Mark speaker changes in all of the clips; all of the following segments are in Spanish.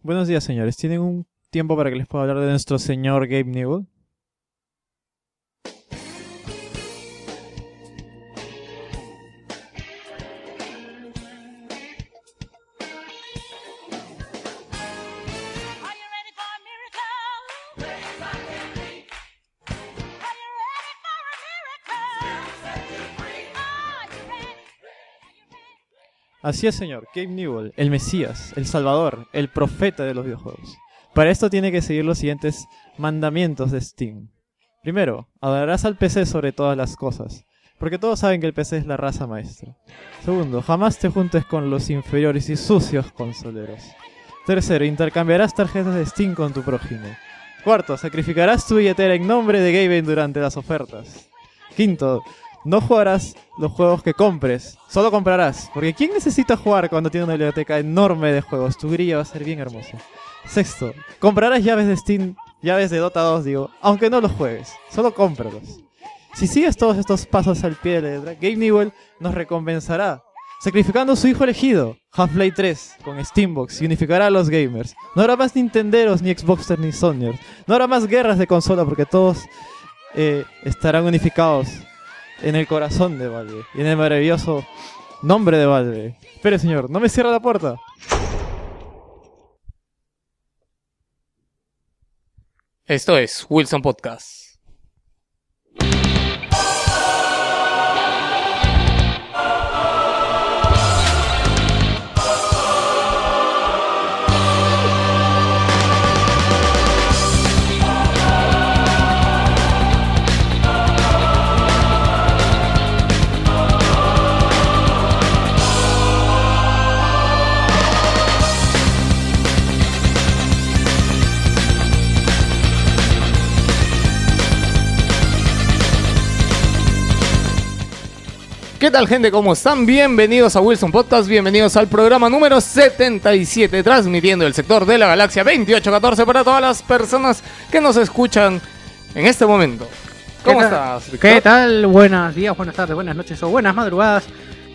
Speaker 1: Buenos días, señores. ¿Tienen un tiempo para que les pueda hablar de nuestro señor Gabe Newell?
Speaker 2: Are you ready for a miracle? Are you ready for a miracle? Are you ready? Are you ready?
Speaker 1: Así es, señor. Gabe Newell, el Mesías, el Salvador, el profeta de los videojuegos. Para esto tiene que seguir los siguientes mandamientos de Steam. Primero, adorarás al PC sobre todas las cosas, porque todos saben que el PC es la raza maestra. Segundo, jamás te juntes con los inferiores y sucios consoleros. Tercero, intercambiarás tarjetas de Steam con tu prójimo. Cuarto, sacrificarás tu billetera en nombre de Gaben durante las ofertas. Quinto, no jugarás los juegos que compres, solo comprarás. Porque ¿quién necesita jugar cuando tiene una biblioteca enorme de juegos? Tu grilla va a ser bien hermosa. Sexto, comprarás llaves de Steam, llaves de Dota 2, digo, aunque no los juegues, solo cómpralos. Si sigues todos estos pasos al pie de la letra, Gabe Newell nos recompensará. Sacrificando a su hijo elegido, Half-Life 3, con Steambox, y unificará a los gamers. No habrá más Nintenderos, ni Xboxers, ni Sonyers. No habrá más guerras de consola porque todos eh, estarán unificados en el corazón de Valve y en el maravilloso nombre de Valve. Espere, señor, no me cierra la puerta.
Speaker 3: Esto es Wilson Podcast. ¿Qué tal gente? ¿Cómo están? Bienvenidos a Wilson Podcast, bienvenidos al programa número 77, transmitiendo el sector de la galaxia 2814 para todas las personas que nos escuchan en este momento. ¿Cómo
Speaker 4: ¿Qué tal?
Speaker 3: estás?
Speaker 4: ¿Qué
Speaker 3: Víctor?
Speaker 4: tal? Buenos días, buenas tardes, buenas noches o buenas madrugadas.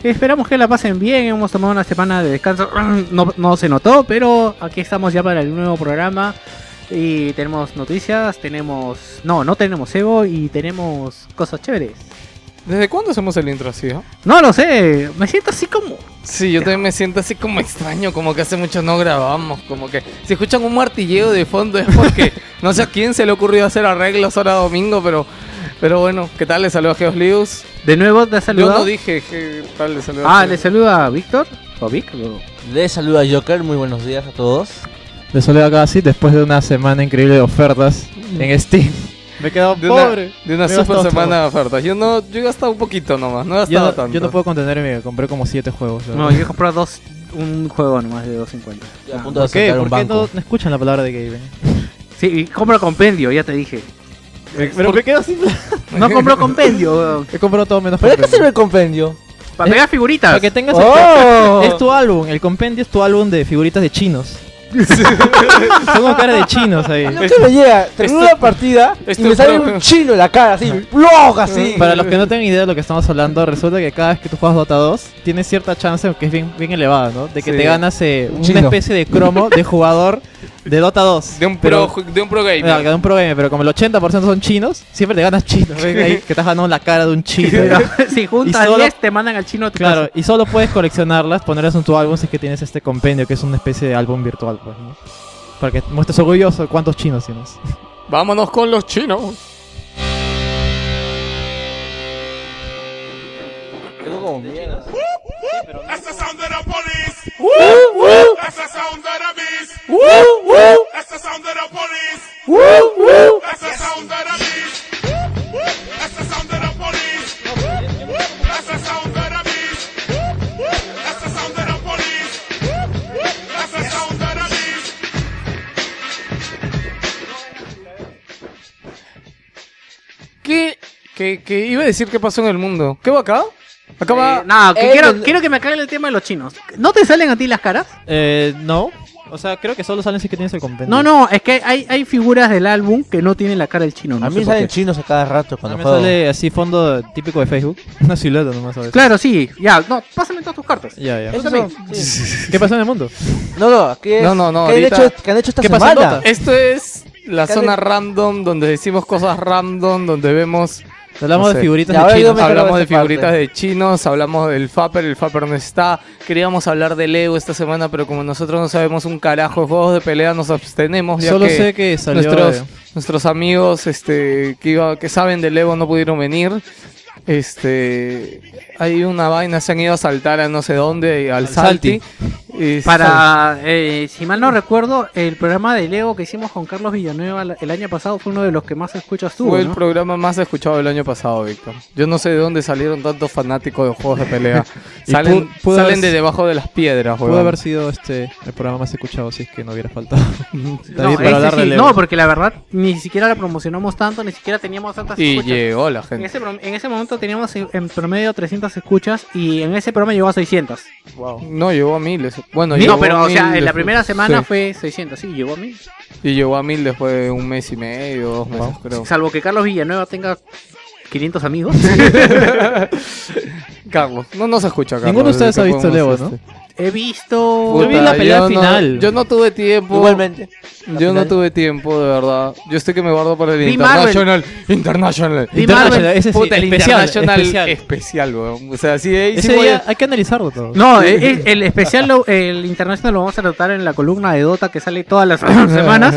Speaker 4: Esperamos que la pasen bien. Hemos tomado una semana de descanso. No, no se notó, pero aquí estamos ya para el nuevo programa. Y tenemos noticias, tenemos. No, no tenemos Evo y tenemos cosas chéveres.
Speaker 3: ¿Desde cuándo hacemos el intro así? no?
Speaker 4: No lo sé, me siento así como.
Speaker 3: Sí, yo también me siento así como extraño, como que hace mucho no grabamos, como que si escuchan un martilleo de fondo es porque no sé a quién se le ocurrió hacer arreglos ahora domingo, pero pero bueno, ¿qué tal? Les saluda Geos Lius.
Speaker 4: De nuevo te
Speaker 3: Yo no
Speaker 4: saludo.
Speaker 3: dije que tal les saluda.
Speaker 4: Ah,
Speaker 3: Geos
Speaker 4: le
Speaker 3: Lius.
Speaker 4: saluda Víctor. ¿O Vic? o-
Speaker 5: Les saluda Joker, muy buenos días a todos.
Speaker 1: De soledad casi, después de una semana increíble de ofertas en Steam. Mm. Me he quedado
Speaker 3: de una,
Speaker 1: pobre.
Speaker 3: de una
Speaker 1: Me he
Speaker 3: super
Speaker 1: gastado
Speaker 3: semana de ofertas. Yo no, yo he gastado un poquito nomás, no
Speaker 1: Yo
Speaker 3: he gastado
Speaker 1: no,
Speaker 3: tanto.
Speaker 1: yo no puedo contenerme, compré como 7 juegos. la
Speaker 4: No,
Speaker 1: verdad.
Speaker 4: yo he comprado dos. Un juego nomás de 250.
Speaker 5: Estoy a
Speaker 4: Ah,
Speaker 5: punto de
Speaker 1: ¿Por qué?
Speaker 5: saltar un
Speaker 1: ¿Por qué
Speaker 5: banco.
Speaker 1: no, no escuchan la palabra de Gabe?
Speaker 4: Sí, y compro compendio, ya te dije.
Speaker 1: Pero me quedo sin plata.
Speaker 4: No compro compendio, weón.
Speaker 1: He comprado todo menos
Speaker 5: ¿Para qué
Speaker 1: compendio.
Speaker 5: sirve el compendio?
Speaker 4: Para pegar figuritas.
Speaker 1: Para que tengas el-
Speaker 5: ¡Oh!
Speaker 1: Es tu álbum, el compendio es tu álbum de figuritas de chinos. Tengo cara de chinos ahí.
Speaker 5: No que me llega, termino
Speaker 3: esto-
Speaker 5: la partida y
Speaker 3: esto-
Speaker 5: me sale un chino en la cara, así, ¡blog! Así.
Speaker 1: Para los que no tengan idea de lo que estamos hablando, resulta que cada vez que tú juegas Dota 2, tienes cierta chance, que es bien, bien elevada, ¿no? De que
Speaker 3: Sí.
Speaker 1: te ganas eh,
Speaker 5: Un
Speaker 1: una
Speaker 5: chino.
Speaker 1: especie de cromo de jugador de Dota 2.
Speaker 3: de un
Speaker 1: Pero-
Speaker 3: pro, ju- de un pro
Speaker 1: eh,
Speaker 3: gamer.
Speaker 1: de un pro gamer, pero como el 80% son chinos, siempre te ganas chinos. ¿ven? Ahí que te has ganado la cara de un chino. ¿no?
Speaker 4: si
Speaker 1: Y
Speaker 4: juntas
Speaker 1: solo-
Speaker 4: 10 te mandan al chino a tu
Speaker 1: Claro,
Speaker 4: casa.
Speaker 1: y solo puedes coleccionarlas, ponerlas en tu álbum si es que tienes este compendio, que es una especie de álbum virtual, pues, ¿no? Para que muestres orgulloso de cuántos chinos tienes.
Speaker 3: Vámonos con los chinos.
Speaker 5: Tengo como miedo.
Speaker 6: That's the sound of the police.
Speaker 5: Uh,
Speaker 6: That's the sound of the beast.
Speaker 5: uh,
Speaker 6: That's the sound of the police. That's the sound of the beast. That's the sound of the police. That's the sound of the beast. That's the sound of the police. That's the sound of the beast.
Speaker 3: ¿Qué, qué, qué iba a decir qué pasó en el mundo? ¿Qué va acá? Acá va.
Speaker 4: Eh, no, que
Speaker 5: Eh,
Speaker 4: quiero,
Speaker 5: no-
Speaker 4: quiero que me aclare el tema de los chinos. ¿No te salen a ti las caras?
Speaker 1: Eh, no. O sea, creo que solo salen si que tienes el compendio.
Speaker 4: No, no, es que hay, hay figuras del álbum que no tienen la cara del chino. no
Speaker 5: A
Speaker 4: sé
Speaker 5: mí
Speaker 4: por
Speaker 5: salen
Speaker 4: qué.
Speaker 5: chinos a cada rato
Speaker 1: No
Speaker 5: cuando
Speaker 1: me
Speaker 5: juego.
Speaker 1: sale así fondo típico de Facebook. Una silueta nomás. a veces.
Speaker 4: Claro, sí, ya, no, pásame todas tus cartas.
Speaker 1: Ya, ya.
Speaker 5: Eso
Speaker 4: también.
Speaker 5: son- sí.
Speaker 1: ¿Qué pasó en el mundo?
Speaker 5: No, no, aquí es-
Speaker 3: No, no, no,
Speaker 5: ¿qué han,
Speaker 3: ahorita-
Speaker 5: hecho, ¿Qué han hecho esta
Speaker 1: ¿Qué pasó en
Speaker 5: semana?
Speaker 1: Dota?
Speaker 3: Esto es la
Speaker 5: Cada-
Speaker 3: zona random donde decimos cosas random, donde vemos,
Speaker 1: Hablamos
Speaker 3: No sé.
Speaker 1: de figuritas
Speaker 5: Ya,
Speaker 1: de
Speaker 5: ahora
Speaker 1: chinos.
Speaker 5: me encargo
Speaker 3: hablamos
Speaker 5: de
Speaker 3: de
Speaker 5: esta
Speaker 3: figuritas
Speaker 5: parte.
Speaker 3: de chinos, hablamos del Fapper, el Fapper no está. Queríamos hablar de Lego esta semana, pero como nosotros no sabemos un carajo de juegos de pelea, nos abstenemos. Ya
Speaker 1: Solo
Speaker 3: que
Speaker 1: sé que salió.
Speaker 3: nuestros,
Speaker 1: eh,
Speaker 3: nuestros amigos este, que, iba- que saben de Lego no pudieron venir. Este, hay una vaina, se han ido a saltar a no sé dónde, al, Este,
Speaker 1: Al
Speaker 3: Salti.
Speaker 1: Salti.
Speaker 3: Y-
Speaker 4: Para, eh, si mal no recuerdo, el programa de Lego que hicimos con Carlos Villanueva la- el año pasado fue uno de los que más escuchas tú,
Speaker 3: Fue el
Speaker 4: ¿no?
Speaker 3: programa más escuchado del año pasado, Víctor. Yo no sé de dónde salieron tantos fanáticos de juegos de pelea.
Speaker 1: Y
Speaker 3: salen
Speaker 1: pu- pudo
Speaker 3: salen
Speaker 1: haber-
Speaker 3: de debajo de las piedras,
Speaker 1: Pudo
Speaker 3: huevón.
Speaker 1: haber sido este el programa más escuchado si es que no hubiera faltado. Está
Speaker 4: No,
Speaker 1: bien, para
Speaker 4: ese
Speaker 1: hablar de
Speaker 4: sí,
Speaker 1: Lego.
Speaker 4: no, porque la verdad ni siquiera la promocionamos tanto, ni siquiera teníamos tantas
Speaker 3: Y
Speaker 4: escuchas.
Speaker 3: llegó la
Speaker 4: En
Speaker 3: gente.
Speaker 4: ese, prom- en ese momento teníamos en- en promedio 300 escuchas y en ese programa llegó a 600.
Speaker 3: No, llegó a mil. eso- Bueno, llegó
Speaker 4: No,
Speaker 3: a
Speaker 4: pero o
Speaker 3: mil
Speaker 4: sea, en la
Speaker 3: después-
Speaker 4: primera semana
Speaker 3: sí.
Speaker 4: fue 600, sí, llegó a 1000.
Speaker 3: Y llegó a mil después de un mes y medio, dos meses, creo.
Speaker 4: Salvo que Carlos Villanueva tenga 500 amigos.
Speaker 3: Carlos, no nos escucha, Carlos.
Speaker 1: Ninguno de ustedes
Speaker 3: ¿qué
Speaker 1: ha visto
Speaker 3: podemos,
Speaker 1: Lego, ¿no?
Speaker 3: este?
Speaker 4: He visto...
Speaker 1: Yo vi la
Speaker 3: Puta,
Speaker 1: pelea
Speaker 3: yo no-
Speaker 1: final.
Speaker 3: yo no tuve tiempo.
Speaker 5: Igualmente.
Speaker 3: Yo no tuve tiempo, de verdad. Yo estoy que me guardo para el
Speaker 4: Vi
Speaker 3: International. International.
Speaker 4: Vi
Speaker 1: International,
Speaker 4: Marvel.
Speaker 1: ese sí,
Speaker 3: Puta, el
Speaker 1: especial,
Speaker 3: International especial,
Speaker 1: especial.
Speaker 3: weón. O sea, sí, ahí sí
Speaker 1: Ese
Speaker 3: voy a-
Speaker 1: día hay que analizarlo todo.
Speaker 4: No, eh, eh, el especial, lo- el internacional lo vamos a tratar en la columna de Dota que sale todas las semanas.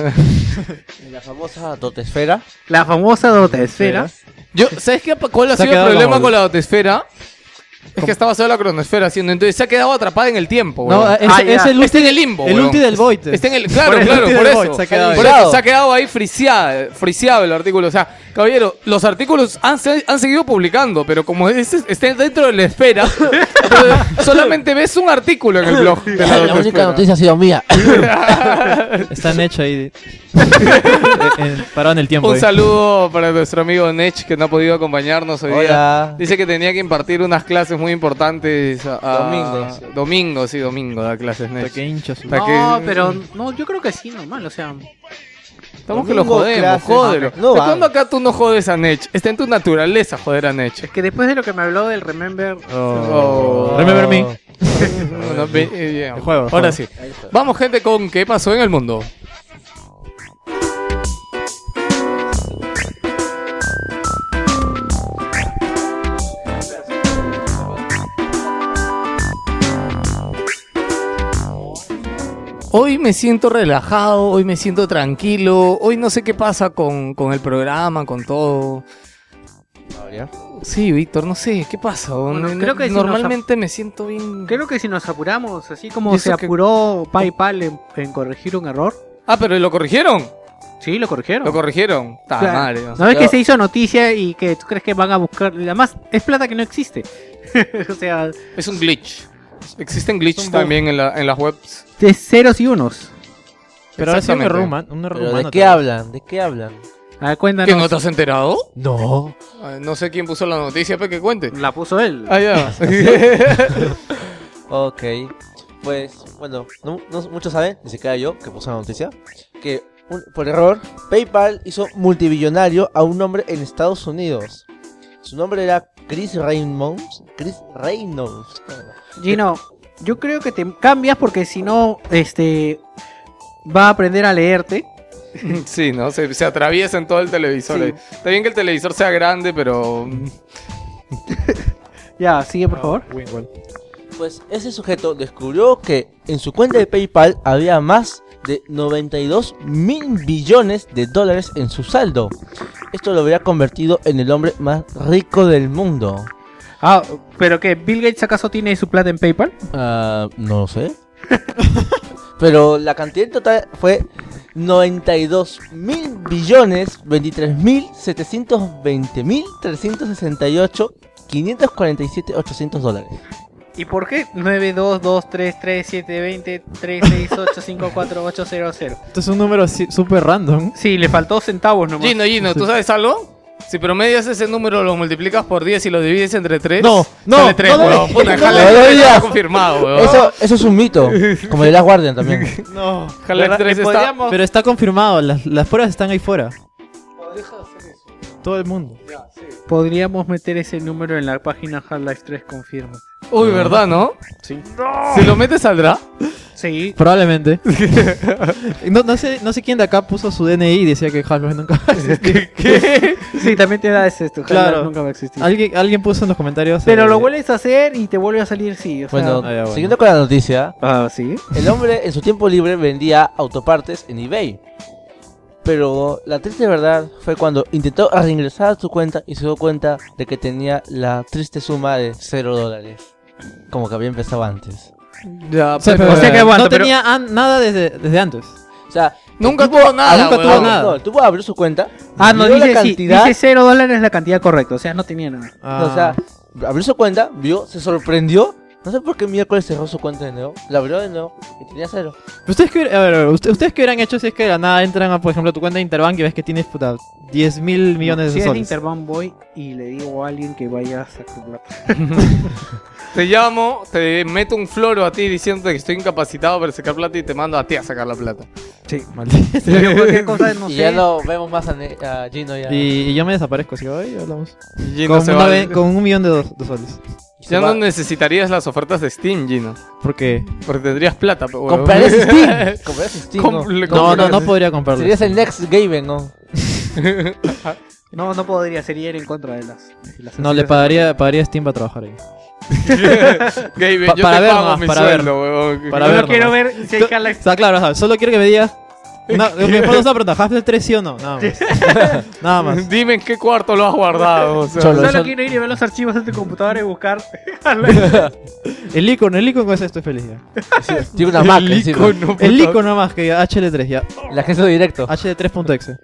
Speaker 5: La famosa dotesfera.
Speaker 4: La famosa Dota Esfera.
Speaker 3: Yo, ¿sabes qué? ¿Cuál ha
Speaker 1: Se ha
Speaker 3: sido el
Speaker 1: quedado
Speaker 3: problema
Speaker 1: como-
Speaker 3: con la dotesfera? Es que estaba solo la cronosfera haciendo, entonces se ha quedado atrapada en el tiempo,
Speaker 1: No,
Speaker 3: weón.
Speaker 1: es,
Speaker 4: Ah, ya.
Speaker 1: es el,
Speaker 3: Está en el limbo,
Speaker 1: el
Speaker 3: weón.
Speaker 1: ulti del Void.
Speaker 3: Está en el,
Speaker 1: Este,
Speaker 3: claro,
Speaker 1: Por el
Speaker 3: claro,
Speaker 1: ulti
Speaker 3: por
Speaker 1: del
Speaker 3: eso.
Speaker 1: Void se ha quedado ahí.
Speaker 3: Por eso se ha quedado ahí friseada, friseado el artículo. O sea, caballero, los artículos han, se- han seguido publicando, pero como es, está dentro de la esfera, entonces solamente ves un artículo en el blog. de la
Speaker 5: La única
Speaker 3: dotesfera.
Speaker 5: noticia ha sido mía.
Speaker 1: Están hechos ahí. en- parado en el tiempo.
Speaker 3: Un
Speaker 1: ahí.
Speaker 3: saludo para nuestro amigo Nech que no ha podido acompañarnos hoy día.
Speaker 5: Hola.
Speaker 3: Dice que tenía que impartir unas clases muy importantes a, a-
Speaker 5: Domingos.
Speaker 3: Domingo, sí, domingo da clases
Speaker 1: Hasta
Speaker 3: Nech.
Speaker 1: que hincha su-
Speaker 3: Está
Speaker 4: No,
Speaker 3: que-
Speaker 4: pero no, yo creo que sí, normal, o sea...
Speaker 3: Estamos que lo
Speaker 5: Domingo
Speaker 3: jodemos,
Speaker 5: clases.
Speaker 3: jódelo.
Speaker 5: No,
Speaker 3: ¿De
Speaker 5: va.
Speaker 3: cuándo acá tú no jodes a Nech? Está en tu naturaleza joder a Nech.
Speaker 4: Es que después de lo que me habló del Remember...
Speaker 3: Oh.
Speaker 1: Remember me.
Speaker 3: No, no, ve- eh, yeah.
Speaker 1: El juego, el
Speaker 3: Ahora sí.
Speaker 1: juego.
Speaker 3: Vamos, gente, con qué pasó en el mundo. Hoy me siento relajado, hoy me siento tranquilo, hoy no sé qué pasa con, con el programa, con todo. Sí, Víctor, no sé, ¿qué pasa?
Speaker 4: Bueno,
Speaker 3: No-
Speaker 4: creo que si nos
Speaker 3: normalmente me siento bien.
Speaker 4: Creo que si nos apuramos, así
Speaker 3: ¿Y
Speaker 4: como
Speaker 3: eso
Speaker 4: se
Speaker 3: que-
Speaker 4: apuró PayPal en, en corregir un error,
Speaker 3: Ah, pero lo corrigieron.
Speaker 4: sí, lo corrigieron.
Speaker 3: Lo corrigieron. Ta
Speaker 4: O sea,
Speaker 3: madre.
Speaker 4: no es
Speaker 5: Yo-
Speaker 4: que se hizo noticia y que tú crees que van a buscar. Además, es plata que no existe. o sea,
Speaker 3: Es un glitch. Existen glitches también en, la- en las webs.
Speaker 4: de ceros y unos.
Speaker 1: Pero ahora sí un
Speaker 3: Exactamente.
Speaker 1: error humano. Un error
Speaker 5: Pero
Speaker 1: humano
Speaker 5: ¿De qué
Speaker 1: también.
Speaker 5: hablan? ¿De qué hablan?
Speaker 4: A ver, cuéntanos.
Speaker 3: ¿Qué no te has enterado?
Speaker 5: No.
Speaker 3: Ay, no sé quién puso la noticia, pero que cuente.
Speaker 4: La puso él.
Speaker 3: Ah, ya.
Speaker 5: Ok. Pues, bueno, no, no muchos saben, ni siquiera yo, que puse la noticia, que un- por error, PayPal hizo multibillonario a un hombre en Estados Unidos. Su nombre era Chris Reynolds. Chris Reynolds.
Speaker 4: Gino, yo creo que te cambias porque si no, este. Va a aprender a leerte.
Speaker 3: sí, ¿no? Se, se atraviesa en todo el televisor.
Speaker 4: Sí.
Speaker 3: ahí. Está bien que el televisor sea grande, pero... mm,
Speaker 4: Ya, sigue, por favor.
Speaker 1: Win, win.
Speaker 5: Pues ese sujeto descubrió que en su cuenta de PayPal había más de 92 mil billones de dólares en su saldo. Esto lo habría convertido en el hombre más rico del mundo.
Speaker 4: Ah, pero que Bill Gates acaso tiene su plata en PayPal?
Speaker 5: Ah, no lo sé. Pero la cantidad total fue 92 mil billones, 23 mil 720 mil 368 547 800 dólares.
Speaker 4: ¿Y por qué? 922337203685480.
Speaker 1: Esto es un número así, súper random.
Speaker 4: Sí, le faltó centavos nomás.
Speaker 3: Gino, Gino, ¿tú sabes algo? Si promedias ese número, lo multiplicas por 10 y lo divides entre 3.
Speaker 5: No, no,
Speaker 3: sale 3,
Speaker 5: no lo
Speaker 3: weón.
Speaker 5: digas,
Speaker 3: Puta,
Speaker 5: no
Speaker 3: jala
Speaker 5: lo
Speaker 3: el 3
Speaker 5: digas.
Speaker 3: confirmado,
Speaker 1: Oh.
Speaker 3: weón.
Speaker 5: Eso, eso es un mito. Como el Last Guardian también.
Speaker 1: No.
Speaker 3: Jala el
Speaker 1: Eh,
Speaker 3: 3 está.
Speaker 1: Pero está confirmado, las, las pruebas están ahí fuera. Todo el mundo.
Speaker 4: Podríamos meter ese número en la página Half-Life 3 confirma.
Speaker 3: Uy, ¿verdad, no?
Speaker 4: Sí.
Speaker 3: Si lo metes, saldrá.
Speaker 4: Sí.
Speaker 1: Probablemente. no, no, sé, no sé quién de acá puso su DNI y decía que Half-Life nunca
Speaker 3: ¿Qué?
Speaker 4: Sí, también te da ese esto.
Speaker 1: Claro.
Speaker 4: Half-Life nunca va a existir.
Speaker 1: ¿Alguien, alguien puso en los comentarios.
Speaker 4: Pero
Speaker 1: eh,
Speaker 4: lo vuelves a hacer y te vuelve a salir sí. O sea,
Speaker 5: Bueno,
Speaker 1: Ah, ya, bueno.
Speaker 5: siguiendo con la noticia,
Speaker 4: Ah, sí.
Speaker 5: el hombre en su tiempo libre vendía autopartes en eBay. Pero la triste verdad fue cuando intentó reingresar a su cuenta y se dio cuenta de que tenía la triste suma de 0 dólares. Como que había empezado antes.
Speaker 3: Ya,
Speaker 1: O sea,
Speaker 3: pero-
Speaker 1: pero
Speaker 4: o sea que aguanta,
Speaker 1: no
Speaker 4: pero-
Speaker 1: tenía an- nada desde, desde antes.
Speaker 5: O sea,
Speaker 3: Nunca tuvo nada,
Speaker 1: nunca
Speaker 3: weón.
Speaker 1: tuvo nada.
Speaker 5: No, el tipo abrió su cuenta.
Speaker 4: Ah, no,
Speaker 5: vio
Speaker 4: dice,
Speaker 5: la
Speaker 4: sí,
Speaker 5: cantidad.
Speaker 4: dice 0 dólares la cantidad correcta. O sea, no tenía nada.
Speaker 5: no, o sea, abrió su cuenta, vio, se sorprendió. No sé por qué miércoles cerró su cuenta de nuevo. La abrió de nuevo y tenía cero.
Speaker 1: ¿Ustedes qué, hubiera- a ver, a ver, usted- ¿ustedes qué hubieran hecho si es que de la nada entran a, por ejemplo, a tu cuenta de Interbank y ves que tienes puta, 10 mil millones
Speaker 4: si
Speaker 1: de
Speaker 4: es de
Speaker 1: soles?
Speaker 4: Interbank voy y le digo a alguien que vaya a sacar plata.
Speaker 3: Te llamo, te meto un floro a ti diciéndote que estoy incapacitado para sacar plata y te mando a ti a sacar la plata.
Speaker 4: Sí.
Speaker 1: Maldito.
Speaker 4: Pero cualquier cosa, no
Speaker 5: y
Speaker 4: sé.
Speaker 5: ya no vemos más a, Ne- a Gino ya.
Speaker 1: Y, y yo me desaparezco, si hoy hablamos.
Speaker 3: Y
Speaker 1: con,
Speaker 3: no se
Speaker 1: una
Speaker 3: va.
Speaker 1: ve- con un millón de, dos- de soles.
Speaker 3: Ya no necesitarías las ofertas de Steam, Gino.
Speaker 1: Porque
Speaker 3: Porque tendrías plata, pe, huevón.
Speaker 5: Compraré Steam. Compraré Steam.
Speaker 3: Com-
Speaker 5: ¿no?
Speaker 3: le
Speaker 1: no, no,
Speaker 3: comprarías.
Speaker 1: no podría comprarlo.
Speaker 5: Serías el next Gaben, ¿no?
Speaker 4: No, no podría, sería ir en contra de las. de las
Speaker 1: No, le
Speaker 4: empresas.
Speaker 1: pagaría, pagaría Steam para trabajar ahí.
Speaker 3: Gay, ven,
Speaker 1: Pa-
Speaker 3: yo
Speaker 1: para
Speaker 3: te
Speaker 1: ver
Speaker 3: pago
Speaker 1: nomás,
Speaker 3: mi
Speaker 1: para
Speaker 3: sueldo, huevón.
Speaker 1: Para
Speaker 4: Yo
Speaker 1: ver
Speaker 4: no quiero
Speaker 1: nomás.
Speaker 4: ver si hay Half-Life
Speaker 1: Está claro, o sea, solo quiero que me digas. Una, me pones una pregunta, ¿Half-Life 3 sí o no? Nada más. Nada más.
Speaker 3: Dime en qué cuarto lo has guardado. o sea.
Speaker 5: Cholo. Pero
Speaker 4: Solo
Speaker 5: eso-
Speaker 4: quiero ir y ver los archivos de tu computadora y buscar. Half-Life.
Speaker 1: El icono, el icono con ese estoy feliz ya.
Speaker 5: Tiene una Mac
Speaker 3: El
Speaker 5: encima.
Speaker 3: icono,
Speaker 1: El
Speaker 3: puta.
Speaker 1: icono más que HL3 ya.
Speaker 5: El acceso directo.
Speaker 1: Ah, HL3.exe.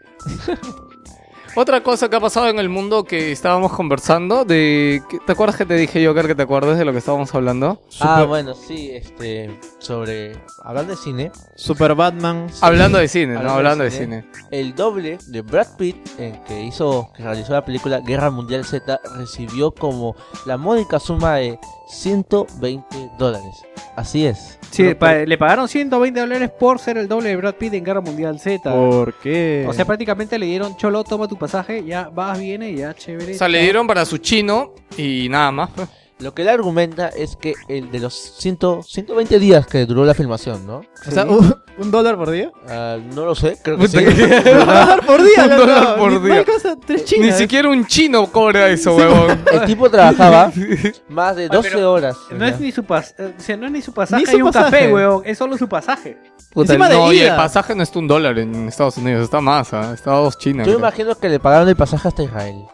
Speaker 3: Otra cosa que ha pasado en el mundo que estábamos conversando, de que- ¿te acuerdas que te dije yo, Car, que te acuerdas de lo que estábamos hablando?
Speaker 5: Ah, bueno, sí, este. Sobre. Hablando de cine,
Speaker 1: Super Batman.
Speaker 3: Hablando de cine, ¿no?
Speaker 5: Hablando de
Speaker 3: Hablando de
Speaker 5: cine.
Speaker 3: cine.
Speaker 5: el doble de Brad Pitt, en que hizo. que realizó la película Guerra Mundial Z, recibió como la módica suma de 120 dólares. Así es.
Speaker 4: Sí,
Speaker 5: No,
Speaker 4: pa- le pagaron 120 dólares por ser el doble de Brad Pitt en Guerra Mundial Z.
Speaker 1: ¿Por qué?
Speaker 4: O sea, prácticamente le dieron, cholo, toma tu pasaje, ya vas, viene, ya, chévere.
Speaker 3: O sea, le dieron para su chino y nada más. pues.
Speaker 5: Lo que él argumenta es que el de los 100 120 días que duró la filmación, ¿no?
Speaker 1: O sea, un, un dólar por día.
Speaker 5: Ah, no lo sé, creo que sí.
Speaker 1: Un dólar por día,
Speaker 3: Un
Speaker 1: la
Speaker 3: dólar
Speaker 1: verdad.
Speaker 3: por
Speaker 1: Ni-
Speaker 3: día.
Speaker 1: no hay cosa, tres
Speaker 3: Ni
Speaker 1: chinas.
Speaker 3: siquiera un chino cobra eso, huevón.
Speaker 5: El tipo trabajaba más de 12
Speaker 4: pero-
Speaker 5: horas.
Speaker 4: No es ni su pas eh, o sea, no es ni su pasaje
Speaker 1: Ni su
Speaker 4: y un
Speaker 1: pasaje.
Speaker 4: café, weón. Es solo su pasaje.
Speaker 3: Puta,
Speaker 1: Encima de
Speaker 3: no, y
Speaker 1: ida.
Speaker 3: el pasaje no está un dólar en Estados Unidos, está más, ah, está dos chinas.
Speaker 5: Yo
Speaker 3: creo.
Speaker 5: imagino que le pagaron el pasaje hasta Israel.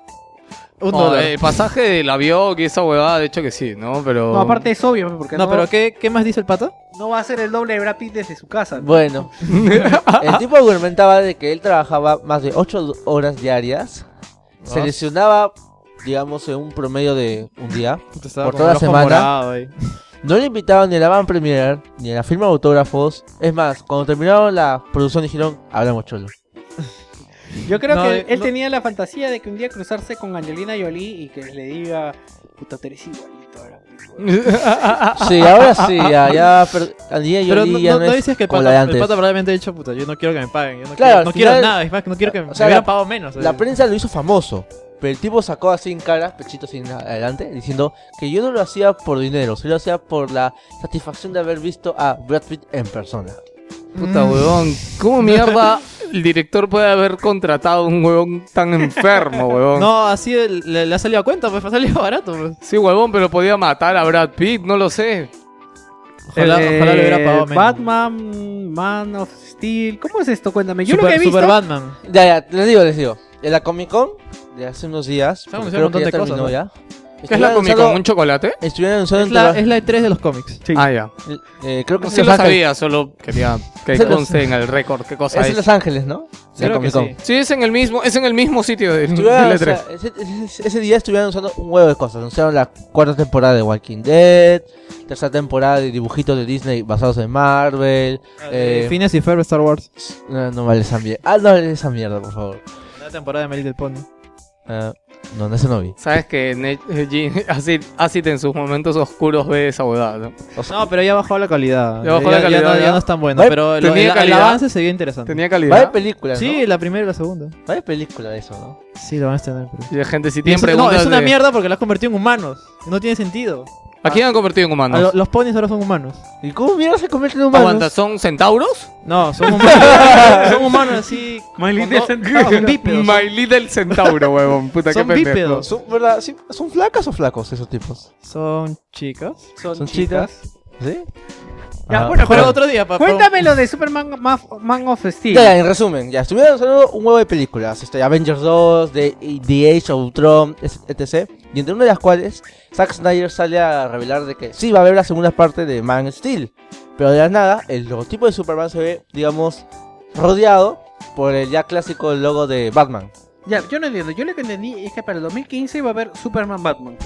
Speaker 1: Un
Speaker 3: No,
Speaker 1: dólar.
Speaker 3: el pasaje del avión y esa huevada, de hecho que sí, ¿no? Pero.
Speaker 4: No, aparte es obvio, pues, porque no,
Speaker 1: Oh. no, pero ¿qué, ¿qué más dice el pato?
Speaker 4: no va a ser el doble de Brad Pitt desde su casa.
Speaker 5: Bueno, el tipo argumentaba de que él trabajaba más de 8 horas diarias, se lesionaba, digamos, en un promedio de un día,
Speaker 1: Puta, estaba
Speaker 5: por
Speaker 1: con
Speaker 5: toda
Speaker 1: el ojo
Speaker 5: semana.
Speaker 1: morado ahí.
Speaker 5: no le invitaban ni a la van premier, ni a la firma de autógrafos, es más, cuando terminaron la producción dijeron, hablamos cholo.
Speaker 4: Yo creo
Speaker 1: No,
Speaker 4: que
Speaker 1: eh,
Speaker 4: él
Speaker 1: no-
Speaker 4: tenía la fantasía de que un día cruzarse con Angelina Jolie y que le diga, puta, tú eres igualito ahora. weón".
Speaker 5: Sí, ahora sí, ya, ya, per- a día y
Speaker 1: Pero
Speaker 5: hoy
Speaker 1: no,
Speaker 5: ya
Speaker 1: no-
Speaker 5: no
Speaker 1: no
Speaker 5: es
Speaker 1: dices que el
Speaker 5: como
Speaker 1: pato,
Speaker 5: la de
Speaker 1: el
Speaker 5: antes.
Speaker 1: pato probablemente ha dicho, puta, yo no quiero que me paguen. Yo no
Speaker 5: Claro,
Speaker 1: quiero,
Speaker 5: al
Speaker 1: no quiero
Speaker 5: final-
Speaker 1: nada, es más, no quiero que me,
Speaker 5: o sea,
Speaker 1: me hubieran
Speaker 5: la-
Speaker 1: pagado menos.
Speaker 5: La prensa lo hizo famoso, pero el tipo sacó así en cara, pechito sin adelante, diciendo que yo no lo hacía por dinero, sino lo hacía por la satisfacción de haber visto a Brad Pitt en persona.
Speaker 3: Puta huevón, ¿cómo mierda el director puede haber contratado a un huevón tan enfermo, huevón?
Speaker 1: No, así el- le, le ha salido a cuenta, pues ha salido barato. pues.
Speaker 3: Sí, huevón, pero podía matar a Brad Pitt, no lo sé.
Speaker 1: Ojalá,
Speaker 4: Eh,
Speaker 1: ojalá le hubiera pagado menos.
Speaker 4: Batman, Man of Steel. ¿Cómo es esto? Cuéntame. Yo
Speaker 1: Super,
Speaker 4: lo que he visto.
Speaker 1: Super Batman.
Speaker 5: Ya, ya, les digo, les digo. En la Comic Con de hace unos días,
Speaker 1: Se han
Speaker 5: porque
Speaker 1: anunciado un montón
Speaker 5: creo que ya
Speaker 1: de cosas,
Speaker 5: terminó
Speaker 1: ¿no?
Speaker 5: ya.
Speaker 3: ¿Qué es la
Speaker 5: Estuvieron
Speaker 3: Comic
Speaker 5: anunciando-
Speaker 3: Con? ¿Un chocolate?
Speaker 5: Estuvieron anunciando
Speaker 1: Es la, es la E3 de los cómics.
Speaker 4: Sí.
Speaker 3: Ah, ya.
Speaker 5: eh, creo que
Speaker 3: No
Speaker 5: es
Speaker 3: sí
Speaker 5: en
Speaker 3: lo
Speaker 5: Los Ángeles.
Speaker 3: sabía, solo quería que
Speaker 5: Sí lo-
Speaker 3: conste en el récord qué cosa
Speaker 5: Es en
Speaker 3: es.
Speaker 5: Los Ángeles, ¿no? La
Speaker 1: Creo que
Speaker 5: Comic-Con.
Speaker 1: sí.
Speaker 3: Sí, es en el mismo, es en el mismo sitio de, del
Speaker 5: Estuvieron, o
Speaker 3: E3.
Speaker 5: sea, ese, ese- ese día estuvieron usando un huevo de cosas. Anunciaron la cuarta temporada de Walking Dead, tercera temporada de dibujitos de Disney basados en Marvel.
Speaker 1: Ah,
Speaker 5: eh,
Speaker 1: Phineas y Ferb Star Wars.
Speaker 5: no, no vale esa mierda. Ah, no vale esa mierda, por favor.
Speaker 1: La temporada de Merit del Pony.
Speaker 5: Ah, no, no, ese no vi.
Speaker 3: Sabes que Ne- eh, Jin- Acid, Acid en sus momentos oscuros ve esa huevada, ¿no?
Speaker 1: No, pero ya bajó la calidad.
Speaker 3: Ya bajó la
Speaker 1: ya
Speaker 3: calidad,
Speaker 1: no, ya
Speaker 3: ya.
Speaker 1: no es tan bueno.
Speaker 5: Ay,
Speaker 1: Pero lo-
Speaker 3: ¿tenía
Speaker 1: el, el
Speaker 3: calidad?
Speaker 1: avance seguía interesante.
Speaker 3: Tenía
Speaker 5: Va de
Speaker 3: calidad.
Speaker 5: película,
Speaker 1: sí,
Speaker 5: ¿no?
Speaker 1: la primera y la segunda.
Speaker 5: Va de película eso, ¿no?
Speaker 1: Sí, lo van a tener. pero-
Speaker 3: Y la gente si tiene
Speaker 1: Eso- no,
Speaker 3: preguntas
Speaker 1: es una
Speaker 3: de-
Speaker 1: mierda porque la has convertido en humanos. No tiene sentido.
Speaker 3: ¿A quién han convertido en
Speaker 1: A lo-
Speaker 3: humanos?
Speaker 1: los ponies ahora son humanos.
Speaker 5: ¿Y cómo mierda se convierte en humano?
Speaker 3: Aguanta, ¿son centauros?
Speaker 1: No, son humanos. son humanos así.
Speaker 4: My
Speaker 1: con
Speaker 4: Little
Speaker 1: dos-
Speaker 4: Centaur.
Speaker 1: no, son bípedos.
Speaker 3: My Little Centauro, huevón. Puta,
Speaker 1: Son
Speaker 3: qué pendejo.
Speaker 1: bípedos.
Speaker 5: ¿Son, verdad, sí, ¿Son flacas o flacos esos tipos?
Speaker 1: Son chicas.
Speaker 5: Son chicas. ¿Sí?
Speaker 4: Ya,
Speaker 5: Ah,
Speaker 4: bueno,
Speaker 1: Pero
Speaker 4: pero-
Speaker 1: otro día, papá.
Speaker 4: Cuéntame lo de Superman Maf- Man of Steel.
Speaker 5: Ya, ya, en resumen, ya, estuvieron saliendo un huevo de películas, este, Avengers 2, de, y The Age of Ultron, es- etc. Y entre una de las cuales, Zack Snyder sale a revelar de que sí va a haber la segunda parte de Man of Steel, pero de la nada, el logotipo de Superman se ve, digamos, rodeado por el ya clásico logo de Batman.
Speaker 4: Ya, yo no entiendo. Yo lo que entendí es que para el 2015 va a haber Superman Batman.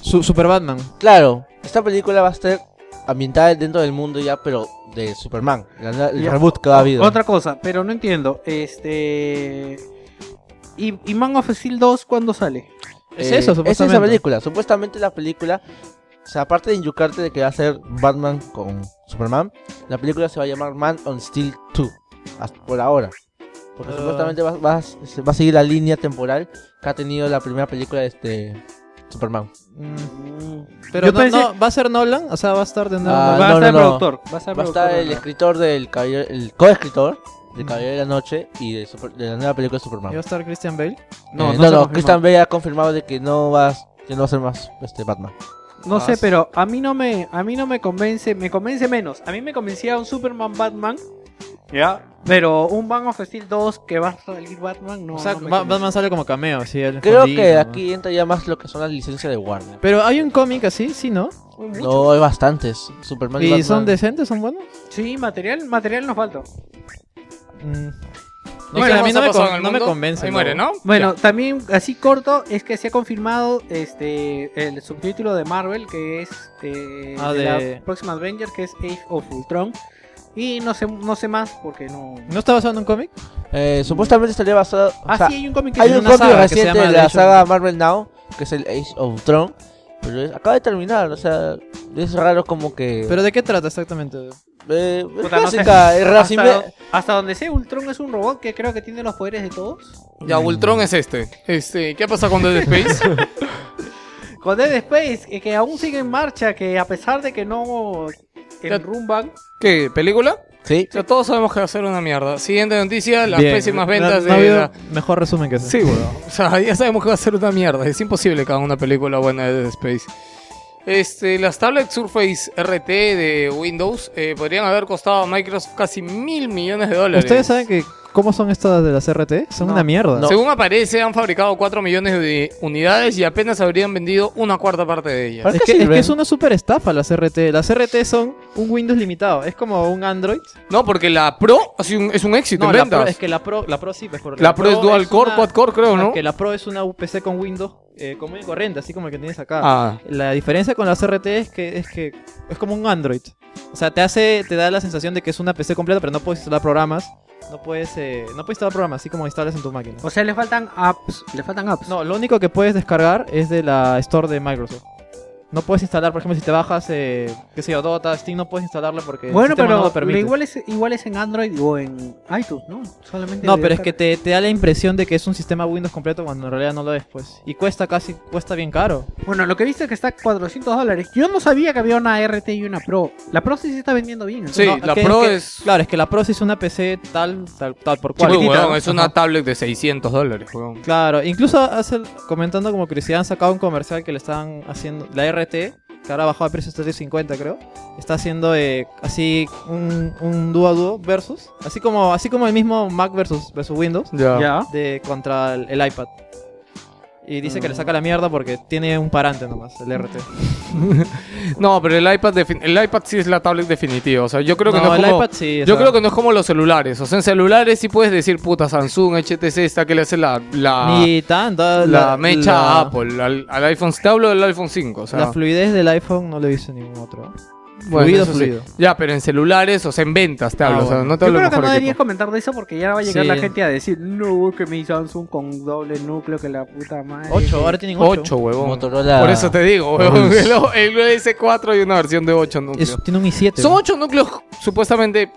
Speaker 1: Su- Super Batman.
Speaker 5: Claro, esta película va a estar ambientada dentro del mundo ya, pero de Superman, la- la- el
Speaker 4: Ya.
Speaker 5: reboot que ha habido.
Speaker 4: Otra cosa, pero no entiendo. Este. ¿Y, y Man of Steel 2 cuándo sale?
Speaker 1: Es
Speaker 5: Eh,
Speaker 1: eso,
Speaker 5: Es esa
Speaker 1: supuestamente.
Speaker 5: película. Supuestamente la película. O sea, aparte de inyucarte de que va a ser Batman con Superman, la película se va a llamar Man on Steel 2. hasta por ahora. Porque
Speaker 1: Ah.
Speaker 5: supuestamente va, va a- se- va a seguir la línea temporal que ha tenido la primera película de este Superman.
Speaker 1: Mm. Pero
Speaker 4: Yo
Speaker 1: no,
Speaker 4: pensé-
Speaker 1: no, va a ser Nolan, o sea, va a estar de nuevo.
Speaker 4: va
Speaker 5: Ah, no,
Speaker 4: a estar
Speaker 5: no,
Speaker 4: el
Speaker 5: no.
Speaker 4: productor. Va a
Speaker 1: Ah,
Speaker 4: estar
Speaker 5: Va a estar el
Speaker 4: productor.
Speaker 5: escritor del Caballero- el coescritor
Speaker 1: Mm.
Speaker 5: del Caballero de la Noche y de, Super- de la nueva película de Superman.
Speaker 1: ¿Y va a estar Christian Bale?
Speaker 5: Eh,
Speaker 4: No,
Speaker 5: no,
Speaker 4: se
Speaker 5: no,
Speaker 4: confirma.
Speaker 5: Christian Bale ha confirmado de que no va, a- que no va a ser más este Batman.
Speaker 4: No
Speaker 1: Ah,
Speaker 4: sé,
Speaker 1: sí.
Speaker 4: pero a mí no me a mí no me convence, me convence menos. A mí me convencía un Superman Batman. Ya. Pero un Bang of Steel 2 que va a salir Batman no.
Speaker 1: o sea,
Speaker 4: no me
Speaker 1: Ba-
Speaker 4: convence.
Speaker 1: Batman sale como cameo, sí. él
Speaker 5: Creo
Speaker 1: escondido,
Speaker 5: que
Speaker 1: ¿no?
Speaker 5: aquí entra ya más lo que son las licencias de Warner.
Speaker 1: Pero hay un cómic así, sí, ¿no?
Speaker 5: No, hay bastantes. Superman y,
Speaker 1: ¿Y
Speaker 5: Batman.
Speaker 1: son decentes, son buenos?
Speaker 4: Sí, material, material nos falta.
Speaker 1: Mm. No
Speaker 3: ¿Y
Speaker 1: sé,
Speaker 3: qué
Speaker 1: a mí
Speaker 3: más
Speaker 1: no
Speaker 3: ha
Speaker 1: me,
Speaker 3: pasado
Speaker 1: con-
Speaker 3: en el
Speaker 1: no me
Speaker 3: mundo?
Speaker 1: convence.
Speaker 3: Ahí muere, ¿no?
Speaker 4: Bueno, también así corto es que se ha confirmado este el subtítulo de Marvel que es eh,
Speaker 1: Ah,
Speaker 4: de,
Speaker 1: de-
Speaker 4: la próxima Avengers que es Age of Ultron y no sé no sé más porque no.
Speaker 1: ¿No está basado en un cómic?
Speaker 5: Eh, supuestamente estaría basado. o
Speaker 4: Ah,
Speaker 5: sea,
Speaker 4: sí, hay un cómic que
Speaker 5: hay
Speaker 4: se
Speaker 5: un
Speaker 4: llama-
Speaker 1: una
Speaker 5: cómic
Speaker 1: saga que se
Speaker 5: reciente
Speaker 1: llama
Speaker 5: de
Speaker 1: The
Speaker 5: la
Speaker 1: Age
Speaker 5: saga Marvel Now, que es el Age of Tron. Pero es- acaba de terminar, o sea, es raro como que.
Speaker 1: ¿Pero de qué trata exactamente?
Speaker 5: eh, es
Speaker 4: Puta, no sé.
Speaker 5: clásica, es
Speaker 4: hasta,
Speaker 5: racime-
Speaker 4: hasta donde sé, Ultron es un robot que creo que tiene los poderes de todos.
Speaker 3: Ya, Ultron es este. Este, ¿qué pasa con Dead Space?
Speaker 4: Con Dead Space, eh, que aún sigue en marcha, que a pesar de que no enrumban,
Speaker 3: ¿Qué? ¿Película?
Speaker 5: Sí,
Speaker 3: Ya todos sabemos que va a ser una mierda. Siguiente noticia, las
Speaker 1: Bien.
Speaker 3: pésimas
Speaker 1: No-
Speaker 3: ventas
Speaker 1: no ha
Speaker 3: de...
Speaker 1: habido
Speaker 3: la-
Speaker 1: Mejor resumen que ese.
Speaker 3: Sí, weón. O sea, ya sabemos que va a ser una mierda. Es imposible que haga una película buena de Dead Space. Este, las tablets Surface RT de Windows eh, podrían haber costado a Microsoft casi mil millones de dólares.
Speaker 1: ¿Ustedes saben que cómo son estas de las RT? Son
Speaker 4: No.
Speaker 1: una mierda.
Speaker 5: No.
Speaker 3: Según aparece, han fabricado 4 millones de unidades y apenas habrían vendido una cuarta parte de ellas.
Speaker 5: ¿Para
Speaker 1: Es
Speaker 5: qué
Speaker 1: que, es
Speaker 5: sirven?
Speaker 1: que es una super estafa las RT. Las RT son un Windows limitado. Es como un Android.
Speaker 3: No, porque la Pro ha sido un- es un éxito en
Speaker 1: la Pro,
Speaker 3: ventas.
Speaker 1: es que la Pro, la Pro sí, pues, porque
Speaker 3: La Pro es dual core,
Speaker 1: una-
Speaker 3: quad core, creo,
Speaker 1: no,
Speaker 3: ¿no?
Speaker 1: Que la Pro es una UPC con Windows eh, común y corriente, así como el que tienes acá.
Speaker 3: Ah.
Speaker 1: La diferencia con las RT es que, es que es como un Android. O sea, te hace, te da la sensación de que es una PC completa, pero no puedes instalar programas. No puedes, eh, no puedes instalar programas, así como instalas en tu máquina.
Speaker 4: o sea, le faltan apps. Le faltan apps.
Speaker 1: No, lo único que puedes descargar es de la Store de Microsoft. No puedes instalar, por ejemplo, si te bajas, eh, qué sé yo, Dota, Steam, no puedes instalarlo porque eh, el
Speaker 4: bueno,
Speaker 1: sistema no
Speaker 4: pero
Speaker 1: lo permite.
Speaker 4: igual es, igual es en Android o en iTunes, ¿no? Solamente
Speaker 1: No,
Speaker 4: le
Speaker 1: pero es que
Speaker 4: descarga.
Speaker 1: te, te da la impresión de que es un sistema Windows completo cuando en realidad no lo es, pues. Y cuesta casi, cuesta bien caro.
Speaker 4: Bueno, lo que viste es que está a 400 dólares. Yo no sabía que había una RT y una Pro. La Pro sí se está vendiendo bien.
Speaker 3: Sí,
Speaker 1: No,
Speaker 3: la
Speaker 1: que-
Speaker 3: Pro
Speaker 1: que-
Speaker 3: es.
Speaker 1: Claro, es que la Pro sí es una PC tal, tal, tal por cual.
Speaker 3: Uy,
Speaker 4: chiquitita,
Speaker 3: weón,
Speaker 4: ¿no?
Speaker 3: es una
Speaker 1: Ajá.
Speaker 3: tablet de 600 dólares, weón.
Speaker 1: Claro, incluso hace, comentando como curiosidad, han sacado un comercial que le están haciendo, la RT, que ahora bajó de precio hasta 350 creo, está haciendo eh, así un, un dúo a dúo versus, así como, así como el mismo Mac versus, versus Windows,
Speaker 4: Ya.
Speaker 1: de contra el, el iPad. Y dice que
Speaker 3: Mm.
Speaker 1: le saca la mierda porque tiene un parante nomás, el RT.
Speaker 3: No, pero el iPad, defin- el iPad sí es la tablet definitiva. O sea, yo creo que no, es
Speaker 1: el
Speaker 3: como...
Speaker 1: iPad sí. o sea,
Speaker 3: Yo creo que no es como los celulares. O sea, en celulares sí puedes decir, puta, Samsung, HTC, esta que le hace la, la,
Speaker 1: Ni tanto.
Speaker 3: la mecha
Speaker 1: la-
Speaker 3: a Apple, al, al iPhone. Te hablo del iPhone 5, o sea.
Speaker 1: la fluidez del iPhone no lo hizo ningún otro.
Speaker 3: Bueno,
Speaker 1: Fluido,
Speaker 3: eso sí.
Speaker 1: fluido.
Speaker 3: Ya, pero en celulares, o sea, en ventas te
Speaker 1: Ah,
Speaker 3: hablo. o sea,
Speaker 1: bueno.
Speaker 3: no te
Speaker 4: Yo
Speaker 3: hablo de
Speaker 4: creo que
Speaker 3: mejor
Speaker 4: no deberías
Speaker 3: equipo.
Speaker 4: comentar de eso porque ya va a llegar
Speaker 1: Sí.
Speaker 4: la gente a decir, no, que mi Samsung con doble núcleo, que la puta madre.
Speaker 1: 8, ahora tienen 8.
Speaker 3: 8, huevón.
Speaker 5: Motorola.
Speaker 3: Por eso te digo, huevón. El, el S4 y una versión de 8 núcleos.
Speaker 1: Es- tiene un i7.
Speaker 3: Son 8 núcleos supuestamente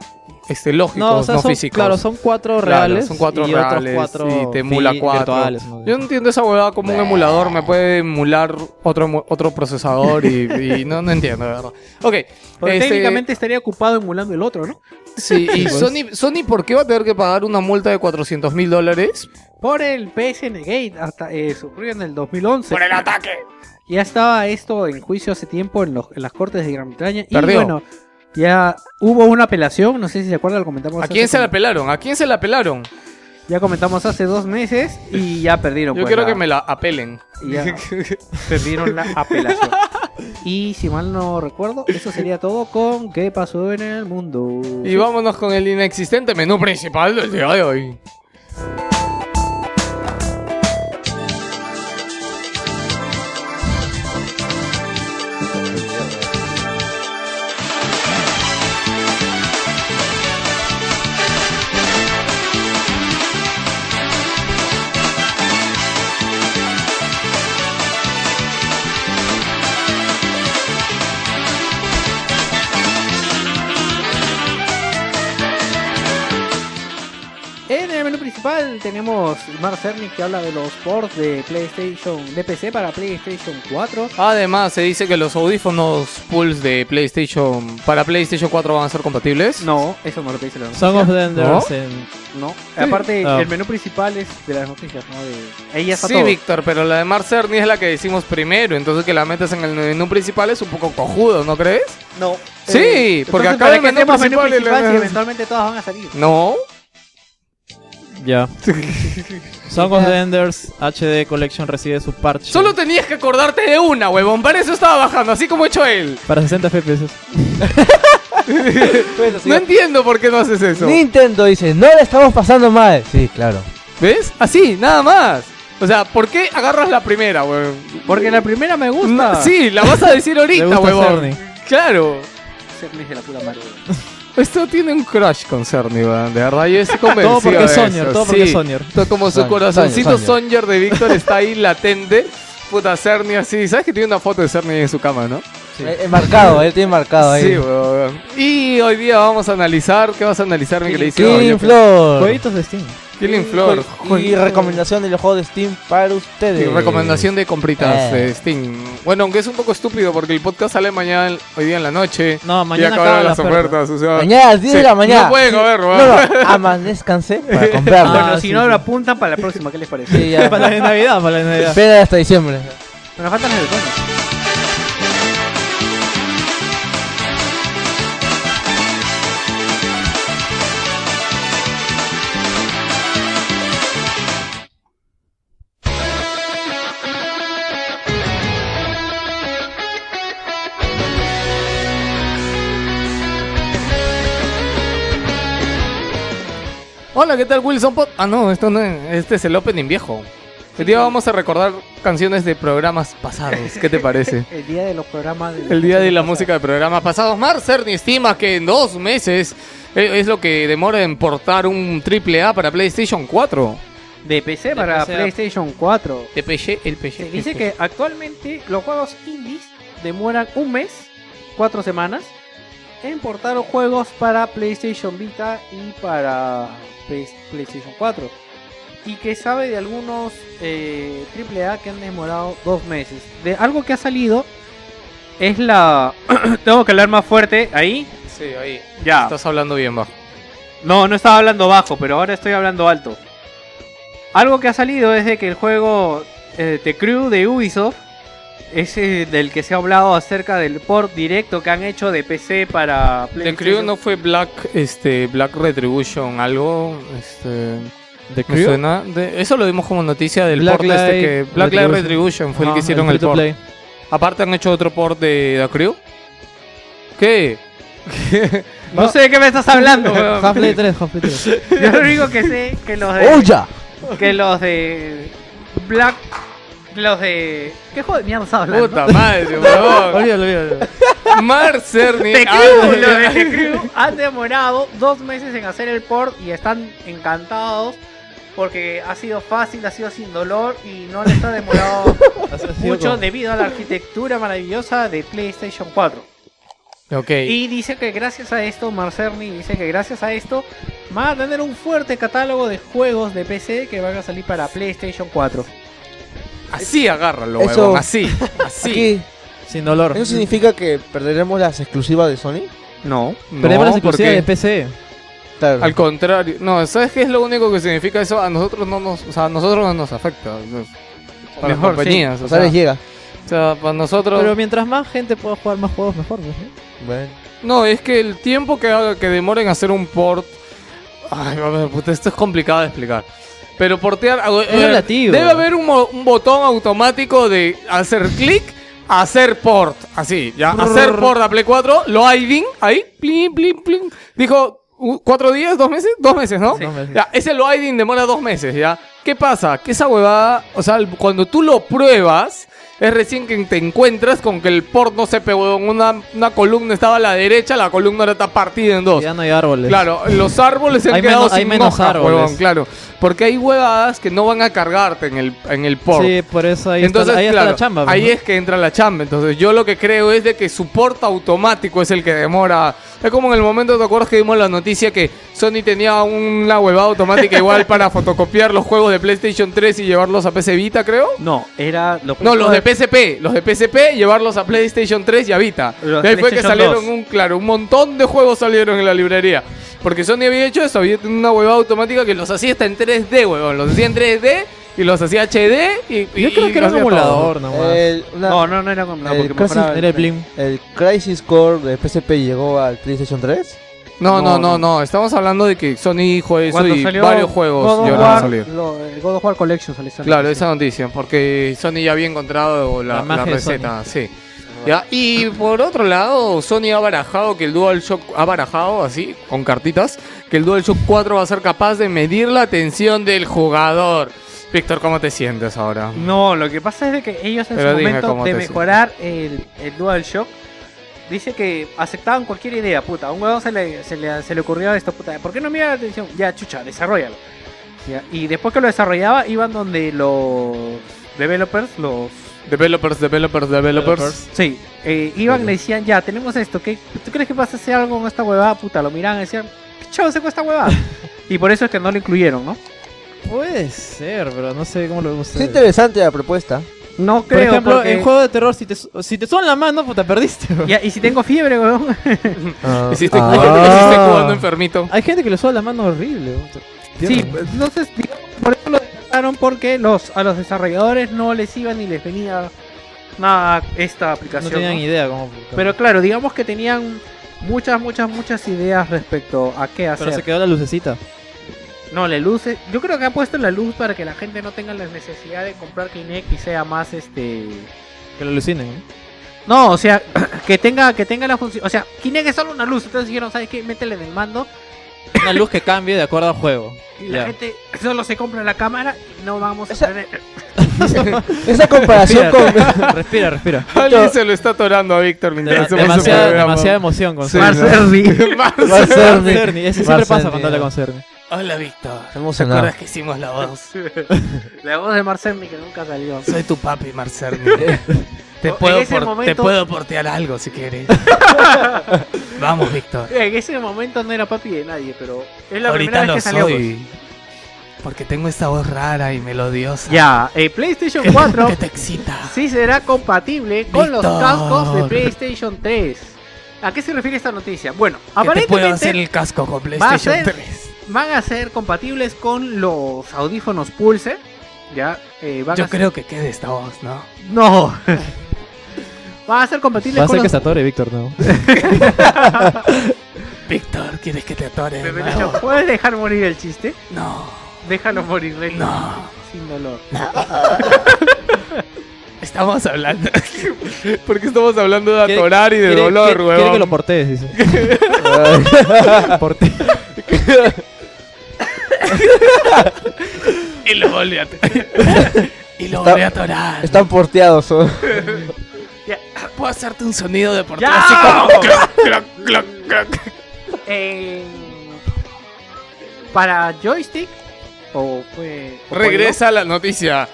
Speaker 3: este, lógicos, no,
Speaker 1: no, o sea, son,
Speaker 3: físicos.
Speaker 1: claro, son 4
Speaker 3: Claro,
Speaker 1: reales.
Speaker 3: son cuatro
Speaker 1: y
Speaker 3: reales
Speaker 1: Otros 4
Speaker 3: y te emula cuatro. Yo no entiendo esa huevada como un emulador me puede emular otro, emu- otro procesador y, y no, no entiendo, de verdad. Ok.
Speaker 4: Porque
Speaker 3: este,
Speaker 4: técnicamente estaría ocupado emulando el otro, ¿no?
Speaker 3: Sí, y
Speaker 1: pues.
Speaker 3: Sony, Sony, ¿por qué va a tener que pagar una multa de 400 mil dólares?
Speaker 4: Por el PSN Gate, hasta eh, ocurrió en el 2011.
Speaker 3: ataque.
Speaker 4: Ya estaba esto en juicio hace tiempo en, los- en las cortes de Gran Bretaña.
Speaker 3: Perdió.
Speaker 4: Y bueno, ya hubo una apelación, no sé si se acuerdan, lo comentamos
Speaker 3: ¿A
Speaker 4: hace
Speaker 3: quién se la
Speaker 4: como-
Speaker 3: apelaron? ¿A quién se la apelaron?
Speaker 4: Ya comentamos hace dos meses y ya perdieron.
Speaker 3: Yo
Speaker 4: pues,
Speaker 3: quiero
Speaker 4: la-
Speaker 3: que me la apelen.
Speaker 4: ya perdieron la apelación. Y si mal no recuerdo, eso sería todo con ¿Qué pasó en el mundo?
Speaker 3: Y vámonos con el inexistente menú principal del día de hoy.
Speaker 4: En el menú principal tenemos Mark Cerny que habla de los ports de PlayStation, de PC para PlayStation 4.
Speaker 3: Además, se dice que los audífonos Pulse de PlayStation para PlayStation 4 van a ser compatibles.
Speaker 4: No, eso no lo que dice la noticia.
Speaker 1: Son of the Enders en...
Speaker 4: No. Aparte,
Speaker 1: Ah.
Speaker 4: el menú principal es de las noticias, ¿no? De... Ahí ya está
Speaker 3: Sí,
Speaker 4: todo.
Speaker 3: Víctor, pero la de Mark Cerny es la que decimos primero, entonces que la metas en el menú principal es un poco cojudo, ¿no crees?
Speaker 4: No. Eh,
Speaker 3: Sí, porque acá
Speaker 4: ¿para
Speaker 3: el
Speaker 4: qué
Speaker 3: menú
Speaker 4: hacemos
Speaker 3: principal y la-
Speaker 4: si eventualmente todas van a salir?
Speaker 3: No.
Speaker 1: Ya. Son of the Enders HD Collection recibe su parche.
Speaker 3: Solo tenías que acordarte de una, huevón. Para eso estaba bajando, así como he hecho él.
Speaker 1: Para 60 FPS.
Speaker 5: Pues, así
Speaker 3: No
Speaker 5: es.
Speaker 3: entiendo por qué no haces eso.
Speaker 5: Nintendo dice, no la estamos pasando mal. Sí, claro.
Speaker 3: ¿Ves? Así, nada más. O sea, ¿por qué agarras la primera, huevón?
Speaker 4: Porque la primera me gusta.
Speaker 3: No, sí, la vas a decir ahorita,
Speaker 1: Le gusta
Speaker 3: huevón.
Speaker 1: Cerny.
Speaker 3: Claro.
Speaker 4: Cerny es de la puta madre.
Speaker 3: Esto tiene un crush con Cerny, huevón. De verdad, yo estoy convencido
Speaker 1: Todo porque
Speaker 3: de
Speaker 1: es Sonyer,
Speaker 3: eso.
Speaker 1: todo porque
Speaker 3: Sí.
Speaker 1: es Sonyer.
Speaker 3: Está como su
Speaker 5: Soñer,
Speaker 3: corazoncito
Speaker 5: soñer, soñer.
Speaker 3: Songer de Víctor está ahí latente. Puta Cerny así. ¿Sabes que tiene una foto de Cerny ahí en su cama, no?
Speaker 5: Eh, eh, marcado, él tiene marcado ahí.
Speaker 3: Sí, weón. Y hoy día vamos a analizar. ¿Qué vas a analizar, mi
Speaker 4: Killing
Speaker 3: queridísimo?
Speaker 5: Killing Floor.
Speaker 1: Jueguitos de Steam.
Speaker 3: Killing Floor.
Speaker 5: Y recomendación del juego de Steam para ustedes.
Speaker 3: Y recomendación de compritas
Speaker 5: Eh.
Speaker 3: de Steam. Bueno, aunque es un poco estúpido porque el podcast sale mañana, hoy día en la noche.
Speaker 1: No,
Speaker 3: Y
Speaker 1: mañana acaba
Speaker 3: acabaron
Speaker 1: la
Speaker 3: las
Speaker 1: oferta.
Speaker 3: ofertas. o sea,
Speaker 5: Mañana, a las 10
Speaker 3: Sí,
Speaker 5: de la mañana.
Speaker 3: No pueden comer,
Speaker 5: No,
Speaker 3: weón.
Speaker 5: no, amanezcanse para
Speaker 4: Ah,
Speaker 5: comprarlo.
Speaker 4: bueno,
Speaker 1: sí,
Speaker 4: si no,
Speaker 1: sí.
Speaker 4: lo apuntan para la próxima, ¿qué les parece?
Speaker 5: Sí, ya.
Speaker 1: Para la de Navidad, para la de Navidad.
Speaker 5: Espera hasta diciembre.
Speaker 4: Pero Nos faltan las versiones.
Speaker 3: Hola, ¿qué tal, Wilson Pot? Ah, no, esto no es- este es el opening viejo. Hoy día vamos a recordar canciones de programas pasados. ¿Qué te parece?
Speaker 4: El día de los programas.
Speaker 3: El día de la música de programas pasados. Mark Cerny estima que en dos meses eh, es lo que demora en portar un triple A para PlayStation 4.
Speaker 4: De PC para
Speaker 1: PC.
Speaker 4: PlayStation 4.
Speaker 3: De PG, el PG.
Speaker 4: Se dice que actualmente los juegos indies demoran un mes, cuatro semanas, en portar juegos para PlayStation Vita y para Play- PlayStation 4. Y que sabe de algunos eh, AAA que han demorado dos meses. De algo que ha salido es la... Tengo que hablar más fuerte ahí.
Speaker 3: Sí, ahí.
Speaker 4: Ya.
Speaker 3: Estás hablando bien bajo.
Speaker 4: No, no estaba hablando bajo, pero ahora estoy hablando alto. Algo que ha salido es de que el juego eh, The Crew de Ubisoft es eh, del que se ha hablado acerca del port directo que han hecho de PC para
Speaker 3: The
Speaker 4: PlayStation.
Speaker 3: Crew no fue Black, este, Black Retribution, algo. Este,
Speaker 1: ¿The
Speaker 3: ¿Me
Speaker 1: Crew?
Speaker 3: suena? De- eso lo vimos como noticia del
Speaker 1: Black
Speaker 3: port este
Speaker 1: Light
Speaker 3: que. Black Light
Speaker 1: Retribution.
Speaker 3: Retribution fue el
Speaker 1: Ah,
Speaker 3: que hicieron
Speaker 1: free
Speaker 3: el,
Speaker 1: to
Speaker 3: port.
Speaker 1: play.
Speaker 3: Aparte han hecho otro port de The Crew. ¿Qué?
Speaker 4: No sé de qué me estás hablando. weón.
Speaker 1: Half-Life 3, Half-Life 3.
Speaker 5: ¡Oh,
Speaker 4: Yo lo único que sé que los de
Speaker 5: ¡Oya!
Speaker 4: que los de Black Los de. ¿Qué juego de mierda estaba hablando?
Speaker 3: Puta madre, weón.
Speaker 1: Olvídalo, olvídalo.
Speaker 3: Marcerni.
Speaker 4: The Crew, los de The Crew Ah, han demorado dos meses en hacer el port y están encantados porque ha sido fácil, ha sido sin dolor y no les ha demorado
Speaker 1: Ha sido
Speaker 4: mucho
Speaker 1: como-
Speaker 4: debido a la arquitectura maravillosa de PlayStation 4.
Speaker 3: Ok.
Speaker 4: Y dice que gracias a esto, Marcerni dice que gracias a esto van a tener un fuerte catálogo de juegos de PC que van a salir para PlayStation 4.
Speaker 3: Así agárralo,
Speaker 5: Eso-
Speaker 3: huevón. Así. Así.
Speaker 5: Aquí,
Speaker 1: Sin dolor.
Speaker 5: ¿Eso significa que perderemos las exclusivas de Sony?
Speaker 4: No.
Speaker 1: Perdemos las
Speaker 3: No,
Speaker 1: exclusivas
Speaker 3: porque-
Speaker 1: de PC.
Speaker 5: Claro.
Speaker 3: Al contrario, no, ¿sabes qué es lo único que significa eso? A nosotros no nos, o sea, a nosotros no nos afecta. ¿no? Para las
Speaker 4: Mejor, sí.
Speaker 3: compañías, o,
Speaker 5: O sea,
Speaker 3: sea,
Speaker 5: les llega.
Speaker 3: o sea, para nosotros...
Speaker 1: Pero mientras más gente pueda jugar más juegos, mejor. pues, ¿no?
Speaker 5: Bueno.
Speaker 3: No, es que el tiempo que, haga- que demoren hacer un port... Ay, mami, puta, esto es complicado de explicar. Pero portear... a- eh,
Speaker 1: relativo.
Speaker 3: Debe haber un, mo- un botón automático de hacer clic, hacer port. Así, ya. Hacer port a Play 4, lo hay, ding, ahí, plin, plin, plin. Dijo... u- ¿Cuatro días? ¿Dos meses? Dos meses, ¿no?
Speaker 1: Sí. Dos meses.
Speaker 3: Ya, ese loading demora dos meses, ¿ya? ¿Qué pasa? Que esa huevada, o sea, el- cuando tú lo pruebas, es recién que te encuentras con que el port no se pegó. Una, una columna estaba a la derecha, la columna ahora está partida en dos.
Speaker 1: Ya no hay árboles.
Speaker 3: Claro, los árboles se han
Speaker 1: Hay
Speaker 3: quedado
Speaker 1: menos-
Speaker 3: sin
Speaker 1: hay menos
Speaker 3: hojas,
Speaker 1: árboles.
Speaker 3: huevón, claro. Porque hay huevadas que no van a cargarte en el, en el port.
Speaker 1: Sí, por eso ahí,
Speaker 3: Entonces,
Speaker 1: está, ahí está
Speaker 3: claro,
Speaker 1: la chamba. pues,
Speaker 3: ahí
Speaker 1: ¿no?
Speaker 3: es que entra la chamba. Entonces, yo lo que creo es de que su port automático es el que demora. Es como en el momento, ¿te acuerdas que vimos la noticia que Sony tenía una huevada automática igual para fotocopiar los juegos de PlayStation 3 y llevarlos a PC Vita, creo?
Speaker 4: No, era lo
Speaker 3: No, los de PSP, los de PSP, llevarlos a PlayStation 3 y a Vita.
Speaker 4: Los
Speaker 3: De ahí fue que
Speaker 4: PlayStation
Speaker 3: salieron
Speaker 4: 2.
Speaker 3: un, claro, un montón de juegos salieron en la librería. Porque Sony había hecho eso, había tenido una huevada automática que los hacía hasta en 3D, huevón. Los hacía en 3D y los hacía HD y, y
Speaker 1: Yo creo que era
Speaker 3: los
Speaker 1: un
Speaker 3: hacía todo.
Speaker 1: emulador nomás.
Speaker 5: El, una-
Speaker 4: No, no, no era con no,
Speaker 5: El
Speaker 4: porque
Speaker 5: Crash-
Speaker 4: mejoraba
Speaker 1: era el Blim.
Speaker 5: el Crisis Core de PSP llegó al PlayStation 3.
Speaker 3: No, no,
Speaker 4: No,
Speaker 3: no, no, Estamos hablando de que Sony dijo eso
Speaker 4: Cuando
Speaker 3: y
Speaker 4: salió
Speaker 3: varios juegos
Speaker 4: God of
Speaker 3: llegaron a
Speaker 4: War,
Speaker 3: salir.
Speaker 4: lo- el God of War Collection salió esa
Speaker 3: Claro,
Speaker 4: noche.
Speaker 3: esa noticia, porque Sony ya había encontrado la,
Speaker 1: La
Speaker 3: la
Speaker 1: magia de
Speaker 3: receta, sí. Ya, Y por otro lado, Sony ha barajado que el DualShock ha barajado así, con cartitas, que el DualShock 4 va a ser capaz de medir la atención del jugador. Víctor, ¿cómo te sientes ahora?
Speaker 4: No, lo que pasa es de que ellos en
Speaker 3: Pero
Speaker 4: su
Speaker 3: dime
Speaker 4: momento
Speaker 3: cómo
Speaker 4: de
Speaker 3: te
Speaker 4: mejorar el, el DualShock dice que aceptaban cualquier idea, puta. A un huevón se le, se le, se le ocurrió esto, puta. ¿Por qué no mira la atención? Ya, chucha, desarrollalo. Ya, Y después que lo desarrollaba, iban donde los developers, los.
Speaker 3: Developers, developers, developers.
Speaker 4: Sí, eh, iban y le decían, ya, tenemos esto. ¿qué, ¿Tú crees que pasa a hacer algo con esta huevada, puta? Lo miraban y decían, ¿qué chavo se con esta huevada? y por eso es que no lo incluyeron, ¿no?
Speaker 1: Puede ser, pero no sé cómo lo vemos.
Speaker 5: Es interesante la propuesta.
Speaker 4: No
Speaker 1: Por
Speaker 4: creo
Speaker 1: ejemplo,
Speaker 4: porque-
Speaker 1: en juego de terror, si te, su- si te suena la mano, puta, perdiste. bro.
Speaker 4: Ya, y si tengo fiebre, huevón.
Speaker 3: Hiciste,
Speaker 5: Ah.
Speaker 3: hiciste jugando enfermito.
Speaker 1: Hay gente que le suena la mano horrible. bro.
Speaker 4: Sí,
Speaker 1: Tierra.
Speaker 4: pues, entonces digamos, por eso lo descartaron porque los a los desarrolladores no les iba ni les venía nada esta
Speaker 1: no
Speaker 4: aplicación.
Speaker 1: tenían
Speaker 4: ¿no?
Speaker 1: idea cómo.
Speaker 4: Pero claro, digamos que tenían muchas, muchas, muchas ideas respecto a qué
Speaker 1: Pero
Speaker 4: hacer.
Speaker 1: se quedó la lucecita.
Speaker 4: No, la luz, es- yo creo que han puesto la luz para que la gente no tenga la necesidad de comprar Kinect y sea más este
Speaker 1: Que lo alucinen. ¿eh?
Speaker 4: no, o sea, que tenga que tenga la función, o sea, Kinect es solo una luz, entonces dijeron, ¿sabes qué? Métele en el mando
Speaker 1: Una luz que cambie de acuerdo al juego.
Speaker 4: y la
Speaker 1: Ya.
Speaker 4: gente solo se compra la cámara y no vamos a
Speaker 5: Esa-
Speaker 4: tener
Speaker 5: Esa comparación
Speaker 1: Respira,
Speaker 5: con.
Speaker 1: respira, respira.
Speaker 3: Alguien se lo está atorando a Víctor
Speaker 1: De-
Speaker 3: mientras hacemos el
Speaker 1: demasiada,
Speaker 3: programa.
Speaker 1: demasiada emoción con
Speaker 3: Sí,
Speaker 1: Cerny.
Speaker 3: ¿no?
Speaker 4: Marcelli.
Speaker 3: Marcel.
Speaker 5: Va a ser mi-
Speaker 1: Cerny, Eso
Speaker 5: va a
Speaker 1: siempre
Speaker 5: ser
Speaker 1: pasa
Speaker 5: mi-
Speaker 1: cuando habla con Cerny.
Speaker 3: Hola, Víctor.
Speaker 5: Estoy emocionado.
Speaker 3: ¿Recuerdas que hicimos la voz?
Speaker 4: La voz de Marcelmi que nunca salió.
Speaker 3: Soy tu papi, Marcerni. te,
Speaker 4: En
Speaker 3: puedo
Speaker 4: ese
Speaker 3: por- te
Speaker 4: momento-
Speaker 3: puedo portear algo si quieres. Vamos, Víctor.
Speaker 4: En ese momento no era papi de nadie, pero es la
Speaker 3: Ahorita
Speaker 4: primera vez
Speaker 3: lo
Speaker 4: que salió.
Speaker 3: soy. Porque tengo esta voz rara y melodiosa.
Speaker 4: Ya, eh, PlayStation
Speaker 3: Que,
Speaker 4: 4
Speaker 3: que te excita.
Speaker 4: sí será compatible con los
Speaker 3: Víctor.
Speaker 4: cascos de PlayStation 3. ¿A qué se refiere esta noticia? Bueno,
Speaker 3: Que te puedo hacer
Speaker 4: aparentemente
Speaker 3: el casco con
Speaker 4: va a
Speaker 3: PlayStation
Speaker 4: ser-
Speaker 3: 3.
Speaker 4: van a ser compatibles con los audífonos Pulse. Ya, eh, van
Speaker 3: Yo
Speaker 4: a ser-
Speaker 3: creo que quede esta voz, ¿no?
Speaker 4: No. van a ser compatibles
Speaker 1: Va a
Speaker 4: con
Speaker 1: ser que
Speaker 4: los
Speaker 1: se atore, Víctor, ¿no?
Speaker 3: Víctor, ¿quieres que te atore? de
Speaker 4: Derecho.
Speaker 3: nuevo?
Speaker 4: ¿Puedes dejar morir el chiste?
Speaker 3: No,
Speaker 4: Déjalo morir, Lenny.
Speaker 3: no.
Speaker 4: Sin dolor.
Speaker 3: Estamos hablando. ¿Por qué estamos hablando de
Speaker 1: Quiere-
Speaker 3: atorar y de
Speaker 1: quiere-
Speaker 3: dolor,
Speaker 1: quiere- Quiere que lo
Speaker 3: weón?
Speaker 1: portees, dice. Porte-
Speaker 3: Y lo volví a- Y lo volví a
Speaker 5: Está-
Speaker 3: atorar.
Speaker 5: Están porteados. ¿no?
Speaker 3: Ya, Puedo hacerte un sonido de portero
Speaker 4: ¡Ya!
Speaker 3: así como clac, clac, clac, clac.
Speaker 4: Eh, para joystick o fue o
Speaker 3: Regresa la noticia.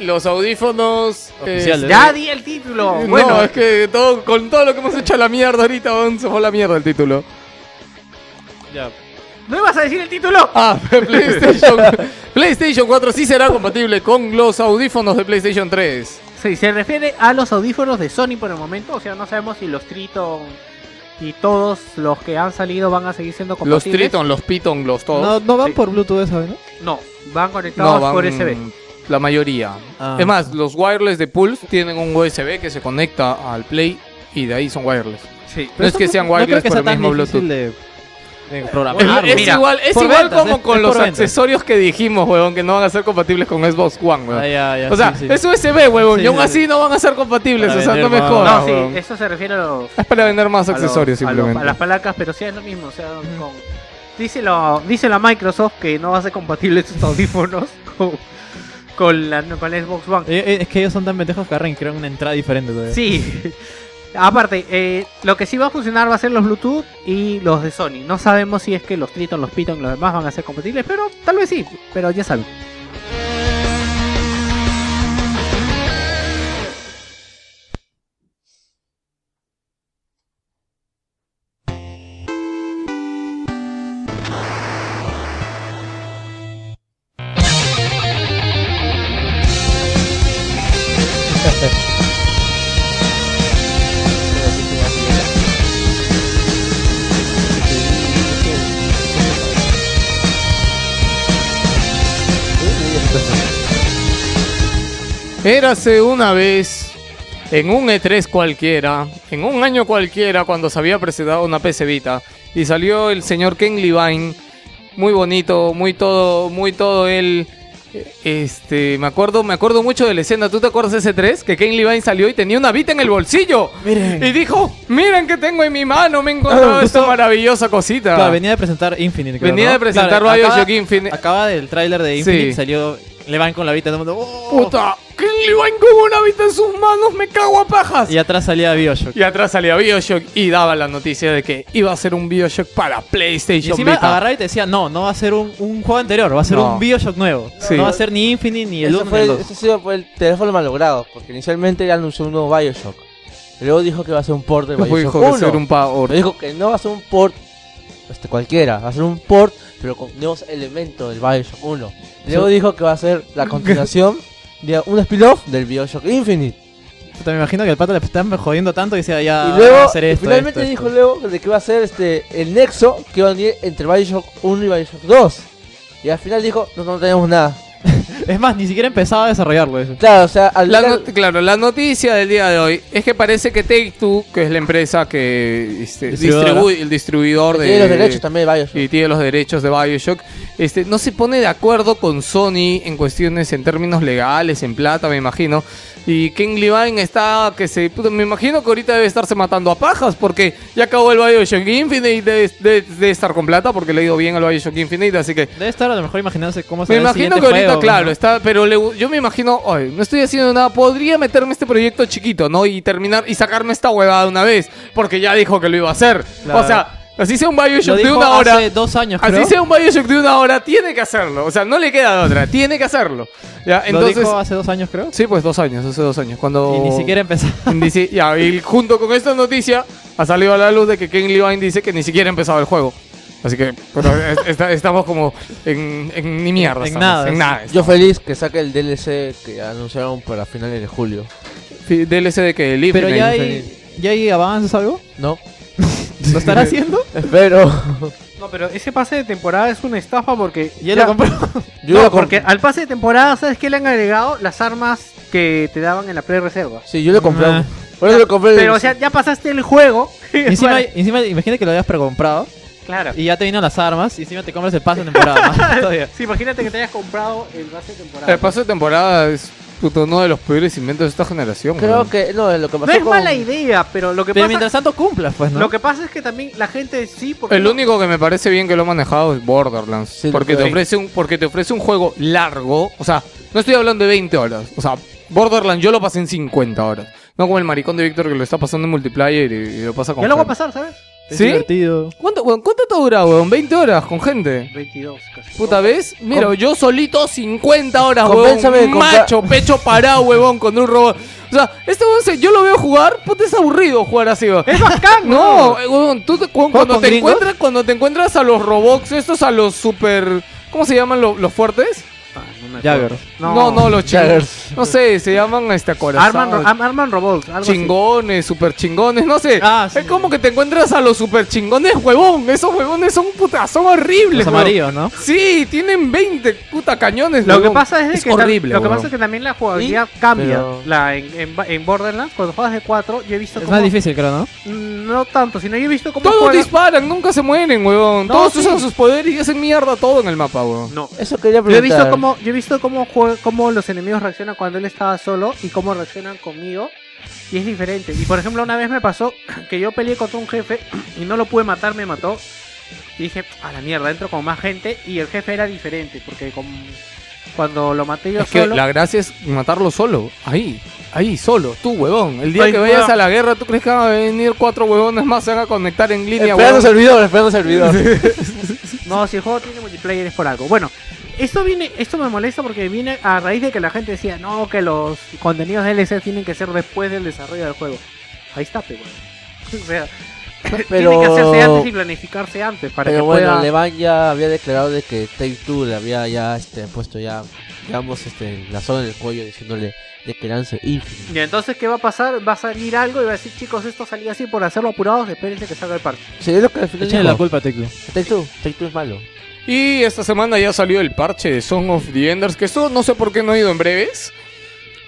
Speaker 3: Los audífonos. eh,
Speaker 1: Oficiales.
Speaker 4: código? Ya di el título.
Speaker 3: no,
Speaker 4: bueno,
Speaker 3: es que todo, con todo lo que hemos hecho a la mierda ahorita, weón, se fue a la mierda el título.
Speaker 1: Ya.
Speaker 4: ¿no ibas a decir el título?
Speaker 3: Ah, PlayStation, PlayStation 4 sí será compatible con los audífonos de PlayStation 3.
Speaker 4: Sí, se refiere a los audífonos de Sony por el momento. O sea, no sabemos si los Triton y todos los que han salido van a seguir siendo
Speaker 3: Los
Speaker 4: compatibles.
Speaker 3: Triton, los Piton, los
Speaker 1: No,
Speaker 3: todos.
Speaker 1: no van
Speaker 4: Sí.
Speaker 1: por Bluetooth, ¿sabes? No?
Speaker 4: No, van conectados
Speaker 3: van
Speaker 4: por USB.
Speaker 3: La mayoría.
Speaker 1: Ah.
Speaker 3: Es más, los wireless de Pulse tienen un USB que se conecta al Play y de ahí son wireless.
Speaker 4: Sí.
Speaker 3: No es que sean
Speaker 1: no creo
Speaker 3: wireless
Speaker 1: que
Speaker 3: por
Speaker 1: sea
Speaker 3: el
Speaker 1: tan
Speaker 3: mismo
Speaker 1: difícil
Speaker 3: Bluetooth.
Speaker 1: De, de
Speaker 3: Es,
Speaker 1: programar.
Speaker 4: Claro,
Speaker 3: es
Speaker 4: mira,
Speaker 3: igual, es
Speaker 1: por
Speaker 3: igual
Speaker 1: ventas,
Speaker 3: como
Speaker 1: es-
Speaker 3: con
Speaker 1: es
Speaker 3: los
Speaker 1: por ventas.
Speaker 3: accesorios que dijimos, huevón, que no van a ser compatibles con Xbox One, huevón.
Speaker 1: Ah, ya, ya,
Speaker 3: o sea,
Speaker 1: sí, sí.
Speaker 3: es USB, huevón,
Speaker 1: Sí,
Speaker 3: y aún
Speaker 1: sí,
Speaker 3: así
Speaker 1: sí.
Speaker 3: no van a ser compatibles,
Speaker 1: Para
Speaker 3: o sea, no me
Speaker 1: vender más.
Speaker 3: jodas,
Speaker 4: No,
Speaker 3: huevón.
Speaker 4: sí, eso se refiere a los
Speaker 3: Es para vender más
Speaker 4: a los-
Speaker 3: accesorios,
Speaker 4: a los-
Speaker 3: simplemente.
Speaker 4: A, las palacas, pero sí es lo mismo. O sea, con- dice, lo, dice la Microsoft que no va a ser compatible estos audífonos con, con la, con la Xbox One.
Speaker 1: Eh, eh, es que ellos son tan pendejos que arran crean una entrada diferente
Speaker 4: Eh.
Speaker 1: todavía.
Speaker 4: Sí. Aparte, eh, lo que sí va a funcionar va a ser los Bluetooth y los de Sony. No sabemos si es que los Triton, los Piton y los demás van a ser compatibles, pero tal vez sí. Pero ya saben.
Speaker 3: Érase una vez, en un E3 cualquiera, en un año cualquiera, cuando se había presentado una PC Vita, y salió el señor Ken Levine, muy bonito, muy todo, muy todo él. eh, Este, me acuerdo, me acuerdo mucho de la escena. ¿Tú te acuerdas de ese 3? Que Ken Levine salió y tenía una Vita en el bolsillo.
Speaker 1: Miren.
Speaker 3: Y dijo, miren que tengo en mi mano, me he encontrado
Speaker 1: Ah,
Speaker 3: esta
Speaker 1: justo-
Speaker 3: maravillosa cosita.
Speaker 1: Claro, venía de presentar Infinite. creo,
Speaker 3: ah. Venía
Speaker 1: ¿no?
Speaker 3: de presentar
Speaker 1: Claro,
Speaker 3: Bioshock
Speaker 1: acaba-
Speaker 3: Infinite.
Speaker 1: Acaba del tráiler de Infinite,
Speaker 3: Sí.
Speaker 1: salió. Le van con la vista todo el mundo. ¡oh!
Speaker 3: Puta, Ken Levine con una Vita en sus manos, me cago a pajas.
Speaker 1: Y atrás salía Bioshock.
Speaker 3: Y atrás salía Bioshock y daba la noticia de que iba a ser un Bioshock para
Speaker 1: Y
Speaker 3: PlayStation
Speaker 1: encima
Speaker 3: Vita.
Speaker 1: agarraba y te decía, no, no va a ser un, un juego anterior, va a ser
Speaker 3: No.
Speaker 1: un Bioshock nuevo.
Speaker 3: Sí.
Speaker 1: No va a ser ni Infinite, ni el
Speaker 5: Eso
Speaker 1: 1, ni el
Speaker 5: fue,
Speaker 1: 2.
Speaker 5: eso ha sido por el teléfono malogrado, porque inicialmente él anunció un nuevo Bioshock. Luego dijo que va a ser un port de
Speaker 3: Luego
Speaker 5: Bioshock
Speaker 3: dijo que
Speaker 5: 1.
Speaker 3: ser un pa- or-
Speaker 5: Pero dijo que no va a ser un port este, cualquiera, va a ser un port, pero con nuevos elementos del Bioshock 1. Luego dijo que va a ser la continuación de un spin-off del Bioshock Infinite.
Speaker 1: Puta, Me imagino que el pato le están jodiendo tanto que decía, ya
Speaker 4: Ah,
Speaker 5: y luego,
Speaker 1: va a hacer
Speaker 5: y
Speaker 1: esto.
Speaker 5: finalmente
Speaker 1: esto,
Speaker 5: dijo
Speaker 1: esto".
Speaker 5: luego de que va a ser este, el nexo que va a venir entre Bioshock 1 y Bioshock 2. Y al final dijo, no, no tenemos nada.
Speaker 1: Es más, ni siquiera empezaba a desarrollarlo eso.
Speaker 5: Claro, o sea, al
Speaker 3: La
Speaker 5: final-
Speaker 3: not- claro, la noticia del día de hoy es que parece que Take Two, que es la empresa que este,
Speaker 1: Distribuidora.
Speaker 3: distribuye el distribuidor de
Speaker 5: tiene los derechos también de Bioshock.
Speaker 3: y tiene los derechos de Bioshock, este, no se pone de acuerdo con Sony en cuestiones, en términos legales, en plata, me imagino. Y Ken Levine está que se. puta, Me imagino que ahorita debe estarse matando a pajas porque ya acabó el Bioshock Infinite y debe, debe- debe estar con plata porque le ha ido bien al Bioshock Infinite, así que.
Speaker 1: Debe estar a lo mejor imaginándose cómo
Speaker 3: Me
Speaker 1: será el
Speaker 3: imagino
Speaker 1: siguiente
Speaker 3: que ahorita,
Speaker 1: juego,
Speaker 3: claro, este
Speaker 1: ¿no?
Speaker 3: está, pero le gu- yo me imagino, "Ay, no estoy haciendo nada, podría meterme a este proyecto chiquito, ¿no? Y terminar y sacarme esta huevada de una vez, porque ya dijo que lo iba a hacer. O
Speaker 1: Claro.
Speaker 3: sea, así sea un
Speaker 1: Lo
Speaker 3: Bioshock de
Speaker 1: dijo
Speaker 3: una hora.
Speaker 1: hace dos años, creo.
Speaker 3: Así sea un Bioshock de una hora, tiene que hacerlo. O sea, no le queda de otra, tiene que hacerlo. Ya, entonces.
Speaker 1: Lo dijo hace dos años, creo.
Speaker 3: Sí, pues dos años, hace dos años. Cuando.
Speaker 1: Y ni siquiera empezaba.
Speaker 3: Ni si- ya, y junto con esta noticia, ha salido a la luz de que Ken Levine dice que ni siquiera empezaba el juego. Así que bueno, es- está- estamos como en, en ni mierda.
Speaker 1: En
Speaker 3: estamos,
Speaker 1: nada,
Speaker 3: En
Speaker 1: sí.
Speaker 3: nada.
Speaker 5: Yo feliz que saque el DLC que anunciaron para finales de julio.
Speaker 3: Fi- DLC de que el
Speaker 1: Pero
Speaker 3: Infinite-
Speaker 1: ya hay, ya hay avances, algo.
Speaker 5: ¿No?
Speaker 1: ¿Lo estará haciendo?
Speaker 5: Espero.
Speaker 4: No, pero ese pase de temporada es una estafa porque
Speaker 1: Y él lo compró.
Speaker 5: Yo
Speaker 4: No,
Speaker 5: lo comp-
Speaker 4: porque al pase de temporada, ¿sabes qué le han agregado? Las armas que te daban en la pre-reserva.
Speaker 5: Sí, yo lo compré.
Speaker 1: Ah.
Speaker 5: Por eso lo compré.
Speaker 4: Pero, o sea, ya pasaste el juego.
Speaker 1: encima,
Speaker 4: Bueno,
Speaker 1: encima, imagínate que lo habías precomprado
Speaker 4: claro.
Speaker 1: y ya te vienen las armas y encima te compras el pase de temporada. más todavía.
Speaker 4: Sí, imagínate que te hayas comprado el pase de temporada.
Speaker 3: El "Eh, paso de temporada es puto, uno de los peores inventos de esta generación.
Speaker 5: Creo
Speaker 3: weón.
Speaker 5: que. No, lo que pasó.
Speaker 4: no es
Speaker 5: con-
Speaker 4: mala idea, pero lo que
Speaker 1: Pero
Speaker 4: pasa
Speaker 1: mientras tanto cumplas, pues, ¿no?
Speaker 4: lo que pasa es que también la gente sí porque
Speaker 3: El único que me parece bien que lo ha manejado es Borderlands.
Speaker 5: Sí,
Speaker 3: porque, te
Speaker 5: sí.
Speaker 3: ofrece un, porque te ofrece un juego largo. O sea, No estoy hablando de 20 horas. O sea, Borderlands yo lo pasé en 50 horas. No como el maricón de Víctor que lo está pasando en multiplayer y, y lo pasa con
Speaker 4: Ya lo voy a
Speaker 3: gente.
Speaker 4: pasar, ¿sabes?
Speaker 1: Es
Speaker 3: ¿Sí?
Speaker 1: divertido.
Speaker 3: ¿Cuánto, weón? ¿Cuánto te dura, weón? 20 horas con gente.
Speaker 4: 22 casi. Oh.
Speaker 3: Puta vez, mira,
Speaker 5: Com-
Speaker 3: yo solito 50 horas,
Speaker 5: Compénsame
Speaker 3: weón.
Speaker 5: con
Speaker 3: Macho, pecho parado, huevón, con un robot. O sea, este weón, se- yo lo veo jugar, puta, es aburrido jugar así, weón.
Speaker 4: ¡Es bacán!
Speaker 3: No, eh, huevón, tú te- cu- cuando,
Speaker 5: con
Speaker 3: te
Speaker 5: gringos?
Speaker 3: encuentras, cuando te encuentras a los robots, estos a los super. ¿Cómo se llaman lo- los fuertes?
Speaker 4: Ah, no me acuerdo.
Speaker 1: Jagger.
Speaker 4: No,
Speaker 3: No, no, los
Speaker 5: Jaggers.
Speaker 3: chingones. No sé, se llaman este acorazados.
Speaker 4: Arman, Ro- Am- Arman Robots. Algo así.
Speaker 3: Chingones, super chingones, no sé.
Speaker 1: Ah, sí.
Speaker 3: Es como que te encuentras a los super chingones, huevón. Esos huevones son puta, son
Speaker 1: Los
Speaker 3: horribles. huevón.
Speaker 1: amarillos, ¿no?
Speaker 3: Sí, tienen 20 puta cañones.
Speaker 4: Lo que
Speaker 3: huevón.
Speaker 4: pasa es, de que, tam-
Speaker 3: horrible.
Speaker 4: lo que,
Speaker 3: huevón.
Speaker 4: pasa es que también la jugabilidad cambia.
Speaker 5: pero-
Speaker 4: La, en, en, ba- en Borderlands, cuando juegas de 4, yo he visto
Speaker 1: Es
Speaker 4: cómo-
Speaker 1: más difícil, creo, ¿no?
Speaker 4: Mm, No tanto, sino yo he visto cómo
Speaker 3: Todos
Speaker 4: juegan-
Speaker 3: disparan, nunca se mueren, huevón.
Speaker 4: No,
Speaker 3: Todos
Speaker 4: sí.
Speaker 3: usan sus poderes y hacen mierda todo en el mapa, huevón.
Speaker 4: No.
Speaker 5: Eso quería
Speaker 4: Yo he
Speaker 5: preguntar.
Speaker 4: visto cómo, yo he visto cómo, jue- cómo los enemigos reaccionan cuando él estaba solo y cómo reaccionan conmigo. Y es diferente. Y por ejemplo, una vez me pasó que yo peleé contra un jefe y no lo pude matar, me mató. Y dije, a la mierda, entro con más gente. Y el jefe era diferente, porque con- cuando lo maté yo
Speaker 3: Es que
Speaker 4: solo.
Speaker 3: la gracia es matarlo solo. Ahí, ahí, solo. Tú, huevón. El día
Speaker 4: Ay,
Speaker 3: que vayas
Speaker 4: huevón.
Speaker 3: a la guerra, ¿tú crees que van a venir cuatro huevones más? Se van a conectar en línea,
Speaker 5: Esperando
Speaker 3: huevón.
Speaker 5: servidor, esperando servidor.
Speaker 4: No, si el juego tiene multiplayer es por algo. Bueno, esto viene, esto me molesta porque viene a raíz de que la gente decía, no, que los contenidos DLC tienen que ser después del desarrollo del juego. Ahí está, pero O sea, tiene que hacerse antes y
Speaker 5: Pero,
Speaker 4: planificarse antes para que
Speaker 5: pero bueno,
Speaker 4: pueda...
Speaker 5: Levan ya había declarado de que Take Two le había ya este, puesto ya, digamos, este, la zona en el cuello diciéndole de que lance Infinite.
Speaker 4: Y entonces, ¿qué va a pasar? Va a salir algo y va a decir, chicos, esto salió así por hacerlo apurados, espérense que salga el parche.
Speaker 5: Sí, es lo que al final
Speaker 1: Échenle
Speaker 5: dijo.
Speaker 1: la culpa a Teclo.
Speaker 5: Take Two, Take Two es malo.
Speaker 3: Y esta semana ya salió el parche de Song of the Enders, que esto no sé por qué no he ido en breves.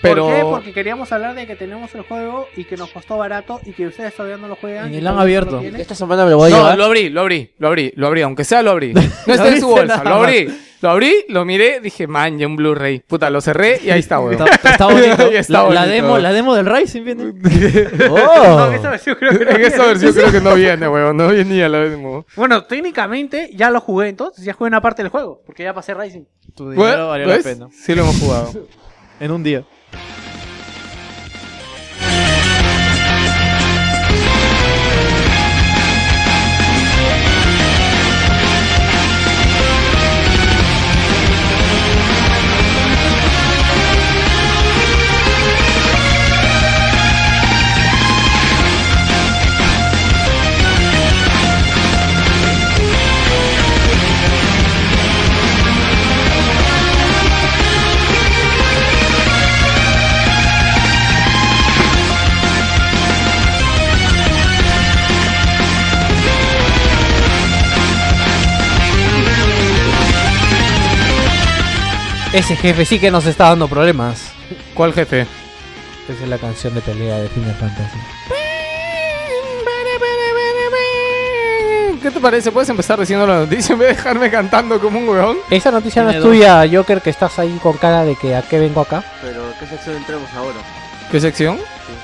Speaker 3: Pero...
Speaker 4: ¿Por qué? Porque queríamos hablar de que tenemos el juego y que nos costó barato y que ustedes todavía no lo juegan.
Speaker 1: Ni
Speaker 4: y
Speaker 1: lo han
Speaker 4: todavía no
Speaker 1: abierto.
Speaker 4: tienen.
Speaker 5: Esta semana me lo voy a
Speaker 3: No,
Speaker 5: llevar.
Speaker 3: lo abrí, lo abrí, lo abrí, lo abrí, aunque sea lo abrí. No está en su
Speaker 1: abriste
Speaker 3: bolsa,
Speaker 1: nada
Speaker 3: lo abrí, lo abrí, lo miré, dije, man, ya un Blu-ray. Puta, lo cerré y ahí está, weón.
Speaker 1: Está, está bonito.
Speaker 3: Está
Speaker 1: la, la
Speaker 3: bonito.
Speaker 1: demo, la demo del Rising viene.
Speaker 5: Oh.
Speaker 4: No, esta versión creo que no
Speaker 3: en esta
Speaker 4: tiene.
Speaker 3: versión creo que no viene, weón, no venía la demo.
Speaker 4: Bueno, técnicamente ya lo jugué entonces, ya jugué una parte del juego, porque ya pasé Rising.
Speaker 1: Tu dinero
Speaker 3: Bueno,
Speaker 1: valió
Speaker 3: ¿ves?
Speaker 1: la pena.
Speaker 3: Sí lo hemos jugado.
Speaker 1: En un día.
Speaker 7: Ese jefe sí que nos está dando problemas.
Speaker 3: ¿Cuál jefe?
Speaker 7: Esa es la canción de pelea de Final Fantasy.
Speaker 3: ¿Qué te parece? ¿Puedes empezar diciendo la noticia en vez de dejarme cantando como un weón?
Speaker 7: Esa noticia no es
Speaker 1: Tiene dos.
Speaker 7: tuya, Joker, que estás ahí con cara de que a qué vengo acá.
Speaker 5: Pero, ¿qué sección entremos ahora?
Speaker 3: ¿Qué sección?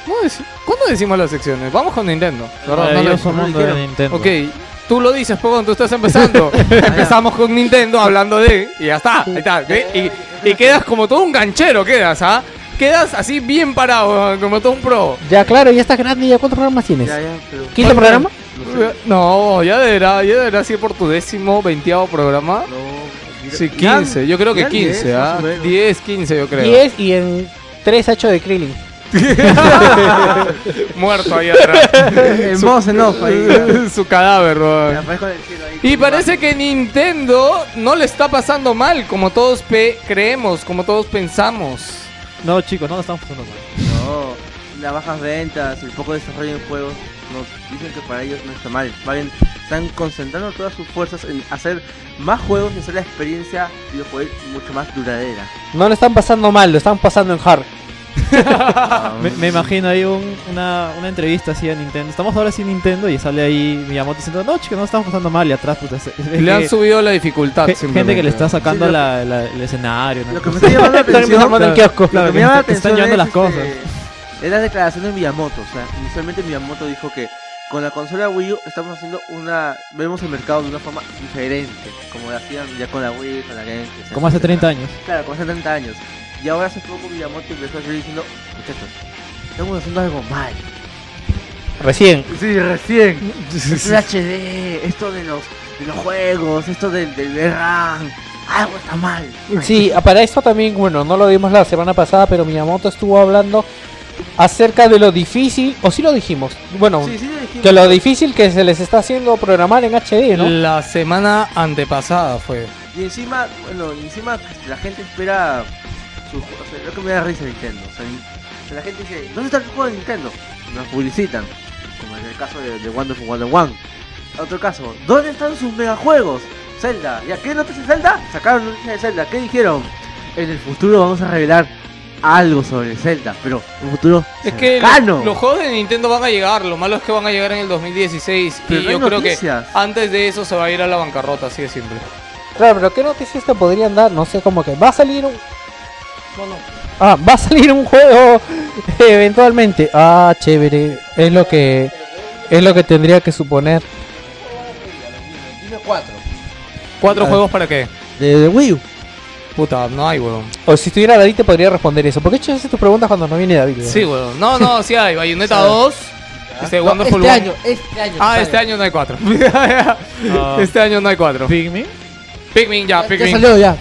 Speaker 3: No, es- ¿Cuándo decimos las secciones? Vamos con Nintendo. Perdón, no le-
Speaker 1: Maravilloso
Speaker 5: no le
Speaker 1: mundo de
Speaker 5: dijeron.
Speaker 1: Nintendo.
Speaker 3: Ok, tú lo dices, pues, cuando tú estás empezando. Empezamos con Nintendo hablando de. Y ya está, ahí está. ¿ve? Y, y quedas como todo un ganchero, quedas, ¿ah? Quedas así bien parado, como todo un pro.
Speaker 7: Ya, claro, ya estás grande, ya cuántos programas tienes.
Speaker 5: Ya, ya, pero...
Speaker 7: ¿Quinto programa?
Speaker 3: No, ya deberá, ya deberá ir por tu décimo, veinteavo programa.
Speaker 5: No, mira-
Speaker 3: Sí, 15, yo creo que
Speaker 5: ya
Speaker 3: 15,
Speaker 5: diez,
Speaker 3: ¿ah?
Speaker 5: más o menos.
Speaker 3: 10, 15, yo creo.
Speaker 7: 10 y en 3 ha hecho de Krillin.
Speaker 3: Muerto ahí atrás.
Speaker 5: En voz en off ahí.
Speaker 3: Su cadáver, weón.
Speaker 5: aparezco del cielo ahí.
Speaker 3: Y parece que Nintendo no le está pasando mal, como todos pe- creemos, como todos pensamos.
Speaker 1: No, chicos, no lo estamos pasando mal.
Speaker 8: No, las bajas ventas, el poco desarrollo en juegos, nos dicen que para ellos no está mal. Más bien, están concentrando todas sus fuerzas en hacer más juegos y hacer la experiencia videojuego mucho más duradera.
Speaker 7: No lo están pasando mal, lo están pasando en hard.
Speaker 3: Ah,
Speaker 1: Me, me imagino ahí un- una, una entrevista así a Nintendo. Estamos ahora sin Nintendo y sale ahí Miyamoto diciendo, no, chicos, no estamos pasando mal. Y atrás, puta, se- es
Speaker 3: Le han
Speaker 1: que-
Speaker 3: subido la dificultad.
Speaker 1: ge- gente que
Speaker 3: simplemente.
Speaker 1: le está sacando
Speaker 8: Sí, lo-
Speaker 1: la- la- el escenario. ¿no?
Speaker 8: Lo que me está llamando la atención,
Speaker 7: armando el kiosco.
Speaker 8: lo que me
Speaker 1: que
Speaker 8: llama la
Speaker 1: te están
Speaker 8: atención
Speaker 1: llevando
Speaker 8: es,
Speaker 1: las cosas.
Speaker 8: este, es la declaración de Miyamoto. O sea, inicialmente Miyamoto dijo que con la consola Wii U estamos haciendo una. Vemos el mercado de una forma diferente, como lo hacían ya con la Wii, con la Game.
Speaker 1: Como hace 30 años.
Speaker 8: Claro, como hace 30 años. Y ahora hace poco Miyamoto empezó a salir diciendo, muchachos, estamos haciendo algo mal.
Speaker 7: Recién.
Speaker 8: Sí, recién. el HD, esto de los, de los juegos, esto del, del RAM, algo está mal.
Speaker 7: Sí, ah, para esto también, bueno, no lo dimos la semana pasada, pero Miyamoto estuvo hablando acerca de lo difícil, o sí lo dijimos, bueno,
Speaker 8: sí, lo dijimos.
Speaker 7: que lo difícil que se les está haciendo programar en HD, ¿no?
Speaker 3: La semana antepasada fue.
Speaker 8: Y encima, bueno, y encima la gente espera su ju- o sea, lo que me da risa Nintendo. O sea, ni- la gente dice, ¿dónde está el juego de Nintendo? Nos publicitan, como en el caso de, de Wonderful 101. Otro caso, ¿dónde están sus megajuegos? Zelda, ¿y a qué noticia de Zelda? Sacaron noticia de Zelda, ¿qué dijeron? En el futuro vamos a revelar algo sobre Zelda, pero un futuro
Speaker 3: Es que
Speaker 8: cercano.
Speaker 3: lo- los juegos de Nintendo van a llegar, lo malo es que van a llegar en el 2016
Speaker 8: Pero
Speaker 3: y
Speaker 8: no
Speaker 3: yo
Speaker 8: hay
Speaker 3: creo
Speaker 8: noticias.
Speaker 3: que antes de eso se va a ir a la bancarrota, así de simple.
Speaker 7: Claro, pero ¿qué noticias te podrían dar? No sé, como que va a salir un... Ah, va a salir un juego eventualmente. Ah, chévere. Es lo que es lo que tendría que suponer.
Speaker 3: ¿Cuatro juegos para qué?
Speaker 5: De, de Wii U.
Speaker 3: Puta, no hay, weón.
Speaker 7: O si estuviera David te podría responder eso. Porque hecho hace tus preguntas cuando no viene David.
Speaker 3: Sí, weón. No, no, sí hay. Bayonetta 2. Este,
Speaker 7: No,
Speaker 3: Wonderful One.
Speaker 7: este año, este año.
Speaker 3: Ah,
Speaker 7: sale.
Speaker 3: este año no hay cuatro. este año no hay cuatro.
Speaker 1: Pigmin.
Speaker 3: Pikmin ya,
Speaker 7: Ya
Speaker 3: Pikmin.
Speaker 7: salió ya.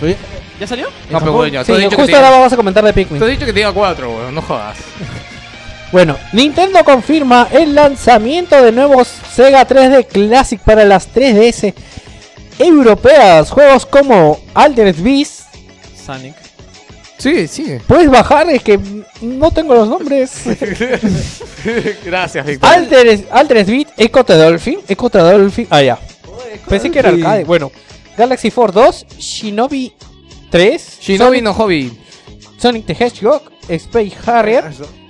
Speaker 1: ¿Ya salió?
Speaker 3: No, pero weón, ya.
Speaker 7: Sí,
Speaker 3: Tú has dicho que
Speaker 7: justo
Speaker 3: te-
Speaker 7: ahora vamos a comentar de
Speaker 3: tú
Speaker 7: Pikmin.
Speaker 3: has dicho que tenía cuatro, weón. No jodas.
Speaker 7: Bueno, Nintendo confirma el lanzamiento de nuevos Sega 3D Classic para las 3DS europeas. Juegos como Altered Beast.
Speaker 1: Sonic.
Speaker 3: Sí, sí.
Speaker 7: Puedes bajar, es que no tengo los nombres.
Speaker 3: Gracias, Víctor.
Speaker 7: Altered, Altered Beat, Echo the Dolphin. Echo the Dolphin. Ah, ya. Pensé que era arcade. Bueno, Galaxy Force 2, Shinobi 3,
Speaker 3: Shinobi
Speaker 7: Sonic,
Speaker 3: no hobby.
Speaker 7: Sonic the Hedgehog, Space Harrier.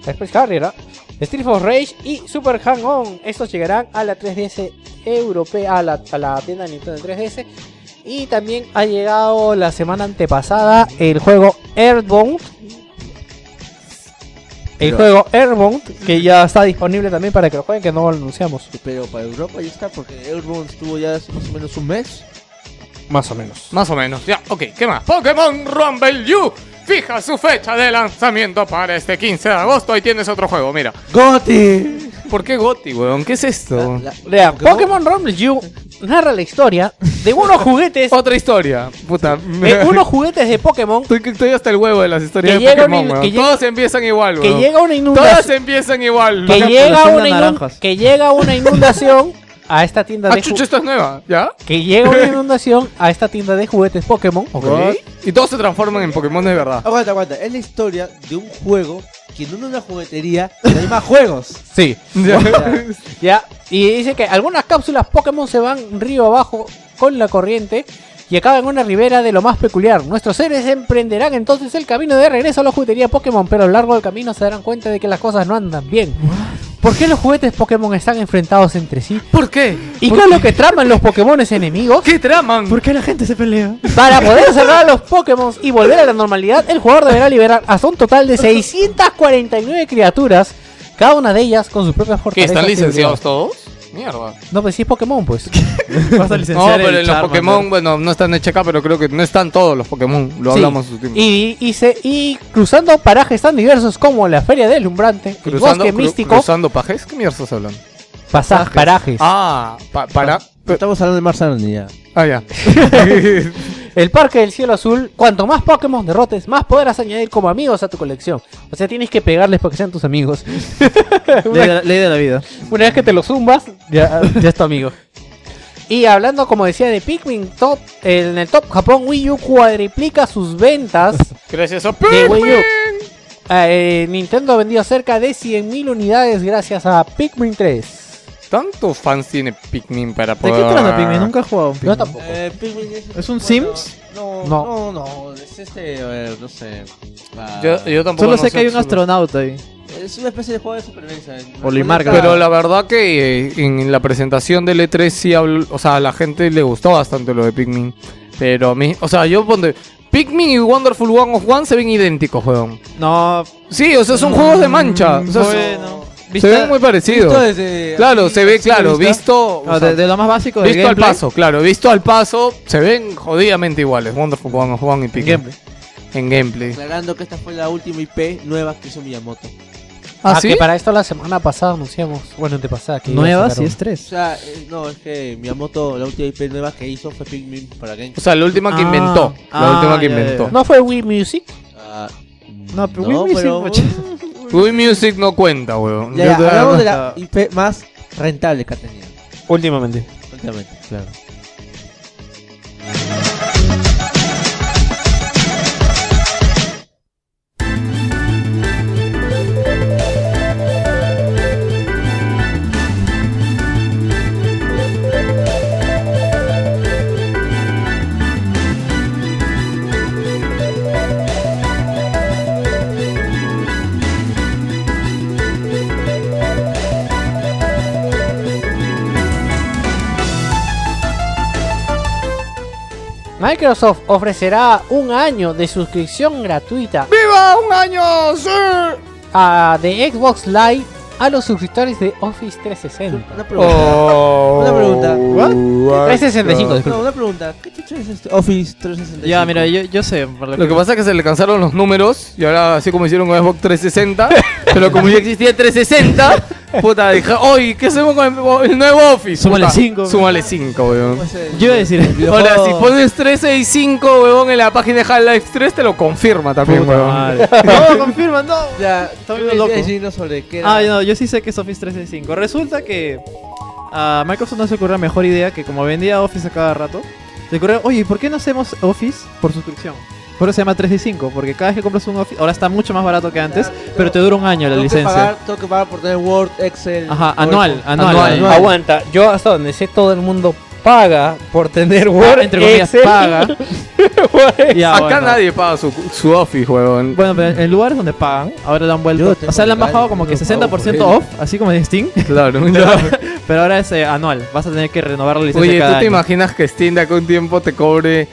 Speaker 7: Space Harrier, ¿ah? Street of Rage y Super Hang On. Estos llegarán a la 3DS europea, a la, a la tienda de Nintendo 3DS. Y también ha llegado la semana antepasada el juego Airbound. El juego Airbound, que ya está disponible también para que lo jueguen, que no lo anunciamos.
Speaker 5: Pero para Europa ya está, porque Eurobond estuvo ya hace más o menos un mes.
Speaker 7: Más o menos.
Speaker 3: Más o menos. Ya, ok, ¿qué más? Pokémon Rumble U fija su fecha de lanzamiento para este 15 de agosto. Ahí tienes otro juego, mira.
Speaker 5: ¡Goti!
Speaker 3: ¿Por qué Gotti, weón? ¿Qué es esto?
Speaker 7: Vean, Pokémon Rumble U narra la historia de unos juguetes,
Speaker 3: Otra historia. Puta.
Speaker 7: de unos juguetes de Pokémon
Speaker 3: Estoy, estoy hasta el huevo de las historias
Speaker 7: Que
Speaker 3: de
Speaker 7: llega un
Speaker 3: Pokémon,
Speaker 7: in-
Speaker 3: weón.
Speaker 7: que llega-
Speaker 3: Todos empiezan igual,
Speaker 7: que
Speaker 3: weón.
Speaker 7: llega a una
Speaker 3: Todos
Speaker 7: inundación.
Speaker 3: empiezan igual.
Speaker 7: que
Speaker 1: Bajan
Speaker 7: llega,
Speaker 1: producción
Speaker 7: una
Speaker 1: de
Speaker 7: inun-
Speaker 1: naranjas.
Speaker 7: que llega una inundación a esta tienda
Speaker 3: Ah,
Speaker 7: de ju-
Speaker 3: chucho, esto es nueva, ¿ya?
Speaker 7: que llega una inundación a esta tienda de juguetes Pokémon
Speaker 3: Y todos se transforman en Pokémon de verdad.
Speaker 1: Oh,
Speaker 5: Aguanta, aguanta. Es la historia de un juego que no es una juguetería, hay más juegos.
Speaker 7: sí ya y dice que algunas cápsulas Pokémon se van río abajo con la corriente y acaban en una ribera de lo más peculiar. Nuestros seres emprenderán entonces el camino de regreso a la juguetería Pokémon, pero a lo largo del camino se darán cuenta de que las cosas no andan bien. ¿Por qué los juguetes Pokémon están enfrentados entre sí?
Speaker 3: ¿Por qué?
Speaker 7: ¿Y qué es lo que traman los Pokémones enemigos?
Speaker 3: ¿Qué traman?
Speaker 1: ¿Por qué la gente se pelea?
Speaker 7: Para poder cerrar a los Pokémon y volver a la normalidad, el jugador deberá liberar hasta un total de 649 criaturas, cada una de ellas con sus propias
Speaker 3: ¿Qué,
Speaker 7: fortalezas.
Speaker 3: están
Speaker 7: y
Speaker 3: licenciados
Speaker 7: habilidades.
Speaker 3: todos? Mierda.
Speaker 7: No, pues si es Pokémon, pues.
Speaker 1: Vas a
Speaker 3: No,
Speaker 1: licenciar
Speaker 3: pero
Speaker 1: el
Speaker 3: en los
Speaker 1: Charmander.
Speaker 3: Pokémon, bueno, no están hechos acá, pero creo que no están todos los Pokémon. Lo
Speaker 7: Sí.
Speaker 3: hablamos su tiempo.
Speaker 7: Y, y, se- y cruzando parajes tan diversos como la Feria Deslumbrante, el
Speaker 3: Cruzando,
Speaker 7: Bosque
Speaker 3: cru-
Speaker 7: Místico,
Speaker 3: cruzando pajes, ¿qué mierda estás hablando?
Speaker 7: pasas parajes.
Speaker 3: Ah, pa- para.
Speaker 5: Estamos hablando de Marzanoni ya.
Speaker 3: Ah, ya.
Speaker 7: El Parque del Cielo Azul, cuanto más Pokémon derrotes, más podrás añadir como amigos a tu colección. O sea, tienes que pegarles porque sean tus amigos.
Speaker 1: Ley de, la, ley de la vida.
Speaker 7: Una vez que te lo zumbas, ya, ya es tu amigo. Y hablando, como decía, de Pikmin, top, en el top Japón, Wii U cuadriplica sus ventas
Speaker 3: Gracias a
Speaker 7: de Wii U.
Speaker 3: Pikmin.
Speaker 7: Eh, Nintendo vendió cerca de 100.000 unidades gracias a Pikmin 3.
Speaker 3: ¿Tantos fans tiene Pikmin para
Speaker 1: ¿De
Speaker 3: poder...?
Speaker 1: qué trata Pigmin? Nunca he jugado.
Speaker 7: Yo tampoco.
Speaker 5: Eh, Pikmin es,
Speaker 1: ¿Es un
Speaker 5: bueno,
Speaker 1: Sims?
Speaker 5: No, no,
Speaker 7: No.
Speaker 5: no, es este, eh, no sé. ah,
Speaker 3: Yo, yo tampoco
Speaker 1: Solo
Speaker 3: no
Speaker 1: sé que hay un
Speaker 3: absolutamente.
Speaker 1: astronauta ahí.
Speaker 5: Es una especie de juego de supervivencia. eh.
Speaker 1: Olimarga.
Speaker 5: Pero
Speaker 3: Pero la verdad que eh, en la presentación del E3 sí habló, o sea, a la gente le gustó bastante lo de Pikmin. Pero a mí, o sea, yo ponte, Pikmin y Wonderful One of One se ven idénticos, weón.
Speaker 1: No.
Speaker 3: Sí, o sea, son juegos de mancha. o sea,
Speaker 1: Mm, bueno.
Speaker 3: se ven muy parecidos.
Speaker 5: Visto desde
Speaker 3: Claro,
Speaker 5: así,
Speaker 3: se ve,
Speaker 5: así
Speaker 3: claro,
Speaker 5: vista.
Speaker 3: visto, o
Speaker 1: No,
Speaker 3: sea,
Speaker 1: de, de lo más básico del
Speaker 3: visto al
Speaker 1: gameplay.
Speaker 3: paso, claro, visto al paso, se ven jodidamente iguales, Wonderful One of One y Pikmin.
Speaker 1: Gameplay.
Speaker 3: en gameplay.
Speaker 5: Aclarando que esta fue la última IP nueva que hizo Miyamoto.
Speaker 3: ¿Ah,
Speaker 7: Ah,
Speaker 3: sí?
Speaker 7: que para esto la semana pasada anunciamos. Bueno, antepasada. Que iba a
Speaker 1: Nuevas y
Speaker 7: sacar un-
Speaker 1: es
Speaker 5: O
Speaker 1: 3.
Speaker 5: sea, eh, no, es que Miyamoto, la última IP nueva que hizo fue Pikmin para Game.
Speaker 3: O sea, la última que
Speaker 1: Ah,
Speaker 3: inventó. La
Speaker 1: ah,
Speaker 3: última
Speaker 1: ya,
Speaker 3: que
Speaker 1: ya, ya.
Speaker 3: inventó.
Speaker 7: ¿No fue Wii Music?
Speaker 5: Ah,
Speaker 1: No, pero Wii Music,
Speaker 3: Wii Music no cuenta, weón.
Speaker 5: Ya,
Speaker 3: Yo
Speaker 5: ya,
Speaker 3: te-
Speaker 5: hablamos de la IP más rentable que ha tenido.
Speaker 1: Últimamente.
Speaker 5: Últimamente, claro.
Speaker 7: Microsoft ofrecerá un año de suscripción gratuita
Speaker 3: ¡Viva un año! ¡Sí!
Speaker 7: a, de Xbox Live a los suscriptores de Office 360.
Speaker 5: Una pregunta. Una pregunta.
Speaker 1: Oh.
Speaker 3: What?
Speaker 7: 365,
Speaker 5: No,
Speaker 7: disculpe.
Speaker 5: una pregunta. ¿Qué chucha es este Office 365?
Speaker 1: Ya, mira, yo, yo sé. por
Speaker 3: Lo que pasa es que se le cansaron los números y ahora así como hicieron con Xbox 360, pero como ya existía 360, puta, dije, oye, ¿qué hacemos con el, el nuevo Office?
Speaker 1: Súmale
Speaker 3: Puta,
Speaker 1: cinco.
Speaker 3: Súmale 5, weón.
Speaker 5: Pues, eh,
Speaker 1: Yo iba a decir.
Speaker 3: Ahora, si pones 365, weón, en la página de Half-Life 3 te lo confirma también,
Speaker 1: Puta
Speaker 3: weón.
Speaker 1: madre. No, confirma, no.
Speaker 5: Ya,
Speaker 1: Estoy
Speaker 5: yo
Speaker 1: medio
Speaker 5: quería
Speaker 1: loco.
Speaker 5: decirnos sobre qué era-
Speaker 1: Ah, no, yo sí sé que es Office 365. Resulta que a Microsoft no se ocurrió la mejor idea que como vendía Office a cada rato, se ocurrió, oye, ¿y ¿por qué no hacemos Office por suscripción? Por eso se llama 365, porque cada vez que compras un Office, ahora está mucho más barato que antes, pero te dura un año la
Speaker 5: tengo Que
Speaker 1: licencia.
Speaker 5: pagar, tengo que pagar por tener Word, Excel.
Speaker 1: Ajá,
Speaker 5: PowerPoint.
Speaker 1: anual, anual.
Speaker 5: Anual, anual.
Speaker 7: Aguanta, yo hasta donde sé todo el mundo paga por tener Word,
Speaker 1: Ah, Entre comillas,
Speaker 7: Excel.
Speaker 1: paga. Ya,
Speaker 3: Acá
Speaker 1: bueno.
Speaker 3: nadie paga su, su Office, weón.
Speaker 1: Bueno, pero en lugares donde pagan, ahora le han vuelto.
Speaker 5: Yo tengo
Speaker 1: O sea, le han
Speaker 5: legal,
Speaker 1: bajado como que
Speaker 5: yo pago por
Speaker 1: 60%
Speaker 5: él.
Speaker 1: off, así como en Steam.
Speaker 3: Claro,
Speaker 1: Pero ahora es eh, anual, vas a tener que renovar la licencia.
Speaker 3: Oye, ¿tú
Speaker 1: cada
Speaker 3: te
Speaker 1: año.
Speaker 3: imaginas que Steam de acá un tiempo te cobre...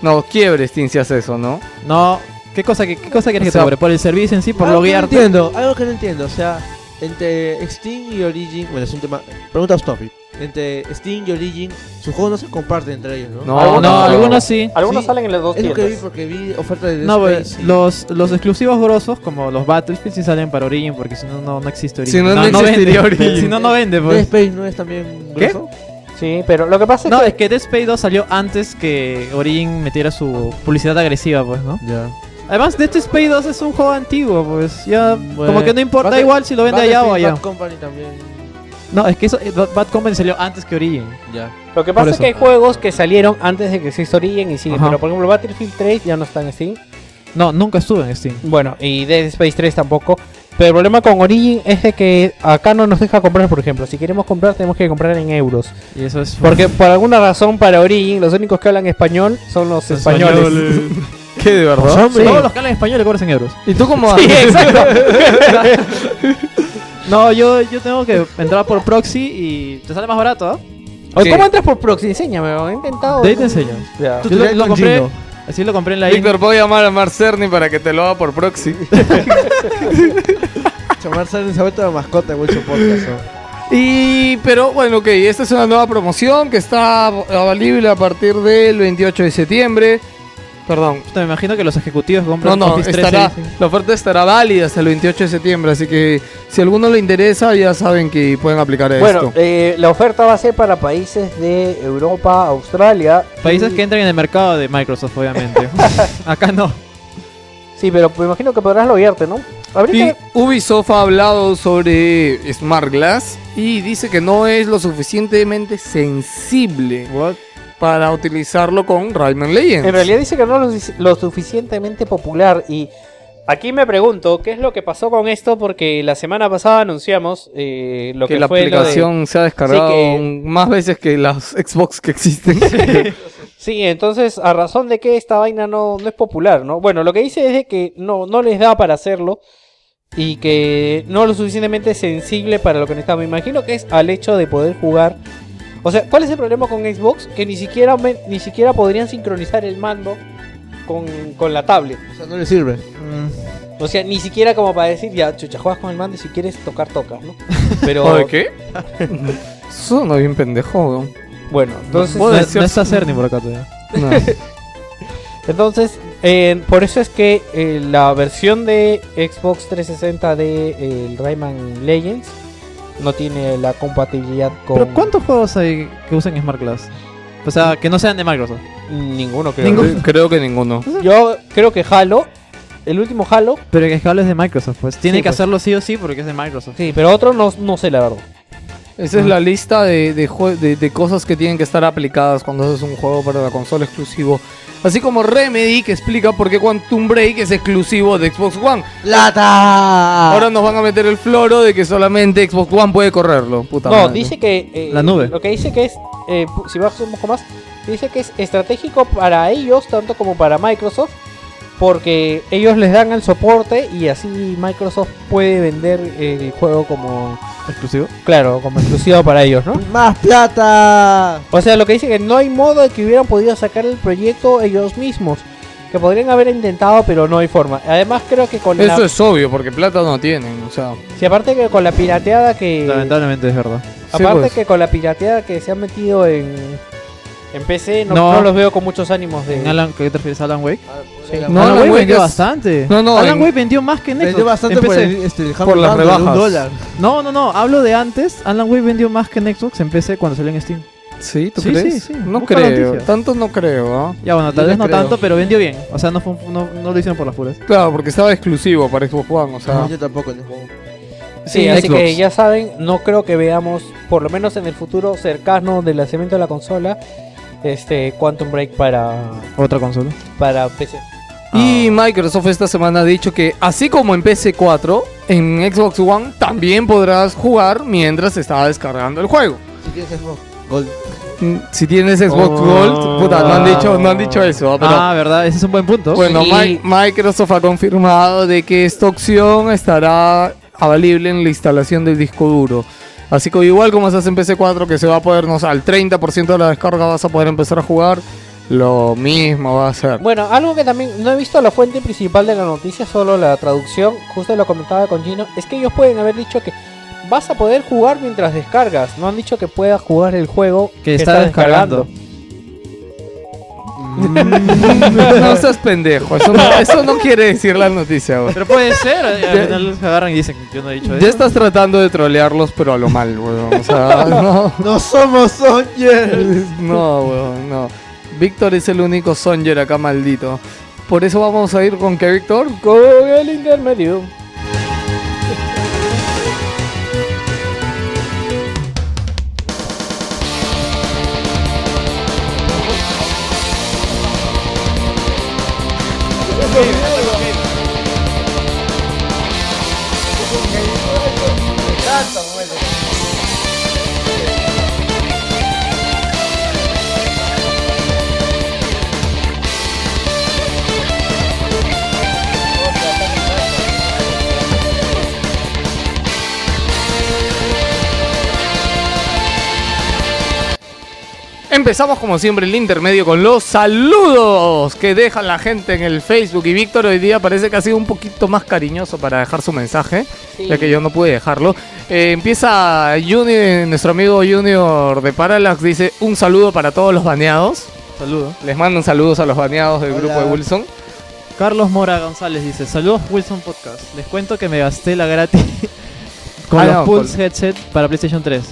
Speaker 3: No, quiebre Steam si haces eso, ¿no?
Speaker 1: No, ¿qué cosa, qué, qué cosa quieres que
Speaker 3: O
Speaker 1: te
Speaker 3: sea, Ah,
Speaker 1: cobre? ¿Por el servicio en sí? ¿Por
Speaker 5: Algo que no
Speaker 1: loguearte?
Speaker 5: entiendo, algo que no entiendo. O sea, entre Steam y Origin. Bueno, es un tema. Pregunta off topic. Entre Steam y Origin, sus juegos no se comparten entre ellos, ¿no?
Speaker 3: No,
Speaker 1: No,
Speaker 3: no, Ah,
Speaker 1: algunos sí.
Speaker 7: Algunos
Speaker 5: Sí,
Speaker 7: salen en las dos
Speaker 5: Es lo que vi
Speaker 7: tiendas.
Speaker 5: porque vi oferta de Dead
Speaker 1: No, pues, pero
Speaker 5: Space y-
Speaker 1: los, los exclusivos grosos, como los Battlefield, sí salen para Origin, porque si no, no, no existe Origin.
Speaker 3: Si no, no
Speaker 1: vende.
Speaker 3: existiría Origin.
Speaker 1: Si no, no vende,
Speaker 5: Dead
Speaker 1: pues.
Speaker 5: Space no es también
Speaker 3: ¿Qué?
Speaker 5: grosso.
Speaker 7: Sí, pero lo que pasa es
Speaker 1: No,
Speaker 7: que
Speaker 1: es que Dead Space 2 salió antes que Origin metiera su publicidad agresiva, pues, ¿no?
Speaker 5: Ya.
Speaker 1: Además, Dead Space 2 es un juego antiguo, pues. Ya,
Speaker 5: Bueno.
Speaker 1: como que no importa
Speaker 5: Battle-
Speaker 1: igual si lo vende allá o
Speaker 5: Battlefield
Speaker 1: allá.
Speaker 5: Bad Company también.
Speaker 1: No, es que eso, eh, Bad Bad Company salió antes que Origin.
Speaker 5: Ya.
Speaker 7: Lo que
Speaker 1: Por
Speaker 7: pasa es
Speaker 1: eso.
Speaker 7: que hay juegos que salieron antes de que exista Origin y siguen,
Speaker 1: Ajá.
Speaker 7: pero por ejemplo Battlefield 3 ya no está en Steam.
Speaker 1: No, nunca estuvo en Steam.
Speaker 7: Bueno, y Dead Space 3 tampoco. Pero el problema con Origin es de que acá no nos deja comprar, por ejemplo. Si queremos comprar, tenemos que comprar en euros.
Speaker 1: Y eso es.
Speaker 7: Porque por alguna razón para Origin, los únicos que hablan español son los españoles.
Speaker 3: ¿Qué, de verdad?
Speaker 1: Sí. Todos los que hablan español le cobras en euros.
Speaker 3: ¿Y tú cómo
Speaker 7: Sí,
Speaker 3: haces?
Speaker 7: exacto.
Speaker 1: No, yo, yo tengo que entrar por proxy y te sale más barato, ¿ah?
Speaker 7: Oye,
Speaker 3: ¿Qué?
Speaker 7: ¿Cómo entras por proxy? Enséñame, weón, he intentado.
Speaker 1: De ahí te enseño.
Speaker 7: Ya.
Speaker 1: Tú- lo, lo compré, así lo compré en la
Speaker 3: Víctor, puedo llamar a Mark Cerny para que te lo haga por proxy.
Speaker 5: Chamar Sáenz se ha vuelto la mascota de Wilson Podcast. ¿no?
Speaker 3: Y, pero bueno, ok, esta es una nueva promoción que está valible a partir del 28 de septiembre. Perdón.
Speaker 1: Inc. Me imagino que los ejecutivos
Speaker 3: No,
Speaker 1: compran
Speaker 3: no,
Speaker 1: Office
Speaker 3: estará,
Speaker 1: 365.
Speaker 3: la oferta estará válida hasta el 28 de septiembre, así que si a alguno le interesa ya saben que pueden aplicar a
Speaker 7: Bueno,
Speaker 3: esto.
Speaker 7: eh, la oferta va a ser para países de Europa, Australia.
Speaker 1: Países
Speaker 7: y-
Speaker 1: que entran en el mercado de Microsoft, obviamente. Acá no.
Speaker 7: Sí, pero me imagino que podrás loguearte, ¿no? Habría
Speaker 3: Y Ubisoft ha hablado sobre Smart Glass y dice que no es lo suficientemente sensible para utilizarlo con Rayman Legends.
Speaker 7: En realidad dice que no es lo, lo suficientemente popular y aquí me pregunto qué es lo que pasó con esto porque la semana pasada anunciamos eh, lo
Speaker 3: que,
Speaker 7: que,
Speaker 3: la
Speaker 7: fue lo de-
Speaker 3: aplicación se ha descargado
Speaker 7: que-
Speaker 3: un- más veces que las Xbox que existen.
Speaker 7: Sí, entonces a razón de que esta vaina no, no es popular, ¿no? Bueno, lo que dice es de que no, no les da para hacerlo y que no es lo suficientemente sensible para lo que necesitamos. Me imagino que es al hecho de poder jugar. O sea, ¿cuál es el problema con Xbox? Que ni siquiera, me- ni siquiera podrían sincronizar el mando con, con la tablet.
Speaker 5: O sea, no le sirve.
Speaker 7: O sea, ni siquiera como para decir, ya, chucha, juegas con el mando y si quieres tocar, tocas, ¿no? Pero,
Speaker 3: ¿O de qué? Suena bien pendejo, weón.
Speaker 7: bueno, entonces,
Speaker 1: No, no
Speaker 3: decías-
Speaker 1: está Cerny por acá todavía.
Speaker 3: No.
Speaker 7: entonces Eh, por eso es que eh, la versión de Xbox 360 de eh, el Rayman Legends no tiene la compatibilidad con
Speaker 1: Pero ¿cuántos juegos hay que usan Smart Glass? O sea, que no sean de Microsoft.
Speaker 7: ninguno creo.
Speaker 1: Ninguno.
Speaker 3: Creo que ninguno.
Speaker 7: Yo creo que Halo, el último Halo,
Speaker 1: Pero que hables de Microsoft, pues. Tiene
Speaker 7: Sí,
Speaker 1: que
Speaker 7: pues.
Speaker 1: hacerlo sí o sí porque es de Microsoft.
Speaker 7: sí, pero otro no, no sé la verdad.
Speaker 3: Esa es la lista de, de jue- de- de cosas que tienen que estar aplicadas cuando haces un juego para la consola exclusivo. Así como Remedy que explica por qué Quantum Break es exclusivo de Xbox One.
Speaker 1: Ah.
Speaker 5: ¡Plata!
Speaker 3: Ahora nos van a meter el floro de que solamente Xbox One puede correrlo. Puta
Speaker 7: No,
Speaker 3: madre.
Speaker 7: dice que... eh,
Speaker 1: La nube.
Speaker 7: Lo que dice que es, eh, pu- si bajas un poco más, dice que es estratégico para ellos, tanto como para Microsoft, porque ellos les dan el soporte y así Microsoft puede vender eh, el juego como,
Speaker 1: Exclusivo.
Speaker 7: claro, como exclusivo para ellos, ¿no?
Speaker 5: ¡Más plata!
Speaker 7: O sea, lo que dice que no hay modo de que hubieran podido sacar el proyecto ellos mismos. Que podrían haber intentado, pero no hay forma. Además, creo que con
Speaker 3: Eso
Speaker 7: la...
Speaker 3: es obvio, porque plata no tienen. O sea,
Speaker 7: Si aparte que con la pirateada que...
Speaker 1: Lamentablemente es verdad.
Speaker 3: Sí,
Speaker 7: Aparte
Speaker 3: pues.
Speaker 7: que con la pirateada que se ha metido en, en PC, no,
Speaker 1: No.
Speaker 7: no los veo con muchos ánimos de...
Speaker 1: ¿En Alan, ¿Qué te refieres? ¿Alan Wake?
Speaker 3: No, Alan Wake
Speaker 1: vendió
Speaker 3: es-
Speaker 1: bastante.
Speaker 3: No, no,
Speaker 1: Alan
Speaker 3: en-
Speaker 1: Wake vendió más que en Xbox.
Speaker 5: Vendió bastante
Speaker 1: en
Speaker 5: por,
Speaker 1: PC.
Speaker 5: el, este, el
Speaker 3: Por
Speaker 5: Humble
Speaker 3: las
Speaker 5: Bundle, un
Speaker 3: rebajas.
Speaker 5: dólar.
Speaker 1: No, no, no. Hablo de antes. Alan Wake vendió más que en Xbox en PC cuando salió en Steam.
Speaker 3: ¿sí? ¿Tú
Speaker 1: Sí,
Speaker 3: crees?
Speaker 1: sí, sí.
Speaker 3: No
Speaker 1: Busca
Speaker 3: creo.
Speaker 1: noticias.
Speaker 3: Tanto no creo, ¿ah?
Speaker 1: Ya, bueno, tal
Speaker 3: Yo
Speaker 1: vez
Speaker 3: no
Speaker 1: no
Speaker 3: creo.
Speaker 1: tanto, pero vendió bien. O sea, no, fue un- no, no lo hicieron por las puras.
Speaker 3: Claro, porque estaba exclusivo para Xbox One, o sea.
Speaker 5: Yo tampoco le juego.
Speaker 7: Sí,
Speaker 3: en
Speaker 7: así
Speaker 3: Xbox.
Speaker 7: que ya saben, no creo que veamos, por lo menos en el futuro cercano del lanzamiento de la consola, este Quantum Break para,
Speaker 1: Otra consola.
Speaker 7: para PC.
Speaker 3: Y Microsoft esta semana ha dicho que así como en PC4, en Xbox One también podrás jugar mientras se está descargando el juego.
Speaker 5: Si tienes Xbox Gold.
Speaker 3: Mm, Si tienes Xbox
Speaker 1: Oh.
Speaker 3: Gold, puta, no han dicho, no han dicho eso, ah, pero Pues,
Speaker 1: ah, ¿verdad? Ese es un buen punto.
Speaker 3: bueno,
Speaker 7: Sí.
Speaker 3: Mi- Microsoft ha confirmado de que esta opción estará avalible en la instalación del disco duro. Así que igual como se hace en PC4 que se va a poder, no sé, al 30% de la descarga vas a poder empezar a jugar, lo mismo va a ser.
Speaker 7: Bueno, algo que también no he visto la fuente principal de la noticia, solo la traducción, justo lo comentaba con Gino, es que ellos pueden haber dicho que vas a poder jugar mientras descargas, no han dicho que puedas jugar el juego
Speaker 1: que, está, descargando.
Speaker 3: no seas pendejo, eso no, eso no quiere decir la noticia, güey.
Speaker 1: Pero puede ser. eh, Al final se agarran y dicen, yo no he dicho
Speaker 3: Ya
Speaker 1: eso.
Speaker 3: estás tratando de trolearlos, pero a lo mal, weón. O sea, no.
Speaker 5: ¡No somos Songer!
Speaker 3: No, weón, no. Víctor es el único Songer acá maldito. Por eso vamos a ir con que Víctor.
Speaker 7: Con el intermedio.
Speaker 3: Empezamos como siempre el intermedio con los saludos que dejan la gente en el Facebook. Y Víctor hoy día parece que ha sido un poquito más cariñoso para dejar su mensaje, ya que yo no pude dejarlo. Eh, empieza Junior, nuestro amigo Junior de Parallax, dice un saludo para todos los baneados.
Speaker 1: Saludo.
Speaker 3: Les mandan saludos a los baneados del grupo de Wilson.
Speaker 1: Carlos Mora González dice, saludos Wilson Podcast. Les cuento que me gasté la gratis con
Speaker 3: Ah,
Speaker 1: los
Speaker 3: no,
Speaker 1: Pulse Headset para PlayStation 3.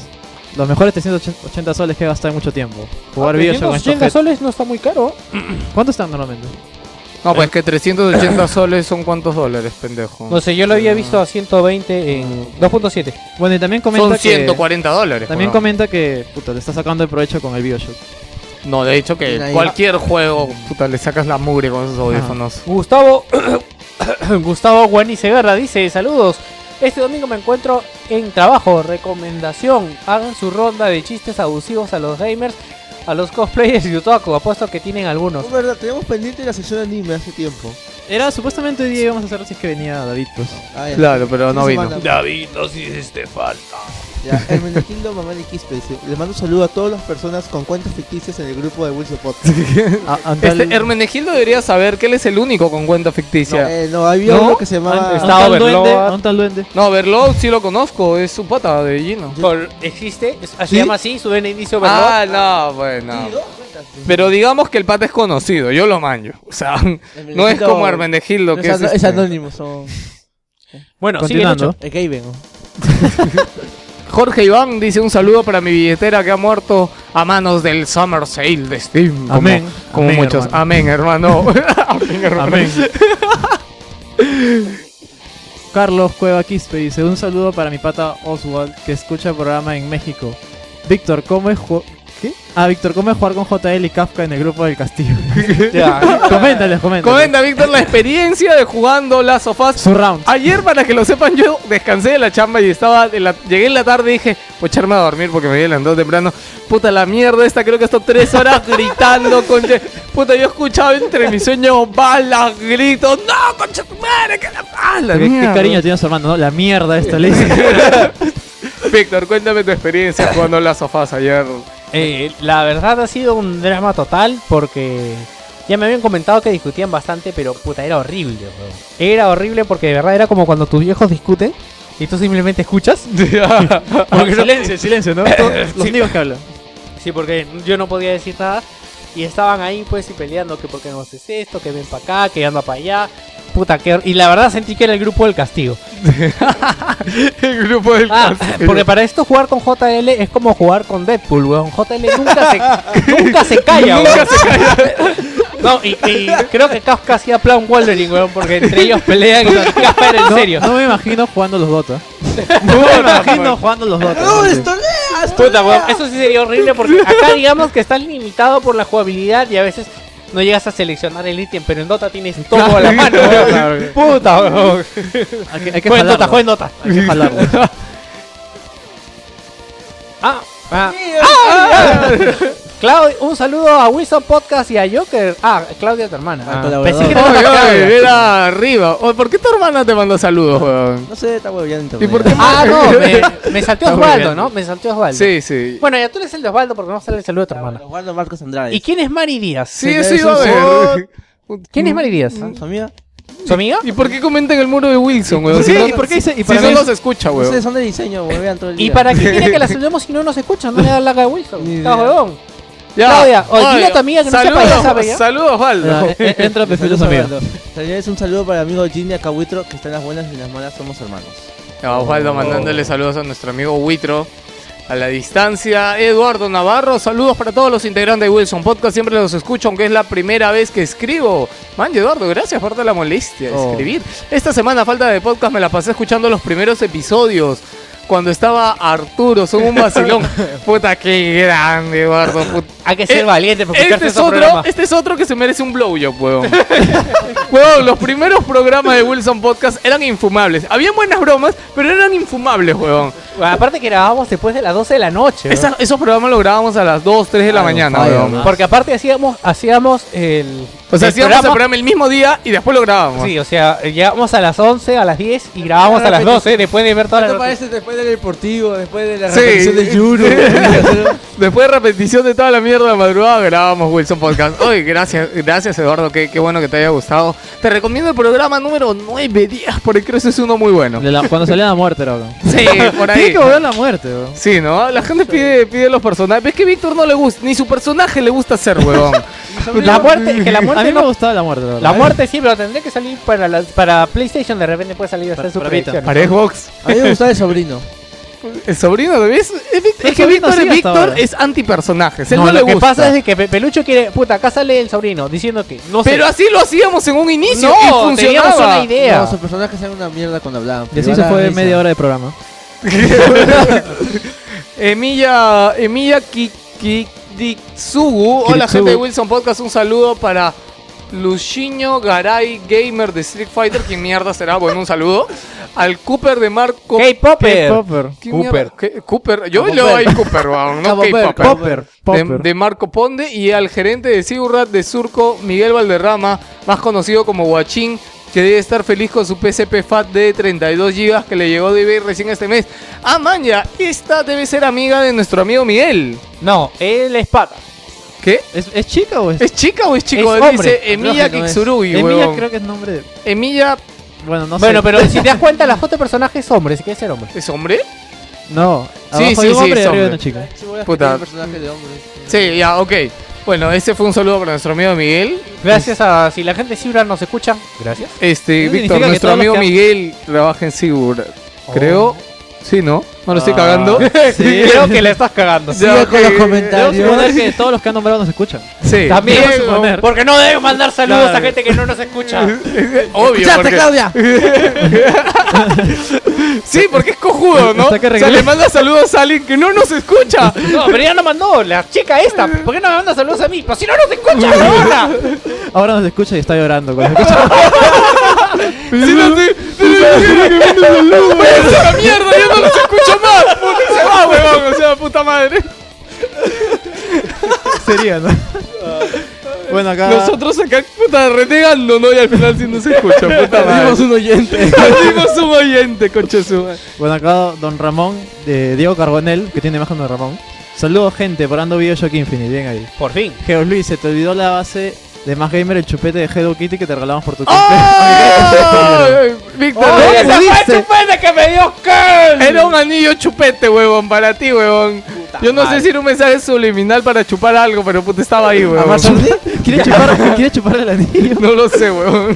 Speaker 1: Los mejores 380 soles que he gastado en mucho tiempo.
Speaker 3: Ah,
Speaker 1: Jugar videos con estos
Speaker 7: 380
Speaker 1: head-
Speaker 7: soles no está muy caro.
Speaker 1: ¿Cuánto están normalmente?
Speaker 3: No, pues que 380 soles son cuántos dólares, pendejo.
Speaker 7: No sé, yo lo había visto a 120 en 2.7.
Speaker 1: Bueno, y también comenta
Speaker 3: son
Speaker 1: que...
Speaker 3: 140 dólares.
Speaker 1: También
Speaker 3: weón.
Speaker 1: comenta que, puta, le está sacando el provecho con el Bioshock.
Speaker 3: No, de hecho que
Speaker 5: Nadie-
Speaker 3: cualquier juego, puta, le sacas la mugre con esos audífonos.
Speaker 7: Gustavo Gustavo Guani Segarra dice, saludos. Este domingo me encuentro en trabajo. Recomendación, hagan su ronda de chistes abusivos a los gamers, a los cosplayers y otaku. Apuesto que tienen algunos.
Speaker 5: Es verdad, tenemos pendiente la sección de anime hace tiempo.
Speaker 1: Era supuestamente hoy día íbamos a hacer si es que venía David, pues.
Speaker 5: Ah, ya.
Speaker 3: Claro, pero no
Speaker 5: Sí,
Speaker 3: vino.
Speaker 5: se manda.
Speaker 6: David, nos hiciste falta.
Speaker 5: Ya, Hermenegildo Mamá de Quispe dice, Les mando un saludo a todas las personas con cuentas ficticias en el grupo de Wilson Podcast.
Speaker 3: Este Hermenegildo debería saber que él es el único con cuenta
Speaker 5: No,
Speaker 3: ficticia.
Speaker 5: eh, no, había
Speaker 3: ¿No?
Speaker 5: uno que se llamaba...
Speaker 3: Está Overlord.
Speaker 1: un tal duende.
Speaker 3: No, Verlo sí lo conozco, es su pata de Gino.
Speaker 7: Col- ¿Existe? ¿Se
Speaker 5: ¿Sí?
Speaker 7: llama así? ¿Su DNI dice
Speaker 3: Ah, no, bueno.
Speaker 5: Sí, dos cuentas.
Speaker 3: Pero digamos que el pata es conocido, yo lo manjo. O sea, no es como Hermenegildo
Speaker 5: No
Speaker 3: que
Speaker 5: es,
Speaker 3: es.
Speaker 5: ano- es
Speaker 3: este,
Speaker 5: anónimo, son.
Speaker 7: Bueno, sigue
Speaker 1: Continuando.
Speaker 7: Lucho.
Speaker 5: El Gaben. ¿no?
Speaker 3: Jorge Iván dice un saludo para mi billetera que ha muerto a manos del Summer Sale de Steam. Como-
Speaker 1: Amén.
Speaker 3: Como
Speaker 1: Amén,
Speaker 3: muchos.
Speaker 1: hermano.
Speaker 3: Amén, hermano. Amén, hermano.
Speaker 1: Amén. Carlos Cueva Quispe dice un saludo para mi pata Oswald que escucha el programa en México. Víctor, ¿cómo es ju- ¿Qué? Ah, Víctor, ¿cómo es jugar con JL y Kafka en el grupo del castillo?
Speaker 3: Ya.
Speaker 1: coméntales, coméntales.
Speaker 3: Comenta, Víctor, la experiencia de jugando las sofás.
Speaker 1: Su round.
Speaker 3: Ayer, para que lo sepan, yo descansé de la chamba y estaba. en la- llegué en la tarde y dije, pues echarme a dormir porque me había levantado temprano. Puta la mierda, esta creo que estoy tres horas gritando. Con... Puta, yo escuchaba entre mis sueños balas, gritos. ¡No, concha tu madre! ¡Que la ¡Ah, la
Speaker 1: Qué, qué
Speaker 3: mierda!
Speaker 1: cariño tiene su hermano, ¿no? La mierda esta le dice.
Speaker 3: Víctor, cuéntame tu experiencia jugando las sofás ayer.
Speaker 7: Eh, la verdad ha sido un drama total porque ya me habían comentado que discutían bastante, pero puta, era horrible, weón. Era horrible porque de verdad era como cuando tus viejos discuten y tú simplemente escuchas. Porque no-
Speaker 1: silencio, silencio, ¿no? Todos Los niños que hablan.
Speaker 7: sí, porque yo no podía decir nada. Y estaban ahí pues y peleando que por qué no haces esto, que ven para acá, que anda para allá. Puta, que... Y la verdad sentí que era el grupo del castigo.
Speaker 3: El grupo del
Speaker 7: Ah,
Speaker 3: castillo.
Speaker 7: porque para esto jugar con JL es como jugar con Deadpool, weón. JL nunca se, nunca se calla, weón. No, y, y creo que Kafka hacía plan Wolverine, weón, porque entre ellos pelean y Kafka era en serio.
Speaker 1: No me imagino jugando los Dota. No me imagino jugando los Dota.
Speaker 7: Puta, weón, eso sí sería horrible porque acá digamos que estás limitado por la jugabilidad y a veces no llegas a seleccionar el ítem, pero en Dota tienes todo a la mano, weón. Puta, weón.
Speaker 1: Hay que, hay que
Speaker 7: Juega en
Speaker 1: jalarlo.
Speaker 7: Dota, juega en Dota.
Speaker 1: Hay que jalarlo.
Speaker 7: Ah, ah. Claudio, un saludo a Wilson Podcast y a Joker. Ah, Claudia, tu hermana.
Speaker 1: Ah,
Speaker 7: Ah,
Speaker 5: colaborador.
Speaker 7: pensé que era
Speaker 3: Oye,
Speaker 7: Claudia.
Speaker 3: oye, era arriba. Oye, ¿Por qué tu hermana te mandó saludos, weón?
Speaker 5: No sé, está hueveando en
Speaker 3: ¿Y
Speaker 5: internet.
Speaker 3: por qué
Speaker 7: Ah, no, me, me salteó
Speaker 3: Está muy
Speaker 7: Osvaldo,
Speaker 3: bien.
Speaker 7: ¿no? Me salteó Osvaldo.
Speaker 3: Sí, sí.
Speaker 7: Bueno, ya tú eres el de Osvaldo porque vamos a darle el saludo a tu hermana.
Speaker 5: Guardo Marcos Andrade.
Speaker 7: ¿Y quién es Mari Díaz?
Speaker 3: Sí, Mm. eso iba a ver.
Speaker 7: ¿Quién es Mari Díaz?
Speaker 5: ¿Su amiga?
Speaker 7: ¿Su amiga?
Speaker 3: ¿Y por qué comenta en el muro de Wilson, weón?
Speaker 1: ¿Por
Speaker 3: Si
Speaker 1: qué?
Speaker 3: no-
Speaker 1: ¿Y por qué dice? ¿Y
Speaker 3: Si
Speaker 1: para mí
Speaker 3: solo se escucha,
Speaker 5: No sé,
Speaker 3: weón.
Speaker 5: son de diseño, huevean todo el día.
Speaker 7: ¿Y para qué quiere que la saludemos si no nos escucha? No le da la laga de Wilson.
Speaker 5: Ni
Speaker 7: Está
Speaker 5: idea.
Speaker 7: huevón. Claudia, oye, dile a tu amiga que no sea
Speaker 3: saludos,
Speaker 7: payasa, bella.
Speaker 3: Saludos, Osvaldo.
Speaker 1: Ya, eh, Entra perfil de su amigo.
Speaker 5: También es un saludo para mi amigo Ginny Acahuitro, que está en las buenas y en las malas somos hermanos.
Speaker 3: No, Osvaldo mandándole saludos a nuestro amigo Huitro. A la distancia, Eduardo Navarro, saludos para todos los integrantes de Wilson Podcast, siempre los escucho, aunque es la primera vez que escribo. Man, Eduardo, gracias por toda la molestia de
Speaker 1: Oh.
Speaker 3: escribir. Esta semana, a falta de podcast, me la pasé escuchando los primeros episodios, cuando estaba Arturo, son un vacilón. Puta, qué grande, Eduardo. put-
Speaker 7: Hay que ser
Speaker 3: Eh,
Speaker 7: valiente para escucharte
Speaker 3: Este es,
Speaker 7: estos
Speaker 3: otro,
Speaker 7: programas.
Speaker 3: este es otro que se merece un blowjob, weón. weón, los primeros programas de Wilson Podcast eran infumables. Había buenas bromas, pero eran infumables, weón.
Speaker 7: Aparte que grabábamos después de las 12 de la noche. huevón.
Speaker 3: Esa- esos programas los grabábamos a las 2, 3 de la
Speaker 5: Ah,
Speaker 3: mañana,
Speaker 5: no,
Speaker 3: weón.
Speaker 5: falla,
Speaker 7: Porque aparte hacíamos, hacíamos el.
Speaker 3: O sea,
Speaker 7: el
Speaker 3: hacíamos el
Speaker 7: programa-
Speaker 3: programa el mismo día y después lo grabábamos.
Speaker 7: Sí, o sea, llegamos a las 11, a las 10 y grabamos a las 12 después de ver toda la
Speaker 5: ¿Qué te
Speaker 7: noticia.
Speaker 5: parece después del deportivo, después de la
Speaker 3: Sí.
Speaker 5: repetición de Yuru?
Speaker 3: Después de repetición de toda la mierda de madrugada, grabamos Wilson Podcast. Oye, gracias, gracias Eduardo, qué, qué bueno que te haya gustado. Te recomiendo el programa número 9, 10, porque creo que ese es uno muy bueno.
Speaker 1: De la- Cuando sale la muerte, loco.
Speaker 3: Sí, por ahí.
Speaker 1: Tiene que volver la muerte, bro.
Speaker 3: Sí, ¿no? La gente pide, pide los personajes. Es que Víctor no le gusta, ni su personaje le gusta ser, huevón.
Speaker 7: La muerte, que la
Speaker 1: A
Speaker 7: muerte
Speaker 1: mí me
Speaker 7: no.
Speaker 1: gustaba la muerte, la verdad.
Speaker 3: ¿eh?
Speaker 7: La muerte sí, pero tendría que salir para, la- para PlayStation. De repente puede salir a hacer
Speaker 1: Para-
Speaker 7: su
Speaker 1: para Vita.
Speaker 7: predicción.
Speaker 3: Para Xbox.
Speaker 5: A mí me gustaba el sobrino.
Speaker 3: El sobrino de Víctor. Es, Vic- es que
Speaker 1: sobrino
Speaker 3: Víctor,
Speaker 1: sí, hasta
Speaker 3: Víctor
Speaker 1: ahora.
Speaker 3: es antipersonaje. Él
Speaker 7: No,
Speaker 3: no, le
Speaker 7: lo que
Speaker 3: gusta.
Speaker 7: pasa es de que Pe- Pelucho quiere. Puta, acá sale el sobrino diciendo que no sé.
Speaker 3: Pero así lo hacíamos en un inicio
Speaker 7: no,
Speaker 3: y
Speaker 7: teníamos
Speaker 3: funcionaba.
Speaker 7: una idea.
Speaker 5: No, sus personajes eran una mierda cuando hablaban.
Speaker 1: Y así se fue media hora de programa.
Speaker 3: Emiya, Emiya Kikiditsugu. Hola,
Speaker 1: Kiritsugu.
Speaker 3: gente de Wilson Podcast. Un saludo para Luciño Garay, gamer de Street Fighter. ¿Quién mierda será? Bueno, un saludo. Al Cooper de Marco.
Speaker 7: K-Popper.
Speaker 1: Popper.
Speaker 3: ¿Quién mierda? ¿Qué? Cooper. Yo
Speaker 5: Capo
Speaker 3: leo
Speaker 5: Pell.
Speaker 3: ahí Cooper, weón, no
Speaker 5: Capo Pell,
Speaker 3: K-Popper.
Speaker 5: Capo
Speaker 1: Popper.
Speaker 3: De,
Speaker 1: Popper.
Speaker 3: de Marco Ponde y al gerente de Sigurat de Surco, Miguel Valderrama, más conocido como Guachín, que debe estar feliz con su PSP FAT de 32 GB que le llegó de eBay recién este mes. Ah, maña, esta debe ser amiga de nuestro amigo Miguel.
Speaker 7: No, él es pata.
Speaker 3: ¿Qué?
Speaker 1: ¿Es, ¿Es chica o es?
Speaker 3: ¿Es chica o es chico?
Speaker 7: Es hombre.
Speaker 3: Dice Emiya
Speaker 5: Creo que no es.
Speaker 3: Kitsurugi,
Speaker 1: Emilia
Speaker 3: weón.
Speaker 1: creo que es nombre de...
Speaker 3: Emiya
Speaker 1: Bueno, no sé.
Speaker 7: Bueno, pero si te das cuenta, la foto de personaje es hombre, si quieres ser hombre.
Speaker 3: es hombre.
Speaker 1: No.
Speaker 3: Sí,
Speaker 1: Abajo
Speaker 3: sí,
Speaker 1: hay un
Speaker 3: sí,
Speaker 1: hombre
Speaker 3: es
Speaker 1: y arriba hay
Speaker 3: hombre.
Speaker 1: una chica.
Speaker 5: Puta.
Speaker 3: Puta.
Speaker 5: personaje de hombre.
Speaker 3: Sí, ya, ok. Bueno, ese fue un saludo para nuestro amigo Miguel.
Speaker 7: Gracias a. Si la gente de Sibra nos escucha, gracias.
Speaker 3: Este,
Speaker 1: Eso significa
Speaker 3: Víctor,
Speaker 1: que
Speaker 3: nuestro
Speaker 1: todos los
Speaker 3: amigo
Speaker 1: que han- Oh.
Speaker 3: Miguel trabaja en Sigur. Creo. Sí, ¿no? No lo estoy
Speaker 1: Ah,
Speaker 3: cagando.
Speaker 1: sí.
Speaker 7: Creo que la estás cagando.
Speaker 3: Ya,
Speaker 5: Sigue con
Speaker 3: ok.
Speaker 5: los
Speaker 1: Debo suponer
Speaker 5: comentarios.
Speaker 1: que todos los que han nombrado nos escuchan.
Speaker 3: Sí.
Speaker 7: También,
Speaker 3: Diego,
Speaker 1: suponer.
Speaker 7: porque no debes mandar saludos
Speaker 1: Claro.
Speaker 7: a gente que no nos escucha.
Speaker 3: Obvio.
Speaker 5: ¡Chate,
Speaker 3: porque-
Speaker 5: Claudia!
Speaker 3: Sí, porque es cojudo, ¿no?
Speaker 1: Está que
Speaker 3: O sea, le
Speaker 1: arreglar.
Speaker 3: manda saludos a alguien que no nos escucha.
Speaker 7: No, pero ya no mandó, la chica esta. ¿Por qué no me manda saludos a mí? Pues si no nos escucha, huevona.
Speaker 1: Ahora nos escucha y está llorando. cuando escucha.
Speaker 3: Sí, no, sí. Váyanse a la mierda! ¡Yo no los escucho más! Puta, ¡Se va, huevón! O sea, puta madre.
Speaker 1: Sería, ¿no? bueno,
Speaker 5: Ah.
Speaker 1: acá.
Speaker 3: Nosotros acá, puta, renegando, ¿no? Y al final sí nos escucha, puta madre.
Speaker 5: Perdimos un oyente.
Speaker 3: Perdimos un oyente, conche su madre.
Speaker 1: Bueno, acá Don Ramón, de Diego Carbonel, que tiene más con Don Ramón. Saludos, gente, por ando Bioshock Infinite. Bien ahí.
Speaker 7: Por fin.
Speaker 1: Geos Luis, se te olvidó la base de Más Gamer, el chupete de Hello Kitty que te regalamos
Speaker 3: ¡Oh!
Speaker 1: por tu cumpleaños.
Speaker 3: ¡Ay! Víctor,
Speaker 7: ¡Oh,
Speaker 3: ¿no?
Speaker 7: ese fue el chupete que me dio Ken!
Speaker 3: Era un anillo chupete, huevón, para ti, huevón. Yo no sé
Speaker 7: madre.
Speaker 3: si era un mensaje subliminal para chupar algo, pero puta, estaba ahí, huevón.
Speaker 1: ¿Quieres chupar, ¿Quieres chupar el anillo?
Speaker 3: No lo sé, huevón.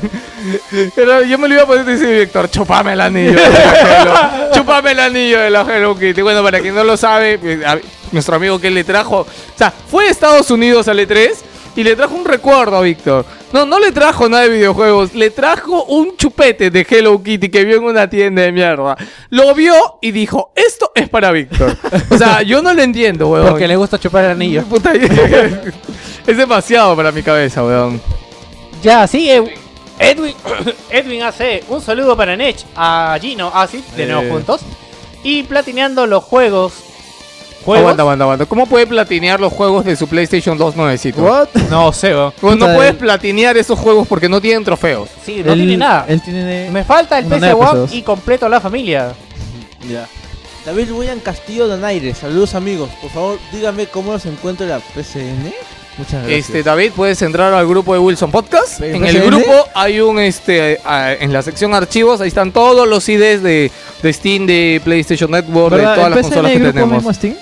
Speaker 3: Pero yo me lo iba a poner y decir, Víctor, chupame el anillo. de la Hello- chupame el anillo de la Hello Kitty. Bueno, para quien no lo sabe, eh, a- nuestro amigo que le trajo. O sea, fue a Estados Unidos al E3 y le trajo un recuerdo a Víctor. No, no le trajo nada de videojuegos. Le trajo un chupete de Hello Kitty que vio en una tienda de mierda. Lo vio y dijo, esto es para Víctor. O sea, yo no lo entiendo, huevón.
Speaker 7: Porque le gusta chupar el anillo.
Speaker 3: Puta, es demasiado para mi cabeza, huevón.
Speaker 7: Ya, sigue. Edwin, Edwin hace un saludo para Nech, a Gino, Acid, de nuevo
Speaker 3: Eh.
Speaker 7: juntos. Y platineando los juegos. ¿Juegos?
Speaker 3: Aguanta, aguanta, aguanta. ¿Cómo puede platinear los juegos de su PlayStation 2 nuevecito?
Speaker 1: What?
Speaker 7: No sé, weón.
Speaker 3: Vos no
Speaker 1: Puta, eh.
Speaker 3: puedes
Speaker 1: el-
Speaker 3: platinear esos juegos porque no tienen trofeos.
Speaker 7: Sí, no tiene nada.
Speaker 1: Él tiene.
Speaker 7: Me falta el
Speaker 1: No,
Speaker 7: PC
Speaker 1: nada, pues,
Speaker 7: One
Speaker 1: dos.
Speaker 7: y completo la familia.
Speaker 5: Ya. David William Castillo Donaire, saludos amigos. Por favor, díganme cómo los encuentro en la PCN. Muchas gracias.
Speaker 3: Este, David, puedes entrar al grupo de Wilson Podcast.
Speaker 5: Pero
Speaker 3: En el
Speaker 5: PCN.
Speaker 1: E?
Speaker 3: grupo hay un, este, a- en la sección archivos, ahí están todos los CDs de, de Steam, de PlayStation Network, de
Speaker 1: ¿Verdad?
Speaker 3: todas las
Speaker 1: ¿El PCN
Speaker 3: consolas
Speaker 1: el
Speaker 3: que
Speaker 1: grupo
Speaker 3: tenemos.
Speaker 1: mismo Steam?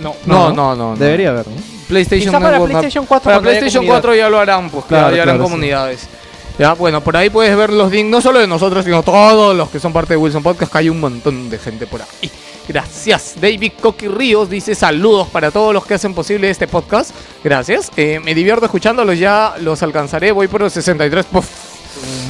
Speaker 3: No, no, no, no.
Speaker 1: Debería haber, ¿no?
Speaker 3: PlayStation
Speaker 7: Quizá para
Speaker 3: Network, no.
Speaker 7: PlayStation 4.
Speaker 3: Para
Speaker 7: cuando haya
Speaker 3: PlayStation
Speaker 7: comunidad.
Speaker 3: 4 ya lo harán, pues claro,
Speaker 1: Claro,
Speaker 3: ya harán
Speaker 1: claro, sí.
Speaker 3: comunidades. Ya, bueno, por ahí puedes ver los links, no solo de nosotros, sino todos los que son parte de Wilson Podcast, que hay un montón de gente por ahí. Gracias. David Coqui Ríos dice saludos para todos los que hacen posible este podcast. Gracias. Eh, me divierto escuchándolos, ya los alcanzaré. Voy por los 63. Puf,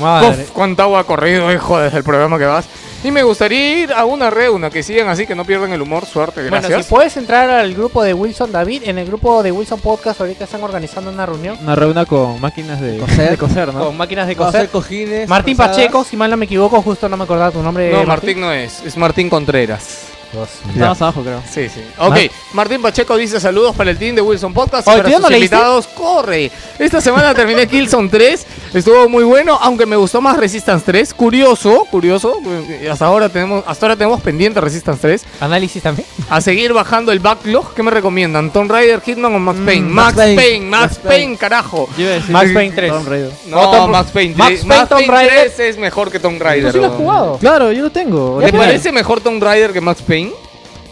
Speaker 1: Madre.
Speaker 3: puf, cuánta agua ha corrido, hijo, desde el programa que vas. Y me gustaría ir a una reunión, que sigan así, que no pierdan el humor. Suerte, gracias.
Speaker 7: Bueno, si puedes entrar al grupo de Wilson David, en el grupo de Wilson Podcast ahorita están organizando una reunión
Speaker 1: Una reunión con máquinas de
Speaker 5: Coser.
Speaker 1: de coser ¿no?
Speaker 7: con máquinas de
Speaker 5: Vamos a hacer
Speaker 7: coser.
Speaker 5: cojines.
Speaker 7: Martín
Speaker 5: rosadas.
Speaker 7: Pacheco, si mal no me equivoco, justo no me acordaba tu nombre.
Speaker 3: no, Martín no es, es Martín Contreras.
Speaker 1: Está más abajo, creo.
Speaker 3: Sí, sí. Ok, Martín Pacheco dice saludos para el team de Wilson Podcast y
Speaker 7: Oye,
Speaker 3: para
Speaker 7: ¿tú ya
Speaker 3: sus
Speaker 7: no leíste?
Speaker 3: invitados. ¡Corre! Esta semana terminé Killzone 3. Estuvo muy bueno, aunque me gustó más Resistance 3. Curioso, curioso. eh, Hasta ahora tenemos, hasta ahora tenemos pendiente Resistance 3.
Speaker 7: Análisis también.
Speaker 3: A seguir bajando el backlog. ¿Qué me recomiendan? ¿Tomb Raider, Hitman o
Speaker 7: Mm,
Speaker 3: Max Payne? Max,
Speaker 5: Max
Speaker 3: Payne,
Speaker 5: Payne,
Speaker 3: Max,
Speaker 5: Max
Speaker 3: Payne,
Speaker 5: Payne.
Speaker 3: carajo.
Speaker 1: Yo iba a decir
Speaker 7: Max Payne 3.
Speaker 1: Tomb Raider.
Speaker 3: No,
Speaker 7: Tom-
Speaker 3: Max Payne.
Speaker 7: Max
Speaker 3: tres-
Speaker 7: Payne, Tomb Raider.
Speaker 3: 3 es mejor que Tomb Raider.
Speaker 7: ¿Tú sí lo has
Speaker 3: weón.
Speaker 7: jugado?
Speaker 1: Claro, yo lo tengo.
Speaker 3: ¿Te
Speaker 1: original.
Speaker 3: parece mejor Tomb Raider que Max Payne?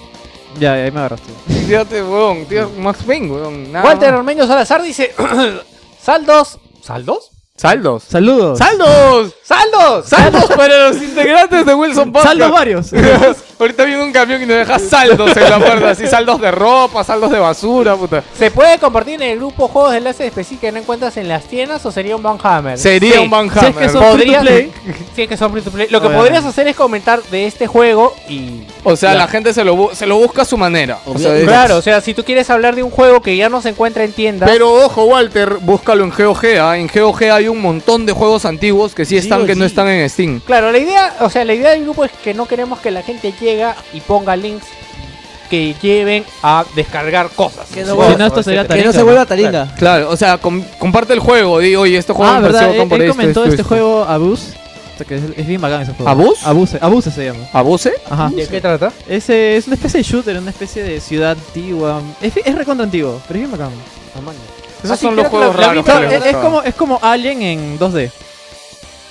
Speaker 1: Ya, ahí me agarraste.
Speaker 3: Fíjate, weón. tío, Max Payne, weón. nada
Speaker 7: Walter
Speaker 3: más.
Speaker 7: Ormeño Salazar dice: Saldos. ¿Saldos?
Speaker 3: Saldos.
Speaker 1: Saludos.
Speaker 3: ¡Saldos!
Speaker 7: ¡Saldos!
Speaker 3: ¡Saldos para los integrantes de Wilson Podcast!
Speaker 1: Saldos varios.
Speaker 3: Ahorita viene un camión y nos deja saldos en la puerta. Así, saldos de ropa, saldos de basura, puta.
Speaker 7: ¿Se puede compartir en el grupo juegos de enlace específico que no encuentras en las tiendas o sería un Banhammer?
Speaker 3: Sería
Speaker 7: Sí.
Speaker 3: un Van
Speaker 1: Si es que son free to play,
Speaker 7: Sí, que son free to play. Lo que
Speaker 1: Obviamente.
Speaker 7: podrías hacer es comentar de este juego y.
Speaker 3: O sea,
Speaker 7: Ya.
Speaker 3: la gente se lo, bu- se lo busca a su manera. O sea, es-
Speaker 7: Claro, o sea, si tú quieres hablar de un juego que ya no se encuentra en tiendas.
Speaker 3: Pero ojo, Walter, búscalo en GOG. ¿ah? En GOG hay un montón de juegos antiguos que sí están, que no están en Steam.
Speaker 7: Claro, la idea, o sea, la idea del grupo es que no queremos que la gente llega y ponga links que lleven a descargar cosas.
Speaker 5: Que no
Speaker 7: Sí.
Speaker 5: vuelva-
Speaker 1: Si no, esto sería
Speaker 5: Que no se
Speaker 1: Taringa,
Speaker 5: vuelva taringa.
Speaker 3: Claro, o sea, com- comparte el juego. Di, oye, este juego
Speaker 1: Ah,
Speaker 3: me
Speaker 1: verdad,
Speaker 3: pareció
Speaker 1: él,
Speaker 3: bacán por
Speaker 1: él
Speaker 3: esto,
Speaker 1: comentó
Speaker 3: esto,
Speaker 1: este
Speaker 3: esto.
Speaker 1: juego Abuse. O sea, que es, es bien bacán ese juego.
Speaker 3: ¿Abuse?
Speaker 1: Abuse, Abuse se llama.
Speaker 3: ¿Abuse?
Speaker 1: Ajá.
Speaker 7: ¿De qué trata?
Speaker 1: Ese es una especie de shooter, una especie de ciudad antigua. Es, es recontra antiguo, pero es bien bacán.
Speaker 3: Esos
Speaker 7: Ah, sí,
Speaker 3: son los
Speaker 7: creo que
Speaker 3: juegos
Speaker 7: la- la
Speaker 3: raros.
Speaker 7: misma-
Speaker 3: que le
Speaker 1: Es, es
Speaker 3: gustan.
Speaker 1: como, es como Alien en 2D.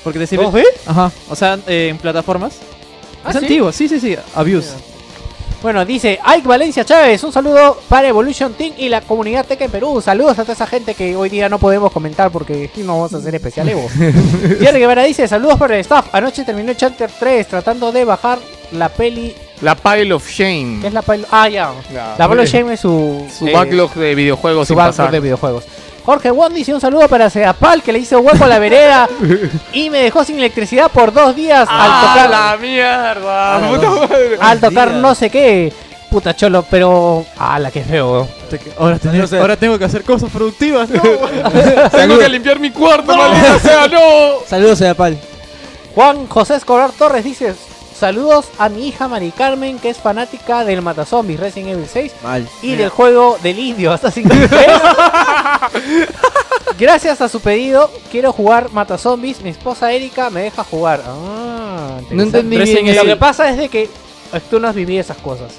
Speaker 1: Porque te sirve.
Speaker 7: ¿2D?
Speaker 1: Ajá. O sea, en eh, plataformas.
Speaker 7: Ah,
Speaker 1: es
Speaker 7: ¿sí?
Speaker 1: antiguo, sí, sí, sí. Abuse.
Speaker 7: Bueno, dice Ike Valencia Chávez, un saludo para Evolution Team y la comunidad Tekken Perú. Saludos a toda esa gente que hoy día no podemos comentar porque aquí no vamos a hacer especial Evo. Jerry Guevara dice, saludos para el staff. Anoche terminé Chapter 3 tratando de bajar la peli.
Speaker 3: La Pile of
Speaker 7: ¿Qué
Speaker 3: Shame.
Speaker 7: es la peli? Ah, ya.
Speaker 3: Ya,
Speaker 7: La peli
Speaker 3: eh,
Speaker 7: of Shame es su...
Speaker 3: Su
Speaker 7: eh,
Speaker 3: backlog de videojuegos
Speaker 7: su
Speaker 3: sin
Speaker 7: backlog
Speaker 3: pasar.
Speaker 7: de videojuegos. Jorge Won dice un saludo para Seapal que le hizo hueco a la vereda y me dejó sin electricidad por dos días al
Speaker 3: ¡Ah,
Speaker 7: tocar
Speaker 3: la mierda!
Speaker 7: Ah,
Speaker 3: puta madre.
Speaker 7: al tocar
Speaker 5: Diga.
Speaker 7: no sé qué. Puta cholo, pero. ¡Ah, la que feo! weón.
Speaker 1: Te que- Ahora, tenés-
Speaker 5: sé.
Speaker 1: ahora tengo que hacer cosas productivas. No,
Speaker 3: Tengo que limpiar mi cuarto, maldita sea, no.
Speaker 5: Saludos a la pal.
Speaker 7: Juan José Escobar Torres dice: Saludos a mi hija Mari Carmen, que es fanática del Matazombies Resident Evil 6
Speaker 5: Mal.
Speaker 7: y del juego del indio Assassin's Creed 3. Gracias a su pedido, quiero jugar Matazombies. Mi esposa Erika me deja jugar. Ah,
Speaker 3: No
Speaker 7: interesante.
Speaker 3: entendí
Speaker 1: Resident Evil.
Speaker 3: bien
Speaker 7: Lo
Speaker 3: eso.
Speaker 7: que pasa es de que eh, tú no has vivido esas cosas.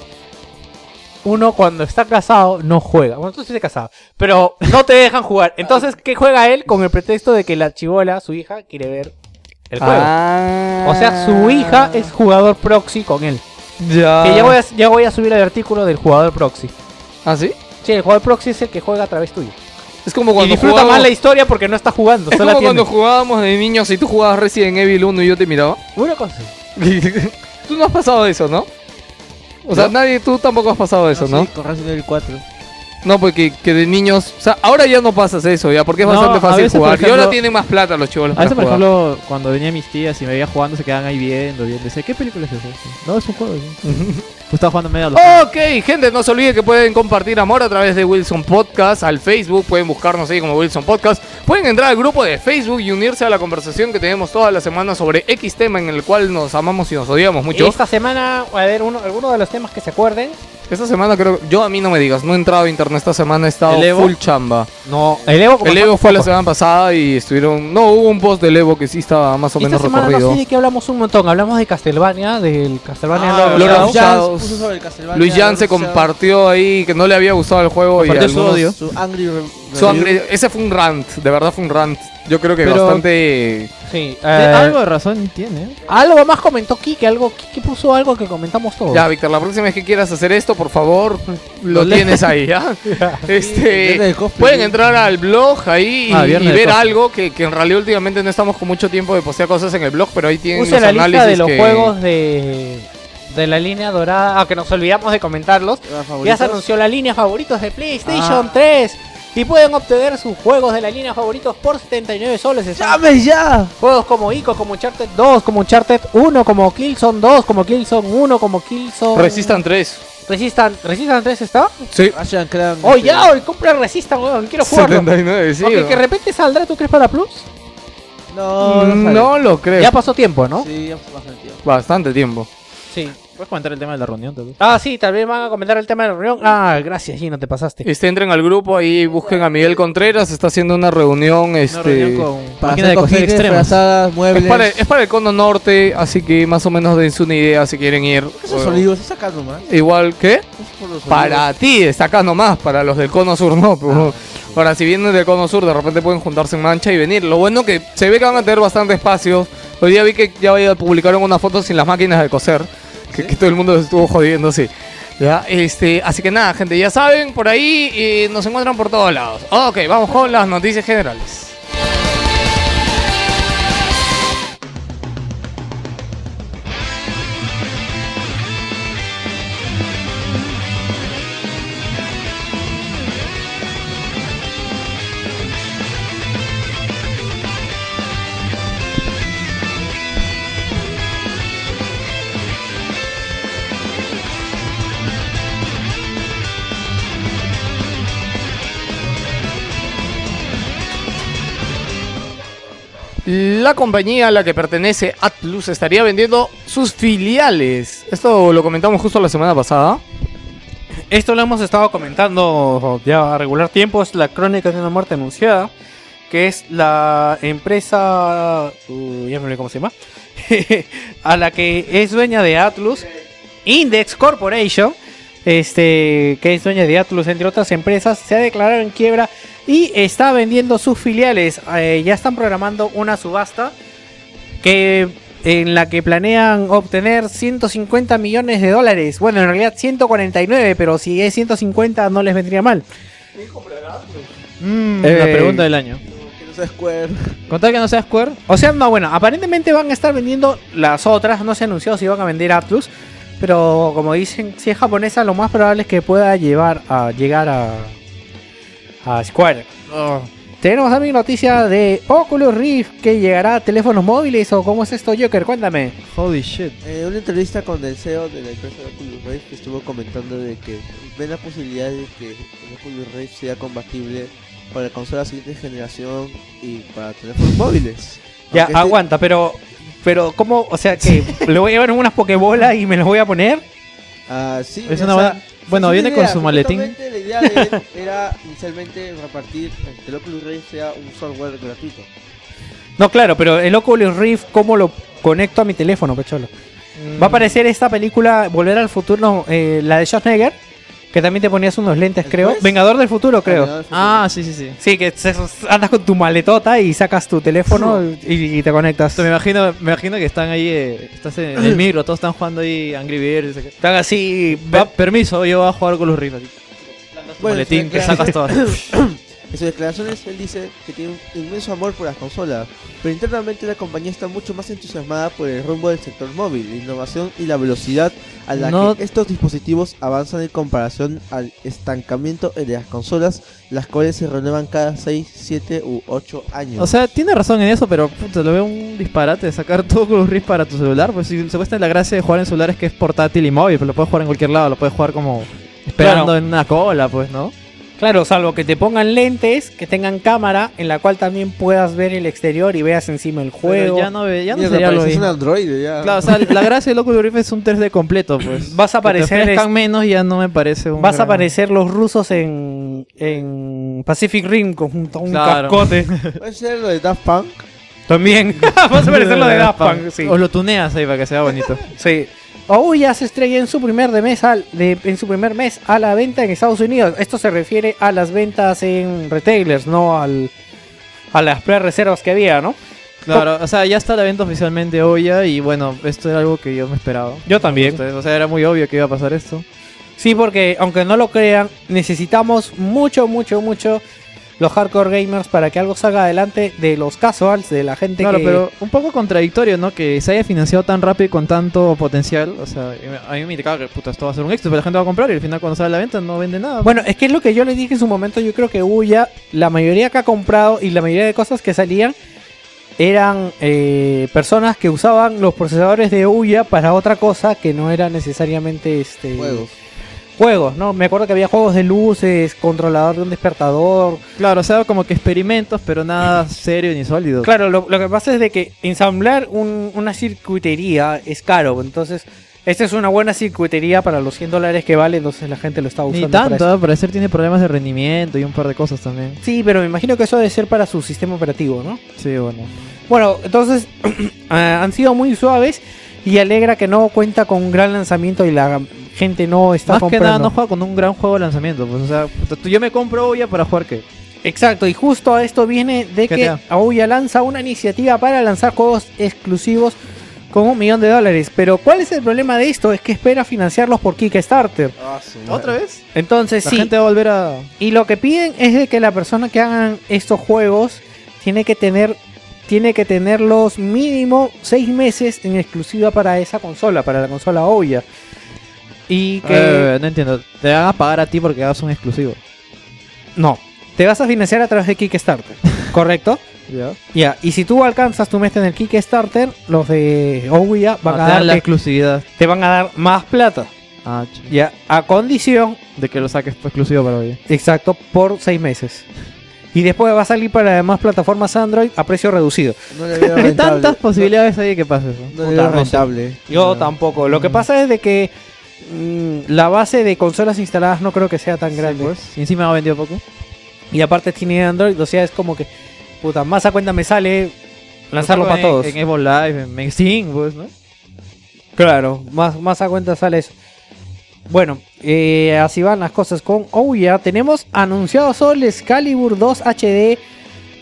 Speaker 7: Uno cuando está casado no juega. Bueno, tú sí estás casado, pero no te dejan jugar. Entonces, ¿qué juega él? Con el pretexto de que la chivola, su hija, quiere ver el juego.
Speaker 3: Ah. Ah.
Speaker 7: O sea, su hija es jugador proxy con él.
Speaker 3: Ya.
Speaker 7: Que ya voy, a, ya voy a subir el artículo del jugador proxy.
Speaker 3: ¿Ah, sí?
Speaker 7: Sí, el jugador proxy es el que juega a través tuyo.
Speaker 3: Es como cuando
Speaker 7: y disfruta
Speaker 3: jugábamos-
Speaker 7: más la historia porque no está jugando.
Speaker 3: Es
Speaker 7: solo
Speaker 3: como
Speaker 7: atiende.
Speaker 3: cuando jugábamos de niños y tú jugabas Resident Evil 1 y yo te miraba.
Speaker 7: Una cosa.
Speaker 3: tú no has pasado eso, ¿no? O sea, nadie, tú tampoco has pasado eso, ¿no?
Speaker 5: Ah, Sí, con Resident Evil 4.
Speaker 3: No, porque que de niños. O sea, ahora ya no pasas eso, ya, porque es
Speaker 1: No,
Speaker 3: bastante
Speaker 1: a
Speaker 3: fácil
Speaker 1: veces, por
Speaker 3: jugar. y ahora
Speaker 1: ejemplo-
Speaker 3: tienen más plata los chivos.
Speaker 1: A veces, por ejemplo, cuando venían mis tías y me veían jugando, se quedaban ahí viendo, viendo. Dice, ¿qué película es esa? No, es un juego. ¡Oh! ¿sí? Tú estabas jugando medio a los...
Speaker 3: Ok, gente, no se olviden que pueden compartir amor a través de Wilson Podcast al Facebook. Pueden buscarnos ahí como Wilson Podcast. Pueden entrar al grupo de Facebook y unirse a la conversación que tenemos toda la semana sobre X tema en el cual nos amamos y nos odiamos mucho.
Speaker 7: Esta semana, a ver, uno, alguno de los temas que se acuerden.
Speaker 3: Esta semana creo. Yo a mí no me digas, no he entrado a internet esta semana, he estado
Speaker 1: ¿El Evo?
Speaker 3: full chamba.
Speaker 7: No, el Evo. como
Speaker 3: El
Speaker 7: está-
Speaker 3: Evo fue la semana pasada y estuvieron. No, hubo un post del Evo que sí estaba más o
Speaker 7: Esta
Speaker 3: menos
Speaker 7: semana
Speaker 3: recorrido.
Speaker 7: no sé de qué hablamos un montón. Hablamos de Castlevania, del
Speaker 5: Ah,
Speaker 7: Castlevania Lord of
Speaker 3: Lord
Speaker 7: Shadow.
Speaker 3: of Shadows.
Speaker 5: puso sobre el Castlevania,
Speaker 3: Luis Jan
Speaker 5: Lord
Speaker 3: se
Speaker 5: of Shadows.
Speaker 3: compartió ahí que no le había gustado el juego y
Speaker 1: Compartió su
Speaker 3: algunos-
Speaker 1: odio.
Speaker 5: Su Angry Re-
Speaker 3: su
Speaker 5: Review.
Speaker 3: hambre- Ese fue un rant, de verdad fue un rant. Yo creo que
Speaker 1: Pero-
Speaker 3: bastante.
Speaker 7: Sí, eh,
Speaker 1: Tiene- algo
Speaker 7: algo,
Speaker 1: de razón tiene. ¿eh?
Speaker 7: más comentó Kike, algo Kike puso algo que comentamos todos.
Speaker 3: Ya, Víctor, la próxima vez que quieras hacer esto, por favor, lo
Speaker 1: Lo le-
Speaker 3: tienes ahí, ¿ya?
Speaker 5: Viernes
Speaker 3: este.
Speaker 5: de cosplay.
Speaker 3: Pueden entrar al blog ahí y,
Speaker 1: Ah,
Speaker 3: y
Speaker 1: viernes de
Speaker 3: ver
Speaker 1: cosas.
Speaker 3: algo que, que en realidad últimamente no estamos con mucho tiempo de postear cosas en el blog, pero ahí tienen
Speaker 7: Puse
Speaker 3: los
Speaker 7: la lista
Speaker 3: análisis
Speaker 7: de los
Speaker 3: que-
Speaker 7: juegos de, de la línea dorada, ah, que nos olvidamos de comentarlos.
Speaker 5: Temas
Speaker 7: Ya
Speaker 5: favoritos.
Speaker 7: se anunció la línea favoritos de PlayStation 3 y pueden obtener sus juegos de la línea favoritos por 79 soles. Están
Speaker 5: ¡Llames ya!
Speaker 7: Juegos como ICO, como Uncharted 2, como Uncharted 1, como Killzone 2, como Killzone 1, como Killzone...
Speaker 3: Resistan 3.
Speaker 7: Resistan, Resistan 3 está.
Speaker 3: Sí.
Speaker 5: Ratchet and Clank,
Speaker 7: Oh,
Speaker 5: este,
Speaker 7: ya, hoy compra Resistan, weón, quiero jugarlo.
Speaker 3: 79, sí.
Speaker 7: Ok,
Speaker 3: ¿no?
Speaker 7: que de repente saldrá, ¿tú crees para Plus?
Speaker 5: No,
Speaker 3: Mm,
Speaker 5: no, sale.
Speaker 3: no lo creo.
Speaker 7: Ya pasó tiempo, ¿no?
Speaker 5: Sí, ya pasó el tiempo.
Speaker 3: Bastante tiempo.
Speaker 7: Sí.
Speaker 1: Puedes comentar el tema de la reunión, tal vez.
Speaker 7: Ah, sí, tal vez van a comentar el tema de la reunión. Ah, gracias, Gino, te pasaste.
Speaker 3: Este, entren al grupo ahí, busquen a Miguel Contreras, está haciendo una reunión, este...
Speaker 1: Una reunión con
Speaker 5: Para
Speaker 1: máquina
Speaker 5: hacer
Speaker 1: de coser
Speaker 5: cojines,
Speaker 1: extremas.
Speaker 5: frazadas,
Speaker 3: Es
Speaker 5: muebles.
Speaker 3: para, es para el Cono Norte, así que más o menos dense una idea si quieren ir.
Speaker 5: Esos olivos, estás acá nomás.
Speaker 3: Igual que
Speaker 5: Es por los olivos. Ah.
Speaker 3: para ti, está acá nomás, para los del Cono Sur no. pero- Ahora, si vienen del Cono Sur, de repente pueden juntarse en mancha y venir. Lo bueno que se ve que van a tener bastante espacio. Hoy día vi que ya había- publicaron una foto sin las máquinas de coser, que, que todo el mundo estuvo jodiendo, sí. Ya, este, así que nada, gente, ya saben, por ahí eh, nos encuentran por todos lados. Ok, vamos con las noticias generales. La compañía a la que pertenece Atlus estaría vendiendo sus filiales. Esto lo comentamos justo la semana pasada.
Speaker 4: Esto lo hemos estado comentando ya a regular tiempo, es la crónica de una muerte anunciada, que es la empresa, uh, ya me olvidé cómo se llama, a la que es dueña de Atlus, Index Corporation, este, que es dueña de Atlus, entre otras empresas, se ha declarado en quiebra y está vendiendo sus filiales. Eh, ya están programando una subasta que
Speaker 7: en la que planean obtener 150 millones de dólares. Bueno, en realidad 149, pero si es 150 no les vendría mal. Mm,
Speaker 1: Es la
Speaker 7: eh,
Speaker 1: pregunta del año.
Speaker 5: Que no sea Square.
Speaker 1: Con tal que no sea Square,
Speaker 7: O sea, no, bueno, aparentemente van a estar vendiendo las otras, no se anunció si van a vender Atlus, pero como dicen, si es japonesa, lo más probable es que pueda llevar a llegar a, a Square. Tenemos también noticias de Oculus Rift que llegará a teléfonos móviles o cómo es esto, Joker, cuéntame.
Speaker 1: holy shit.
Speaker 5: Eh, una entrevista con el CEO de la empresa de Oculus Rift que estuvo comentando de que ven la posibilidad de que el Oculus Rift sea compatible para consolas siguiente generación y para teléfonos móviles.
Speaker 7: Ya,
Speaker 5: Aunque este-
Speaker 7: aguanta, pero pero cómo, o sea, que le voy a llevar unas pokebolas y me las voy a poner.
Speaker 5: Ah, sí,
Speaker 1: Es
Speaker 5: o
Speaker 1: una
Speaker 5: sea,
Speaker 1: buena- bueno,
Speaker 5: es una
Speaker 1: viene con
Speaker 5: idea,
Speaker 1: su maletín.
Speaker 5: justamente La idea de él era inicialmente repartir que el Oculus Rift sea un software gratuito.
Speaker 7: No, claro, pero el Oculus Rift, ¿cómo lo conecto a mi teléfono, pecholo? Va a aparecer esta película, Volver al Futuro, no, eh, la de Schwarzenegger, que también te ponías unos lentes, creo.
Speaker 5: Después-
Speaker 7: Vengador del Futuro, creo.
Speaker 1: Ah, sí, sí, sí.
Speaker 7: Sí, que se- andas con tu maletota y sacas tu teléfono y, y te conectas.
Speaker 1: Esto me imagino, me imagino que están ahí, eh, estás en el micro, todos están jugando ahí Angry Birds. y-
Speaker 7: Están así...
Speaker 1: Pe- permiso, yo voy a jugar con los rifles.
Speaker 5: Bueno,
Speaker 1: Boletín, que
Speaker 5: claro.
Speaker 1: sacas todo.
Speaker 5: En sus declaraciones él dice que tiene un inmenso amor por las consolas, pero internamente la compañía está mucho más entusiasmada por el rumbo del sector móvil, la innovación y la velocidad a la
Speaker 1: No-
Speaker 5: que estos dispositivos avanzan en comparación al estancamiento de las consolas, las cuales se renuevan cada 6, 7 u 8 años.
Speaker 1: O sea, tiene razón en eso, pero puta, lo veo un disparate de sacar todo con los riffs para tu celular. Pues si supuestamente la gracia de jugar en celular es que es portátil y móvil, pues lo puedes jugar en cualquier lado, lo puedes jugar como esperando
Speaker 7: Claro.
Speaker 1: en una cola, pues, ¿no?
Speaker 7: Claro, salvo que te pongan lentes, que tengan cámara, en la cual también puedas ver el exterior y veas encima el
Speaker 1: Pero
Speaker 7: juego.
Speaker 1: ya no, ve- ya no
Speaker 5: Mierda,
Speaker 1: sería lo
Speaker 5: pareces
Speaker 1: mismo.
Speaker 5: un androide ya.
Speaker 1: Claro, o sea, la gracia del Oculus Rift es un 3D completo, pues.
Speaker 7: Vas a
Speaker 1: Que te
Speaker 7: aparecer
Speaker 1: ofrezcan
Speaker 7: es-
Speaker 1: menos ya no me parece un
Speaker 7: Vas a
Speaker 1: gran-
Speaker 7: aparecer los rusos en, en Pacific Rim con un, un
Speaker 1: Claro.
Speaker 7: cascote.
Speaker 5: ¿Puede ser lo de Daft Punk?
Speaker 7: También. Vas a parecer lo de Daft Punk, sí.
Speaker 1: O lo tuneas ahí para que sea bonito.
Speaker 7: Sí. Ouya se estrella en su primer de mes al- de- en su primer mes a la venta en Estados Unidos. Esto se refiere a las ventas en retailers, no al a las pre-reservas que había, ¿no?
Speaker 1: Claro, o sea, ya está la venta oficialmente hoy ya y bueno, esto era algo que yo me esperaba.
Speaker 7: Yo también.
Speaker 1: Entonces, o sea, era muy obvio que iba a pasar esto.
Speaker 7: Sí, porque aunque no lo crean, necesitamos mucho, mucho, mucho los hardcore gamers para que algo salga adelante de los casuals, de la gente
Speaker 1: Claro,
Speaker 7: que
Speaker 1: pero un poco contradictorio, ¿no? Que se haya financiado tan rápido y con tanto potencial. O sea, y me- a mí me indicaba que puta, esto va a ser un éxito, pero la gente va a comprar y al final cuando sale a la venta no vende nada.
Speaker 7: Bueno, es que es lo que yo le dije en su momento. Yo creo que Uya, la mayoría que ha comprado y la mayoría de cosas que salían eran eh, personas que usaban los procesadores de Uya para otra cosa que no era necesariamente este
Speaker 5: Juegos.
Speaker 7: juegos, ¿no? Me acuerdo que había juegos de luces, controlador de un despertador.
Speaker 1: claro, o sea, como que experimentos, pero nada serio ni sólido.
Speaker 7: Claro, lo, lo que pasa es de que ensamblar un- una circuitería es caro, entonces esta es una buena circuitería para los 100 dólares que vale, entonces la gente lo está usando.
Speaker 1: Ni
Speaker 7: para
Speaker 1: tanto,
Speaker 7: eso.
Speaker 1: al parecer tiene problemas de rendimiento y un par de cosas también.
Speaker 7: Sí, pero me imagino que eso debe ser para su sistema operativo, ¿no?
Speaker 1: Sí, bueno.
Speaker 7: Bueno, entonces ah, han sido muy suaves y alegra que no cuenta con un gran lanzamiento y la gente no está
Speaker 1: Más que nada
Speaker 7: comprando.
Speaker 1: no juega con un gran juego de lanzamiento. Pues, o sea, puta, tú- yo me compro Ouya para jugar qué.
Speaker 7: Exacto, y justo a esto viene de
Speaker 1: ¿Qué
Speaker 7: que
Speaker 1: tal?
Speaker 7: Aoya lanza una iniciativa para lanzar juegos exclusivos con un millón de dólares. Pero ¿cuál es el problema de esto? Es que espera financiarlos por Kickstarter.
Speaker 1: ¿Otra vez?
Speaker 7: Entonces,
Speaker 1: La
Speaker 7: sí. Eh,
Speaker 1: gente va a volver a...
Speaker 7: Y lo que piden es de que la persona que hagan estos juegos tiene que tener tiene que tenerlos mínimo seis meses en exclusiva para esa consola, para la consola Ouya. Y que
Speaker 1: Eh, no entiendo. Te van a pagar a ti porque hagas un exclusivo.
Speaker 7: no, te vas a financiar a través de Kickstarter, ¿correcto?
Speaker 1: ¿Ya?
Speaker 7: Ya, y si tú alcanzas tu meta en el Kickstarter, los de Ouya van
Speaker 1: Ah,
Speaker 7: a
Speaker 1: te dan la
Speaker 7: darte-
Speaker 1: exclusividad.
Speaker 7: te van a dar más plata.
Speaker 1: Ah, ch-
Speaker 7: Ya, a condición
Speaker 1: De que lo saques pues, exclusivo para hoy.
Speaker 7: Exacto, por seis meses. Y después va a salir para demás plataformas Android a precio reducido.
Speaker 5: No le veo
Speaker 1: Hay
Speaker 5: rentable.
Speaker 1: tantas posibilidades ahí que pase eso.
Speaker 5: No, no le veo
Speaker 7: Puta, no sé.
Speaker 5: rentable.
Speaker 7: Yo
Speaker 1: No.
Speaker 7: tampoco. Lo que pasa es de que mm, la base de consolas instaladas no creo que sea tan grande.
Speaker 1: Y encima ha vendido poco.
Speaker 7: Y aparte tiene Android, o sea, es como que, puta, más a cuenta me sale lanzarlo para
Speaker 1: En-
Speaker 7: todos.
Speaker 1: En Evo Live, en en Steam, pues, ¿no?
Speaker 7: Claro, más, más a cuenta sale eso. Bueno, eh, así van las cosas con Ouya. Tenemos anunciado Sol Excalibur 2 HD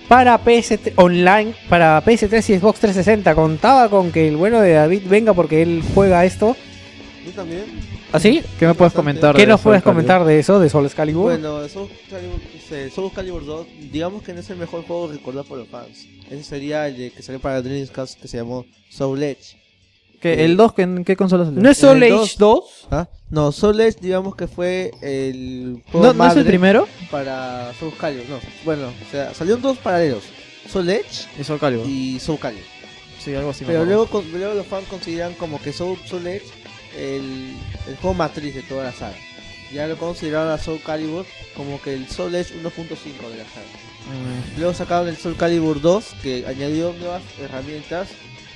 Speaker 7: para PS3 online, para PS3 y Xbox 360. Contaba con que el bueno de David venga porque él juega esto.
Speaker 5: Yo también.
Speaker 7: ¿Así?
Speaker 1: ¿Qué me puedes comentar?
Speaker 7: ¿Ah, ¿Qué
Speaker 1: de
Speaker 7: nos
Speaker 1: Soul
Speaker 7: puedes
Speaker 1: Calibur?
Speaker 7: comentar de eso, de Soul Calibur?
Speaker 5: Bueno, Soul Calibur, eh, Soul Calibur 2, digamos que no es el mejor juego recordado por los fans. Ese sería el de- que salió para Dreamcast que se llamó Soul Edge.
Speaker 1: ¿Qué- ¿El 2 en qué consola salió?
Speaker 7: eh, ¿No es Soul
Speaker 5: el
Speaker 7: Edge
Speaker 5: dos.
Speaker 7: 2?
Speaker 5: ¿Ah? No, Soul Edge digamos que fue el
Speaker 1: ¿No-
Speaker 5: juego
Speaker 1: ¿No es el
Speaker 5: madre
Speaker 1: primero?
Speaker 5: para Soul Calibur, no. Bueno, o sea, salieron dos paralelos, Soul Edge
Speaker 1: Es Soul Calibur.
Speaker 5: y Soul Calibur.
Speaker 1: Ah. Sí, algo así. me
Speaker 5: Pero
Speaker 1: acuerdo.
Speaker 5: luego, con- luego los fans consideran como que Soul, Soul Edge el, el juego matriz de toda la saga. Ya lo consideraron a Soul Calibur como que el Soul Edge 1.5 de la saga.
Speaker 1: Mm,
Speaker 5: Luego sacaron el Soul Calibur 2 que añadió nuevas herramientas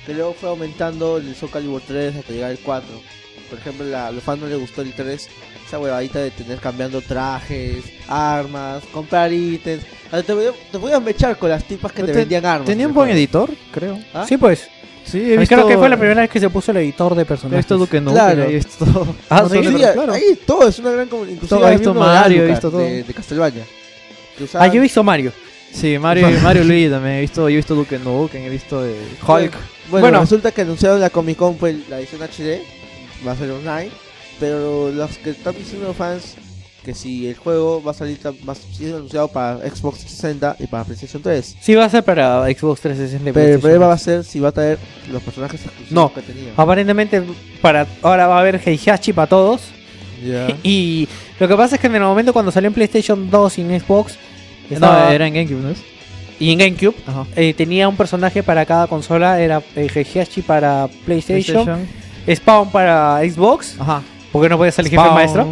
Speaker 5: que luego fue aumentando el Soul Calibur 3 hasta llegar al 4. Por ejemplo, la- a los fans no les gustó el 3, esa huevadita de tener cambiando trajes, armas, comprar ítems. Ah, Te, voy a- te voy a mechar con las tipas que
Speaker 1: Pero
Speaker 5: te,
Speaker 1: te-
Speaker 5: vendían armas.
Speaker 1: Tenía
Speaker 5: en
Speaker 1: un
Speaker 5: el
Speaker 1: buen
Speaker 5: juego.
Speaker 1: editor, creo.
Speaker 5: ¿Ah?
Speaker 7: Sí, pues.
Speaker 1: Sí, he visto.
Speaker 7: Creo que fue la primera vez que se puso el editor de
Speaker 1: He
Speaker 7: personajes.
Speaker 1: visto Duke Nukem,
Speaker 5: Claro.
Speaker 1: he visto.
Speaker 5: Ah,
Speaker 1: no
Speaker 5: sí,
Speaker 1: sé,
Speaker 5: sí,
Speaker 1: pero claro.
Speaker 5: ahí todo, es una gran comunidad. Inclusive
Speaker 1: Todo, he
Speaker 5: hay
Speaker 1: visto
Speaker 5: uno de
Speaker 1: Mario, he
Speaker 5: Alucard,
Speaker 1: visto todo.
Speaker 5: De, de Castlevania. que
Speaker 7: Ah,
Speaker 5: usaban-
Speaker 7: yo he visto Mario.
Speaker 1: Sí, Mario, Mario Luigi también he visto, yo he visto Duke Nukem, he visto eh, de
Speaker 5: Bueno, Bueno,
Speaker 7: Bueno.
Speaker 5: resulta que anunciaron la Comic Con, pues la edición HD, va a ser online, pero los que están diciendo los fans que si el juego va a salir, tam- va a ser anunciado para Xbox 60 y para PlayStation 3.
Speaker 7: Sí, va a ser para Xbox 360. y
Speaker 5: Pero el
Speaker 7: PlayStation.
Speaker 5: problema va a ser si va a traer los personajes exclusivos
Speaker 7: No. Ah.
Speaker 5: que tenía.
Speaker 7: Aparentemente, para, ahora va a haber Heihachi para todos. Ah.
Speaker 5: Ya.
Speaker 7: Y lo que pasa es que en el momento cuando salió en PlayStation 2 y en Xbox
Speaker 1: No,
Speaker 7: estaba-
Speaker 1: era en GameCube, ¿no es?
Speaker 7: y en GameCube,
Speaker 1: Ajá.
Speaker 7: eh, tenía un personaje para cada consola. Era eh, Heihachi para PlayStation,
Speaker 1: PlayStation.
Speaker 7: Spawn para Xbox,
Speaker 1: Ajá.
Speaker 7: porque no podía ser el jefe
Speaker 1: Spawn.
Speaker 7: maestro.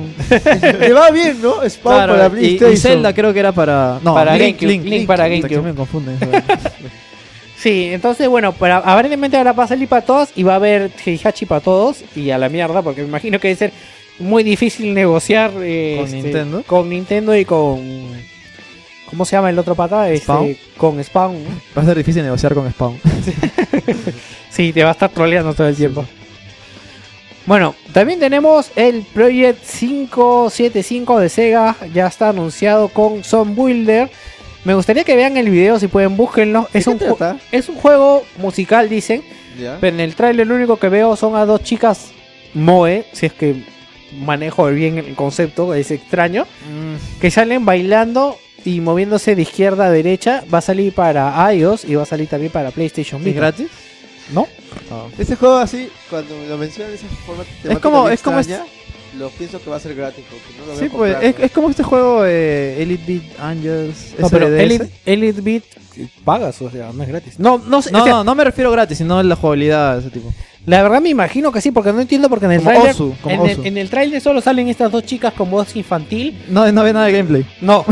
Speaker 5: Le va bien, ¿no? Spawn
Speaker 1: Claro,
Speaker 5: para
Speaker 1: y-
Speaker 5: PlayStation.
Speaker 1: Y, Zelda creo que era para. No,
Speaker 7: Para
Speaker 1: Link,
Speaker 7: GameCube,
Speaker 1: Link,
Speaker 7: Link para
Speaker 1: Puta, que
Speaker 7: GameCube.
Speaker 1: me confunden. joder.
Speaker 7: Sí, entonces bueno, para, aparentemente ahora va a salir para todos y va a haber Heihachi para todos y a la mierda, porque me imagino que debe ser muy difícil negociar eh,
Speaker 1: Con Nintendo.
Speaker 7: con Nintendo y con ¿cómo se llama el otro pata? Este,
Speaker 1: Spawn.
Speaker 7: con Spawn. ¿no?
Speaker 1: Va a ser difícil negociar con Spawn.
Speaker 7: Sí, te va a estar troleando todo el tiempo. Bueno, también tenemos el Project 575 de Sega, ya está anunciado con Son Builder. Me gustaría que vean el video si pueden, búsquenlo. Es un, ju-
Speaker 5: trata?
Speaker 7: es un juego musical, dicen.
Speaker 5: Ya.
Speaker 7: Pero en el tráiler lo único que veo son a dos chicas Moe, si es que manejo bien el concepto, es extraño, que salen bailando y moviéndose de izquierda a derecha. Va a salir para iOS y va a salir también para PlayStation
Speaker 1: ¿Es
Speaker 7: Vita.
Speaker 1: gratis?
Speaker 7: ¿No?
Speaker 5: Ese juego así, cuando me lo mencionan de esa forma temática
Speaker 1: como-
Speaker 5: tan
Speaker 1: es como este-
Speaker 5: extraña, lo pienso que va a ser gratis porque no lo voy
Speaker 1: Sí,
Speaker 5: a
Speaker 1: pues
Speaker 5: comprar,
Speaker 1: es,
Speaker 5: ¿no?
Speaker 1: es como este juego eh, Elite Beat Angels.
Speaker 7: No, pero
Speaker 1: SDDS.
Speaker 7: Elite, Elite Beat pagas, o sea, no es gratis. No, no sé.
Speaker 1: No,
Speaker 7: o sea,
Speaker 1: no, no me refiero gratis, sino en la jugabilidad de ese tipo.
Speaker 7: La verdad me imagino que sí, porque no entiendo porque en el
Speaker 1: Como
Speaker 7: tráiler
Speaker 1: Osu, como
Speaker 7: en,
Speaker 1: Osu.
Speaker 7: el, en el tráiler solo salen estas dos chicas con voz infantil.
Speaker 1: No, no ve nada de gameplay.
Speaker 7: No,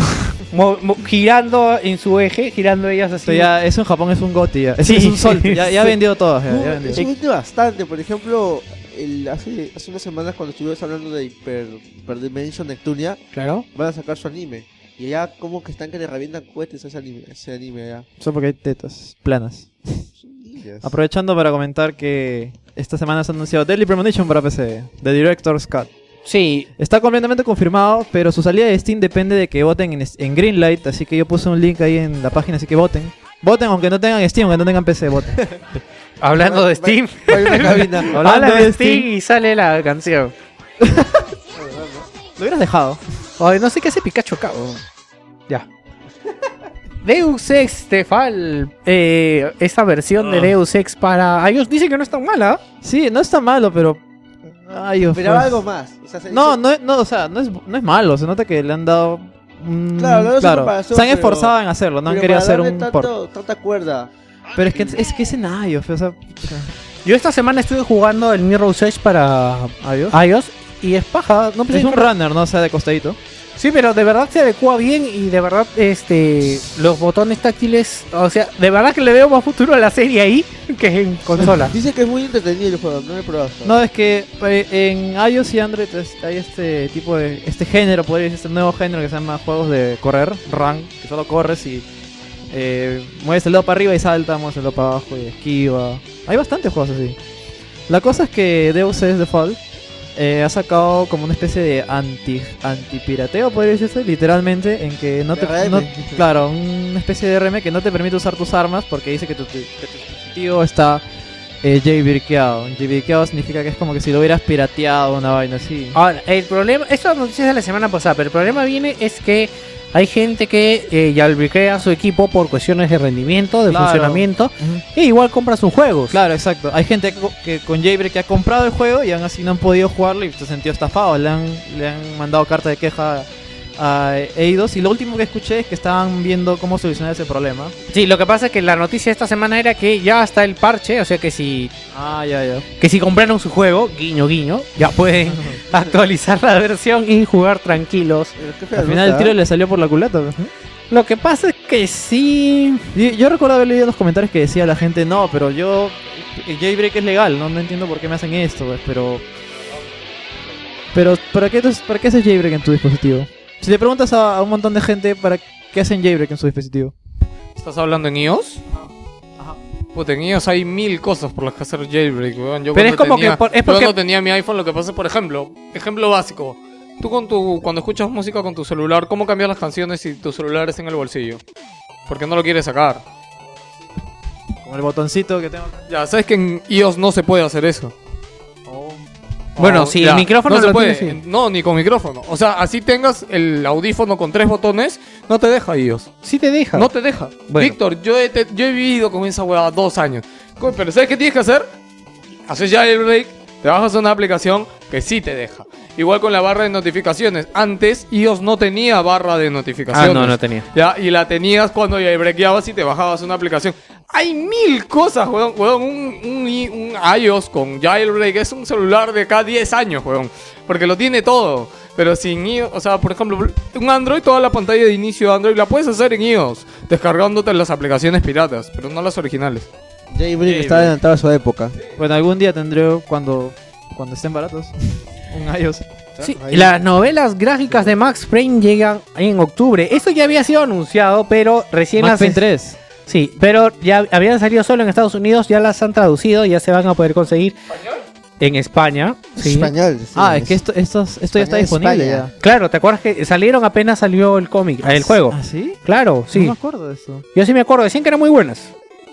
Speaker 7: mo- mo- girando en su eje, girando ellas
Speaker 1: O
Speaker 7: así.
Speaker 1: sea, ya, eso en Japón es un goti, ya. Es,
Speaker 7: Sí.
Speaker 1: es un sol. Ya, ya
Speaker 7: Sí.
Speaker 1: vendió todas. Ya,
Speaker 5: No,
Speaker 1: ya
Speaker 5: eso
Speaker 1: vendió.
Speaker 5: vende bastante. Por ejemplo, el- hace, hace unas semanas cuando estuvimos hablando de Hyper, Hyper Dimension Neptunia,
Speaker 7: Claro.
Speaker 5: van a sacar su anime. Y allá como que están que le revientan cohetes a ese anime, a ese anime allá.
Speaker 1: Solo porque hay tetas planas.
Speaker 5: Son niñas.
Speaker 1: Aprovechando para comentar que esta semana se ha anunciado Deadly Premonition para PC, de Director's Cut.
Speaker 7: Sí,
Speaker 1: Está completamente confirmado, pero su salida de Steam depende de que voten en, en Greenlight, así que yo puse un link ahí en la página, así que voten. Voten aunque no tengan Steam, aunque no tengan PC, voten.
Speaker 7: hablando de Steam.
Speaker 5: Va a haber una cabina.
Speaker 7: Habla de Steam y sale la canción.
Speaker 1: Lo hubieras dejado.
Speaker 7: Ay, no sé qué hace Pikachu acá. oh. Ya. Deus Ex Tefal. Eh, esta versión de Deus Ex para iOS dice que no es tan mala.
Speaker 1: Sí, no está malo, pero... Ay, Dios,
Speaker 5: Esperaba
Speaker 1: pues.
Speaker 5: algo más. O sea, se
Speaker 1: No,
Speaker 5: dice-
Speaker 1: no, es- no, o sea, no es, no es malo, se nota que le han dado... mm,
Speaker 5: Claro, no es comparación,
Speaker 1: se han
Speaker 5: pero-
Speaker 1: esforzado en hacerlo, no han
Speaker 5: pero
Speaker 1: querido
Speaker 5: para
Speaker 1: hacer
Speaker 5: darle
Speaker 1: un port.
Speaker 5: tanto, tanta cuerda.
Speaker 1: Pero es que es que escenario, o sea,
Speaker 7: Yo esta semana estuve jugando el Mirror's Edge para
Speaker 1: adiós.
Speaker 7: iOS y es paja.
Speaker 5: pues
Speaker 7: No pensé
Speaker 1: Es un
Speaker 7: que-
Speaker 1: runner, no, o sea, de costadito.
Speaker 7: Sí, pero de verdad se adecua bien y de verdad este los botones táctiles, o sea, de verdad que le veo más futuro a la serie ahí que en consola.
Speaker 5: Dice que es muy entretenido el juego, no lo he probado. hasta
Speaker 1: No, es que eh, en iOS y Android es- hay este tipo de. este género, podría decir, este nuevo género que se llama juegos de correr, run, que solo corres y. eh, mueves el dedo para arriba y salta, mueves el dedo para abajo y esquiva. Hay bastantes juegos así. La cosa es que Deus es Default eh, ha sacado como una especie de anti antipirateo, podría decirse, literalmente, en que no te...
Speaker 9: DRM.
Speaker 1: no- claro, una especie de RM que no te permite usar tus armas porque dice que tu, tu- que tu dispositivo está eh, jailbreakado. Jailbreakado significa que es como que si lo hubieras pirateado una vaina así.
Speaker 7: Ahora, el problema, esto es noticias de la semana pasada, pero el problema viene es que hay gente que eh, jailbreakea su equipo por cuestiones de rendimiento, de
Speaker 1: Claro.
Speaker 7: funcionamiento,
Speaker 1: Ujú.
Speaker 7: e igual compra sus juegos.
Speaker 1: Claro, exacto. Hay gente que, co- que con jailbreak que ha comprado el juego y aún así no han podido jugarlo y se sentido estafado. Le han, le han mandado carta de queja a Eidos y lo último que escuché es que estaban viendo cómo solucionar ese problema.
Speaker 7: Sí, lo que pasa es que la noticia esta semana era que ya está el parche, o sea que si,
Speaker 1: Ah, ya, ya.
Speaker 7: que si compraron su juego, guiño guiño, ya pueden actualizar la versión y jugar tranquilos.
Speaker 1: Al final el tiro le salió por la culata. pues, ¿no?
Speaker 7: Lo que pasa es que sí,
Speaker 1: Y- Yo, recuerdo haber leído los comentarios que decía la gente, no, pero yo... el Jailbreak es legal, ¿no? no entiendo por qué me hacen esto, pues, pero... Pero, ¿para qué, tus- ¿para qué haces jailbreak en tu dispositivo? Si le preguntas a, a un montón de gente, ¿para qué hacen jailbreak en su dispositivo?
Speaker 3: ¿Estás hablando en iOS?
Speaker 1: Ajá.
Speaker 3: Puta, en iOS hay mil cosas por las que hacer jailbreak, weón. Yo
Speaker 7: Pero
Speaker 3: cuando
Speaker 7: es como que
Speaker 3: tenía-
Speaker 7: por- es
Speaker 3: yo
Speaker 7: porque-
Speaker 3: cuando tenía mi iPhone, lo que pasa, por ejemplo, ejemplo básico. Tú con tu, cuando escuchas música con tu celular, ¿cómo cambias las canciones si tu celular es en el bolsillo? Porque no lo quieres sacar.
Speaker 1: Como el botoncito que tengo acá.
Speaker 3: Ya, sabes que en iOS no se puede hacer eso.
Speaker 7: Bueno,
Speaker 3: Oh,
Speaker 7: si
Speaker 3: ya.
Speaker 7: el micrófono
Speaker 3: no se
Speaker 7: lo
Speaker 3: puede.
Speaker 7: tiene, sí.
Speaker 3: No, ni con micrófono. O sea, así tengas el audífono con tres botones, no te deja iOS.
Speaker 7: sí te deja.
Speaker 3: No te deja.
Speaker 7: Bueno.
Speaker 3: Víctor, yo he, te- yo he vivido con esa hueá dos años. Co- Pero ¿sabes qué tienes que hacer? Haces ya el break, te bajas una aplicación que sí te deja. Igual con la barra de notificaciones. Antes iOS no tenía barra
Speaker 7: Ah,
Speaker 3: de notificaciones.
Speaker 7: tenía.
Speaker 3: Ya, y la tenías cuando ya brequeabas y te bajabas una aplicación. Hay mil cosas, weón. weón un, un i- un iOS con jailbreak es un celular de cada 10 años, weón. Porque lo tiene todo. Pero sin iOS, o sea, por ejemplo, un Android, toda la pantalla de inicio de Android la puedes hacer en iOS, descargándote las aplicaciones piratas, pero no las originales.
Speaker 9: Jailbreak estaba adelantado a su época.
Speaker 1: Bueno, algún día tendré cuando cuando estén baratos. Un iOS.
Speaker 7: Sí, las novelas gráficas de Max Payne llegan en octubre. Esto ya había sido anunciado, pero recién
Speaker 1: Max
Speaker 7: las-
Speaker 1: Payne 3.
Speaker 7: Sí, pero ya habían salido solo en Estados Unidos, ya las han traducido, ya se van a poder conseguir en España. sí.
Speaker 9: Español.
Speaker 1: Ah, es que esto, estos- esto ya está
Speaker 9: España,
Speaker 1: disponible
Speaker 9: España.
Speaker 1: ya.
Speaker 7: Claro, ¿te acuerdas que salieron apenas salió el cómic, el juego?
Speaker 1: ¿Ah, sí?
Speaker 7: Claro,
Speaker 1: No
Speaker 7: sí.
Speaker 1: me acuerdo de eso.
Speaker 7: Yo sí me acuerdo, decían que eran muy buenas.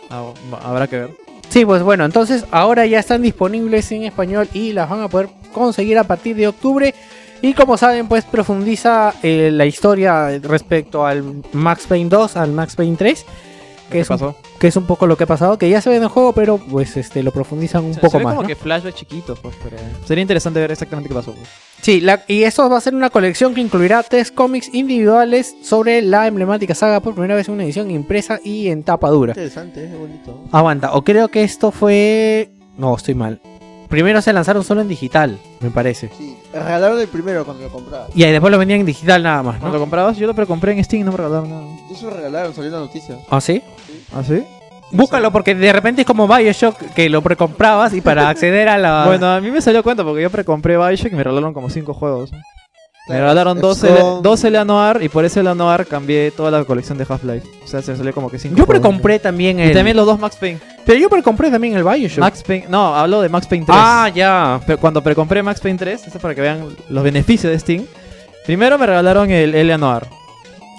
Speaker 1: Ah, bueno, habrá que ver.
Speaker 7: Sí, pues bueno, entonces ahora ya están disponibles en español y las van a poder conseguir a partir de octubre. Y como saben, pues profundiza eh, la historia respecto al Max Payne 2, al Max Payne 3, que
Speaker 1: ¿Qué
Speaker 7: es, un,
Speaker 1: pasó?
Speaker 7: que es un poco lo que ha pasado, que ya se ve en el juego, pero pues este lo profundizan un
Speaker 1: Se- se
Speaker 7: poco
Speaker 1: ve
Speaker 7: más.
Speaker 1: como
Speaker 7: ¿no?
Speaker 1: que flashback chiquito, pues, pero... Sería interesante ver exactamente qué pasó. pues.
Speaker 7: Sí, la- y esto va a ser una colección que incluirá tres cómics individuales sobre la emblemática saga por primera vez en una edición impresa y en tapa dura.
Speaker 9: Interesante, es bonito.
Speaker 7: Aguanta, o creo que esto fue. No, estoy mal. Primero se lanzaron solo en digital, me parece.
Speaker 9: Sí, regalaron el primero cuando lo compraba.
Speaker 7: Y ahí después lo vendían en digital nada más,
Speaker 1: Cuando
Speaker 7: ¿no?
Speaker 1: lo comprabas, yo lo precompré en Steam y no me regalaron nada.
Speaker 9: Eso regalaron, salió la noticia.
Speaker 7: ¿Ah, sí?
Speaker 1: ¿Ah, sí?
Speaker 7: Búscalo porque de repente es como Bioshock que lo precomprabas y para acceder a la.
Speaker 1: Bueno, a mí me salió cuenta porque yo precompré Bioshock y me regalaron como 5 juegos. Me
Speaker 9: Claro,
Speaker 1: regalaron 12
Speaker 9: Epson.
Speaker 1: Eleanoar y por ese Eleanoar cambié toda la colección de Half-Life. O sea, se me salió como que 5
Speaker 7: yo precompré también el.
Speaker 1: Y también los dos Max Payne.
Speaker 7: Pero yo precompré también el Bioshock.
Speaker 1: Max Payne, no, hablo de Max Payne 3.
Speaker 7: ah, ya.
Speaker 1: Pero cuando precompré Max Payne 3, eso es para que vean los beneficios de Steam. Primero me regalaron el Eleanor.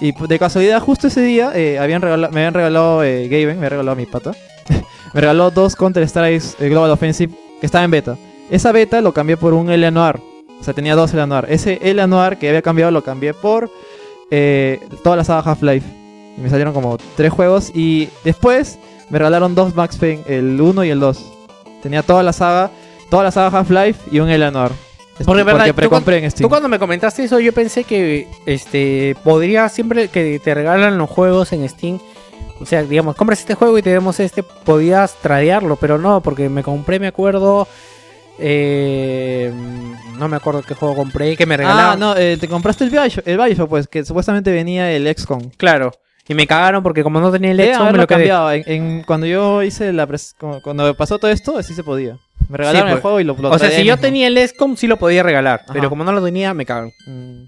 Speaker 1: Y de casualidad, justo ese día eh, habían regala- me habían regalado eh, Gaben, me había regalado mi pata. me regaló dos Counter-Strike Global Offensive que estaba en beta. Esa beta lo cambié por un Eleanor. O sea, tenía dos Eleanor. Ese Eleanor que había cambiado lo cambié por eh, toda la saga Half-Life. Y me salieron como tres juegos. Y después me regalaron dos Max Payne, el 1 y el 2. Tenía toda la saga, toda la saga Half-Life y un Eleanor. Es
Speaker 7: Porque, verdad, tú
Speaker 1: precompré en Steam.
Speaker 7: Tú cuando me comentaste eso, yo pensé que este podría siempre que te regalan los juegos en Steam. O sea, digamos, compras este juego y te damos este, podías tradearlo, pero no, porque me compré, me acuerdo. eh, no me acuerdo qué juego compré, que me regalaron.
Speaker 1: Ah, no, eh, te compraste el Bioshock, el Bioshock, pues, que supuestamente venía el XCOM.
Speaker 7: Claro. Y me cagaron porque como no tenía el
Speaker 1: Deben
Speaker 7: Exxon, me
Speaker 1: haberlo
Speaker 7: lo quedé.
Speaker 1: cambiado. En, en- cuando yo hice la pres- como- cuando pasó todo esto, así se podía. Me regalaron
Speaker 7: pues.
Speaker 1: el juego y lo, lo
Speaker 7: O sea,
Speaker 1: traía
Speaker 7: si
Speaker 1: ahí
Speaker 7: yo
Speaker 1: mismo.
Speaker 7: tenía el XCOM sí lo podía regalar,
Speaker 1: Ajá.
Speaker 7: pero como no lo tenía, me cagaron.
Speaker 1: Mm,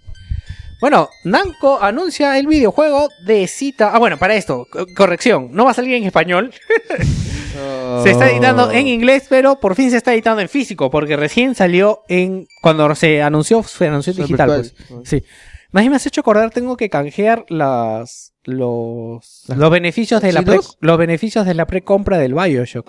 Speaker 7: Bueno, Namco anuncia el videojuego de cita. Ah, bueno, para esto, co- corrección, no va a salir en español.
Speaker 4: Se está editando
Speaker 1: Oh.
Speaker 4: en inglés, pero por fin se está editando en físico, porque recién salió en. Cuando se anunció, se anunció en digital. Pues. Sí. Más bien me has hecho acordar, tengo que canjear las los, los beneficios de la pre-
Speaker 5: ¿Chinos?
Speaker 4: los beneficios de la precompra del BioShock.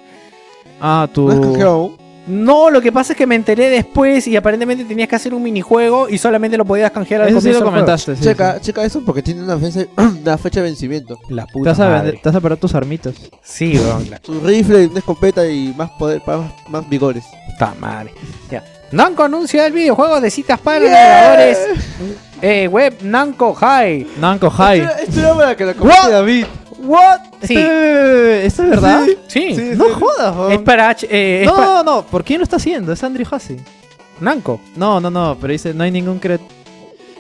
Speaker 1: Ah, tu...
Speaker 9: Uh.
Speaker 4: No, lo que pasa es que me enteré después y aparentemente tenías que hacer un minijuego y solamente lo podías canjear al
Speaker 1: Eso sí
Speaker 4: comienzo
Speaker 1: lo
Speaker 4: del juego.
Speaker 1: comentaste. sí,
Speaker 5: Checa, checa eso porque tiene una fecha, una fecha de vencimiento.
Speaker 4: La
Speaker 1: sí. Te
Speaker 4: puta
Speaker 1: vas, a
Speaker 4: madre.
Speaker 1: vender- te vas a perder tus armitas.
Speaker 4: Sí, weón, la
Speaker 5: Tu rifle, una escopeta y más poder, para más, más vigores.
Speaker 7: Ah,
Speaker 4: puta madre. Ya. Namco anuncia el videojuego de citas para navegadores eh, web Namco High.
Speaker 1: Nanko High.
Speaker 5: Esto era- Esto era para que lo comente
Speaker 4: What?
Speaker 5: David.
Speaker 1: ¿What?
Speaker 4: Sí.
Speaker 1: ¿Esto es verdad?
Speaker 4: Sí.
Speaker 1: No jodas,
Speaker 4: Es
Speaker 1: weón.
Speaker 4: para H- eh, es
Speaker 1: No,
Speaker 4: pa-
Speaker 1: no, no. ¿Por quién lo está haciendo? Es Andrew Hassi.
Speaker 4: Namco.
Speaker 1: No, no, no. Pero dice, no hay ningún cre-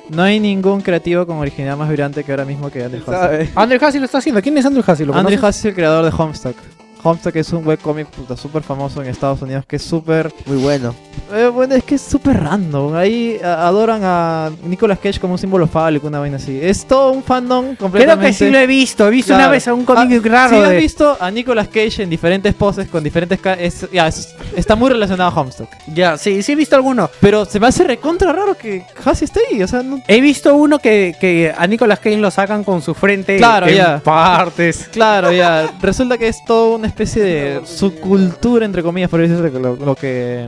Speaker 1: No hay ningún creativo con original más vibrante que ahora mismo que Andrew
Speaker 9: eh,
Speaker 1: Hassi.
Speaker 5: ¿Sabe?
Speaker 4: Andrew Hassi lo está haciendo. ¿Quién es Andrew Hassi? ¿Lo
Speaker 1: Andrew
Speaker 4: conoces?
Speaker 1: Hassi es el creador de Homestuck. Homestuck es un webcomic puta súper famoso en Estados Unidos que es súper...
Speaker 5: Muy bueno.
Speaker 1: Eh, bueno, es que es súper random. Ahí a- adoran a Nicolas Cage como un símbolo fálico, una vaina así. Es todo un fandom
Speaker 4: Creo
Speaker 1: completamente...
Speaker 4: que sí lo he visto. He visto una
Speaker 1: Claro.
Speaker 4: vez a un cómic
Speaker 1: Ah,
Speaker 4: raro.
Speaker 1: Si has
Speaker 4: de-
Speaker 1: visto a Nicolas Cage en diferentes poses con diferentes... ca- es- ya, es- está muy relacionado a Homestuck.
Speaker 4: Ya, sí, sí he visto alguno.
Speaker 1: Pero se me hace recontra raro que Hassi esté ahí. O sea, no...
Speaker 4: He visto uno que, que a Nicolas Cage lo sacan con su frente
Speaker 1: Claro,
Speaker 4: en
Speaker 1: ya.
Speaker 4: partes.
Speaker 1: Claro, ya. Resulta que es toda una especie de subcultura, entre comillas, por decirlo, que lo, lo que...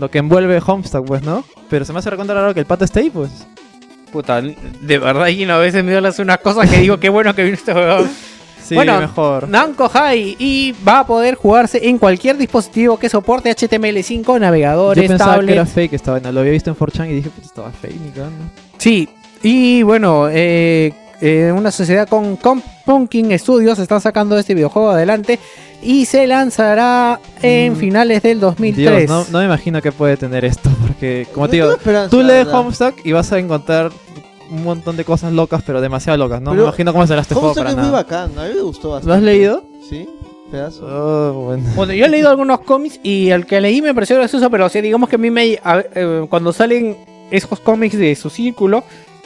Speaker 1: Lo que envuelve Homestuck, pues, ¿no? Pero se me hace recontra raro que el pato esté ahí, pues.
Speaker 4: Puta, de verdad, Gino, a veces me hablas unas cosas que digo, qué bueno que vino este juego.
Speaker 1: Sí,
Speaker 4: Bueno,
Speaker 1: mejor.
Speaker 4: Namco High y va a poder jugarse en cualquier dispositivo que soporte HTML5,
Speaker 1: Yo
Speaker 4: navegadores,
Speaker 1: pensaba que
Speaker 4: tablets.
Speaker 1: era fake esta vaina. Lo había visto en 4chan y dije, pues estaba fake, ni cagando.
Speaker 4: Sí, y bueno, eh, eh, una sociedad con, con Pumpkin Studios están sacando este videojuego adelante y se lanzará en
Speaker 1: Mm.
Speaker 4: finales del 2003.
Speaker 1: Dios, no, no me imagino que puede tener esto, porque como te
Speaker 5: No
Speaker 1: digo,
Speaker 5: tengo esperanza,
Speaker 1: tú lees
Speaker 5: la verdad.
Speaker 1: Homestuck y vas a encontrar un montón de cosas locas, pero demasiado locas. No
Speaker 5: Pero
Speaker 1: me imagino cómo será este juego
Speaker 5: Homestuck
Speaker 1: para
Speaker 5: es muy
Speaker 1: nada.
Speaker 5: bacán, a mí me gustó bastante.
Speaker 1: ¿Lo has leído?
Speaker 5: Sí, pedazo.
Speaker 1: Oh, bueno.
Speaker 4: Bueno, yo he leído algunos cómics y el que leí me pareció gracioso, pero o sea, digamos que a mí me, a- eh, cuando salen esos cómics de su círculo,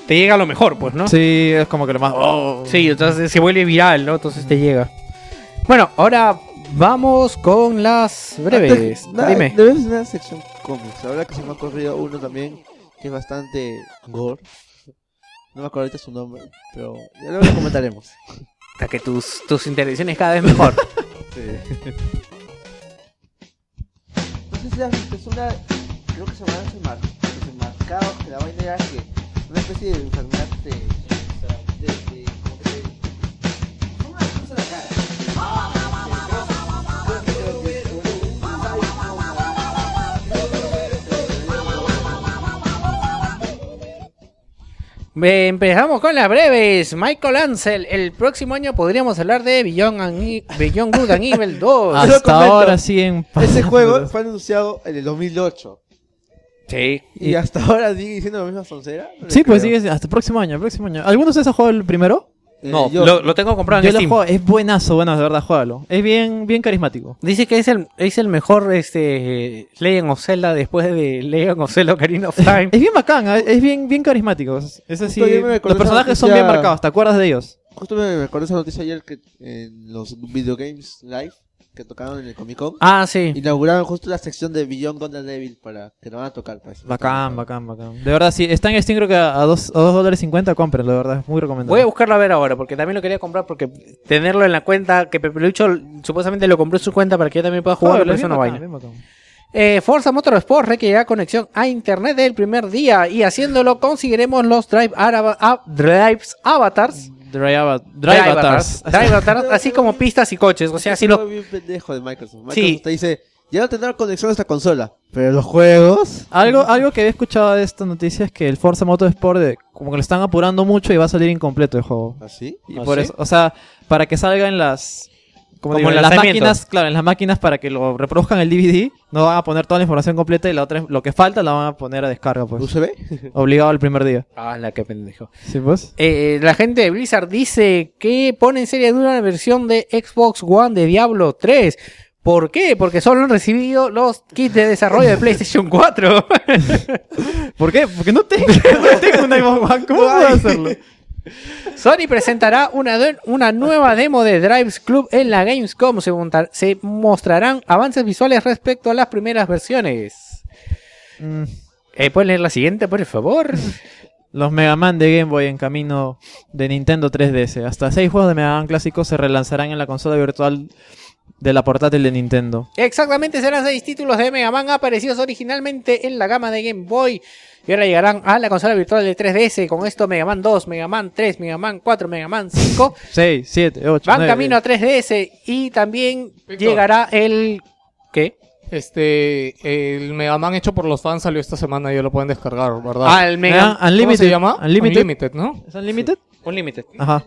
Speaker 4: te llega lo mejor, pues, ¿no?
Speaker 1: Sí, es como que lo más... oh.
Speaker 4: Sí, entonces se vuelve viral, ¿no? Entonces te llega. Bueno, ahora vamos con las breves.
Speaker 5: Nada,
Speaker 4: Dime.
Speaker 5: Debes tener una sección cómics. Ahora que se me ha corrido uno también que es bastante gore. No me acuerdo ahorita su nombre, pero ya luego lo comentaremos.
Speaker 4: Hasta que tus, tus intervenciones cada vez mejor.
Speaker 5: No sé si la visto, es una. Creo que se llamaban desenmar- desenmarcados, que la vaina era que. Una especie de enfermedad de. de. de como que te- como una cosa en la cara.
Speaker 4: Eh, Empezamos con las breves. Michael Ansel, el próximo año podríamos hablar de Beyond, and E- Beyond Good and Evil 2.
Speaker 5: Ah, Yo lo
Speaker 1: Hasta
Speaker 5: comento.
Speaker 1: ahora sí en...
Speaker 5: Ese juego fue anunciado en el 2008.
Speaker 4: sí.
Speaker 5: Y, hasta ahora sigue diciendo la misma soncera. No le
Speaker 1: Sí, pues
Speaker 5: creo.
Speaker 1: sigue hasta el próximo año, el próximo año. ¿Alguno de ustedes ha jugado el primero?
Speaker 5: Eh,
Speaker 4: No,
Speaker 5: yo-
Speaker 4: lo, lo tengo comprado
Speaker 1: Yo
Speaker 4: en
Speaker 1: lo
Speaker 4: Steam.
Speaker 1: juego, es buenazo, bueno, de verdad, juégalo. Es bien, bien carismático.
Speaker 4: Dice que es el, es el mejor este, Legend of Zelda después de Legend of Zelda Ocarina of Time.
Speaker 1: Es bien bacán, eh, es bien, bien carismático. Es es así.
Speaker 5: Justo yo me
Speaker 1: Los
Speaker 5: acordé de esa
Speaker 1: personajes son bien
Speaker 5: noticia-
Speaker 1: marcados, ¿te acuerdas de ellos?
Speaker 5: Justo me recordé esa noticia ayer que en los Video Games Live que tocaron en el Comic Con.
Speaker 4: Ah, sí.
Speaker 5: Inauguraron justo la sección de Beyond Gone and Evil para que lo van a tocar. Pues.
Speaker 1: Bacán, bacán, bacán. De verdad, sí, está en Steam creo que a 2 dólares 50 compren, la verdad, es muy
Speaker 4: Voy a
Speaker 1: recomendable.
Speaker 4: buscarlo a ver ahora, porque también lo quería comprar, porque tenerlo en la cuenta, que Pepe Lucho supuestamente lo compró en su cuenta para que yo también pueda jugar,
Speaker 1: Joder,
Speaker 4: pero eso
Speaker 1: bien
Speaker 4: no
Speaker 1: bacán,
Speaker 4: vaina.
Speaker 1: bien bacán.
Speaker 4: Eh, Forza Motorsport requerirá conexión a internet del primer día y haciéndolo conseguiremos los drive araba- a- drives avatars.
Speaker 1: Drive, ava- drive avatars.
Speaker 4: Drive avatars, así como pistas y coches. O sea,
Speaker 5: Ese
Speaker 4: si
Speaker 5: juego
Speaker 4: lo.
Speaker 5: bien pendejo de Microsoft. Microsoft
Speaker 4: Sí.
Speaker 5: te dice, ya no tendrá conexión a esta consola, pero los juegos...
Speaker 1: Algo, algo que había escuchado de esta noticia es que el Forza Motorsport de- como que lo están apurando mucho y va a salir incompleto el juego.
Speaker 5: ¿Así?
Speaker 1: Y por eso, o sea, para que salga en las ¿Ah, como
Speaker 4: Como
Speaker 1: digo,
Speaker 4: en
Speaker 1: en las
Speaker 4: lanzamiento.
Speaker 1: máquinas, claro, en las máquinas para que lo reproduzcan el DVD, no van a poner toda la información completa y la otra lo que falta la van a poner a descarga, pues.
Speaker 5: ¿UCB?
Speaker 1: Obligado el primer día.
Speaker 4: Ah, la que pendejo.
Speaker 1: Sí, pues.
Speaker 4: Eh, la gente de Blizzard dice que pone en serie dura la versión de Xbox One de Diablo 3. ¿Por qué? Porque solo han recibido los kits de desarrollo de PlayStation 4.
Speaker 1: ¿Por qué? Porque no tengo, no tengo un iPhone One, ¿cómo puedo hacerlo?
Speaker 4: Sony presentará una, de- una nueva demo de Drives Club en la Gamescom. Se, monta- se mostrarán avances visuales respecto a las primeras versiones.
Speaker 1: Mm,
Speaker 4: Eh, ¿Puedes leer la siguiente, por favor?
Speaker 1: Los Mega Man de Game Boy en camino de Nintendo 3DS. Hasta seis juegos de Mega Man clásicos se relanzarán en la consola virtual de la portátil de Nintendo.
Speaker 4: Exactamente, serán seis títulos de Mega Man aparecidos originalmente en la gama de Game Boy. Y ahora llegarán a la consola virtual de 3DS. Con esto, Mega Man 2, Mega Man 3, Mega Man 4, Mega Man 5.
Speaker 1: 6, 7, 8,
Speaker 4: Van camino a 3DS. Y también
Speaker 3: Víctor.
Speaker 4: llegará el. ¿Qué?
Speaker 3: Este, el Mega Man hecho por los fans salió esta semana y ya lo pueden descargar, ¿verdad?
Speaker 4: Al Mega.
Speaker 3: ¿Cómo
Speaker 1: Ah, Unlimited.
Speaker 3: se llama?
Speaker 1: Unlimited.
Speaker 3: ¿no?
Speaker 1: ¿Es Unlimited?
Speaker 4: Unlimited.
Speaker 1: Ajá.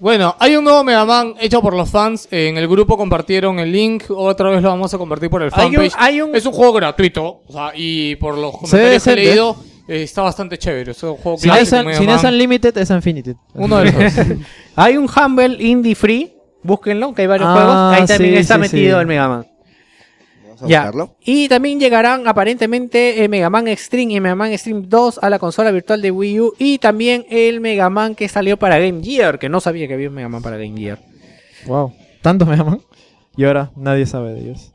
Speaker 3: Bueno, hay un nuevo Mega Man hecho por los fans. En el grupo compartieron el link. Otra vez lo vamos a compartir por el
Speaker 4: Hay un,
Speaker 3: fanpage.
Speaker 4: hay un-
Speaker 3: Es un juego gratuito. O sea, y por los
Speaker 1: Se ve
Speaker 3: comentarios que he
Speaker 1: decente.
Speaker 3: leído, eh, está bastante chévere. Es un juego
Speaker 1: Si no es,
Speaker 3: clásico,
Speaker 1: un-
Speaker 3: Mega
Speaker 1: si no es
Speaker 3: Man.
Speaker 1: Unlimited, es Infinity.
Speaker 3: Uno de los dos.
Speaker 4: hay un Humble Indie Free. Búsquenlo, que hay varios
Speaker 1: Ah,
Speaker 4: juegos. Ahí también
Speaker 1: sí,
Speaker 4: está
Speaker 1: sí,
Speaker 4: metido
Speaker 1: sí.
Speaker 4: el Mega Man.
Speaker 9: Vamos a
Speaker 4: Ya.
Speaker 9: buscarlo.
Speaker 4: Y también llegarán aparentemente eh, Mega Man Extreme y Mega Man Extreme 2 a la consola virtual de Wii U. Y también el Mega Man que salió para Game Gear, que no sabía que había un Mega Man para Game Gear.
Speaker 1: Wow. ¿Tantos Mega Man? Y ahora nadie sabe de ellos.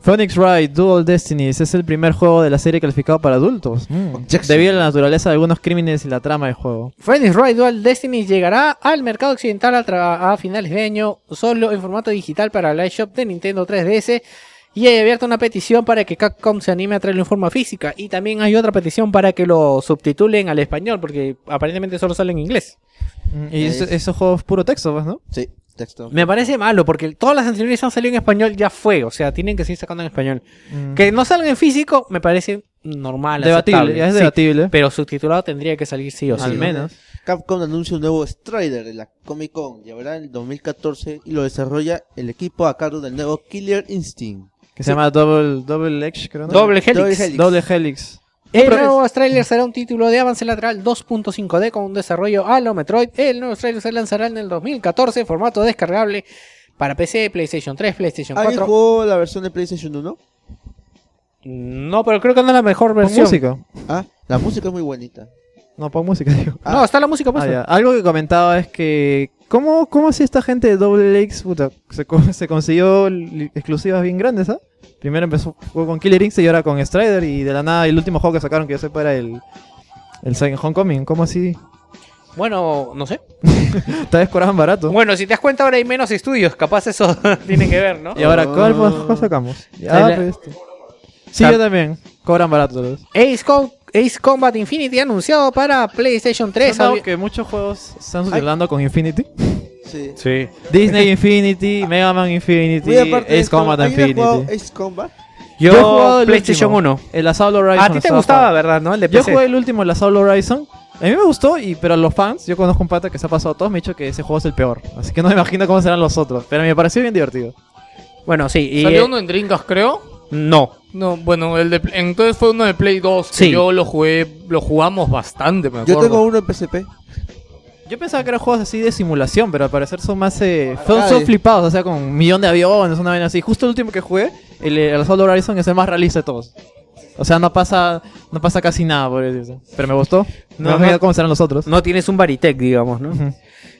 Speaker 1: Phoenix Wright Dual Destinies es el primer juego de la serie calificado para adultos.
Speaker 9: Mm,
Speaker 1: Mm.
Speaker 9: Jackson.
Speaker 1: Debido a la naturaleza de algunos crímenes y la trama del juego.
Speaker 4: Phoenix Wright Dual Destiny llegará al mercado occidental a, tra- a finales de año, solo en formato digital para la eShop de Nintendo 3DS. Y hay abierta una petición para que Capcom se anime a traerlo en forma física. Y también hay otra petición para que lo subtitulen al español, porque aparentemente solo sale en inglés.
Speaker 1: Mm, Y
Speaker 9: Es-
Speaker 1: eso- esos juegos puro texto, pues, ¿no?
Speaker 9: Sí, texto.
Speaker 4: Me parece malo, porque todas las anteriores han salido en español, ya fue. O sea, tienen que seguir sacando en español.
Speaker 1: Mm.
Speaker 4: Que no salgan en físico, me parece normal.
Speaker 1: Debatible,
Speaker 4: aceptable,
Speaker 1: ya es
Speaker 4: sí.
Speaker 1: debatible.
Speaker 4: Pero subtitulado tendría que salir sí o sí.
Speaker 1: Al menos.
Speaker 9: Capcom anuncia un nuevo Strider en la Comic Con, llevará en el 2014 y lo desarrolla el equipo a cargo del nuevo Killer Instinct.
Speaker 1: Que se llama Double, Double Edge, creo. ¿no?
Speaker 4: Doble Helix.
Speaker 9: Doble Helix.
Speaker 1: Double Helix.
Speaker 4: El
Speaker 1: Pero-
Speaker 4: nuevo tráiler será un título de avance lateral 2.5D con un desarrollo a lo Metroid. El nuevo tráiler se lanzará en el 2014 en formato descargable para PC, PlayStation 3, PlayStation
Speaker 9: ¿Alguien
Speaker 4: 4.
Speaker 9: jugó la versión de PlayStation 1?
Speaker 4: No, pero creo que no es la mejor
Speaker 1: Pon
Speaker 4: versión.
Speaker 1: música.
Speaker 9: Ah, la música es muy bonita.
Speaker 1: No, pon música, digo.
Speaker 4: No, está la música puesta.
Speaker 1: Ah, ya. Algo que comentaba es que. ¿Cómo, cómo así esta gente de Double X puta, se, co- se consiguió li- exclusivas bien grandes, ¿ah? Primero empezó jugó con Killer Instinct y ahora con Strider y de la nada el último juego que sacaron que yo sepa era el. El Second Homecoming, ¿cómo así?
Speaker 4: Bueno, no sé.
Speaker 1: Tal vez cobraban barato.
Speaker 4: Bueno, si te das cuenta ahora hay menos estudios, capaz eso tiene que ver, ¿no?
Speaker 1: Y ahora, ¿cuál más juego sacamos? Ya,
Speaker 4: Sale-
Speaker 9: Ah,
Speaker 1: pues, este. Sí, yo también. Cobran barato los.
Speaker 4: Ace, Com- Ace Combat Infinity anunciado para PlayStation 3.
Speaker 1: ¿No has notado
Speaker 4: Había-
Speaker 1: que muchos juegos están sucediendo con Infinity.
Speaker 9: Sí.
Speaker 1: Disney Infinity, Mega Man Infinity,
Speaker 9: Muy aparte de
Speaker 1: Ace
Speaker 9: esto,
Speaker 1: Combat
Speaker 9: ¿alguien ha jugado
Speaker 1: Infinity.
Speaker 9: Ace Combat?
Speaker 1: Yo, he jugado el
Speaker 4: PlayStation
Speaker 1: último,
Speaker 4: 1.
Speaker 1: El Assault Horizon.
Speaker 4: A ti te
Speaker 1: estaba
Speaker 4: gustaba,
Speaker 1: jugando.
Speaker 4: ¿verdad? ¿No? El de
Speaker 1: Yo
Speaker 4: PC.
Speaker 1: jugué el último, el Assault Horizon. A mí me gustó, y, pero a los fans, yo conozco un pata que se ha pasado todos, me ha dicho que ese juego es el peor. Así que no me imagino cómo serán los otros. Pero me pareció bien divertido.
Speaker 4: Bueno, sí. Y,
Speaker 3: Salió
Speaker 4: eh,
Speaker 3: uno en Drinkas, creo.
Speaker 4: No.
Speaker 3: No, bueno, el de Play- entonces fue uno de Play 2. que
Speaker 4: Sí.
Speaker 3: Yo lo jugué, lo jugamos bastante, me
Speaker 9: Yo
Speaker 3: acuerdo.
Speaker 9: tengo uno en PSP.
Speaker 1: Yo pensaba que eran juegos así de simulación, pero al parecer son más. eh, son,
Speaker 9: Arcade.
Speaker 1: son flipados, o sea, con un millón de aviones, una vaina así. Justo el último que jugué, el, el Assault Horizon, es el más realista de todos. O sea, no pasa, no pasa casi nada por eso. Pero me gustó. No,
Speaker 4: No,
Speaker 1: me imagino
Speaker 4: no.
Speaker 1: cómo serán los otros.
Speaker 4: No tienes un Baritec, digamos, ¿no?
Speaker 1: Ujú.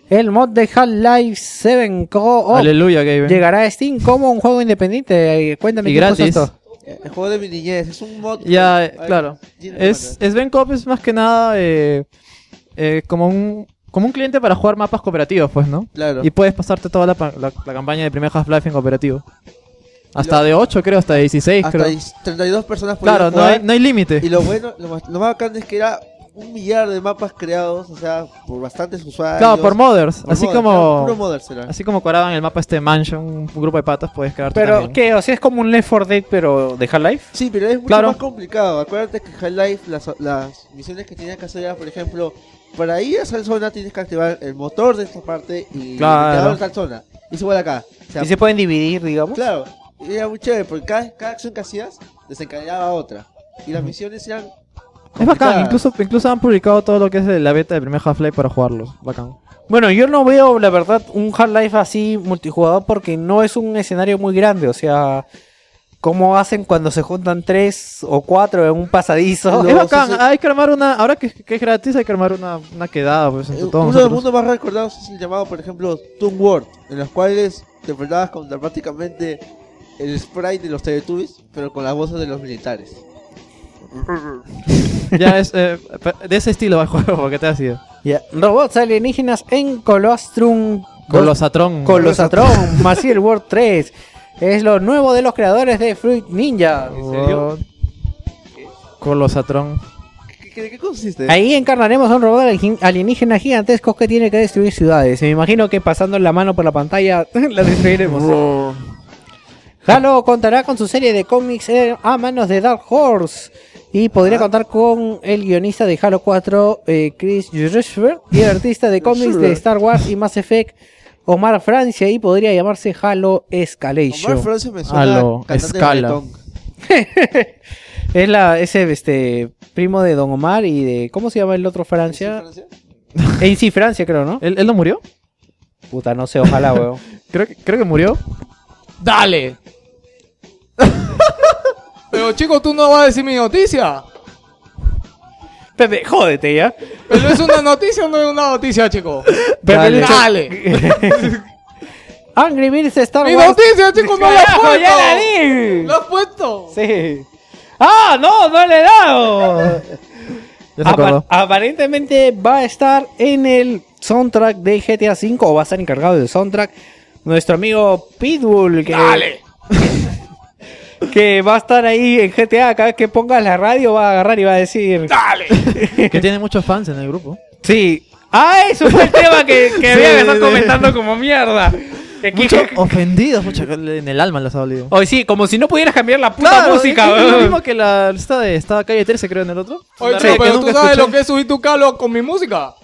Speaker 4: El mod de Half-Life 7 Co-op
Speaker 1: Aleluya, Gabe.
Speaker 4: llegará a Steam como un juego independiente. Eh, Cuéntame
Speaker 1: Y
Speaker 4: qué cosa
Speaker 1: gratis.
Speaker 4: esto.
Speaker 9: Eh, El juego de mi niñez, es un mod.
Speaker 1: Ya, eh,
Speaker 9: Ay,
Speaker 1: claro.
Speaker 9: Gina
Speaker 1: Es,
Speaker 9: Romano.
Speaker 1: es Ben Cop es más que nada eh, eh, como un como un cliente para jugar mapas cooperativos, pues, ¿no?
Speaker 9: Claro.
Speaker 1: Y puedes pasarte toda la, pa- la- la campaña de primer Half-Life en cooperativo. Hasta de 8, creo, hasta de 16,
Speaker 9: Hasta
Speaker 1: creo.
Speaker 9: 32 personas podían
Speaker 1: Claro, no
Speaker 9: jugar.
Speaker 1: hay, no hay límite.
Speaker 9: Y lo bueno, lo más, lo más bacán es que era un millar de mapas creados, o sea, por bastantes usuarios.
Speaker 1: Claro, por modders.
Speaker 9: Por
Speaker 1: así
Speaker 9: modders, claro,
Speaker 1: como
Speaker 9: puro modders era.
Speaker 1: así como coraban el mapa este Mansion, un grupo de patas, puedes crear
Speaker 4: Pero, ¿qué? O sea, es como un Left 4 Dead, pero de Half-Life.
Speaker 9: Sí, pero es mucho
Speaker 1: Claro.
Speaker 9: más complicado. Acuérdate que en Half-Life, las, las misiones que tenías que hacer era, por ejemplo, para ir a esa zona tienes que activar el motor de esta parte y
Speaker 1: Claro.
Speaker 9: el indicador de esa zona. Y es igual acá. O sea,
Speaker 4: Y se pueden dividir, digamos.
Speaker 9: Claro, y era muy chévere porque cada, cada acción que hacías desencadenaba otra. Y las misiones eran.
Speaker 1: Es bacán,
Speaker 9: complicadas.
Speaker 1: incluso, incluso han publicado todo lo que es la beta del primer Half-Life para jugarlo. Bacán.
Speaker 4: Bueno, yo no veo, la verdad, un Half-Life así multijugador porque no es un escenario muy grande. O sea, cómo hacen cuando se juntan tres o cuatro en un pasadizo.
Speaker 1: es bacán, hay que armar una. Ahora que, que es gratis, hay que armar una, una quedada, pues, entre
Speaker 5: Eh,
Speaker 1: todos
Speaker 5: Uno de los
Speaker 1: nosotros.
Speaker 5: mundos más recordados es el llamado, por ejemplo, Toon World, en los cuales te enfrentabas contra prácticamente el sprite de los Teletubbies, pero con las voces de los militares.
Speaker 1: Ya es. eh, pe- de ese estilo va el juego, porque te ha sido.
Speaker 4: Ya. Robots alienígenas en Colostrum.
Speaker 1: Colosatron.
Speaker 4: Colosatron, Massive World 3. Es lo nuevo de los creadores de Fruit Ninja.
Speaker 1: Wow. Colosatron.
Speaker 5: ¿Qué- qué- ¿De qué consiste?
Speaker 4: Ahí encarnaremos a un robot alien- alienígena gigantesco que tiene que destruir ciudades. Me imagino que pasando la mano por la pantalla la destruiremos. Halo contará con su serie de cómics eh, a manos de Dark Horse. Y
Speaker 5: Ah.
Speaker 4: podría contar con el guionista de Halo 4, eh, Chris Rushford, y el artista de cómics de Star Wars y Mass Effect, Omar Francia, y podría llamarse Halo Escalation.
Speaker 5: Omar Francia me suena
Speaker 1: A lo
Speaker 5: cantante de
Speaker 1: escala.
Speaker 5: reggaetón.
Speaker 4: es la, ese este, primo de Don Omar y de. ¿Cómo se llama el otro
Speaker 5: ¿Sí,
Speaker 4: Francia?
Speaker 5: Francia?
Speaker 4: En sí, Francia, creo, ¿no?
Speaker 1: ¿Él, él no murió?
Speaker 4: Puta, no sé, ojalá, weón.
Speaker 1: Eh. Creo que, creo que murió.
Speaker 3: ¡Dale! Pero chico, tú no vas a decir mi noticia.
Speaker 4: Pepe, jódete ya.
Speaker 3: Pero es una noticia o no es una noticia, chico.
Speaker 4: Pero
Speaker 3: Dale.
Speaker 4: el-
Speaker 3: Dale.
Speaker 4: Angry Birds Star
Speaker 3: Mi
Speaker 4: Wars.
Speaker 3: noticia, chico, no la has
Speaker 4: ¡Carajo,
Speaker 3: puesto.
Speaker 4: ya la di!
Speaker 3: ¿Lo has puesto?
Speaker 4: Sí. ¡Ah, no! ¡No le he dado!
Speaker 1: Ya
Speaker 3: Ah,
Speaker 1: se
Speaker 4: Apa-
Speaker 1: acordó.
Speaker 4: aparentemente va a estar en el soundtrack de GTA V o va a estar encargado del soundtrack nuestro amigo Pitbull. Que,
Speaker 3: Dale.
Speaker 4: que va a estar ahí en GTA. Cada vez que pongas la radio va a agarrar y va a decir.
Speaker 3: Dale.
Speaker 1: Que tiene muchos fans en el grupo.
Speaker 4: Sí. Ah, eso fue el tema que, que había que estar
Speaker 1: sí.
Speaker 4: comentando como mierda. Que aquí-
Speaker 1: Muchos ofendidos, mucho, en el alma les ha dolido.
Speaker 3: Oh,
Speaker 4: Hoy sí, como si no pudieras cambiar la puta
Speaker 1: Claro,
Speaker 4: música.
Speaker 1: es- es lo
Speaker 4: weón.
Speaker 1: mismo que la lista de estaba calle 13, creo, en el otro.
Speaker 3: Oye,
Speaker 1: La
Speaker 3: chico,
Speaker 1: radio que
Speaker 3: pero tú
Speaker 1: nunca
Speaker 3: sabes lo
Speaker 1: escuché.
Speaker 3: que es subir tu calo con mi música.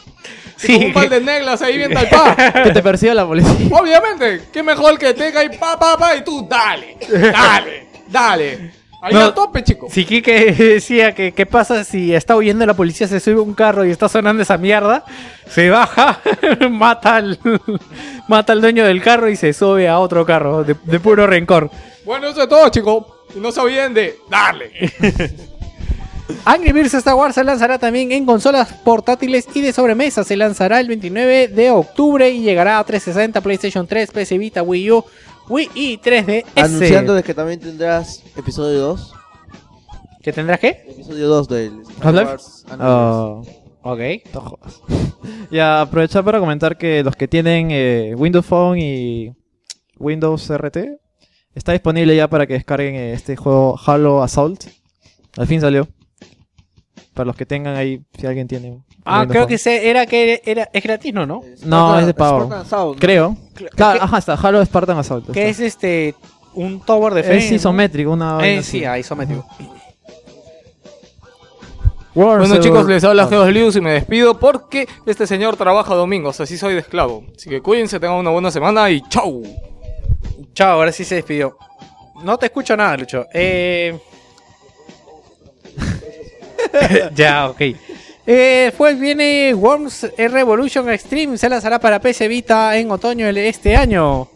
Speaker 4: Sí.
Speaker 3: Con un par de negras ahí bien talpá.
Speaker 1: Que te persiga la policía.
Speaker 3: Obviamente, qué mejor que tenga ahí pa, pa, pa, y tú dale, dale, dale. Ahí
Speaker 4: No.
Speaker 3: a tope, chico.
Speaker 4: Si Kike decía que qué pasa si está huyendo la policía, se sube un carro y está sonando esa mierda, se baja, mata al, mata al dueño del carro y se sube a otro carro de, de puro rencor.
Speaker 3: Bueno, eso es todo, chico. Y no se olviden de darle.
Speaker 4: Angry Birds Star Wars se lanzará también en consolas portátiles y de sobremesa. Se lanzará el 29 de octubre y llegará a 360, PlayStation 3, PS Vita, Wii U, Wii y 3DS.
Speaker 5: Anunciando de que también tendrás episodio 2.
Speaker 4: ¿Qué tendrás qué?
Speaker 5: Episodio 2 del Star
Speaker 1: ¿Half-Life?
Speaker 5: Wars Anonymous.
Speaker 1: Oh,
Speaker 4: Ok.
Speaker 1: no jodas. Y aprovechar para comentar que los que tienen eh, Windows Phone y Windows RT está disponible ya para que descarguen eh, este juego Halo Assault. Al fin salió. Para los que tengan ahí, si alguien tiene. un
Speaker 4: Ah,
Speaker 1: Windows
Speaker 4: creo
Speaker 1: Phone.
Speaker 4: que se- era que era, es gratis, ¿no? ¿no?
Speaker 1: No, es de pago.
Speaker 5: Spartan Sound, ¿no?
Speaker 1: Creo.
Speaker 4: que-
Speaker 1: Claro, ajá, está Halo Spartan Assault.
Speaker 4: Que es
Speaker 1: está.
Speaker 4: este un tower defense.
Speaker 1: Es isométrico, una.
Speaker 4: Eh,
Speaker 1: vaina
Speaker 4: sí,
Speaker 1: así.
Speaker 4: ah, isométrico.
Speaker 3: Bueno, chicos, les habla Geos Lius y me despido porque este señor trabaja domingos, así soy de esclavo. Así que cuídense, tengan una buena semana y chau.
Speaker 4: Chao, ahora sí se despidió. No te escucho nada, Lucho. Eh... ya, ok. Eh, después viene Worms Revolution Extreme. Se lanzará para PC Vita en otoño de este año.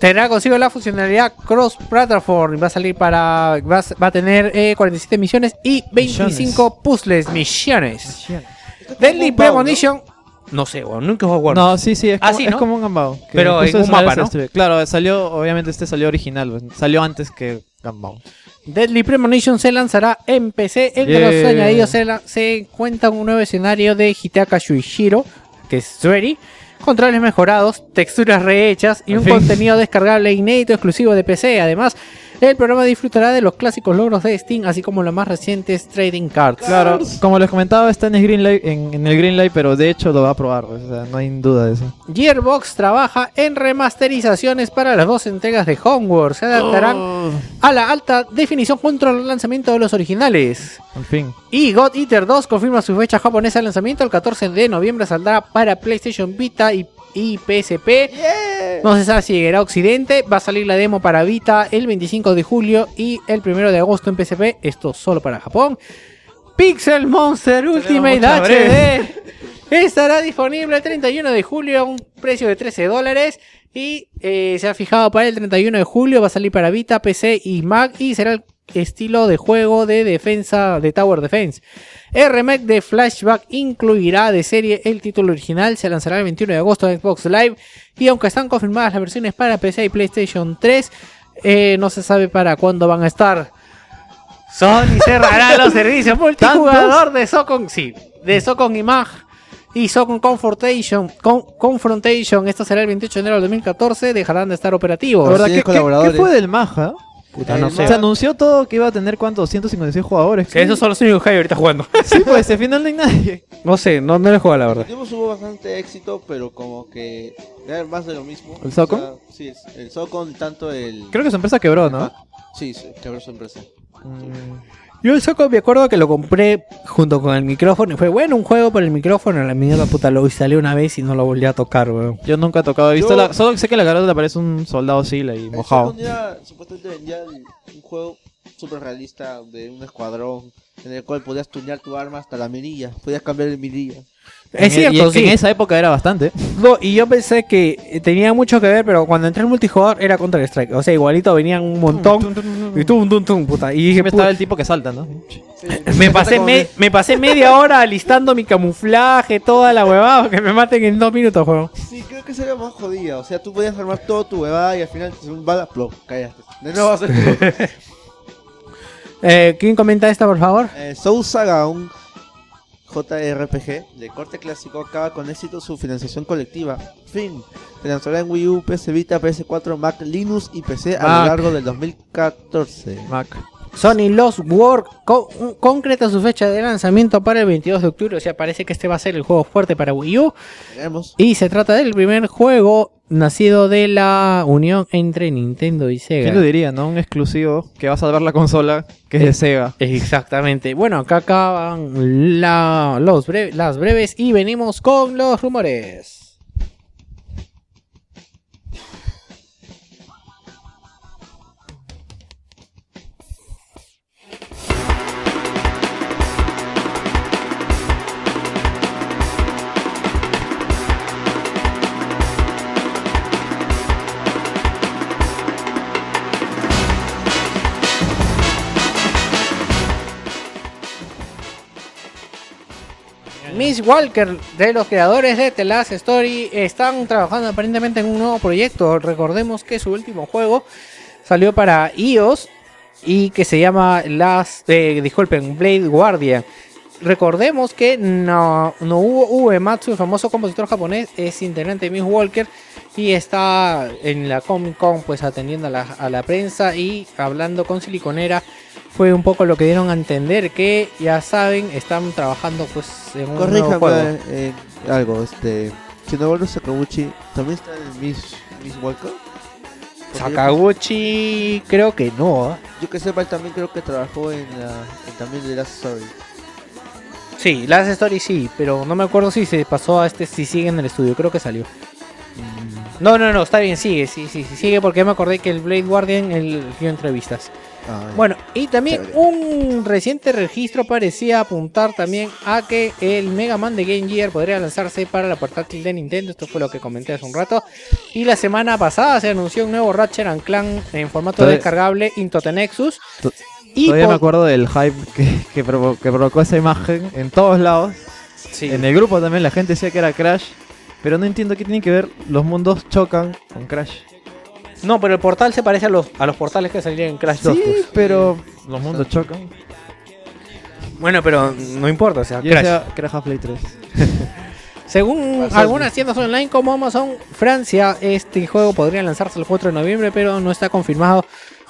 Speaker 4: Tendrá consigo la funcionalidad Cross Platform. Va a salir para. Va a, va a tener eh, 47 misiones y 25 puzzles. Misiones. Deadly
Speaker 5: un baúl,
Speaker 4: Premonition. No sé, weón, nunca he jugado a Worms.
Speaker 1: No, sí, sí, es
Speaker 4: Ah,
Speaker 1: como,
Speaker 4: sí,
Speaker 1: es
Speaker 4: ¿no?
Speaker 1: como un gambao. que
Speaker 4: Pero
Speaker 1: justo
Speaker 4: en
Speaker 1: es
Speaker 4: un
Speaker 1: una
Speaker 4: mapa,
Speaker 1: vez
Speaker 4: ¿no?
Speaker 1: estuve- Claro, salió, obviamente este salió original, pues, salió antes que gambao.
Speaker 4: Deadly Premonition se lanzará en PC. Entre los
Speaker 1: Yeah.
Speaker 4: añadidos se, la- se encuentra un nuevo escenario de Hitaka Shuichiro, que es Swery, controles mejorados, texturas rehechas y
Speaker 1: En
Speaker 4: un
Speaker 1: fin.
Speaker 4: contenido descargable inédito exclusivo de PC. Además, el programa disfrutará de los clásicos logros de Steam, así como los más recientes trading cards.
Speaker 1: Claro, como les comentaba, está en el Green Light, en, en el Green Light, pero de hecho lo va a probar, pues, o sea, no hay duda de
Speaker 4: Oh.
Speaker 1: eso.
Speaker 4: Gearbox trabaja en remasterizaciones para las dos entregas de Homeworld. Se adaptarán
Speaker 1: Oh.
Speaker 4: a la alta definición junto al lanzamiento de los originales.
Speaker 1: En fin,
Speaker 4: Y God Eater 2 confirma su fecha japonesa de lanzamiento. El 14 de noviembre saldrá para PlayStation Vita y, y PSP. No se sabe si llegará a Occidente. Va a salir la demo para Vita el 25 de julio y el 1 de agosto en PSP. Esto solo para Japón. Pixel Monster Ultimate
Speaker 1: mucha
Speaker 4: HD estará disponible el 31 de julio a un precio de 13 dólares. Y eh, se ha fijado para el 31 de julio, va a salir para Vita, PC y Mac y será el estilo de juego de defensa de Tower Defense. El remake de Flashback incluirá de serie el título original, se lanzará el 21 de agosto en Xbox Live y aunque están confirmadas las versiones para PC y PlayStation 3, eh, no se sabe para cuándo van a estar. Sony cerrará los servicios multijugador de Socon, sí, de Socon y Mag y Socon Confrontation, Con- Confrontation, esto será el 28 de enero del 2014, dejarán de estar operativos.
Speaker 1: La verdad,
Speaker 9: tiene
Speaker 1: ¿qué- ¿qué, qué,
Speaker 9: colaboradores.
Speaker 1: fue del Maja? Eh,
Speaker 4: Puta, no
Speaker 9: El
Speaker 4: sé.
Speaker 1: Se anunció todo que iba a tener, ¿cuántos? 156 jugadores.
Speaker 10: Que esos son los únicos que hay ahorita jugando.
Speaker 1: Sí, pues, al final no hay nadie.
Speaker 10: No sé, no, no le juego la verdad.
Speaker 9: Digamos, hubo bastante éxito, pero como que era más de lo mismo.
Speaker 1: ¿El Socon?
Speaker 9: O sea, sí, el- el Socon, tanto el.
Speaker 1: Creo que su empresa quebró, ¿no?
Speaker 9: Sí, sí, quebró su empresa.
Speaker 1: Mm.
Speaker 4: Yo el Socon me acuerdo que lo compré junto con el micrófono y fue bueno un juego por el micrófono, la mierda puta lo instalé una vez y no lo volví a tocar, weón.
Speaker 1: Yo nunca he tocado, he visto
Speaker 9: Yo-
Speaker 1: la- solo sé que la garota le aparece un soldado Sila y
Speaker 9: El
Speaker 1: mojado.
Speaker 9: Socon era, supuestamente vendía el- un juego súper realista de un escuadrón en el cual podías tunear tu arma hasta la mirilla, podías cambiar el mirilla.
Speaker 1: En- e-
Speaker 4: Es cierto,
Speaker 1: y en-
Speaker 4: sí.
Speaker 1: En esa época era bastante.
Speaker 4: No, y yo pensé que eh, tenía mucho que ver, pero cuando entré al multijugador era Counter Strike. O sea, igualito venían un montón. Y tum, tum, tum, puta. Y dije,
Speaker 1: Siempre estaba
Speaker 4: puta,
Speaker 1: el tipo que salta, ¿no?
Speaker 4: me, pasé me, me pasé media hora alistando mi camuflaje, toda la huevada, que me maten en dos minutos, juego.
Speaker 9: Sí, creo que sería más jodida. O sea, tú podías armar todo tu huevada y al final te un bala, plop, callaste. De nuevo vas a hacer
Speaker 4: Eh, ¿Quién comenta esta, por favor?
Speaker 9: Eh, Soul Saga, un JRPG de corte clásico, acaba con éxito su financiación colectiva. Fin. Se lanzará en Wii U, PS Vita, PS4, Mac, Linux y PC a
Speaker 4: Mac.
Speaker 9: lo largo del 2014.
Speaker 1: Mac.
Speaker 4: Sony Lost World co- concreta su fecha de lanzamiento para el 22 de octubre. O sea, parece que este va a ser el juego fuerte para Wii U.
Speaker 9: Veremos.
Speaker 4: Y se trata del primer juego nacido de la unión entre Nintendo y Sega.
Speaker 1: ¿Quién lo diría, no? Un exclusivo que va a salvar la consola, que es de Sega.
Speaker 4: Exactamente. Bueno, acá acaban la- los bre- las breves y venimos con los rumores. Miss Walker, de los creadores de The Last Story, están trabajando aparentemente en un nuevo proyecto. Recordemos que su último juego salió para iOS y que se llama Last, eh, disculpen, Blade Guardian. Recordemos que no, no hubo Uematsu, el famoso compositor japonés, es integrante de Miss Walker y está en la Comic Con pues atendiendo a la, a la prensa y hablando con Siliconera. Fue un poco lo que dieron a entender que ya saben, están trabajando pues en un nuevo juego.
Speaker 9: Corríjame eh, algo, este. Shinoboru Sakaguchi también está en Miss, Miss Walker. Porque
Speaker 4: Sakaguchi creo que no. ¿ah?
Speaker 9: Yo, yo que sepa, él también creo que trabajó en, la, en también The Last Story.
Speaker 4: Sí, Last Story sí, pero no me acuerdo si se pasó a este, si sigue en el estudio, creo que salió. No, no, no, está bien, sigue, sí, sí, sí, sigue porque me acordé que el Blade Guardian el dio entrevistas.
Speaker 9: Ah, ya.
Speaker 4: Bueno, y también un reciente registro parecía apuntar también a que el Mega Man de Game Gear podría lanzarse para la portátil de Nintendo. Esto fue lo que comenté hace un rato. Y la semana pasada se anunció un nuevo Ratchet and Clan en formato
Speaker 1: Todavía-
Speaker 4: descargable Intotenexus.
Speaker 1: To-
Speaker 4: Y
Speaker 1: Todavía me
Speaker 4: po-
Speaker 1: acuerdo del hype que, que provo- que provocó esa imagen en todos lados.
Speaker 4: Sí.
Speaker 1: En el grupo también la gente decía que era Crash. Pero no entiendo qué tiene que ver. Los mundos chocan con Crash.
Speaker 4: No, pero el portal se parece a los, a los portales que salían en Crash 2.
Speaker 1: Ah, Sí, pero los mundos chocan.
Speaker 4: Bueno, pero no importa, o sea,
Speaker 1: Y decía Crash Half-Life 3.
Speaker 4: Según
Speaker 9: Pasó.
Speaker 4: algunas tiendas online como Amazon Francia, este juego podría lanzarse el 4 de noviembre, pero no está confirmado.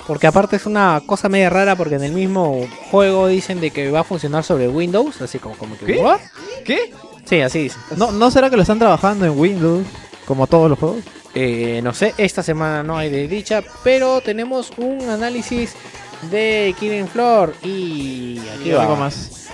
Speaker 4: Porque aparte es una cosa media rara, porque en el mismo juego dicen de que va a funcionar sobre Windows, así como, como que...
Speaker 1: ¿Qué?
Speaker 4: ¿what?
Speaker 1: ¿Qué?
Speaker 4: Sí, así dice.
Speaker 1: ¿No, ¿No será que lo están trabajando en Windows? Como todos los juegos.
Speaker 4: Eh, no sé, esta semana no hay de dicha, pero tenemos un análisis de Killing Floor y aquí
Speaker 1: Y algo
Speaker 4: va.
Speaker 1: más.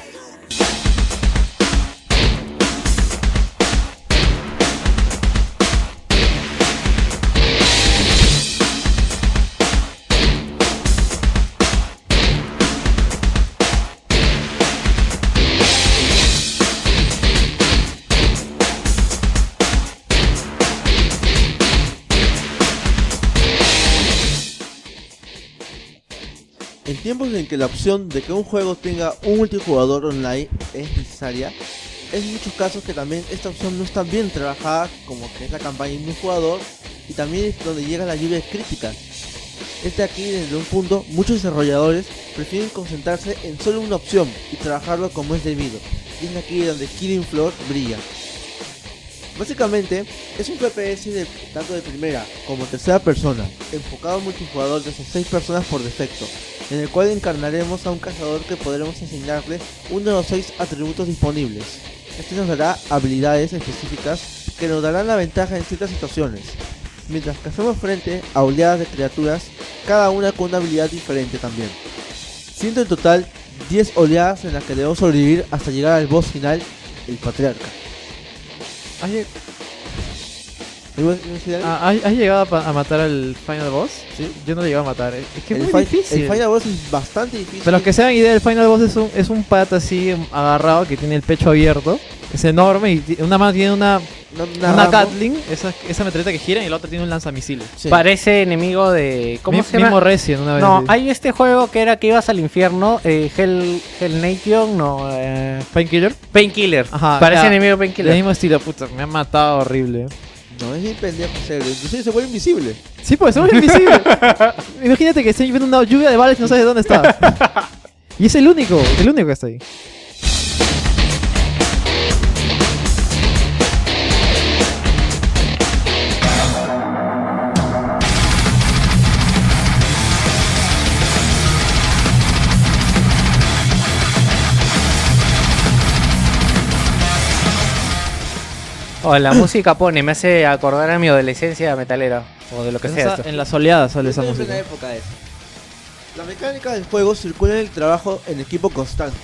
Speaker 5: En tiempos en que la opción de que un juego tenga un multijugador online es necesaria, es en muchos casos que también esta opción no está bien trabajada, como que es la campaña de un jugador, y también es donde llega la lluvia de críticas. Este aquí, desde un punto, muchos desarrolladores prefieren concentrarse en solo una opción y trabajarlo como es debido. Y es aquí donde Killing Floor brilla. Básicamente, es un FPS de, tanto de primera como tercera persona, enfocado a multijugador de hasta 6 personas por defecto, en el cual encarnaremos a un cazador que podremos enseñarle uno de los 6 atributos disponibles. Este nos dará habilidades específicas que nos darán la ventaja en ciertas situaciones. Mientras que hacemos frente a oleadas de criaturas, cada una con una habilidad diferente también. Siendo en total 10 oleadas en las que debemos sobrevivir hasta llegar al boss final, el patriarca. Oye,
Speaker 1: Ah, ¿Has, has llegado a, pa- a matar al final boss?
Speaker 5: Sí.
Speaker 1: Yo no lo llegué a matar. eh. Es que es
Speaker 5: el,
Speaker 1: muy
Speaker 5: fi-
Speaker 1: difícil.
Speaker 5: el Final Boss es bastante difícil.
Speaker 1: Para los que se hagan idea, el Final Boss es un, es un pata así um, agarrado que tiene el pecho abierto. Es enorme y ti- una mano tiene una,
Speaker 5: No- nada
Speaker 1: una
Speaker 5: más, ¿no?
Speaker 1: Gatling, esa, esa metralleta que gira, y la otra tiene un lanzamisiles.
Speaker 5: Sí.
Speaker 7: Parece enemigo de. ¿Cómo
Speaker 1: Mi-
Speaker 7: se llama?
Speaker 1: Mismo Resident una vez.
Speaker 7: No,
Speaker 1: sí.
Speaker 7: hay este juego que era que ibas al infierno, eh, Hell, Hell Nation, no, eh,
Speaker 1: Painkiller.
Speaker 7: Painkiller.
Speaker 1: Ajá,
Speaker 7: Parece
Speaker 1: ya.
Speaker 7: enemigo de
Speaker 1: El
Speaker 7: Painkiller.
Speaker 1: mismo estilo, puta, me han matado horrible.
Speaker 5: No, es bien pendejo serio. Inclusive se vuelve invisible.
Speaker 1: Sí, pues, somos invisibles. Imagínate que estoy viendo una lluvia de balas y no sabes dónde está. y es el único, el único que está ahí.
Speaker 7: O la música pone, me hace acordar a mi adolescencia metalera, o de lo que
Speaker 1: En
Speaker 7: sea.
Speaker 1: esa-
Speaker 7: esto.
Speaker 1: en las oleadas sale esa
Speaker 5: Estamos en
Speaker 1: música.
Speaker 5: la época de eso. La mecánica del juego circula en el trabajo en equipo constante.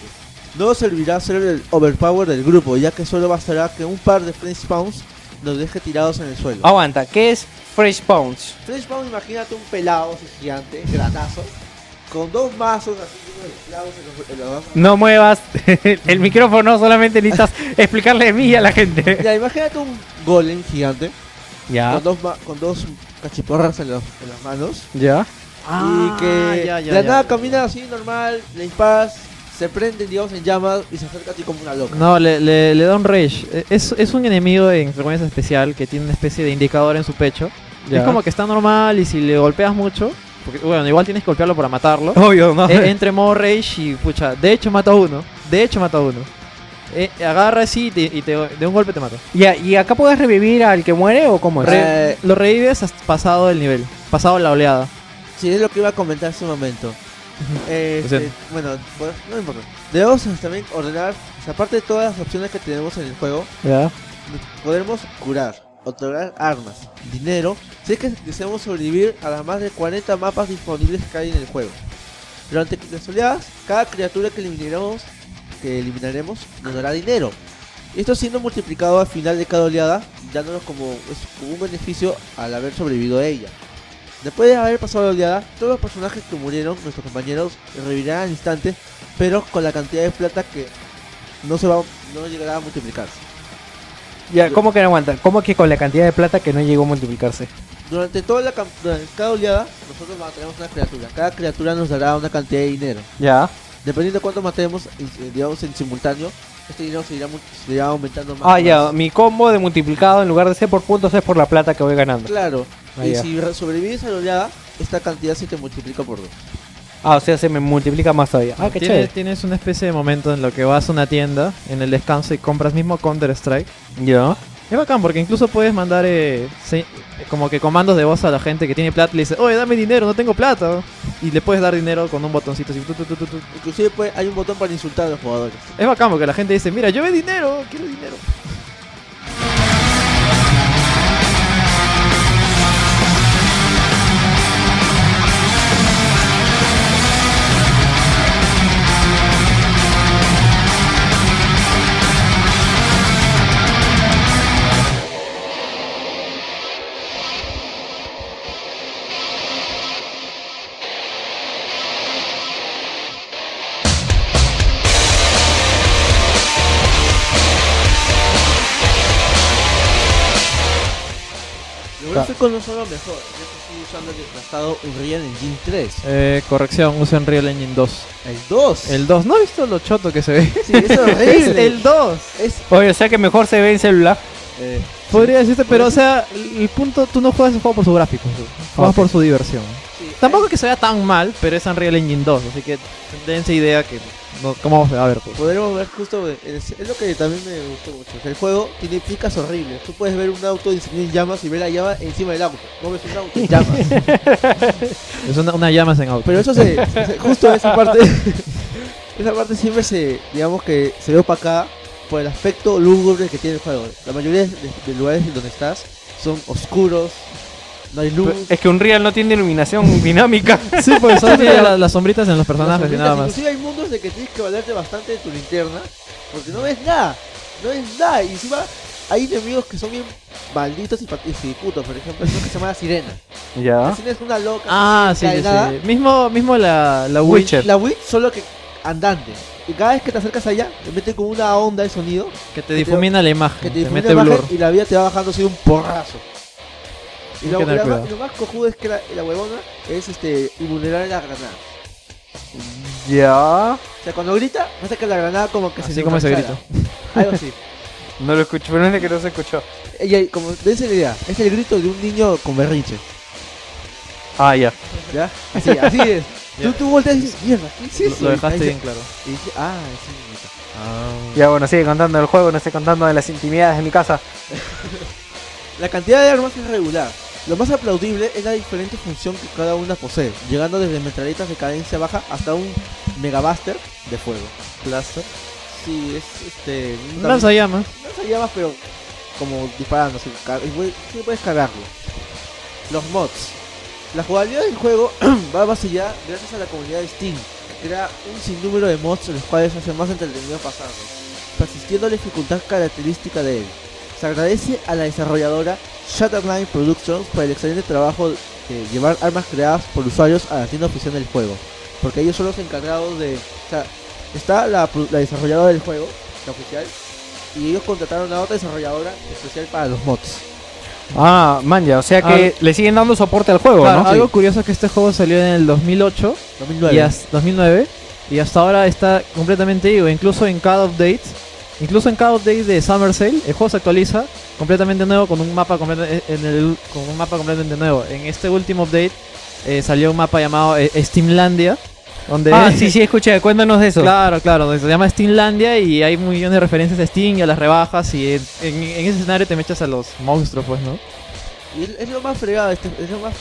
Speaker 5: No nos servirá ser el overpower del grupo, ya que solo bastará que un par de French Pounds nos deje tirados en el suelo.
Speaker 1: Ah.
Speaker 7: Aguanta, ¿qué es Fresh Pounds?
Speaker 5: French Pounds, imagínate un pelado así gigante, granazo, con dos mazos así uno mezclados en los- en los dos
Speaker 7: No muevas el micrófono, solamente necesitas explicarle de mí a la gente.
Speaker 5: Ya, imagínate un golem gigante
Speaker 7: Ya,
Speaker 5: con dos, ma- con dos cachiporras en, los- en las manos
Speaker 7: ya.
Speaker 5: y que de la nada camina así normal, le disparas, se prende digamos en llamas y se acerca a ti como una loca.
Speaker 1: No, le, le, le da un rage. Eh, Es, es un enemigo en frecuencias especial que tiene una especie de indicador en su pecho.
Speaker 7: Ya.
Speaker 1: Es como que está normal y si le golpeas mucho, porque bueno, igual tienes que golpearlo para matarlo.
Speaker 7: Obvio, no.
Speaker 1: Eh, entra en modo rage y pucha, de hecho mata a uno. De hecho mata a uno. Eh, agarra así y, te, y te- de un golpe te mata.
Speaker 7: Ya, ¿Y acá puedes revivir al que muere o cómo es?
Speaker 5: Re- Eh.
Speaker 1: Lo revives hasta pasado el nivel, pasado la oleada.
Speaker 5: Sí, es lo que iba a comentar hace un momento. Eh,
Speaker 1: Lo siento.
Speaker 5: este, bueno, pues, no importa. Debemos también ordenar, o sea, aparte de todas las opciones que tenemos en el juego,
Speaker 1: Ya.
Speaker 5: podremos curar, otorgar armas, dinero, si es que deseamos sobrevivir a las más de 40 mapas disponibles que hay en el juego. Durante las oleadas, cada criatura que eliminaremos, que eliminaremos nos dará dinero. Esto siendo multiplicado al final de cada oleada, dándonos como es- como un beneficio al haber sobrevivido a ella. Después de haber pasado la oleada, todos los personajes que murieron, nuestros compañeros, revivirán al instante, pero con la cantidad de plata que no se va, no llegará a multiplicarse.
Speaker 7: Ya, ¿Cómo que no aguanta? ¿Cómo que con la cantidad de plata que no llegó a multiplicarse?
Speaker 5: Durante toda la cam- durante cada oleada, nosotros mataremos una criatura. Cada criatura nos dará una cantidad de dinero.
Speaker 7: Ya.
Speaker 5: Dependiendo de cuánto matemos, en- eh, digamos en simultáneo, este dinero se irá, mu- se irá aumentando más.
Speaker 7: Ah,
Speaker 5: y
Speaker 7: ya,
Speaker 5: más.
Speaker 7: mi combo de multiplicado en lugar de ser por puntos es por la plata que voy ganando.
Speaker 5: Claro.
Speaker 7: Ah,
Speaker 5: y
Speaker 7: ya.
Speaker 5: si re- sobrevives a la oleada, esta cantidad se te multiplica por dos.
Speaker 7: Ah, o sea, se me multiplica más todavía. Ah, qué
Speaker 1: tienes,
Speaker 7: chévere.
Speaker 1: tienes una especie de momento en lo que vas a una tienda, en el descanso y compras mismo Counter Strike.
Speaker 7: Ya.
Speaker 1: Es bacán porque incluso puedes mandar eh, se- como que comandos de voz a la gente que tiene plata y le dice, oye, dame dinero, no tengo plata. Y le puedes dar dinero con un botoncito así. tu, tu, tu, tu, tu.
Speaker 5: Inclusive puede- hay un botón para insultar a los jugadores.
Speaker 1: Es bacán porque la gente dice, mira, yo ve dinero, quiero dinero.
Speaker 5: Yo
Speaker 1: sea,
Speaker 5: fui con un solo mejor. Yo estoy usando el desplazado Unreal Engine 3.
Speaker 1: eh, corrección, usa Unreal Engine 2.
Speaker 5: El 2.
Speaker 1: El 2, ¿no he visto lo choto que se ve?
Speaker 5: Sí, es
Speaker 1: Es
Speaker 5: horrible.
Speaker 1: el 2.
Speaker 5: Es.
Speaker 9: Oye, o sea que mejor se ve en celular.
Speaker 5: eh,
Speaker 1: Podría decirte, pero o sea, el el punto, tú no juegas el juego por su gráfico, tú juegas por su diversión.
Speaker 5: sí, eh.
Speaker 1: Tampoco que se vea tan mal, pero es Unreal Engine 2, así que dense idea que no, cómo se va a ver. Pues.
Speaker 5: Podremos ver justo, eh, es, es lo que también me gustó mucho. que El juego tiene picas horribles. Tú puedes ver un auto encendido en llamas y ver la llama encima del auto. No ves un auto en llamas.
Speaker 1: Es una, una llamas en auto.
Speaker 5: Pero eso se, se- justo esa parte, esa parte siempre se, digamos que se ve opacada por el aspecto lúgubre que tiene el juego. La mayoría de, de lugares donde estás son oscuros, no hay luz.
Speaker 9: Es que un Real no tiene iluminación dinámica.
Speaker 1: Sí, pues solo tiene la- las sombritas en los
Speaker 5: Las
Speaker 1: personajes y
Speaker 5: sombras,
Speaker 1: nada más.
Speaker 5: Inclusive hay mundos de que tienes que valerte bastante de tu linterna porque no ves nada, no ves nada. Y encima hay enemigos que son bien malditos y, pat- y putos. Por ejemplo, hay uno que se llama la sirena. La
Speaker 9: Ya.
Speaker 5: sirena es una loca.
Speaker 1: Ah, sí, sí,
Speaker 5: Caenada.
Speaker 1: sí. Mismo, mismo la, la Witcher,
Speaker 5: La Wii solo que andante. Y cada vez que te acercas allá, te mete con una onda de sonido
Speaker 1: que te difumina la
Speaker 5: que
Speaker 1: imagen,
Speaker 5: te
Speaker 1: te
Speaker 5: difumina
Speaker 1: mete
Speaker 5: la imagen
Speaker 1: blur.
Speaker 5: y la vida te va bajando así de un porrazo. Y
Speaker 1: Hay
Speaker 5: lo,
Speaker 1: que tener
Speaker 5: lo más,
Speaker 1: cuidado.
Speaker 5: lo más cojudo es que la, la huevona es este, invulnerable a la granada.
Speaker 9: Ya.
Speaker 5: O sea, cuando grita, pasa que la granada como que
Speaker 1: Así como ese
Speaker 5: neutraliza. Algo así.
Speaker 9: No lo escucho, pero es que no se escuchó.
Speaker 5: Y ahí, como dense la idea, es el grito de un niño con berrinche.
Speaker 9: Ah, ya.
Speaker 5: ¿Ya? Así, así es.
Speaker 1: Ya.
Speaker 5: Tú, tú volteas y dices, mierda, ¿qué es
Speaker 1: Lo,
Speaker 5: eso?
Speaker 1: lo dejaste
Speaker 5: Y
Speaker 1: bien
Speaker 5: dice-
Speaker 1: claro.
Speaker 5: Y dice, ah, es un niñito.
Speaker 9: Ya, bueno, sigue contando el juego, no sé, contando de las intimidades de mi casa.
Speaker 5: La cantidad de armas es regular. Lo más aplaudible es la diferente función que cada una posee, llegando desde metralletas de cadencia baja hasta un megabuster de fuego. ¿Blaster? Sí, es este. un
Speaker 1: Un lanzallamas.
Speaker 5: lanzallamas, pero como disparando, así, ca- y puede- sí puedes cargarlo. Los mods. La jugabilidad del juego va más allá gracias a la comunidad de Steam, que crea un sinnúmero de mods los cuales hace más entretenido pasarlo, persistiendo la dificultad característica de él. Se agradece a la desarrolladora Shutterline Productions por el excelente trabajo de llevar armas creadas por usuarios a la tienda oficial del juego, porque ellos son los encargados de... O sea, está la, pro- la desarrolladora del juego, la oficial, y ellos contrataron a otra desarrolladora especial para los mods.
Speaker 9: Ah, man, ya, o sea que le siguen dando soporte al juego,
Speaker 1: Claro,
Speaker 9: ¿no?
Speaker 1: Algo curioso es que este juego salió en el 2008
Speaker 5: 2009.
Speaker 1: y hasta 2009 y hasta ahora está completamente vivo. Incluso en cada update, incluso en cada update de Summer Sale, el juego se actualiza completamente nuevo con un mapa completa- en el- con un mapa completamente nuevo. En este último update eh, salió un mapa llamado eh, Steamlandia, donde
Speaker 9: Ah, sí, sí, escuché, cuéntanos de eso.
Speaker 1: Claro, claro, donde se llama Steamlandia y hay un millón de referencias a Steam y a las rebajas y en, en- en ese escenario te mechas a los monstruos, pues, ¿no?
Speaker 5: Y es, es lo más fregado, este, es lo más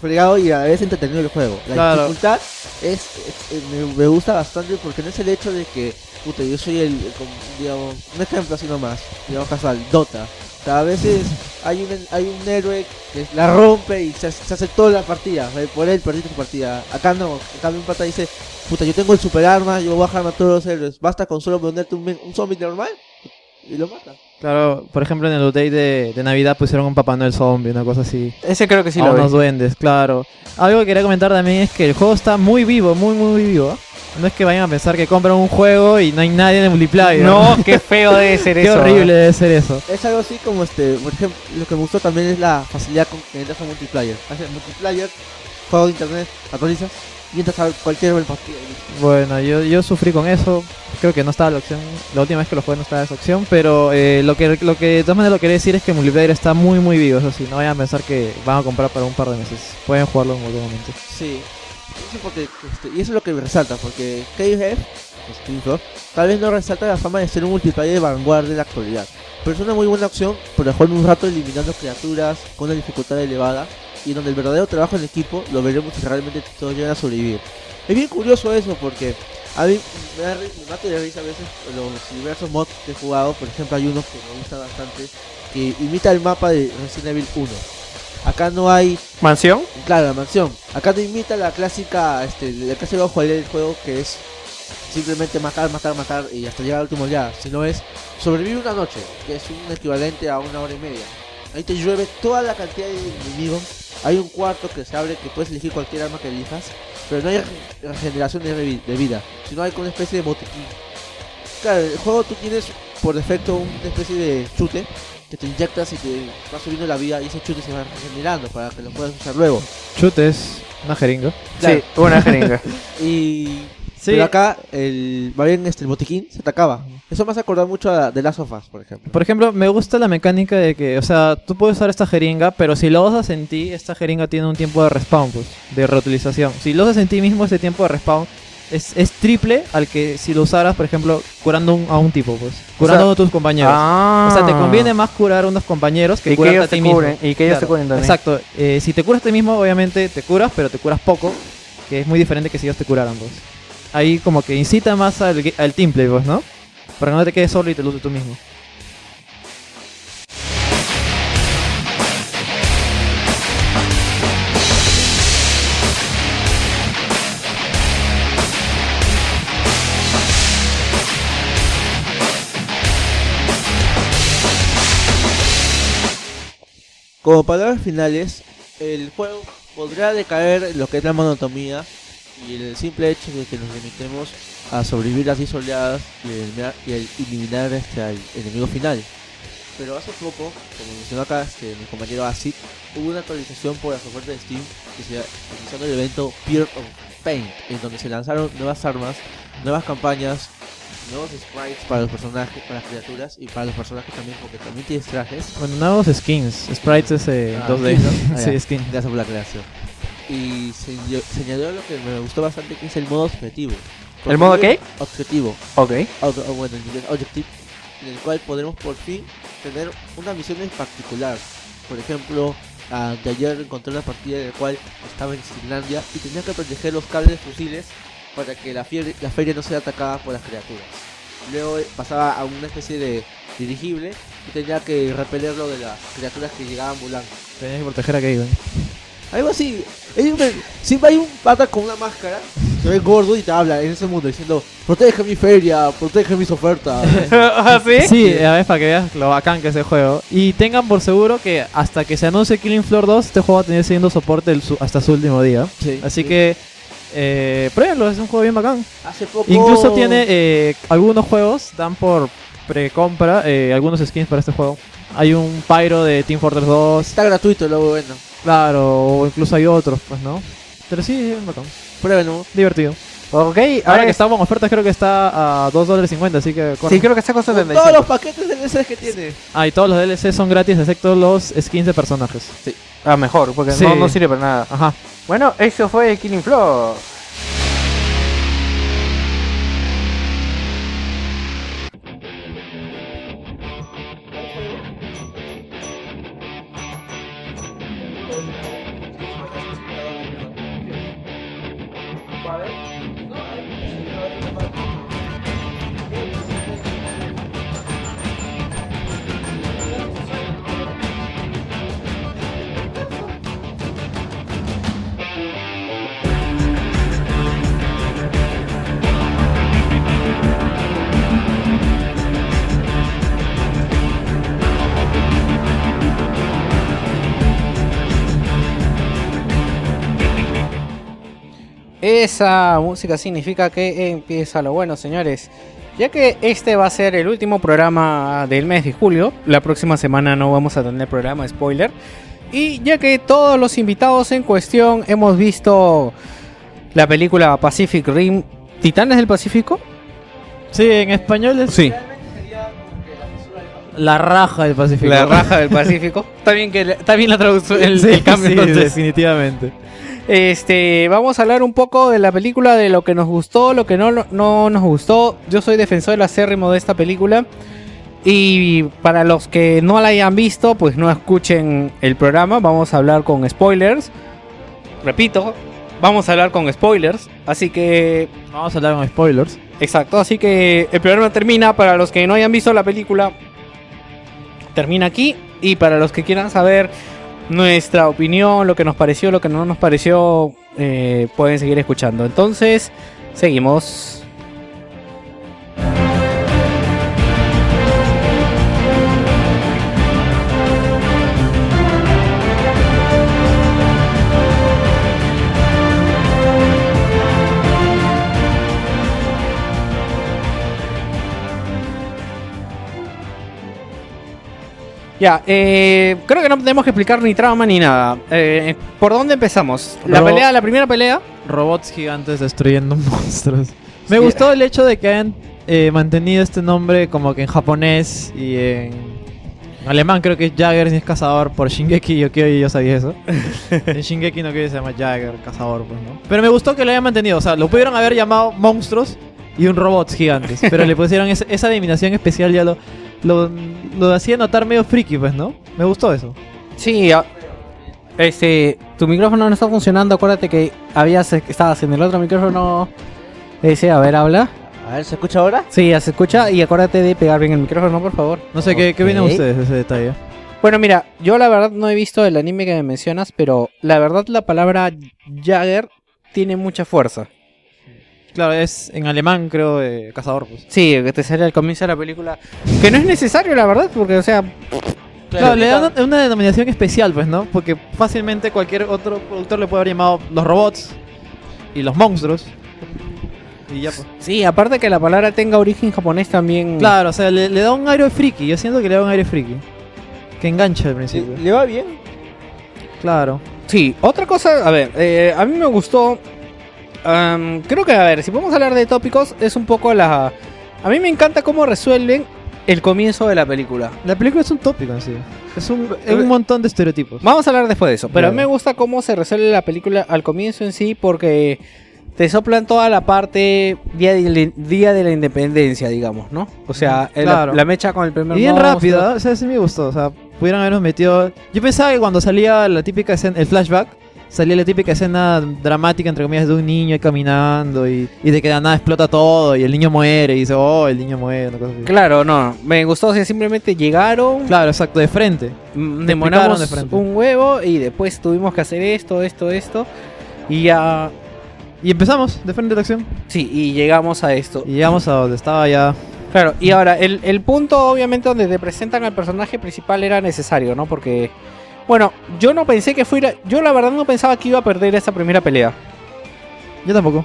Speaker 5: fregado y a la vez entretenido el juego. La
Speaker 1: Claro.
Speaker 5: dificultad es, es- eh, me, me gusta bastante porque no es el hecho de que, puta, yo soy el, el como, digamos, un ejemplo así nomás, digamos casual, Dota. O sea, a veces hay un, hay un héroe que la rompe y se, hace- se hace toda la partida. eh, Por él perdiste tu partida. Acá no, acá un pata dice, puta, yo tengo el super arma, yo voy a bajarme a todos los héroes. Basta con solo ponerte un, un zombie normal y lo matas.
Speaker 1: Claro, por ejemplo, en el update de, de Navidad pusieron un Papá Noel zombie, una cosa así.
Speaker 9: Ese creo que sí
Speaker 1: a
Speaker 9: lo vi.
Speaker 1: unos duendes, claro. Algo que quería comentar también es que el juego está muy vivo, muy, muy vivo. ¿eh? No es que vayan a pensar que compran un juego y no hay nadie en el multiplayer.
Speaker 9: No, qué feo debe ser
Speaker 1: qué
Speaker 9: eso.
Speaker 1: horrible debe ser eso.
Speaker 5: Es algo así como este, por ejemplo, lo que me gustó también es la facilidad con que entras a multiplayer. Haces multiplayer, juego de internet, actualizas y entras a cualquier partida.
Speaker 1: Bueno, yo, yo sufrí con eso. Creo que no estaba la opción. La última vez que lo jugué no estaba esa opción. Pero eh, lo que lo que de todas maneras lo que quería decir es que el multiplayer está muy, muy vivo. Eso sí, no vayan a pensar que van a comprar para un par de meses. Pueden jugarlo en algún momento.
Speaker 5: Sí. Eso porque, este, y eso es lo que me resalta, porque KF, Steam Floor, tal vez no resalta la fama de ser un multiplayer de vanguardia en la actualidad. Pero es una muy buena opción para jugar un rato eliminando criaturas con una dificultad elevada y donde el verdadero trabajo en equipo lo veremos si realmente todos llegan a sobrevivir. Es bien curioso eso porque a mí me, da, ri- me mata de risa a veces los diversos mods que he jugado. Por ejemplo, hay uno que me gusta bastante que imita el mapa de Resident Evil 1. Acá no hay
Speaker 9: ¿Mansión?
Speaker 5: Claro, la mansión. Acá te imita la clásica, este, la clásica jugabilidad del juego que es simplemente matar, matar, matar y hasta llegar al último ya. Sino es sobrevivir una noche, que es un equivalente a una hora y media. Ahí te llueve toda la cantidad de enemigos. Hay un cuarto que se abre que puedes elegir cualquier arma que elijas, pero no hay re- regeneración de, revi- de vida, sino hay como una especie de botiquín. Claro, en el juego tú tienes por defecto una especie de chute que te inyectas y te va subiendo la vida y ese chute se va regenerando para que lo puedas usar luego.
Speaker 1: Chutes, una jeringa.
Speaker 5: Claro.
Speaker 7: Sí, una jeringa.
Speaker 5: Y
Speaker 1: Sí,
Speaker 5: pero acá el más bien este el botiquín se atacaba. Eso me hace acordar mucho a de las sofás, por ejemplo.
Speaker 1: por ejemplo, me gusta la mecánica de que, o sea, tú puedes usar esta jeringa, pero si lo usas en ti, esta jeringa tiene un tiempo de respawn, pues, de reutilización. Si lo usas en ti mismo, ese tiempo de respawn es, es triple al que si lo usaras, por ejemplo, curando un- a un tipo, pues, curando a tus compañeros.
Speaker 7: Ah.
Speaker 1: O sea, te conviene más curar a unos compañeros que
Speaker 7: y que
Speaker 1: curarte a
Speaker 7: ellos
Speaker 1: ti
Speaker 7: te
Speaker 1: mismo.
Speaker 7: cubren. Y que ellos
Speaker 1: Claro,
Speaker 7: te cubren también.
Speaker 1: Exacto. Eh, si te curas a ti mismo, obviamente te curas, pero te curas poco, que es muy diferente que si ellos te curaran vos. Ahí como que incita más al, ge- al teamplay vos, ¿no? Para que no te quedes solo y te luces tú mismo.
Speaker 5: Como palabras finales, el juego podrá decaer en lo que es la monotomía y el simple hecho de que nos limitemos a sobrevivir así soleadas y eliminar, y el- eliminar este, al enemigo final. Pero hace poco, como mencionó acá este, mi compañero Acid, hubo una actualización por la software de Steam que se realizó el evento Fear of Paint, en donde se lanzaron nuevas armas, nuevas campañas, nuevos sprites para los personajes, para las criaturas y para los personajes también, porque también tienes trajes.
Speaker 1: Bueno, nuevos skins. Sprites es eh,
Speaker 5: Ah,
Speaker 1: 2D.
Speaker 5: sí, ¿no? Ah, ya.
Speaker 1: sí, skin.
Speaker 5: Gracias por la creación. Y se señaló lo que me gustó bastante, que es el modo objetivo.
Speaker 7: ¿El modo qué?
Speaker 5: Objetivo.
Speaker 7: Ok.
Speaker 5: O- o bueno, en inglés, objective. En el cual podremos por fin tener una misión en particular. Por ejemplo, de ayer encontré una partida en la cual estaba en Finlandia y tenía que proteger los cables de fusiles para que la, fier- la feria no sea atacada por las criaturas. Luego eh, pasaba a una especie de dirigible y tenía que repelerlo de las criaturas que llegaban volando.
Speaker 1: Tenías que proteger a Gaiden.
Speaker 5: Algo así. Hay un- siempre hay un pata con una máscara que ve gordo y te habla en ese mundo diciendo: Protege mi feria, Ah, protege mis ofertas.
Speaker 1: ¿Sí? Sí, a ver, para que veas lo bacán que es el juego. Y tengan por seguro que hasta que se anuncie Killing Floor 2, este juego va a tener siendo soporte el su- hasta su último día.
Speaker 5: Sí.
Speaker 1: Así que, eh, pruébenlo, es un juego bien bacán.
Speaker 5: Hace poco.
Speaker 1: Incluso tiene eh, algunos juegos, dan por precompra eh, algunos skins para este juego. Hay un Pyro de Team Fortress 2,
Speaker 5: Está gratuito, lo bueno.
Speaker 1: claro, o incluso hay otros, pues no. Pero sí, es bacán,
Speaker 5: Pruébenlo.
Speaker 1: divertido.
Speaker 7: Ok,
Speaker 1: Ahora
Speaker 7: ahora
Speaker 4: Pues-
Speaker 1: que está en oferta, creo que está a 2 dólares 50, así que corre.
Speaker 7: Sí, creo que está con
Speaker 5: Con todos
Speaker 7: 75.
Speaker 5: los paquetes de DLC que tiene.
Speaker 1: Ah, y todos los DLC son gratis, excepto los skins de personajes.
Speaker 7: Ah, mejor, porque
Speaker 1: Sí.
Speaker 7: no, no sirve para nada.
Speaker 1: Ajá.
Speaker 7: Bueno, eso fue Killing Floor.
Speaker 4: Esa música significa que empieza lo bueno, señores. Ya que este va a ser el último programa del mes de julio, la próxima semana no vamos a tener programa, spoiler. Y ya que todos los invitados en cuestión hemos visto la película Pacific Rim, ¿Titanes del Pacífico?
Speaker 1: Sí, en español es
Speaker 4: Sí.
Speaker 1: la raja del Pacífico.
Speaker 4: La raja del Pacífico. está bien que está bien la traducción, el,
Speaker 1: Sí,
Speaker 4: el cambio
Speaker 1: sí,
Speaker 4: entonces.
Speaker 1: definitivamente.
Speaker 4: Este, vamos a hablar un poco de la película, de lo que nos gustó, lo que no, no nos gustó. Yo soy defensor acérrimo de esta película. Y para los que no la hayan visto, pues no escuchen el programa. Vamos a hablar con spoilers. Repito, vamos a hablar con spoilers. Así que,
Speaker 1: Vamos a hablar con spoilers.
Speaker 4: exacto. Así que el programa termina. Para los que no hayan visto la película, termina aquí. Y para los que quieran saber nuestra opinión, lo que nos pareció, lo que no nos pareció, eh, pueden seguir escuchando. Entonces, seguimos.
Speaker 11: Ya, eh, creo que no tenemos que explicar ni trama ni nada. Eh, ¿Por dónde empezamos? La
Speaker 1: Pero-
Speaker 11: pelea, la primera pelea.
Speaker 1: robots gigantes destruyendo monstruos. Me gustó el hecho de que hayan eh, mantenido este nombre como que en japonés y en alemán creo que es Jagger si es cazador por Shingeki yo yo sabía eso. en Shingeki no que se llama Jagger, cazador, pues, ¿no? Pero me gustó que lo hayan mantenido, o sea, lo pudieron haber llamado monstruos y un robots gigantes, pero le pusieron esa, esa denominación especial ya lo lo, lo hacía notar medio friki, pues, ¿no? Me gustó eso.
Speaker 4: Sí, a- este, tu micrófono no está funcionando. Acuérdate que habías, estabas en el otro micrófono. Ese, a ver, habla.
Speaker 5: A ver, ¿se escucha ahora?
Speaker 4: Sí, ya se escucha. Y acuérdate de pegar bien el micrófono, por favor.
Speaker 1: No sé qué qué opinan
Speaker 4: Ok.
Speaker 1: ustedes de ese detalle.
Speaker 4: Bueno, mira, yo la verdad no he visto el anime que me mencionas, pero la verdad la palabra Jagger tiene mucha fuerza.
Speaker 1: Claro, es en alemán creo eh, cazador, pues.
Speaker 4: Sí, que te sale al comienzo de la película. Que no es necesario, la verdad, porque, o sea,
Speaker 1: Claro, le dan una, una denominación especial, pues, ¿no? Porque fácilmente cualquier otro productor le puede haber llamado los robots y los monstruos. Y ya, pues.
Speaker 4: sí, aparte que la palabra tenga origen japonés también.
Speaker 1: Claro, o sea, le, le da un aire friki. Yo siento que le da un aire friki. Que engancha al
Speaker 5: Sí,
Speaker 1: principio.
Speaker 5: ¿Le va bien?
Speaker 1: Claro.
Speaker 4: Sí, otra cosa, a ver, eh, a mí me gustó. am, creo que, a ver, si podemos hablar de tópicos, es un poco la. A mí me encanta cómo resuelven el comienzo de la película.
Speaker 1: La película es un tópico en sí. Es un, es un montón de estereotipos.
Speaker 4: Vamos a hablar después de eso, pero a mí me
Speaker 1: Claro.
Speaker 4: gusta cómo se resuelve la película al comienzo en sí, porque te soplan toda la parte día de, la- día de la independencia, digamos, ¿no? O sea, el-
Speaker 1: Claro.
Speaker 4: la mecha con el primer
Speaker 1: Y bien ¿eh?
Speaker 4: monstruo.
Speaker 1: rápida, o sea, sí me gustó. O sea, pudieron habernos metido. Yo pensaba que cuando salía la típica escena, el flashback, salía la típica escena dramática, entre comillas, de un niño ahí caminando y, y de que de nada explota todo y el niño muere y dice, oh, el niño muere, una cosa así.
Speaker 4: Claro, no, me gustó, o sea, simplemente llegaron,
Speaker 1: Claro, exacto, de frente.
Speaker 4: mm,
Speaker 1: te explicaron
Speaker 4: demoramos
Speaker 1: de frente.
Speaker 4: un huevo y después tuvimos que hacer esto, esto, esto, y ya,
Speaker 1: Y empezamos, de frente a la acción.
Speaker 4: sí, y llegamos a esto.
Speaker 1: Y Mm. llegamos a donde estaba ya.
Speaker 4: Claro, y ahora, el, el punto obviamente donde te presentan al personaje principal era necesario, ¿no? Porque, bueno, yo no pensé que fuera, yo la verdad no pensaba que iba a perder esa primera pelea.
Speaker 1: Yo tampoco.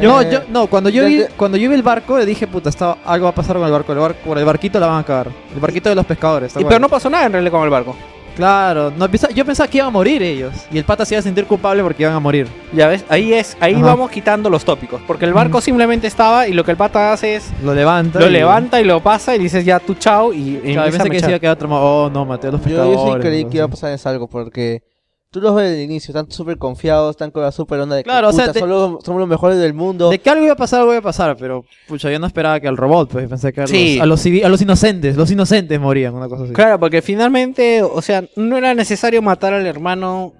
Speaker 1: no,
Speaker 5: Eh,
Speaker 1: yo, no, cuando yo, vi,
Speaker 5: desde-
Speaker 1: cuando yo vi el barco, dije, puta, estaba, algo va a pasar con el barco. El, barco, con el barquito la van a cagar. El barquito de los pescadores. ¿te
Speaker 4: Y- pero
Speaker 1: acuerdas?
Speaker 4: no pasó nada en realidad con el barco.
Speaker 1: Claro, no, pensa- yo pensaba que iban a morir ellos. Y el pata se iba a sentir culpable porque iban a morir.
Speaker 4: Ya ves, ahí es, ahí
Speaker 1: Ajá.
Speaker 4: vamos quitando los tópicos, porque el barco
Speaker 1: Ujú.
Speaker 4: simplemente estaba y lo que el pata hace es
Speaker 1: Lo levanta.
Speaker 4: lo
Speaker 1: y-
Speaker 4: levanta y lo pasa y dices ya tú chao y, y
Speaker 1: Claro,
Speaker 4: empieza a
Speaker 1: pensé que se
Speaker 4: mechar.
Speaker 1: iba a quedar traumado. Oh, no, maté a los
Speaker 5: Yo,
Speaker 1: pescadores.
Speaker 5: yo sí creí que iba a
Speaker 1: no sé.
Speaker 5: pasar es algo porque tú los ves desde el inicio, están súper confiados, están con la súper onda de que,
Speaker 1: Claro, o sea,
Speaker 5: puta,
Speaker 1: te-
Speaker 5: son los- somos los mejores del mundo.
Speaker 1: De que algo iba a pasar, algo iba a pasar, pero pucha, yo no esperaba que al robot, pues pensé que a los,
Speaker 4: Sí.
Speaker 1: a los, civi- a los inocentes, los inocentes morían, una cosa así.
Speaker 4: Claro, porque finalmente, o sea, no era necesario matar al hermano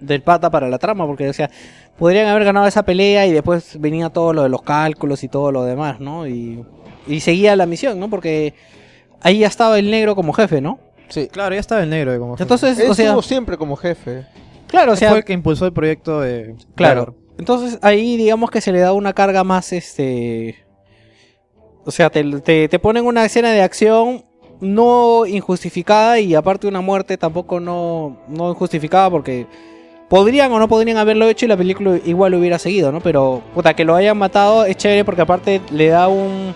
Speaker 4: del pata para la trama, porque, o sea, podrían haber ganado esa pelea y después venía todo lo de los cálculos y todo lo demás, ¿no? Y, y seguía la misión, ¿no? Porque ahí ya estaba el negro como jefe, ¿no?
Speaker 5: Sí.
Speaker 1: Claro, ya estaba el negro. eh, Como fue.
Speaker 4: Entonces,
Speaker 5: Él
Speaker 4: o sea,
Speaker 5: estuvo siempre como jefe.
Speaker 4: claro, o sea,
Speaker 1: fue el que impulsó el proyecto de...
Speaker 4: claro. Entonces ahí digamos que se le da una carga más, este... O sea, te, te, te ponen una escena de acción no injustificada y aparte una muerte tampoco no, no injustificada porque podrían o no podrían haberlo hecho y la película igual hubiera seguido, ¿no? Pero puta, que lo hayan matado es chévere porque aparte le da un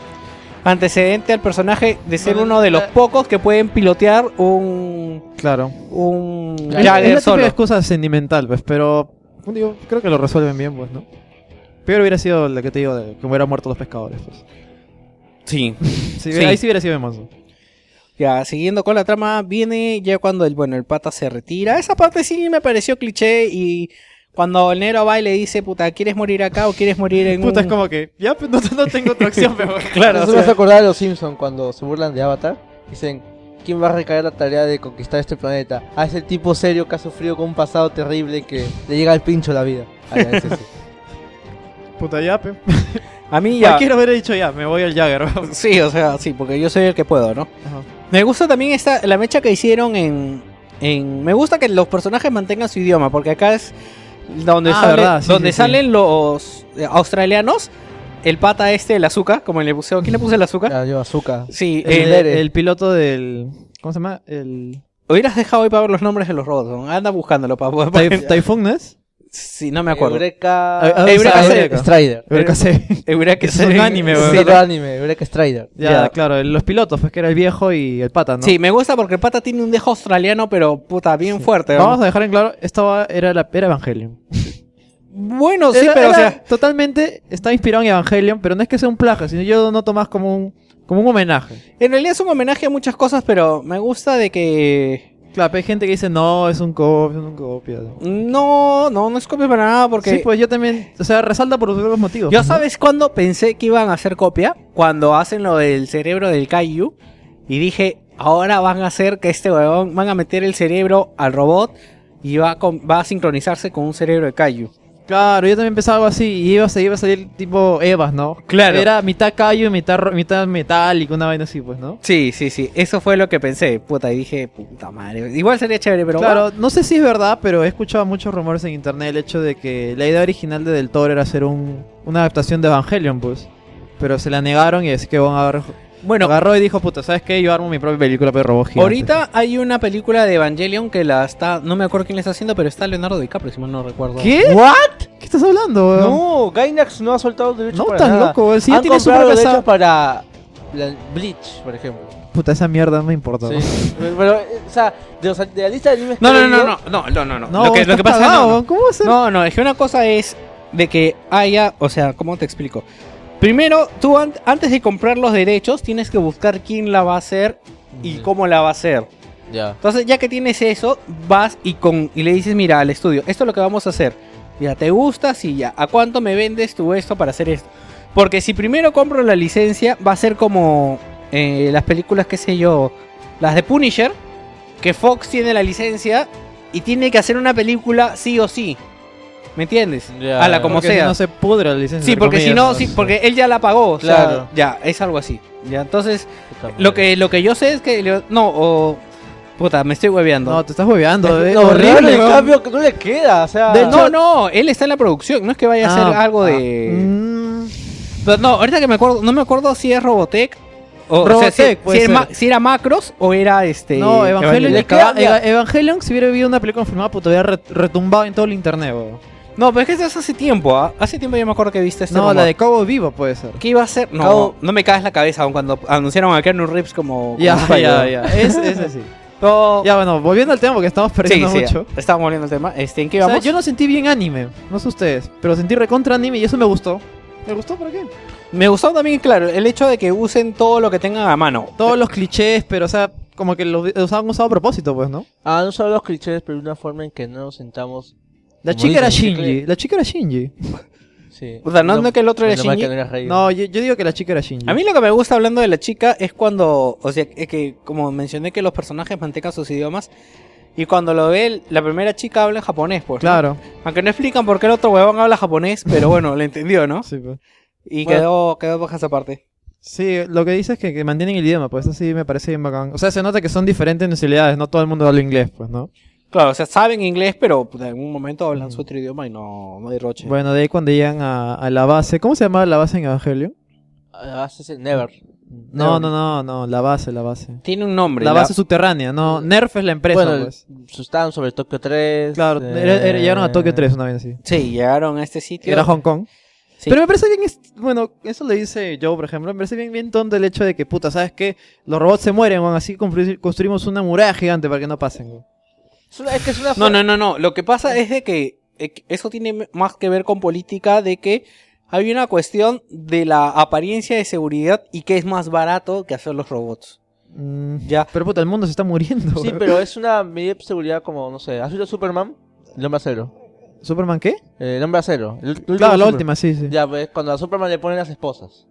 Speaker 4: antecedente al personaje de ser
Speaker 1: No,
Speaker 4: uno de los
Speaker 1: la-
Speaker 4: pocos que pueden pilotear un...
Speaker 1: Claro.
Speaker 4: un
Speaker 1: Es- es
Speaker 4: Jagger
Speaker 1: la típica
Speaker 4: solo.
Speaker 1: excusa sentimental, pues, pero digo, creo que lo resuelven bien, pues, ¿no? Pero hubiera sido la que te digo, de que hubieran muerto los pescadores, pues.
Speaker 4: Sí,
Speaker 1: Sí,
Speaker 4: Sí.
Speaker 1: Ahí sí hubiera sido pues. hermoso.
Speaker 4: Ya, siguiendo con la trama, viene ya cuando el, bueno, el pata se retira. Esa parte sí me pareció cliché y cuando el negro va y le dice, puta, ¿quieres morir acá o quieres morir en
Speaker 1: Puta,
Speaker 4: un...
Speaker 1: es como que, ya, pues, no, no tengo otra opción, pero...
Speaker 4: Claro,
Speaker 5: Eso
Speaker 4: o
Speaker 5: me hace
Speaker 4: sea,
Speaker 5: acordar de los Simpsons cuando se burlan de Avatar. Dicen, ¿quién va a recaer la tarea de conquistar este planeta? A ese tipo serio que ha sufrido con un pasado terrible que le llega al pincho la vida. Ah, ya, ese sí.
Speaker 1: Puta, ya, pues.
Speaker 4: a mí ya...
Speaker 1: Cualquiera hubiera dicho, ya, me voy al Jagger. vamos.
Speaker 4: Sí, o sea, sí, porque yo soy el que puedo, ¿no?
Speaker 1: Ajá.
Speaker 4: Me gusta también esta, la mecha que hicieron en, en... Me gusta que los personajes mantengan su idioma, porque acá es donde,
Speaker 1: Ah,
Speaker 4: sale-
Speaker 1: verdad, sí,
Speaker 4: donde
Speaker 1: sí, sí.
Speaker 4: salen los eh, australianos, el pata este, el azúcar, como le puse... ¿Quién le puse el azúcar?
Speaker 5: Ya, yo, azúcar.
Speaker 4: Sí,
Speaker 1: El,
Speaker 4: el-
Speaker 5: Dere.
Speaker 1: el piloto del... ¿Cómo se llama? El...
Speaker 4: Hubieras dejado ahí para ver los nombres de los robots. ¿no? Anda buscándolo para poder
Speaker 1: Typhoon,
Speaker 4: poner-
Speaker 1: ¿no es?
Speaker 4: Sí, no me acuerdo.
Speaker 5: Eureka.
Speaker 4: Ah, ah,
Speaker 5: Eh, Eureka
Speaker 4: ah,
Speaker 5: Strider.
Speaker 4: Eureka.
Speaker 5: Strider.
Speaker 1: Eureka Seven.
Speaker 4: Eureka
Speaker 1: Es un
Speaker 4: Seven.
Speaker 1: anime,
Speaker 4: Sí,
Speaker 1: weón.
Speaker 5: Sí,
Speaker 4: lo-
Speaker 5: lo anime, Eureka Strider.
Speaker 1: Ya, claro, los pilotos, pues que era el viejo y el pata, ¿no?
Speaker 4: Sí, me gusta porque el pata tiene un dejo australiano, pero puta, bien fuerte. weón.
Speaker 1: Vamos a dejar en claro, esta va- era, la, era Evangelion.
Speaker 4: Bueno, sí,
Speaker 1: Era-
Speaker 4: pero o
Speaker 1: era
Speaker 4: sea.
Speaker 1: Totalmente está inspirado en Evangelion, pero no es que sea un plagio, sino yo lo noto más como un, como un homenaje.
Speaker 4: En realidad es un homenaje a muchas cosas, pero me gusta de que.
Speaker 1: Claro, pero hay gente que dice, no, es un copia, es un copia.
Speaker 4: No, no, no es copia para nada, porque.
Speaker 1: Sí, pues yo también, o sea, resalta por los otros motivos. pues,
Speaker 4: Yo
Speaker 1: ¿no?
Speaker 4: sabes cuándo pensé que iban a hacer copia? Cuando hacen lo del cerebro del Kaiju. Y dije, ahora van a hacer que este huevón, van a meter el cerebro al robot y va a, con- va a sincronizarse con un cerebro de Kaiju.
Speaker 1: Claro, yo también pensaba algo así y iba a, salir- iba a salir tipo Evas, ¿no?
Speaker 4: Claro.
Speaker 1: Era mitad callo y mitad, ro- mitad metálico, una vaina así, pues, ¿no?
Speaker 4: Sí, sí, sí. Eso fue lo que pensé. Puta, y dije, puta madre. Igual sería chévere, pero
Speaker 1: claro, no sé si es verdad, pero he escuchado muchos rumores en internet el hecho de que la idea original de Del Toro era hacer un, una adaptación de Evangelion, pues. Pero se la negaron y así que Von Agar-
Speaker 4: bueno. bueno
Speaker 1: agarró y dijo, puta, ¿sabes qué? Yo armo mi propia película de robots gigantes".
Speaker 4: ahorita hay una película de Evangelion que la está, no me acuerdo quién la está haciendo, pero está Leonardo DiCaprio, si mal no recuerdo.
Speaker 1: ¿Qué? ¿What? ¿Qué estás hablando, weón?
Speaker 5: No, Gainax no ha soltado derechos
Speaker 1: No,
Speaker 5: para
Speaker 1: estás
Speaker 5: nada.
Speaker 1: loco, weón. Si ya
Speaker 5: Han
Speaker 1: tiene su
Speaker 5: comprado
Speaker 1: propia
Speaker 5: derechos
Speaker 1: saga-
Speaker 5: para la- Bleach, por ejemplo.
Speaker 1: Puta, esa mierda no me importa. weón.
Speaker 5: Sí. Pero, eh, o sea, de, los- de la lista de animes
Speaker 4: No,
Speaker 5: que he
Speaker 4: no, no,
Speaker 5: leído,
Speaker 4: no, no, no, no, no.
Speaker 1: No,
Speaker 4: lo que,
Speaker 1: weón,
Speaker 4: lo que
Speaker 1: estás
Speaker 4: pasa no,
Speaker 1: cagado,
Speaker 4: no.
Speaker 1: weón. ¿Cómo va a ser?
Speaker 4: No, no, es que una cosa es de que haya, o sea, ¿cómo te explico? Primero, tú an- antes de comprar los derechos tienes que buscar quién la va a hacer y
Speaker 5: Ujú.
Speaker 4: cómo la va a hacer.
Speaker 5: Ya.
Speaker 4: Entonces, ya que tienes eso, vas y con y le dices, mira, al estudio, esto es lo que vamos a hacer. Mira, ¿te gusta? Sí, ya. ¿A cuánto me vendes tú esto para hacer esto? Porque si primero compro la licencia, va a ser como eh, las películas, qué sé yo, las de Punisher, que Fox tiene la licencia y tiene que hacer una película sí o sí. ¿Me entiendes?
Speaker 5: Ya,
Speaker 4: a la
Speaker 5: ya.
Speaker 4: como
Speaker 1: Porque si
Speaker 4: sea.
Speaker 1: no se pudre la licencia.
Speaker 4: Sí,
Speaker 1: entre
Speaker 4: porque si
Speaker 1: comillas,
Speaker 4: no, sí, porque él ya la pagó. o sea,
Speaker 5: Claro.
Speaker 4: ya, es algo así. Ya, entonces, lo que, lo que yo sé es que. Leo- No, o. Puta, me estoy hueveando.
Speaker 1: No, te estás hueveando, eh.
Speaker 5: horrible,
Speaker 1: Horrible,
Speaker 5: en
Speaker 1: weón.
Speaker 5: cambio, que no le queda, o sea...
Speaker 4: Ah, no, no, él está en la producción, no es que vaya a hacer
Speaker 1: Ah,
Speaker 4: algo
Speaker 1: ah,
Speaker 4: de.
Speaker 1: mm.
Speaker 4: Pero no, ahorita que me acuerdo, no me acuerdo si es Robotech. O, o sea, si-
Speaker 1: Robotech,
Speaker 4: si,
Speaker 1: puede
Speaker 4: era ma-
Speaker 1: ser.
Speaker 4: si era Macros o era este.
Speaker 1: No, Evangelion,
Speaker 5: Le
Speaker 1: le
Speaker 5: queda-
Speaker 1: acaba- Eva- Evangelion, si hubiera habido una película confirmada, puto, hubiera re- retumbado en todo el internet, weón.
Speaker 4: No, pero es que eso es hace tiempo, ¿ah? Hace tiempo yo me acuerdo que viste este.
Speaker 1: No,
Speaker 4: rumor.
Speaker 1: la de Cowboy Vivo puede ser.
Speaker 4: ¿Qué iba a ser? No,
Speaker 5: Cabo-
Speaker 4: no me caes la cabeza aún cuando anunciaron a Keanu Reeves como. como
Speaker 1: Ya, ya,
Speaker 4: Spider-Man.
Speaker 1: ya. Es, es así.
Speaker 4: Pero-
Speaker 1: Ya, bueno, volviendo al tema porque estamos
Speaker 4: Sí,
Speaker 1: perdiendo
Speaker 4: sí,
Speaker 1: mucho.
Speaker 4: ya. Estábamos volviendo al tema. Este, ¿En qué
Speaker 1: O sea,
Speaker 4: íbamos?
Speaker 1: yo no sentí bien anime, no sé ustedes, pero sentí recontra anime y eso me gustó. ¿Me gustó para qué?
Speaker 4: Me gustó también, claro, el hecho de que usen todo lo que tengan a mano.
Speaker 1: Todos los clichés, pero o sea, como que los, los han usado a propósito, pues, ¿no?
Speaker 5: Ah, no solo los clichés, pero una forma en que no nos sentamos...
Speaker 1: La
Speaker 5: Como
Speaker 1: chica era
Speaker 5: dicen,
Speaker 1: Shinji, la chica era Shinji.
Speaker 5: Sí.
Speaker 4: O sea, no, no que el otro era
Speaker 5: menos mal
Speaker 4: Shinji.
Speaker 5: que no era Raiden.
Speaker 1: No, yo, yo digo que la chica era Shinji.
Speaker 4: A mí lo que me gusta hablando de la chica es cuando, o sea, es que como mencioné que los personajes mantengan sus idiomas y cuando lo ve el- la primera chica habla en japonés, pues. ¿no?
Speaker 1: Claro.
Speaker 4: Aunque no explican por qué el otro huevón habla japonés, pero bueno, le entendió, ¿no?
Speaker 1: Sí, pues.
Speaker 4: Y
Speaker 5: Bueno.
Speaker 4: quedó quedó baja esa parte.
Speaker 1: Sí, lo que dices es que, que mantienen el idioma, pues así me parece bien bacán. O sea, se nota que son diferentes necesidades, no todo el mundo habla inglés, pues, ¿no?
Speaker 4: Claro, o sea, saben inglés, pero puta, en un momento hablan su
Speaker 1: Ujú.
Speaker 4: otro idioma y no, no derroche.
Speaker 1: Bueno, de ahí cuando llegan a, a la base, ¿cómo se llamaba la base en Evangelio?
Speaker 5: Ah, ese es el Never.
Speaker 1: No, no, no, no, la base, la base.
Speaker 4: Tiene un nombre.
Speaker 1: La base subterránea, no, Nerf es la empresa,
Speaker 5: bueno,
Speaker 1: pues.
Speaker 5: estaban sobre Tokio 3.
Speaker 1: Claro,
Speaker 5: eh,
Speaker 1: era- era- llegaron a Tokio 3 una vez así.
Speaker 4: Sí, llegaron a este sitio.
Speaker 1: Era Hong Kong.
Speaker 4: Sí.
Speaker 1: Pero me parece bien, es- bueno, eso le dice Joe, por ejemplo, me parece bien, bien tonto el hecho de que, puta, ¿sabes qué? Los robots se mueren, weón, así constru- construimos una muralla gigante para que no pasen. weón.
Speaker 5: Es, una- es que es una
Speaker 4: No, no, no, no. Lo que pasa es de que eh, que eso tiene m- más que ver con política de que hay una cuestión de la apariencia de seguridad y que es más barato que hacer los robots.
Speaker 1: Mm,
Speaker 4: Ya.
Speaker 1: Pero, puta, el mundo se está muriendo.
Speaker 5: Sí,
Speaker 1: weón.
Speaker 5: pero es una medida de seguridad como, no sé, ¿has visto Superman? El hombre acero.
Speaker 1: ¿Superman qué?
Speaker 5: Eh, el hombre acero. El, último
Speaker 1: Claro, la
Speaker 5: Superman.
Speaker 1: última, sí, sí.
Speaker 5: Ya, pues cuando a Superman le ponen las esposas.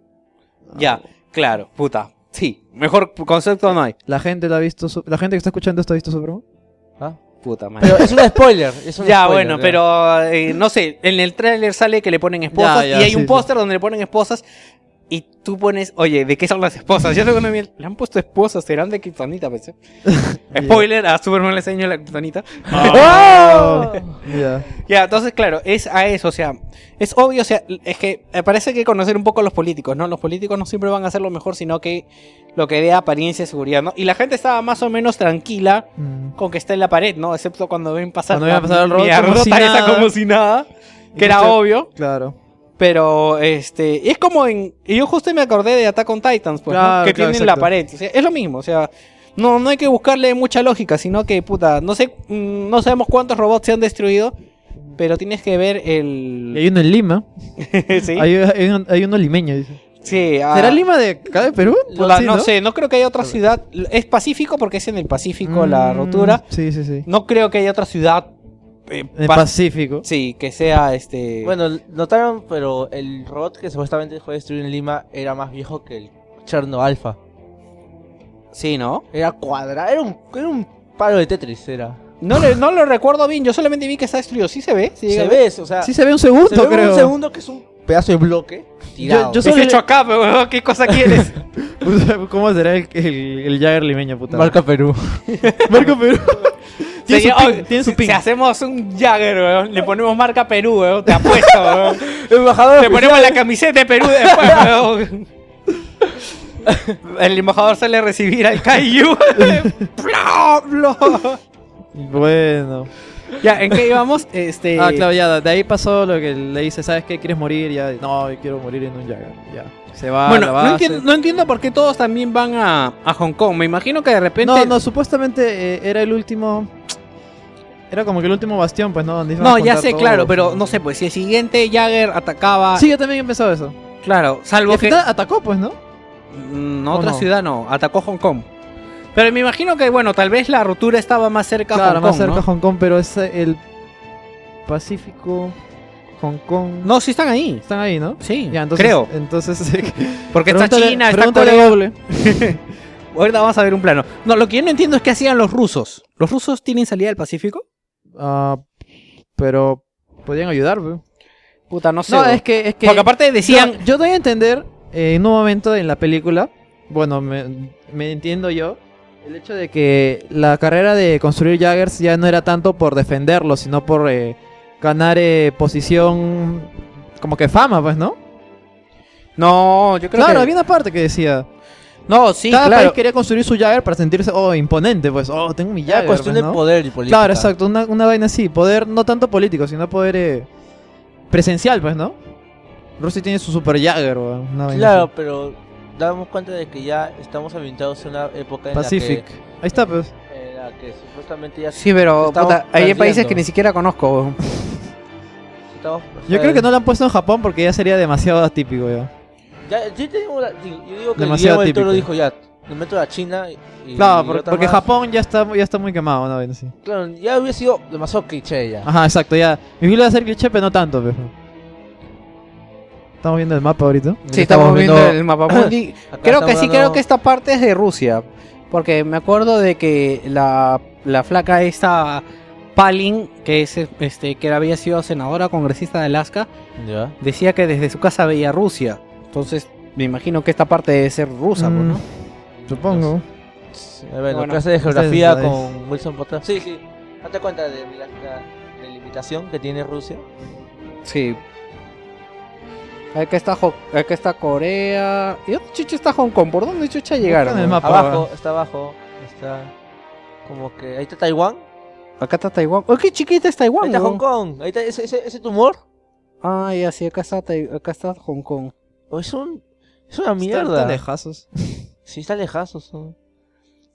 Speaker 5: Ah,
Speaker 4: Ya, claro, puta. Sí, mejor p- concepto no hay.
Speaker 1: La gente la ha visto, su- la gente que está escuchando esto ha visto Superman.
Speaker 5: ¿ah?
Speaker 4: Puta madre.
Speaker 5: Pero es un spoiler. Es un
Speaker 4: ya,
Speaker 5: spoiler,
Speaker 4: bueno, pero eh, no sé, en el tráiler sale que le ponen esposas
Speaker 1: Ya, ya,
Speaker 4: y hay
Speaker 1: sí,
Speaker 4: un
Speaker 1: sí.
Speaker 4: póster donde le ponen esposas. Y tú pones, oye, ¿de qué son las esposas? Yo tengo una miel. Le han puesto esposas, serán de kriptonita, pensé. Spoiler, a Superman le enseñó la kriptonita.
Speaker 1: Ya.
Speaker 4: Ya, entonces, claro, es a eso, o sea, es obvio, o sea, es que eh, parece que conocer un poco a los políticos, ¿no? Los políticos no siempre van a hacer lo mejor, sino que lo que dé apariencia y seguridad, ¿no? Y la gente estaba más o menos tranquila
Speaker 1: Mm.
Speaker 4: con que esté en la pared, ¿no? Excepto cuando ven pasar
Speaker 1: Cuando ven pasar el robot como si
Speaker 4: mierdota esa
Speaker 1: nada.
Speaker 4: como si nada, que era
Speaker 1: Mucho-
Speaker 4: obvio,
Speaker 1: Claro.
Speaker 4: pero, este, y es como en, y yo justo me acordé de Attack on Titans, pues, ¿no?
Speaker 1: Claro,
Speaker 4: que
Speaker 1: claro,
Speaker 4: tienen
Speaker 1: exacto.
Speaker 4: la pared, o sea, es lo mismo, o sea... No, no hay que buscarle mucha lógica, sino que, puta, no sé, mm, no sabemos cuántos robots se han destruido, pero tienes que ver
Speaker 1: Y hay
Speaker 4: el.
Speaker 1: uno en Lima.
Speaker 4: sí.
Speaker 1: Hay, hay un- hay uno limeño, dice.
Speaker 4: Sí, ah,
Speaker 1: ¿Será Lima de acá de Perú? Pues
Speaker 4: puta,
Speaker 1: Sí,
Speaker 4: no, sé, no creo que haya otra ciudad. Es Pacífico porque es en el Pacífico la
Speaker 1: Mm,
Speaker 4: rotura.
Speaker 1: Sí, sí, sí.
Speaker 4: No creo que haya otra ciudad. eh,
Speaker 1: En el
Speaker 4: pas-
Speaker 1: Pacífico.
Speaker 4: sí, que sea este.
Speaker 5: Bueno, notaron, pero el robot que supuestamente fue destruido en Lima era más viejo que el Cherno Alpha.
Speaker 4: sí, ¿no?
Speaker 5: Era cuadrado, era un, era un palo de Tetris, era.
Speaker 4: No, le- no lo recuerdo bien. Yo solamente vi que está destruido. Sí se ve. Sí, llega
Speaker 5: se
Speaker 4: a
Speaker 5: ve, o
Speaker 4: ah.
Speaker 5: sea,
Speaker 1: Sí se ve un segundo,
Speaker 5: se ve
Speaker 1: creo.
Speaker 5: un segundo que es un pedazo de bloque tirado.
Speaker 1: yo
Speaker 4: Es
Speaker 1: solo-
Speaker 4: hecho acá, pero weón, ¿qué cosa quieres?
Speaker 1: ¿Cómo será el, el, el Jagger limeño, puta?
Speaker 5: Marca Perú.
Speaker 1: Marco Perú. tiene,
Speaker 4: Sería-
Speaker 1: su ping,
Speaker 4: oh,
Speaker 1: tiene su
Speaker 4: si-
Speaker 1: ping.
Speaker 4: Si hacemos un Jagger, weón, le ponemos marca Perú, weón, te apuesto, weón.
Speaker 5: Embajador.
Speaker 4: Le ponemos la camiseta de Perú después, weón. El embajador sale a recibir al Caillou. Plop, plop.
Speaker 1: Bueno.
Speaker 4: ya, ¿en qué íbamos? Este...
Speaker 1: Ah, claro, ya. De ahí pasó lo que le dice, ¿sabes qué? ¿Quieres morir? Ya, no, yo quiero morir en un Jagger. Ya. Se va,
Speaker 4: Bueno,
Speaker 1: la
Speaker 4: no
Speaker 1: base.
Speaker 4: entiendo, no entiendo por qué todos también van a, a Hong Kong. Me imagino que de repente...
Speaker 1: No, no, supuestamente eh, era el último. Era como que el último bastión, pues, ¿no? Donde iban a
Speaker 4: No, ya
Speaker 1: juntar
Speaker 4: sé,
Speaker 1: todos, Ah,
Speaker 4: claro, pero no sé, pues si el siguiente Jagger atacaba...
Speaker 1: Sí, yo también he pensado eso.
Speaker 4: Claro,
Speaker 1: Y
Speaker 4: salvo
Speaker 1: al
Speaker 4: que...
Speaker 1: final atacó, pues, ¿no?
Speaker 4: Mm,
Speaker 1: ¿O
Speaker 4: otra
Speaker 1: no?
Speaker 4: ciudad no, atacó Hong Kong. Pero me imagino que, bueno, tal vez la rotura estaba más cerca a
Speaker 1: claro,
Speaker 4: Hong
Speaker 1: más
Speaker 4: Kong,
Speaker 1: cerca
Speaker 4: ¿no?
Speaker 1: a Hong Kong, pero es eh, el Pacífico, Hong Kong.
Speaker 4: No, sí están ahí.
Speaker 1: Están ahí, ¿no?
Speaker 4: Sí,
Speaker 1: Ya, entonces,
Speaker 4: creo.
Speaker 1: Entonces,
Speaker 4: Porque está
Speaker 1: pregúntale-
Speaker 4: China, está
Speaker 1: pregúntale
Speaker 4: Corea.
Speaker 1: a Google.
Speaker 4: Ahorita vamos a ver un plano. No, lo que yo no entiendo es qué hacían los rusos. ¿Los rusos tienen salida del Pacífico?
Speaker 1: Ah, pero podían ayudar, güey.
Speaker 4: Puta, no sé.
Speaker 1: No,
Speaker 4: weón.
Speaker 1: es que, es que
Speaker 4: Porque aparte decían...
Speaker 1: yo, yo doy a entender eh, en un momento en la película, bueno, me, me entiendo yo, el hecho de que la carrera de construir Jaggers ya no era tanto por defenderlo, sino por eh, ganar eh, posición, como que fama, pues, ¿no?
Speaker 4: No, yo creo
Speaker 1: claro,
Speaker 4: que...
Speaker 1: había una parte que decía,
Speaker 4: No, sí,
Speaker 1: cada
Speaker 4: claro.
Speaker 1: país quería construir su Jagger para sentirse, oh, imponente, pues, oh, tengo mi
Speaker 5: Ya,
Speaker 1: Jagger,
Speaker 5: cuestión
Speaker 1: pues,
Speaker 5: de
Speaker 1: ¿no?
Speaker 5: poder y política.
Speaker 1: Claro, exacto, una, una vaina así, poder no tanto político, sino poder eh, presencial, pues, ¿no? Rusia tiene su super Jagger, weón, una vaina así.
Speaker 5: Claro, pues, pero damos cuenta de que ya estamos ambientados en una época en
Speaker 1: Pacific. Ahí está, pues.
Speaker 5: la que en la que supuestamente ya
Speaker 4: Sí, pero
Speaker 5: Estamos
Speaker 4: puta, hay
Speaker 5: perdiendo.
Speaker 4: países que ni siquiera conozco. weón.
Speaker 5: estamos
Speaker 1: Yo creo que no lo han puesto en Japón porque ya sería demasiado atípico, ya.
Speaker 5: Ya, yo, tengo la- digo- yo digo que
Speaker 1: Demasiado
Speaker 5: Guillermo del Toro
Speaker 1: típico.
Speaker 5: dijo ya, le meto a China y, y
Speaker 1: Claro, por-
Speaker 5: otra
Speaker 1: porque
Speaker 5: más.
Speaker 1: Japón ya está, ya está muy quemado, una vaina así.
Speaker 5: Claro, ya hubiera sido demasiado cliché ya.
Speaker 1: Ajá, exacto, ya. Mi vida va a ser cliché, pero no tanto, pues. Estamos viendo el mapa ahorita.
Speaker 4: Sí, estamos, viendo, el mapa mundi.
Speaker 5: Acá
Speaker 4: creo
Speaker 5: estamos
Speaker 4: que sí,
Speaker 5: dando-
Speaker 4: creo que esta parte es de Rusia. Porque me acuerdo de que la, la flaca esta Palin, que es este, que había sido senadora congresista de Alaska,
Speaker 5: Ya.
Speaker 4: decía que desde su casa veía Rusia. Entonces, me imagino que esta parte debe ser rusa, pues,
Speaker 1: Mm,
Speaker 4: ¿no?
Speaker 1: Supongo.
Speaker 5: A ver,
Speaker 4: Bueno,
Speaker 5: la clase de geografía
Speaker 1: ustedes
Speaker 5: con Wilson Potter. Sí, sí. Date cuenta de la, la- de limitación que tiene Rusia.
Speaker 4: Sí. Acá está, Jo- acá está Corea. ¿Y dónde chucha está Hong Kong? ¿Por dónde chucha llegaron?
Speaker 1: Buscan el
Speaker 4: weón?
Speaker 1: mapa.
Speaker 5: abajo, está abajo, está como que ahí está Taiwán,
Speaker 4: Acá está Taiwán. ¡Oh, qué chiquita es Taiwán!
Speaker 5: ahí está
Speaker 4: weón!
Speaker 5: Hong Kong, ahí está ese, ese, ese tumor.
Speaker 4: Ah, ya sí, acá está, Tai- acá está Hong Kong.
Speaker 5: Oh, es un es una
Speaker 1: Están tan
Speaker 5: mierda.
Speaker 1: lejazos.
Speaker 5: sí, está lejazo. son.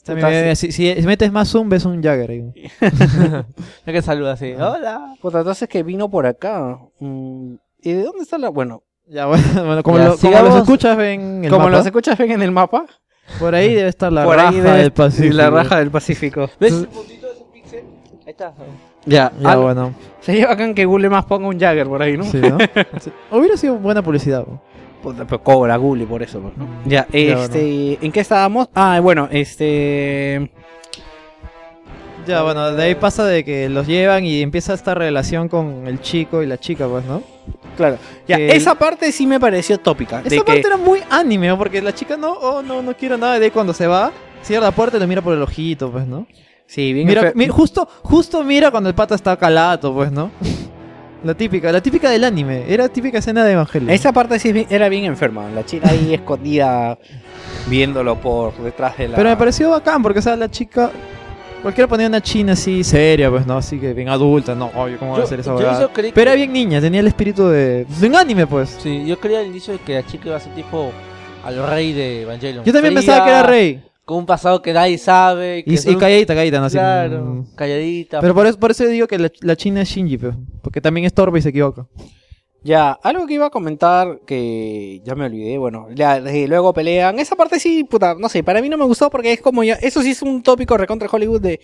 Speaker 1: También, mira, mira, si, si metes más zoom, ves un Jagger ahí.
Speaker 5: Ya que saluda así. Hola.
Speaker 4: Puta, entonces Pues que vino por acá. Mm, ¿Y de dónde está la.? Bueno,
Speaker 1: Ya, bueno, bueno, como,
Speaker 5: Ya,
Speaker 1: lo- como
Speaker 5: sigamos.
Speaker 1: los escuchas, ven el
Speaker 4: como
Speaker 1: mapa.
Speaker 4: los escuchas, ven en el mapa.
Speaker 1: Por ahí debe estar la
Speaker 4: por
Speaker 1: raja
Speaker 4: ahí debe-
Speaker 1: del Pacífico.
Speaker 4: La raja del Pacífico.
Speaker 5: ¿Ves el puntito de ese píxel? Ahí está.
Speaker 4: Ya,
Speaker 1: Ya,
Speaker 4: ah,
Speaker 1: bueno.
Speaker 4: Sería bacán que Google más ponga un Jagger por ahí, ¿no?
Speaker 1: Sí, ¿no? Sí. Hubiera sido buena publicidad. bro.
Speaker 4: Puta, pero cobra Google por eso, pues, ¿no? Ya, este. ¿En qué estábamos? Ah, bueno, este. Ah.
Speaker 1: Ya, bueno, de ahí pasa de que los llevan y empieza esta relación con el chico y la chica, pues, ¿no?
Speaker 4: claro. Ya,
Speaker 1: Que-
Speaker 4: esa parte sí me pareció tópica. de
Speaker 1: Esa
Speaker 4: que-
Speaker 1: parte era muy anime, ¿no? porque la chica no, oh, no, no quiero nada. Y de ahí cuando se va, cierra la puerta y lo mira por el ojito, pues, ¿no?
Speaker 4: Sí, bien
Speaker 1: Mira,
Speaker 4: enfer-
Speaker 1: mira, justo, justo mira cuando el pata está calato, pues, ¿no? La típica, la típica del anime. Era típica escena de Evangelio.
Speaker 4: Esa parte sí es bien- era bien enferma. La chica ahí escondida viéndolo por detrás de la.
Speaker 1: Pero me pareció bacán, porque, o sea, la chica... Cualquiera ponía una china así, seria, pues, ¿no? Así que bien adulta, no, obvio, ¿cómo va a
Speaker 5: Yo-
Speaker 1: hacer esa
Speaker 5: yo
Speaker 1: huevada?
Speaker 5: eso creí
Speaker 1: Pero era
Speaker 5: que-
Speaker 1: bien niña, tenía el espíritu de... De un anime, pues.
Speaker 5: Sí, yo creía al inicio de que la chica iba a ser tipo al rey de Evangelion.
Speaker 1: Yo también
Speaker 5: Fría,
Speaker 1: pensaba que era rey.
Speaker 5: Con un pasado que nadie sabe. que
Speaker 1: Y,
Speaker 5: son
Speaker 1: y
Speaker 5: un-
Speaker 1: calladita, calladita, ¿no? Así,
Speaker 5: Claro,
Speaker 1: mm.
Speaker 5: calladita.
Speaker 1: Pero por eso, por eso digo que la, la china es Shinji, pe, porque también es torpe y se equivoca.
Speaker 4: Ya, algo que iba a comentar que ya me olvidé, bueno, ya, desde luego pelean. Esa parte sí, puta, no sé, para mí no me gustó porque es como ya, eso sí es un tópico recontra Hollywood de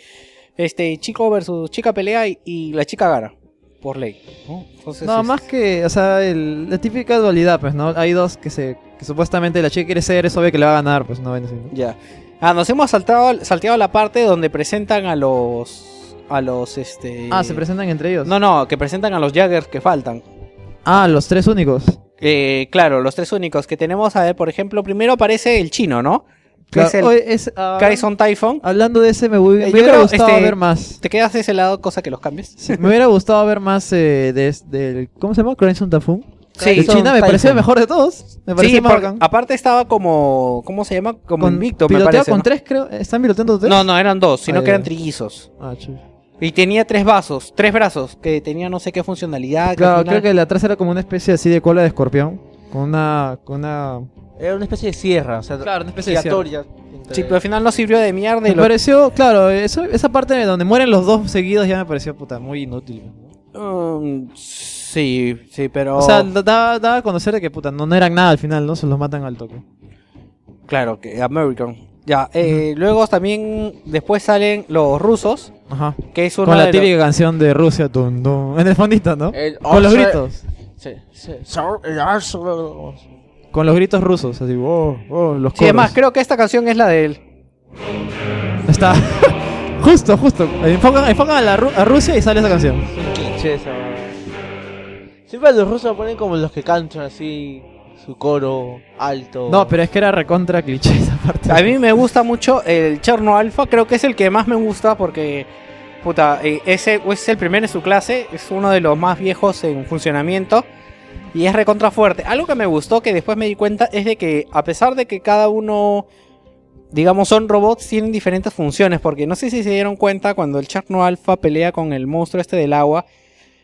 Speaker 4: este chico versus chica pelea y, y la chica gana por ley. ¿no? Entonces,
Speaker 1: No,
Speaker 4: es-
Speaker 1: más que, o sea, el- la típica dualidad, pues, ¿no? Hay dos que se que supuestamente la chica quiere ser, es obvio que le va a ganar, pues, ¿no? Ven así, ¿no?
Speaker 4: Ya. Ah, nos hemos saltado salteado la parte donde presentan a los a los este
Speaker 1: Ah, se presentan entre ellos.
Speaker 4: No, no, que presentan a los Jaggers que faltan.
Speaker 1: Ah, los tres únicos.
Speaker 4: Eh, claro, los tres únicos que tenemos, a ver, por ejemplo, primero aparece el chino, ¿no? Que
Speaker 1: Claro,
Speaker 4: es el
Speaker 1: oye, es, ah,
Speaker 4: Kaison Typhon.
Speaker 1: Hablando de ese, me, hubi-
Speaker 4: Eh,
Speaker 1: me
Speaker 4: yo
Speaker 1: hubiera
Speaker 4: creo,
Speaker 1: gustado
Speaker 4: este-
Speaker 1: ver más.
Speaker 4: ¿Te quedas de ese lado, cosa que los cambies?
Speaker 1: Sí, me hubiera gustado ver más eh, de, del- ¿Cómo se llama? Crimson Typhoon.
Speaker 4: Sí,
Speaker 1: de China me pareció
Speaker 4: pareció
Speaker 1: el mejor de todos. Me pareció
Speaker 4: Sí,
Speaker 1: más
Speaker 4: porque
Speaker 1: bacán.
Speaker 4: aparte estaba como. ¿Cómo se llama? Como
Speaker 1: Con-
Speaker 4: invicto, me
Speaker 1: pilotea
Speaker 4: parece.
Speaker 1: con
Speaker 4: ¿no?
Speaker 1: tres, creo. ¿Están piloteando tres?
Speaker 4: No, no, eran dos, sino
Speaker 1: Ah,
Speaker 4: que
Speaker 1: ya.
Speaker 4: eran trillizos.
Speaker 1: Ah, chulo.
Speaker 4: Y tenía tres vasos, tres brazos, que tenía no sé qué funcionalidad.
Speaker 1: Claro,
Speaker 4: al final-
Speaker 1: creo que la atrás era como una especie así de cola de escorpión. Con una. Con una...
Speaker 5: Era una especie de sierra, o sea,
Speaker 1: una
Speaker 5: giratoria.
Speaker 4: Sí, pero al final no sirvió de mierda. y
Speaker 1: Me
Speaker 4: lo-
Speaker 1: pareció, claro, eso, esa parte de donde mueren los dos seguidos ya me pareció puta, muy inútil. ¿no?
Speaker 4: Um, sí, sí, pero.
Speaker 1: O sea, da- daba daba a conocer de que puta, no, no eran nada al final, ¿no? Se los matan al toque.
Speaker 4: claro, que American. Ya, eh, luego también. Después salen los rusos,
Speaker 1: Ajá.
Speaker 4: que es una.
Speaker 1: Con la
Speaker 4: de los-
Speaker 1: típica canción de Rusia, dun, dun, en el fondito, ¿no?
Speaker 5: El-
Speaker 1: Con los
Speaker 5: Sí,
Speaker 1: gritos.
Speaker 5: sí, sí. Sor- el arso-
Speaker 1: Con los gritos rusos, así, wow, wow, los coros.
Speaker 4: Sí, además, creo que esta canción es la de él.
Speaker 1: Está. justo, justo. Enfocan, enfocan a, la Ru- a Rusia y sale esa canción.
Speaker 5: Che, esa madre. Siempre a los rusos lo ponen como los que cantan así, su coro alto.
Speaker 1: No, pero es que era recontra cliché esa parte.
Speaker 4: A mí me gusta mucho el Cherno Alpha, creo que es el que más me gusta porque, puta, eh, ese es el primero en su clase, es uno de los más viejos en funcionamiento y es recontra fuerte. Algo que me gustó, que después me di cuenta, es de que a pesar de que cada uno, digamos, son robots, tienen diferentes funciones, porque no sé si se dieron cuenta cuando el Cherno Alpha pelea con el monstruo este del agua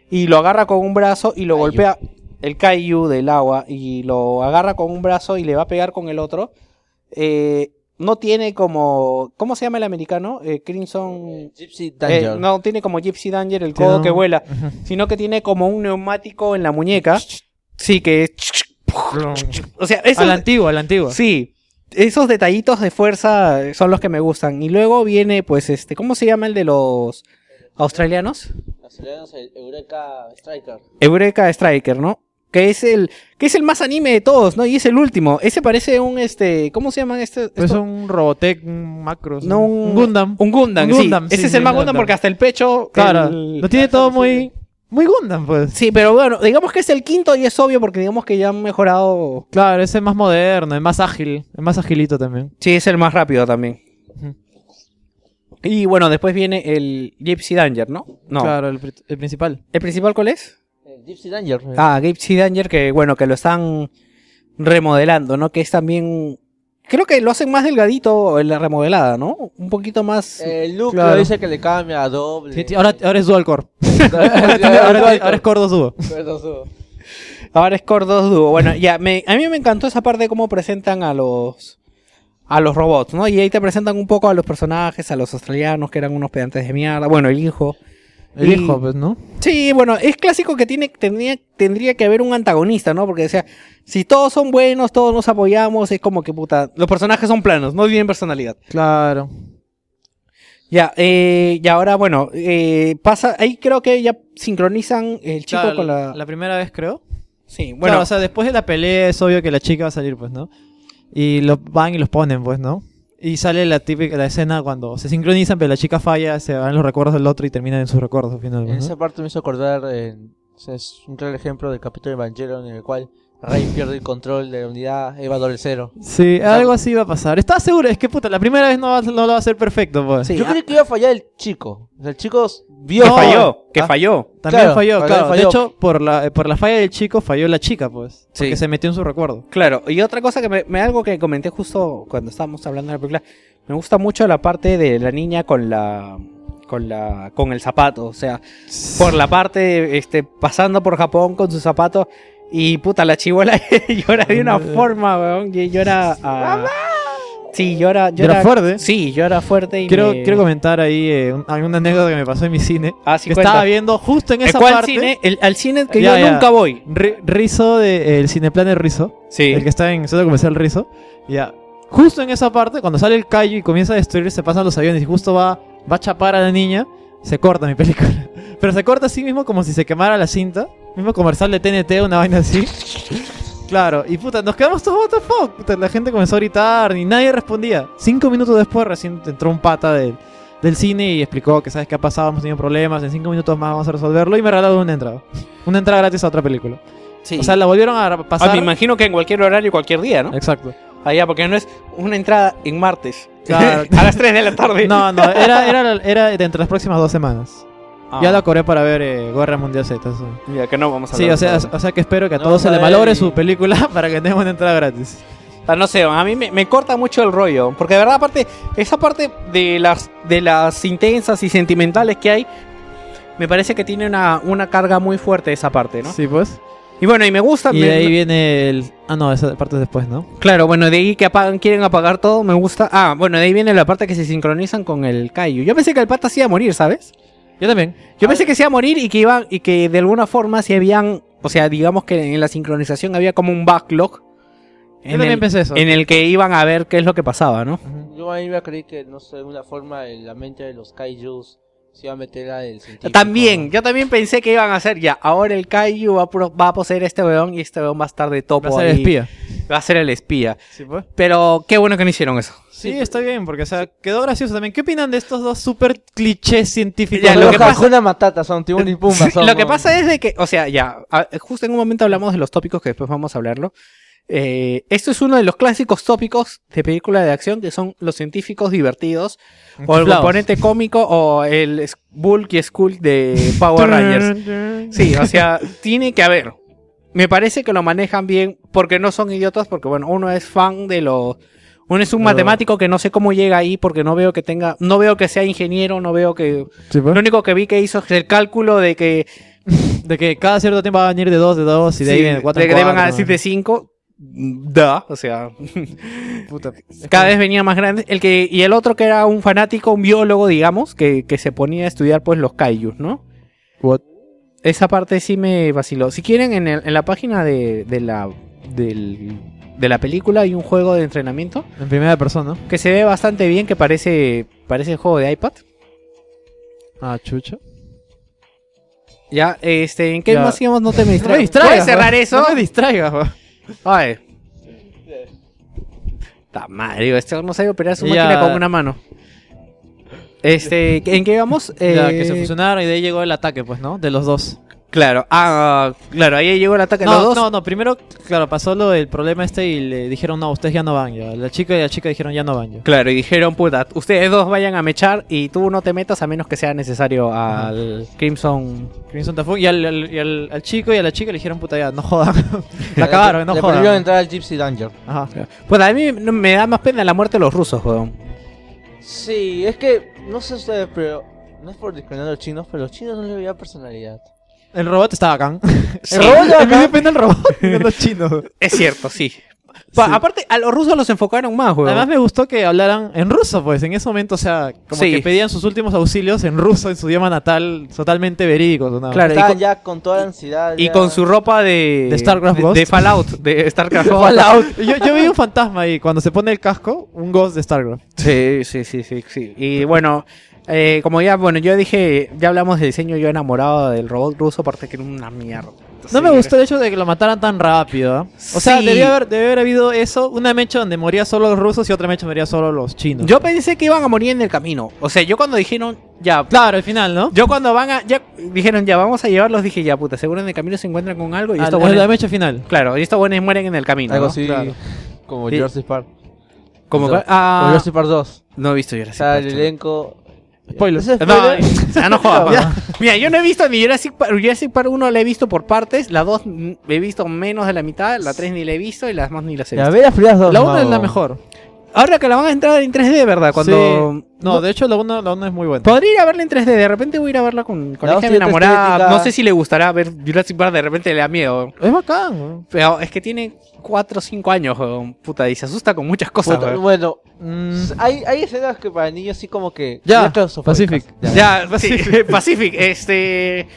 Speaker 4: y lo agarra con un brazo y lo golpea el Kaiju del agua y lo agarra con un brazo y le va a pegar con el otro. Eh, no tiene como. ¿Cómo se llama el americano? Eh, Crimson.
Speaker 5: Gypsy
Speaker 4: eh,
Speaker 5: Danger.
Speaker 4: no tiene como Gypsy Danger el
Speaker 1: Tiene
Speaker 4: codo
Speaker 1: un-
Speaker 4: que vuela,
Speaker 1: Ajá.
Speaker 4: sino que tiene como un neumático en la muñeca. Sí, que es. O sea, eso.
Speaker 1: A la antigua, a la antigua.
Speaker 4: Sí. Esos detallitos de fuerza son los que me gustan. Y luego viene, pues, este. ¿Cómo se llama el de los australianos?
Speaker 5: Australianos, el Eureka Striker.
Speaker 4: Eureka Striker, ¿no? Que es el. que es el más anime de todos, ¿no? Y es el último. Ese parece un este. ¿Cómo se llaman
Speaker 1: Es
Speaker 4: este? estos-
Speaker 1: Pues un Robotech, un Macro,
Speaker 4: No, un,
Speaker 1: Gundam.
Speaker 4: Un Gundam,
Speaker 1: Un
Speaker 4: sí.
Speaker 1: Gundam,
Speaker 4: Ese
Speaker 1: sí,
Speaker 4: es el
Speaker 1: sí,
Speaker 4: más
Speaker 1: Gundam.
Speaker 4: Gundam, porque hasta el pecho.
Speaker 1: Claro,
Speaker 4: el-
Speaker 1: lo tiene todo muy muy Gundam, pues.
Speaker 4: Sí, pero bueno, digamos que es el quinto y es obvio porque digamos que ya han mejorado.
Speaker 1: Claro, ese es más moderno, es más ágil, es más agilito también.
Speaker 4: Sí, es el más rápido también.
Speaker 1: Ujú.
Speaker 4: Y bueno, después viene el Gypsy Danger, ¿no? No.
Speaker 1: Claro, el, pri- el principal.
Speaker 4: ¿El principal cuál es?
Speaker 5: El Eh, Gypsy Danger.
Speaker 4: Ah, Gypsy Danger, que bueno, que lo están remodelando, ¿no? Que es también. Creo que lo hacen más delgadito en la remodelada, ¿no? Un poquito más.
Speaker 1: Eh.
Speaker 5: Eh, El Luke
Speaker 1: Claro.
Speaker 5: lo dice que le cambia a doble.
Speaker 1: Sí, sí, ahora, ahora es Dual Core. ahora, tiene- ahora tiene- ahora es
Speaker 5: Ahora
Speaker 1: Core 2 Duo.
Speaker 4: Ahora es Core 2 Duo. Bueno, ya, me, a mí me encantó esa parte de cómo presentan a los a los robots, ¿no? Y ahí te presentan un poco a los personajes, a los australianos que eran unos pedantes de mierda. Bueno, el hijo.
Speaker 1: El
Speaker 4: Y-
Speaker 1: hijo, pues, ¿no?
Speaker 4: Sí, bueno, es clásico que tiene, tendría, tendría que haber un antagonista, ¿no? Porque, o sea, si todos son buenos, todos nos apoyamos, es como que puta. Los personajes son planos, no tienen personalidad.
Speaker 1: Claro.
Speaker 4: Ya, eh, y ahora, bueno, eh, pasa. Ahí creo que ya sincronizan el chico
Speaker 1: Claro,
Speaker 4: con la.
Speaker 1: la primera vez, creo.
Speaker 4: Sí, bueno.
Speaker 1: Bueno, o sea, después de la pelea es obvio que la chica va a salir, pues, ¿no? Y los van y los ponen, pues, ¿no? Y sale la típica la escena cuando se sincronizan, pero la chica falla, se van los recuerdos del otro y terminan en sus recuerdos al final.
Speaker 5: En
Speaker 1: pues, ¿no?
Speaker 5: esa parte me hizo acordar en O sea, es un claro ejemplo del capítulo de Evangelion en el cual Rey pierde el control de la unidad, Eva doble cero.
Speaker 1: Sí, algo así va a pasar. ¿Estás seguro? Es que puta, la primera vez no, va- no lo va a hacer perfecto, pues.
Speaker 4: ah.
Speaker 5: Yo creí que iba a fallar el chico. O sea, el chico vio.
Speaker 4: Que falló, que
Speaker 5: Ah,
Speaker 4: falló.
Speaker 1: También
Speaker 5: Claro,
Speaker 1: falló,
Speaker 5: falló,
Speaker 1: claro. De
Speaker 5: falló.
Speaker 1: hecho, por la, eh, por la falla del chico, falló la chica, pues.
Speaker 4: Sí.
Speaker 1: Porque se metió en su recuerdo.
Speaker 4: Claro, y otra cosa que me, me- algo que comenté justo cuando estábamos hablando de la película, me gusta mucho la parte de la niña con la con la con el zapato, o sea, por la parte este pasando por Japón con su zapato y puta la chivola llora de una forma, weón, y llora a- Sí, llora,
Speaker 1: Llora
Speaker 4: llora
Speaker 1: fuerte. ¿eh?
Speaker 4: Sí, llora fuerte y
Speaker 1: Quiero,
Speaker 4: me-
Speaker 1: quiero comentar ahí eh, un- alguna anécdota que me pasó en mi cine.
Speaker 4: Ah, sí,
Speaker 1: que
Speaker 4: cuenta.
Speaker 1: estaba viendo justo en
Speaker 4: ¿El
Speaker 1: esa
Speaker 4: cuál
Speaker 1: parte.
Speaker 4: cine? El- al cine que
Speaker 1: Ya,
Speaker 4: yo
Speaker 1: ya.
Speaker 4: nunca voy.
Speaker 1: Ri- Rizo, de, el Cineplanet Rizo.
Speaker 4: Sí.
Speaker 1: El que está en el centro comercial Rizo. Ya. Justo en esa parte, cuando sale el callo y comienza a destruir, se pasan los aviones y justo va, va a chapar a la niña, se corta mi película. Pero se corta así mismo como si se quemara la cinta. Mismo comercial de TNT, una vaina así. Claro, y puta, nos quedamos todos, what the fuck. Puta, la gente comenzó a gritar y nadie respondía. Cinco minutos después recién entró un pata del, del cine y explicó que sabes qué ha pasado, hemos tenido problemas, en cinco minutos más vamos a resolverlo y me regalaron una entrada. Una entrada gratis a otra película.
Speaker 4: Sí.
Speaker 1: O sea, la volvieron a
Speaker 4: Ah,
Speaker 1: pasar.
Speaker 4: me imagino que en cualquier horario, cualquier día, ¿no?
Speaker 1: Exacto.
Speaker 4: Allá, porque no es una entrada en martes.
Speaker 1: Claro.
Speaker 4: a las 3 de la tarde.
Speaker 1: No, no, era, era, era de entre las próximas dos semanas.
Speaker 4: Ah,
Speaker 1: Ya la cobré para ver eh, Guerra Mundial Z. eso.
Speaker 4: ya que no vamos a
Speaker 1: Sí,
Speaker 4: hablar
Speaker 1: o sea,
Speaker 4: de eh, eso.
Speaker 1: o sea que espero que a
Speaker 5: No,
Speaker 1: todos se
Speaker 5: para
Speaker 1: les valore
Speaker 5: el-
Speaker 1: su película para que tengan una entrada gratis.
Speaker 4: Ah, no sé, a mí me, me corta mucho el rollo. Porque de verdad, aparte, esa parte de las, de las intensas y sentimentales que hay, me parece que tiene una, una carga muy fuerte esa parte, ¿no?
Speaker 1: Sí, pues.
Speaker 4: Y bueno, y me gusta.
Speaker 1: Y
Speaker 4: me-
Speaker 1: de ahí
Speaker 4: me-
Speaker 1: viene el... Ah, no, esa parte es después, ¿no?
Speaker 4: Claro, bueno, de ahí que apagan, quieren apagar todo, me gusta. Ah, bueno, de ahí viene la parte que se sincronizan con el Kaiju. Yo pensé que el pata se iba a morir, ¿sabes?
Speaker 1: Yo también. Ah,
Speaker 4: Yo pensé que se iba a morir y que iban, y que de alguna forma se habían, o sea, digamos que en la sincronización había como un backlog
Speaker 1: Yo
Speaker 4: en,
Speaker 1: también
Speaker 4: el,
Speaker 1: pensé eso.
Speaker 4: en el que iban a ver qué es lo que pasaba, ¿no?
Speaker 5: Yo a mí me creí que, no sé, de alguna forma, en la mente de los kaijus se iba a meter a el científico.
Speaker 4: También, yo también pensé que iban a hacer ya, ahora el Kaiju va, a pro- va a poseer a este weón y este weón va a estar de topo
Speaker 1: Va a ser
Speaker 4: ahí.
Speaker 1: espía.
Speaker 4: Va a ser el espía.
Speaker 1: Sí, pues.
Speaker 4: Pero qué bueno que no hicieron eso.
Speaker 1: Sí, está bien, porque, o sea, quedó gracioso también. ¿Qué opinan de estos dos super clichés científicos?
Speaker 4: Ya,
Speaker 5: Lo que
Speaker 4: pasa-
Speaker 5: pasa... Una matata son, Timón y Pumba son.
Speaker 4: Lo que
Speaker 5: ¿no?
Speaker 4: pasa es de que, o sea, ya, a- justo en un momento hablamos de los tópicos que después vamos a hablarlo. Eh, esto es uno de los clásicos tópicos de película de acción que son los científicos divertidos o el
Speaker 1: Inflados.
Speaker 4: componente cómico o el es- Bulk y Skull de Power Rangers. Sí, o sea, tiene que haber. Me parece que lo manejan bien porque no son idiotas, porque bueno, uno es fan de los... Uno es un
Speaker 1: Pero-
Speaker 4: matemático que no sé cómo llega ahí porque no veo que tenga, no veo que sea ingeniero, no veo que...
Speaker 1: Sí, pues.
Speaker 4: Lo único que vi que hizo es el cálculo de que
Speaker 1: De que cada cierto tiempo va a venir de dos, de dos, y de ahí
Speaker 4: Sí,
Speaker 1: viene cuatro
Speaker 4: de
Speaker 1: en
Speaker 4: que te van a
Speaker 1: cuatro.
Speaker 4: decir de 5, da, o sea,
Speaker 1: Puta, es
Speaker 4: cada
Speaker 1: que-
Speaker 4: vez venía más grande. El que, y el otro que era un fanático, un biólogo, digamos, que, que se ponía a estudiar pues los kaijus, ¿no?
Speaker 1: What?
Speaker 4: Esa parte sí me vaciló. Si quieren, en, el- en la página de, de la, del- de la película hay un juego de entrenamiento
Speaker 1: En primera persona.
Speaker 4: que se ve bastante bien, que parece, parece juego de iPad.
Speaker 1: Ah, chucha.
Speaker 4: Ya, este, ¿en qué
Speaker 1: Ya.
Speaker 4: más íbamos? No te me
Speaker 1: No me
Speaker 4: distraigas.
Speaker 1: distraigas,
Speaker 4: ¿Puedes cerrar
Speaker 1: weón.
Speaker 4: eso?
Speaker 1: No me distraigas, weón.
Speaker 4: Ay. Ta madre, digo, este no sabe operar su
Speaker 1: Ya.
Speaker 4: máquina con una mano. Este, ¿en qué íbamos?
Speaker 1: Ya,
Speaker 4: Eh,
Speaker 1: que se fusionaron y de ahí llegó el ataque, pues, ¿no? De los dos.
Speaker 4: Claro, ah, claro, ahí llegó el ataque de
Speaker 1: No,
Speaker 4: los dos.
Speaker 1: no, no. Primero, claro, pasó lo del problema este y le dijeron, no, ustedes ya no van. Ya. La chica y la chica dijeron, ya no van. Ya.
Speaker 4: Claro, y dijeron, puta, ustedes dos vayan a mechar y tú no te metas a menos que sea necesario al Crimson.
Speaker 1: Crimson Tafú. Y, al, al- y al- al chico y a la chica le dijeron, puta, ya, no jodan.
Speaker 5: Le-
Speaker 1: la acabaron, no
Speaker 5: Le prohibieron
Speaker 1: jodan.
Speaker 5: entrar al Gypsy Danger.
Speaker 1: Ajá.
Speaker 4: Pues a mí no- me da más pena la muerte de los rusos, weón.
Speaker 5: Sí, es que, no sé ustedes, pero... No es por discriminar a los chinos, pero los chinos no les veía personalidad.
Speaker 1: El robot estaba acá.
Speaker 4: Sí.
Speaker 1: El robot estaba acá. pena el robot. no los chinos.
Speaker 4: Es cierto, sí. Pa- Aparte, a los rusos los enfocaron más, weón.
Speaker 1: Además me gustó que hablaran en ruso, pues en ese momento, o sea, como
Speaker 4: Sí.
Speaker 1: que pedían sus últimos auxilios en ruso, en su idioma natal, totalmente verídicos. ¿no?
Speaker 4: Claro, y
Speaker 5: Estaban
Speaker 4: con-
Speaker 5: ya con toda la ansiedad.
Speaker 4: Y
Speaker 5: ya.
Speaker 4: con su ropa de.
Speaker 1: De StarCraft
Speaker 4: de-
Speaker 1: Ghost.
Speaker 4: de Fallout. De StarCraft Ghost.
Speaker 1: Yo, yo vi un fantasma ahí, cuando se pone el casco, un ghost de Starcraft.
Speaker 4: Sí, sí, sí, sí, sí. Y bueno, Eh, como ya, bueno, yo dije, ya hablamos de diseño, yo enamorado del robot ruso, aparte que era una mierda.
Speaker 1: No me gustó el hecho de que lo mataran tan rápido. ¿ah? O sea,
Speaker 4: Sí.
Speaker 1: debió haber, debió haber habido eso, una mecha donde moría solo los rusos y otra mecha donde moría solo los chinos.
Speaker 4: Yo pensé que iban a morir en el camino. O sea, yo cuando dijeron, ya,
Speaker 1: Claro, al final, ¿no?
Speaker 4: yo cuando van a, ya dijeron, ya vamos a llevarlos, dije, ya puta, seguro en el camino se encuentran con algo y
Speaker 1: Al-
Speaker 4: estos
Speaker 1: al- la
Speaker 4: buenos,
Speaker 1: mecha final.
Speaker 4: claro, y estos buenos mueren en el camino.
Speaker 5: Algo
Speaker 4: ¿no?
Speaker 5: así
Speaker 1: Claro.
Speaker 5: como
Speaker 4: Sí.
Speaker 5: Jurassic Park.
Speaker 4: Como,
Speaker 5: No. Como Ah,
Speaker 4: ah,
Speaker 5: Jurassic Park 2.
Speaker 4: no he visto
Speaker 5: O
Speaker 4: Jurassic
Speaker 5: sea,
Speaker 4: Park.
Speaker 5: el
Speaker 4: chaval.
Speaker 5: elenco...
Speaker 1: Spoiler.
Speaker 5: ¿Ese
Speaker 4: No,
Speaker 5: spoiler?
Speaker 4: ya no jodas, papá. Mira, yo no he visto ni Jurassic Park. Jurassic Park 1 la he visto por partes. La 2 mm, he visto menos de la mitad. La 3 ni la he visto. Y las más ni las he
Speaker 5: Ya,
Speaker 4: visto.
Speaker 5: ve las primeras dos.
Speaker 1: La 1 es
Speaker 5: mago.
Speaker 1: la mejor.
Speaker 4: Ahora que la van a entrar en 3D, ¿verdad? Cuando.
Speaker 1: Sí. No, de hecho la 1 la uno es muy buena.
Speaker 4: Podría ir a verla en 3D. De repente voy a ir a verla con, con la
Speaker 5: La dos
Speaker 4: hija de mi
Speaker 5: tiene otra
Speaker 4: enamorada.
Speaker 5: estética.
Speaker 4: No sé si le gustará ver Jurassic Park. De repente le da miedo.
Speaker 1: Es bacán. weón.
Speaker 4: Pero es que tiene 4 o 5 años, weón. Puta, y se asusta con muchas cosas,
Speaker 5: Puta,
Speaker 4: weón.
Speaker 5: Bueno,
Speaker 1: Mm,
Speaker 5: hay, hay escenas que para niños sí como que...
Speaker 1: Ya,
Speaker 5: medio claustrofóbicas.
Speaker 1: Pacific.
Speaker 5: Ya.
Speaker 4: Ya, Pacific. Pacific, este.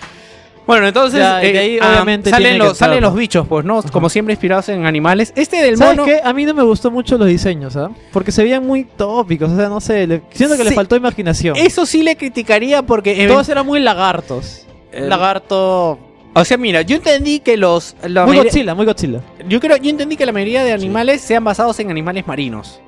Speaker 4: Bueno, entonces
Speaker 1: Ya, y de ahí
Speaker 4: ah,
Speaker 1: obviamente
Speaker 4: salen,
Speaker 1: tiene que
Speaker 4: los, salen
Speaker 1: entrar,
Speaker 4: los
Speaker 1: ¿no?
Speaker 4: bichos, pues, ¿no? Como siempre inspirados en animales. Este del
Speaker 1: ¿Sabes
Speaker 4: mono.
Speaker 1: qué? A mí no me gustó mucho los diseños, ¿ah? Porque se veían muy tópicos, o sea, no sé, le- siento que le
Speaker 4: Sí.
Speaker 1: faltó imaginación.
Speaker 4: Eso sí le criticaría porque. eh,
Speaker 1: Todos eran muy lagartos. Lagarto...
Speaker 4: o sea, mira, yo entendí que los. la
Speaker 1: Muy
Speaker 4: mayoría-
Speaker 1: Godzilla, muy Godzilla.
Speaker 4: yo creo, yo entendí que la mayoría de animales sean basados en animales marinos.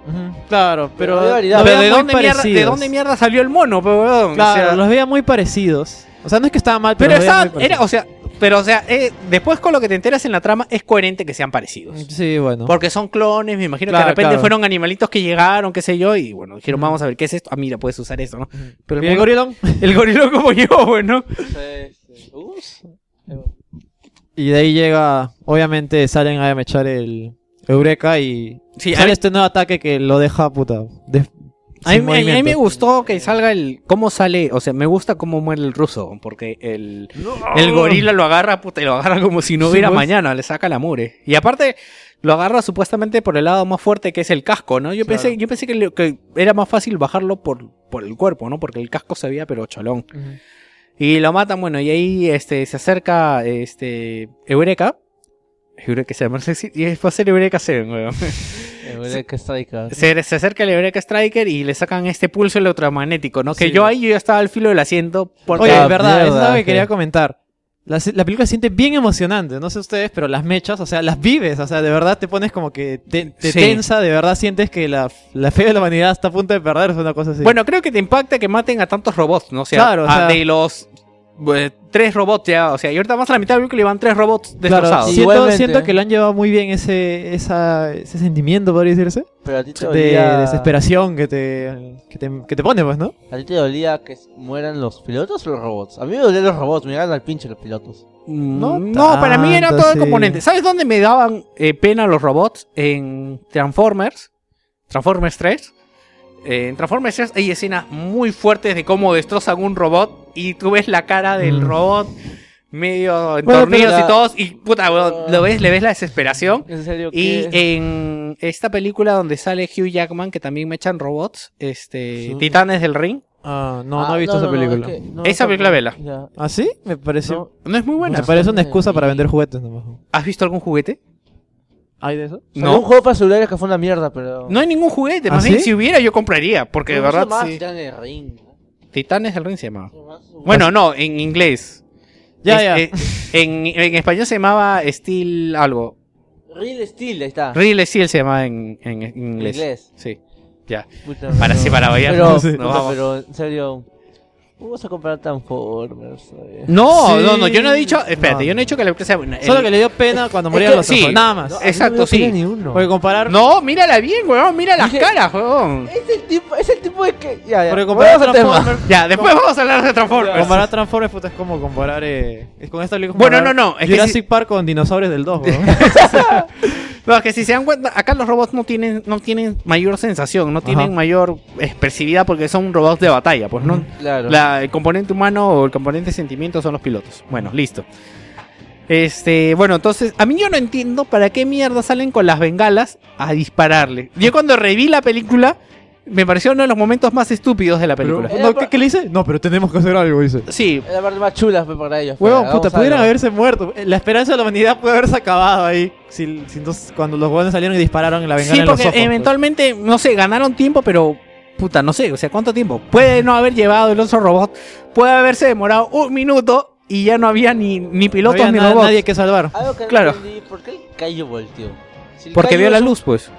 Speaker 1: Claro,
Speaker 5: pero-
Speaker 1: pero...
Speaker 5: Pero de
Speaker 1: los
Speaker 4: Pero
Speaker 1: veía
Speaker 4: ¿de
Speaker 1: muy
Speaker 4: dónde, mierda, ¿de
Speaker 1: parecidos.
Speaker 4: dónde mierda salió el mono, pues, weón? O
Speaker 1: Claro,
Speaker 4: sea,
Speaker 1: los veía muy parecidos. O sea, no es que estaba mal, pero,
Speaker 4: pero
Speaker 1: los veía
Speaker 4: estaban-
Speaker 1: muy
Speaker 4: era,
Speaker 1: parecidos.
Speaker 4: o sea, pero o sea, eh, después con lo que te enteras en la trama es coherente que sean parecidos.
Speaker 1: Sí, bueno.
Speaker 4: Porque son clones, me imagino
Speaker 1: Claro,
Speaker 4: que de repente
Speaker 1: claro.
Speaker 4: fueron animalitos que llegaron, qué sé yo, y bueno, dijeron, vamos a ver qué es esto. Ah, mira, puedes usar eso, ¿no? Pero
Speaker 1: ¿Y
Speaker 4: el,
Speaker 1: el
Speaker 4: gorila
Speaker 1: gorilón?
Speaker 4: el gorilo como yo, bueno.
Speaker 5: Este, ups.
Speaker 1: Y de ahí llega... Obviamente salen a echar el... Eureka y...
Speaker 4: Sí, a mí,
Speaker 1: sale este nuevo ataque que lo deja, puta... de-
Speaker 4: a
Speaker 1: sin
Speaker 4: mí- a mí me
Speaker 1: movimiento.
Speaker 4: gustó que salga el. ¿Cómo sale? O sea, me gusta cómo muere el ruso, porque el, el gorila lo agarra, puta, y lo agarra como si no
Speaker 1: Sí,
Speaker 4: hubiera
Speaker 1: pues.
Speaker 4: mañana, le saca la mure. Y aparte. Lo agarra supuestamente por el lado más fuerte que es el casco, ¿no? Yo pensé, yo pensé que, le- que era más fácil bajarlo por, por el cuerpo, ¿no? Porque el casco se veía pero cholón. Y lo matan, bueno, y ahí este, se acerca este, Eureka. Eureka se llama, no sé si- y va a ser Eureka 7, weón.
Speaker 5: Eh, huele que está ahí, cabrón.
Speaker 4: Se, se acerca el Eureka Striker y le sacan este pulso electromagnético, ¿no? Que
Speaker 1: Sí.
Speaker 4: yo ahí yo ya estaba al filo del asiento. Porque,
Speaker 1: Oye,
Speaker 5: Ah,
Speaker 1: es verdad, eso es
Speaker 5: mierda,
Speaker 1: algo que
Speaker 5: sí.
Speaker 1: quería comentar. La, se- la película se siente bien emocionante, no sé ustedes, pero las mechas, o sea, las vives, o sea, de verdad te pones como que te, te
Speaker 4: Sí.
Speaker 1: tensa, de verdad sientes que la, la fe de la humanidad está a punto de perderse, una cosa así.
Speaker 4: Bueno, creo que te impacta que maten a tantos robots, ¿no? O sea,
Speaker 1: Claro, o
Speaker 4: a-
Speaker 1: sea-
Speaker 4: de los eh, tres robots ya. O sea, y ahorita más a la mitad del película y van tres robots
Speaker 1: claro,
Speaker 4: destrozados.
Speaker 1: siento,
Speaker 5: Igualmente.
Speaker 1: siento que lo han llevado muy bien ese, esa, ese sentimiento, podría decirse,
Speaker 5: Pero a ti
Speaker 1: de
Speaker 5: te dolía...
Speaker 1: desesperación que te, que, te, que te pone, pues, ¿no?
Speaker 5: ¿A ti te dolía que mueran los pilotos o los robots? A mí me dolían los robots, me llegan al pinche los pilotos.
Speaker 4: No,
Speaker 1: No
Speaker 4: para mí era
Speaker 1: tanto,
Speaker 4: todo el
Speaker 1: sí.
Speaker 4: componente. ¿Sabes dónde me daban eh, pena los robots? En Transformers. Transformers 3. Eh, en Transformers 3 hay escenas muy fuertes de cómo destrozan un robot y tú ves la cara del
Speaker 1: Mm.
Speaker 4: robot medio en
Speaker 1: Bueno, pero Ah.
Speaker 4: tornillos
Speaker 5: la-
Speaker 4: y todos y puta,
Speaker 7: Ah,
Speaker 4: weón, lo ves, le ves la desesperación.
Speaker 5: ¿En serio?
Speaker 4: Y en esta película donde sale Hugh Jackman, que también me echan robots, este,
Speaker 5: Sí.
Speaker 4: Titanes del Ring.
Speaker 1: Ah, no, no he visto esa película.
Speaker 4: Esa película, vela.
Speaker 5: Ya.
Speaker 1: ¿Ah, sí? Me pareció...
Speaker 4: No es muy buena.
Speaker 1: me parece una
Speaker 5: bastante
Speaker 1: excusa para
Speaker 5: bien.
Speaker 1: vender juguetes, nomás.
Speaker 4: ¿Has visto algún juguete?
Speaker 1: ¿Hay de eso?
Speaker 5: Salió un juego para celulares que fue una mierda, pero...
Speaker 4: No hay ningún juguete,
Speaker 1: ¿Ah,
Speaker 4: más bien
Speaker 1: sí?
Speaker 4: si hubiera yo compraría, porque de verdad
Speaker 5: más,
Speaker 4: sí.
Speaker 5: ya en el ring.
Speaker 4: Titanes del Ring se llamaba. Bueno, no, en inglés.
Speaker 1: Ya,
Speaker 4: Es-
Speaker 1: ya.
Speaker 4: eh, en, en español se llamaba Steel algo.
Speaker 5: Real Steel, ahí está.
Speaker 4: Real Steel se llamaba en, en- en inglés.
Speaker 5: Inglés.
Speaker 4: Sí.
Speaker 5: Puta,
Speaker 4: Para
Speaker 5: pero-
Speaker 4: sí, para variar.
Speaker 5: Pero,
Speaker 4: nos- nos
Speaker 5: puta,
Speaker 4: vamos.
Speaker 5: pero, en serio... ¿Cómo vas a comprar eh. Transformers? oye?
Speaker 4: No,
Speaker 1: Sí.
Speaker 4: no, no, yo no he dicho, espérate,
Speaker 1: No,
Speaker 4: yo no he dicho que la película sea buena.
Speaker 1: Solo
Speaker 4: El-
Speaker 1: eh, que le dio pena cuando morían
Speaker 5: que-
Speaker 1: los
Speaker 4: sí.
Speaker 1: ojos, nada más.
Speaker 5: No, a mí
Speaker 4: exacto,
Speaker 5: no me
Speaker 4: sí.
Speaker 5: pega ni uno.
Speaker 1: Porque comparar.
Speaker 4: No, mírala bien, weón, mira las
Speaker 5: Dije-
Speaker 4: caras, weón.
Speaker 5: Es el tipo, es el tipo de que... Ya, ya.
Speaker 1: Porque comparar
Speaker 5: volvamos al tema.
Speaker 1: Transformers.
Speaker 4: Ya, después vamos a hablar de
Speaker 1: Comparar
Speaker 4: Transformers.
Speaker 1: Transformers, puta, es como comparar. eh, es con esta película.
Speaker 4: Bueno,
Speaker 1: comparar
Speaker 4: no, no, es que
Speaker 1: Jurassic
Speaker 4: si-
Speaker 1: Park con dinosaurios del 2, weón.
Speaker 4: No, es que si se dan cuenta, acá los robots no tienen, no tienen mayor sensación, no tienen
Speaker 1: Ajá.
Speaker 4: mayor expresividad porque son robots de batalla, pues no,
Speaker 5: Claro.
Speaker 4: La- el componente humano o el componente sentimiento son los pilotos. Bueno, listo. Este, bueno, entonces, a mí yo no entiendo para qué mierda salen con las bengalas a dispararle. Yo cuando reví la película, me pareció uno de los momentos más estúpidos de la película.
Speaker 5: Pero-
Speaker 1: No, ¿qué, qué le dice? No, pero tenemos que hacer algo, dice.
Speaker 4: Sí,
Speaker 5: Es la parte más chula fue para ellos.
Speaker 1: Huevón,
Speaker 5: pero
Speaker 1: puta,
Speaker 5: hagamos
Speaker 1: pudieran
Speaker 5: algo.
Speaker 1: haberse muerto. Eh, La esperanza de la humanidad puede haberse acabado ahí. Si, si no- cuando los huevones salieron y dispararon en la
Speaker 4: sí
Speaker 5: pues.
Speaker 1: vengana en los
Speaker 4: porque
Speaker 1: ojos. pues.
Speaker 4: eventualmente, no sé, ganaron tiempo, pero
Speaker 7: puta, no sé, o sea, ¿cuánto tiempo? Puede no haber llevado el oso robot, puede haberse demorado un minuto y ya no había ni, ni
Speaker 1: No
Speaker 7: pilotos
Speaker 1: había
Speaker 7: ni
Speaker 1: na-
Speaker 7: robots.
Speaker 1: nadie que salvar.
Speaker 5: Algo que
Speaker 7: Claro.
Speaker 5: no entendí, ¿por qué el Cayo volteó? Si el
Speaker 7: Porque
Speaker 5: Cayo
Speaker 7: vio la
Speaker 5: es un-
Speaker 7: luz, pues.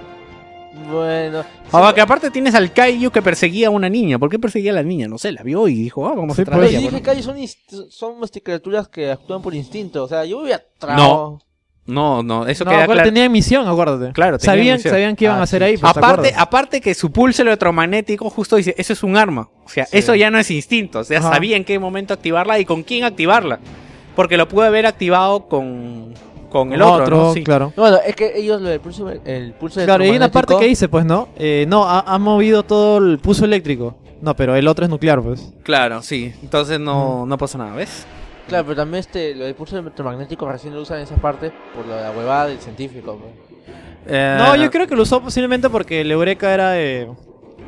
Speaker 5: Bueno.
Speaker 7: Ah, que aparte tienes al Kaiju que perseguía a una niña. ¿Por qué perseguía a la niña? No sé, la vio y dijo, ah, vamos
Speaker 1: Sí,
Speaker 7: a
Speaker 5: Pero
Speaker 7: traer
Speaker 1: pues.
Speaker 5: yo
Speaker 1: Ella,
Speaker 5: dije que Cayo son, inst- son este, criaturas que actúan por instinto. O sea, yo voy a
Speaker 7: No. No, no, eso
Speaker 1: No,
Speaker 7: queda
Speaker 1: acuérdate,
Speaker 7: claro.
Speaker 1: tenían misión, acuérdate.
Speaker 7: Claro, tenían
Speaker 1: sabían,
Speaker 7: misión.
Speaker 1: sabían que iban
Speaker 5: Ah,
Speaker 1: a hacer
Speaker 5: sí.
Speaker 1: ahí. pues, ¿te
Speaker 7: Aparte,
Speaker 1: acuerdas?
Speaker 7: aparte que su pulso electromagnético justo dice, eso es un arma. O sea,
Speaker 5: Sí.
Speaker 7: eso ya no es instinto. O sea,
Speaker 1: Ajá.
Speaker 7: sabía en qué momento activarla y con quién activarla. Porque lo pude haber activado con, con el otro, ¿no? Sí.
Speaker 1: claro.
Speaker 5: Bueno, es que ellos lo del pulso, el pulso
Speaker 1: Claro, y hay una parte que
Speaker 5: electromagnético-
Speaker 1: dice, pues, ¿no? Eh, no, ha, ha movido todo el pulso eléctrico. No, pero el otro es nuclear, pues.
Speaker 7: Claro, sí. Entonces no, no pasa nada, ¿ves?
Speaker 5: Claro, pero también este, lo del pulso electromagnético recién lo usan en esa parte por lo de la huevada del científico. pues.
Speaker 7: Eh,
Speaker 1: No, yo creo que lo usó posiblemente porque el Eureka era... eh,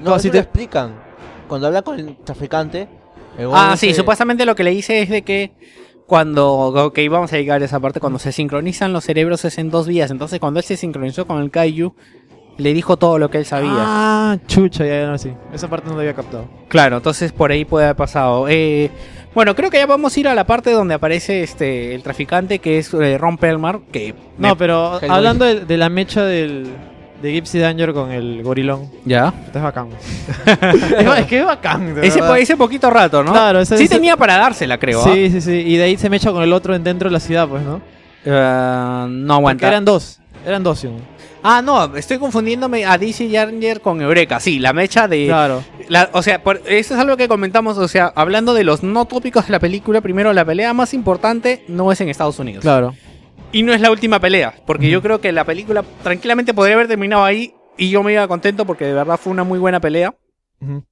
Speaker 5: No,
Speaker 1: No, sí
Speaker 5: así
Speaker 1: te-
Speaker 5: te explican. Cuando habla con el traficante. el
Speaker 7: Ah,
Speaker 5: huevón
Speaker 7: sí,
Speaker 5: ese-
Speaker 7: supuestamente lo que le hice es de que cuando, que vamos a llegar a esa parte, cuando se sincronizan los cerebros es en dos vías, entonces cuando él se sincronizó con el Kaiju, le dijo todo lo que él sabía.
Speaker 1: Ah, chucha, ya, no, sí. Esa parte no la había captado.
Speaker 7: Claro, entonces por ahí puede haber pasado. Eh, bueno, creo que ya vamos a ir a la parte donde aparece este el traficante que es eh, Ron Pelmar, que
Speaker 1: No, pero
Speaker 5: Hellboy.
Speaker 1: hablando de, de la mecha del, de Gypsy Danger con el gorilón,
Speaker 7: ya.
Speaker 1: es bacán. es, ba- es que es bacán, de
Speaker 7: Ese,
Speaker 1: verdad.
Speaker 7: po- ese poquito rato, ¿no?
Speaker 1: Claro, ese-
Speaker 7: sí
Speaker 1: ese-
Speaker 7: tenía para dársela, creo. ¿ah?
Speaker 1: Sí, sí, sí. Y de ahí se mecha con el otro en- dentro de la ciudad, pues, ¿no?
Speaker 7: Eh, no
Speaker 1: Porque
Speaker 7: aguanta.
Speaker 1: eran dos. Eran dos, sí.
Speaker 7: Ah, no, estoy confundiéndome a DC Jarnier con Eureka. Sí, la mecha de
Speaker 1: Claro.
Speaker 7: La- o sea, por- eso es algo que comentamos, o sea, hablando de los no tópicos de la película, primero, la pelea más importante no es en Estados Unidos.
Speaker 1: Claro.
Speaker 7: Y no es la última pelea, porque yo
Speaker 1: Ujú.
Speaker 7: creo que la película tranquilamente podría haber terminado ahí y yo me iba contento porque de verdad fue una muy buena pelea
Speaker 1: Ujú.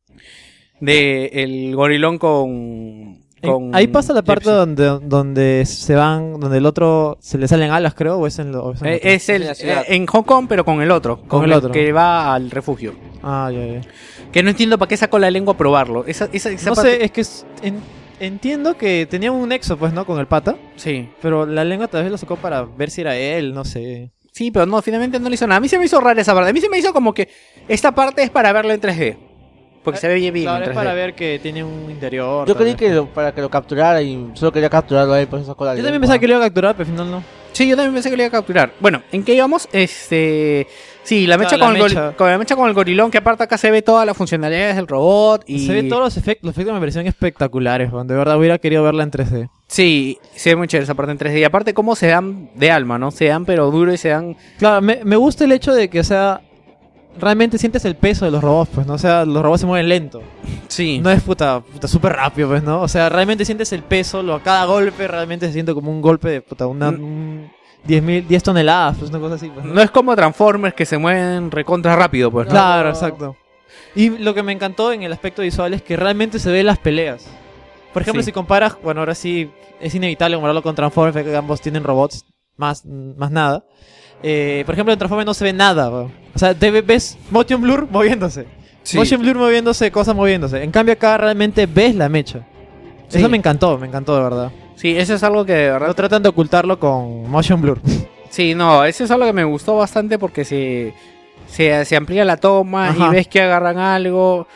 Speaker 7: de el gorilón con... con
Speaker 1: Eh, Ahí pasa la parte
Speaker 7: Gypsy.
Speaker 1: donde, donde se van, donde el otro se le salen alas, creo, o es en, lo- o es en
Speaker 7: Eh,
Speaker 1: otro.
Speaker 7: es el,
Speaker 5: En la ciudad.
Speaker 7: eh, en Hong Kong, pero con el otro. Con,
Speaker 1: el
Speaker 7: el
Speaker 1: otro.
Speaker 7: Que va al refugio.
Speaker 1: Ah, ya, ya.
Speaker 7: Que no entiendo para qué sacó la lengua a probarlo. Esa, esa, esa
Speaker 1: No
Speaker 7: parte-
Speaker 1: sé, es que es- en- entiendo que tenía un nexo, pues, ¿no? Con el pata,
Speaker 7: Sí.
Speaker 1: pero la lengua tal vez lo sacó para ver si era él, no sé.
Speaker 7: Sí, pero no, finalmente no le hizo nada. A mí se me hizo rara esa parte. A mí se me hizo como que esta parte es para verlo en 3D. Porque se ve bien bien
Speaker 1: Claro, es
Speaker 7: en 3D.
Speaker 1: para ver que tiene un interior.
Speaker 5: Yo
Speaker 1: tal
Speaker 5: creí
Speaker 1: vez.
Speaker 5: que lo- para que lo capturara y solo quería capturarlo a él, por eso sacó la
Speaker 1: Yo también
Speaker 5: lengua.
Speaker 1: pensaba que lo iba a capturar, pero al final no.
Speaker 7: Sí, yo también pensé que lo iba a capturar. Bueno, ¿en qué íbamos? Este... Sí, la mecha,
Speaker 1: Claro,
Speaker 7: con,
Speaker 1: la
Speaker 7: el gori-
Speaker 1: mecha.
Speaker 7: con la mecha con el gorilón, que aparte acá se ve todas las funcionalidades del robot y...
Speaker 1: Se ve todos los efectos, los efectos me parecieron espectaculares, weón. de verdad hubiera querido verla en 3D.
Speaker 7: Sí, se ve muy chévere esa parte en 3D. Y aparte cómo se dan de alma, ¿no? Se dan pero duro y se dan...
Speaker 1: Claro, me, me gusta el hecho de que, o sea, realmente sientes el peso de los robots, pues, ¿no? O sea, los robots se mueven lento.
Speaker 7: Sí.
Speaker 1: No es puta, puta súper rápido, pues, ¿no? O sea, realmente sientes el peso, lo, cada golpe realmente se siente como un golpe de puta, una,
Speaker 7: Mm.
Speaker 1: un 10, mil- 10 toneladas, pues, una cosa así. pues, ¿no?
Speaker 7: No es como Transformers que se mueven recontra rápido, pues. ¿no?
Speaker 1: Claro, exacto. Y lo que me encantó en el aspecto visual es que realmente se ven las peleas. Por ejemplo,
Speaker 7: Sí.
Speaker 1: si comparas, bueno, ahora sí es inevitable compararlo con Transformers, que ambos tienen robots, más, más nada. Eh, por ejemplo, en Transformers no se ve nada. weón. O sea, te ve- ves motion blur moviéndose.
Speaker 7: Sí.
Speaker 1: Motion blur moviéndose, cosas moviéndose. En cambio, acá realmente ves la mecha.
Speaker 7: Sí.
Speaker 1: Eso me encantó, me encantó de verdad.
Speaker 7: Sí, eso es algo que de verdad
Speaker 1: No tratan de ocultarlo con motion blur.
Speaker 7: Sí, no, eso es algo que me gustó bastante porque se, se, se amplía la toma
Speaker 1: Ajá.
Speaker 7: y ves que agarran algo.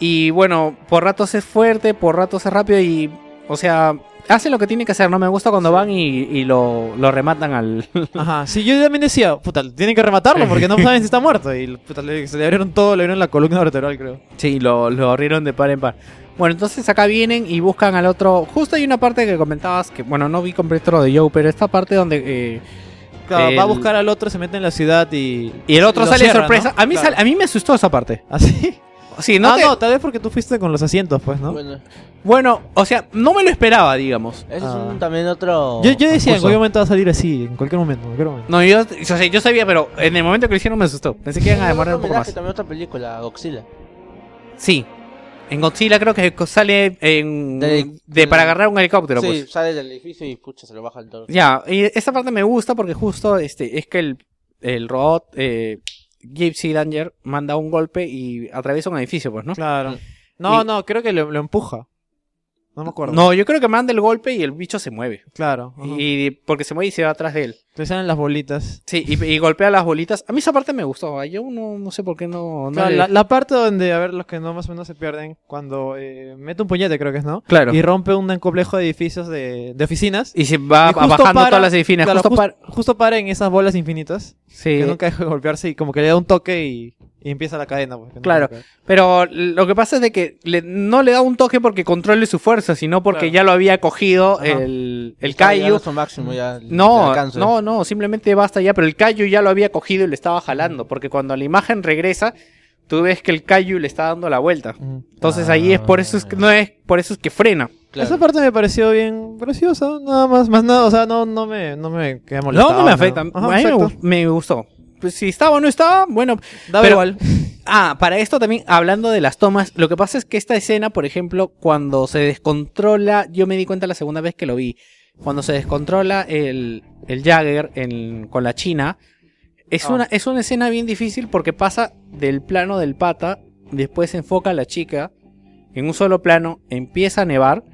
Speaker 7: Y bueno, por ratos es fuerte, por ratos es rápido y, o sea, hace lo que tiene que hacer. No me gusta cuando van y, y lo, lo rematan al...
Speaker 1: Ajá, sí, yo también decía, puta, tienen que rematarlo porque no saben si está muerto. Y puta, le- se le abrieron todo, le abrieron la columna vertebral, creo.
Speaker 7: Sí, lo, lo abrieron de par en par. Bueno, entonces acá vienen y buscan al otro. Justo hay una parte que comentabas que, bueno, no vi completo lo de Joe, pero esta parte donde... eh,
Speaker 1: Claro,
Speaker 7: El-
Speaker 1: va a buscar al otro, se mete en la ciudad y.
Speaker 7: y el otro
Speaker 1: lo
Speaker 7: sale de
Speaker 1: cierra,
Speaker 7: sorpresa.
Speaker 1: ¿no?
Speaker 7: A, mí
Speaker 1: Claro.
Speaker 7: sal- a mí me asustó esa parte.
Speaker 1: ¿Así?
Speaker 7: Sí,
Speaker 1: No,
Speaker 7: no,
Speaker 1: ah,
Speaker 7: te-
Speaker 1: no, tal vez porque tú fuiste con los asientos, pues, ¿no?
Speaker 5: Bueno,
Speaker 7: Bueno, o sea, no me lo esperaba, digamos.
Speaker 5: ese
Speaker 1: Ah.
Speaker 5: es un, también otro.
Speaker 1: yo, yo decía, en
Speaker 5: recurso.
Speaker 1: cualquier momento va a salir así, en cualquier momento, en cualquier momento.
Speaker 7: No, yo, o sea, yo sabía, pero en el momento que lo hicieron me asustó. Pensé que iban a
Speaker 5: Otro
Speaker 7: demorar un poco
Speaker 5: homenaje
Speaker 7: más.
Speaker 5: También otra película, Godzilla.
Speaker 7: Sí. En Godzilla creo que sale en-
Speaker 5: De-
Speaker 7: de,
Speaker 5: de-
Speaker 7: para agarrar un helicóptero,
Speaker 5: sí,
Speaker 7: pues.
Speaker 5: sale del edificio y pucha, se lo baja el toro.
Speaker 7: Ya, y esta parte me gusta porque justo este es que el, el robot eh, Gypsy Danger manda un golpe y atraviesa un edificio, pues, ¿no?
Speaker 1: Claro. No,
Speaker 7: Y-
Speaker 1: no, creo que lo, lo empuja. No me acuerdo.
Speaker 7: No, yo creo que manda el golpe y el bicho se mueve.
Speaker 1: Claro. ajá.
Speaker 7: Y porque se mueve y se va atrás de él.
Speaker 1: Te salen las bolitas.
Speaker 4: Sí, y, y golpea las bolitas. A mí esa parte me gustó. Yo no, no sé por qué no. no
Speaker 1: Claro,
Speaker 4: le-
Speaker 1: la, la parte donde, a ver, los que no más o menos se pierden, cuando eh, mete un puñete, creo que es, ¿no?
Speaker 4: Claro.
Speaker 1: Y
Speaker 4: Y,
Speaker 1: rompe un complejo de edificios de, de oficinas.
Speaker 4: se
Speaker 1: y
Speaker 4: va
Speaker 1: justo
Speaker 4: bajando
Speaker 1: para-
Speaker 4: todas las edificinas.
Speaker 1: Claro,
Speaker 4: justo Eh,
Speaker 1: jus-
Speaker 4: para-
Speaker 1: justo para en esas bolas infinitas.
Speaker 4: Sí.
Speaker 1: que nunca deja de golpearse y como que le da un toque y, y empieza la cadena. pues, que nunca
Speaker 4: Claro.
Speaker 1: deja.
Speaker 4: Pero lo que pasa es de que le- no le da un toque porque controle su fuerza, sino porque
Speaker 1: Claro.
Speaker 4: ya lo había cogido
Speaker 1: Ajá.
Speaker 4: el, el
Speaker 5: Está
Speaker 4: Kaiju.
Speaker 5: llegando a su máximo ya. el- el
Speaker 4: No,
Speaker 5: alcance.
Speaker 4: no, no, simplemente basta ya, pero el Kaiju ya lo había cogido y le estaba jalando, porque cuando la imagen regresa, tú ves que el Kaiju le está dando la vuelta.
Speaker 1: Ujú.
Speaker 4: Entonces ahí es
Speaker 1: Ah.
Speaker 4: por eso es que, no es por eso es que frena.
Speaker 5: Claro.
Speaker 1: Esa parte me pareció bien preciosa, nada más, más nada, o sea, no, no me, no me queda
Speaker 4: No,
Speaker 1: molestado.
Speaker 4: no me afecta.
Speaker 1: Ah, Ajá,
Speaker 4: a mí me,
Speaker 1: exacto.
Speaker 4: gu- me gustó. Pues si estaba o no estaba, bueno,
Speaker 1: Daba
Speaker 4: Pero-
Speaker 1: igual.
Speaker 4: Ah, para esto también, hablando de las tomas, lo que pasa es que esta escena, por ejemplo, cuando se descontrola, yo me di cuenta la segunda vez que lo vi, cuando se descontrola el, el Jagger en- con la China, es, una, es una escena bien difícil porque pasa del plano del pata, después se enfoca a la chica, en un solo plano empieza a nevar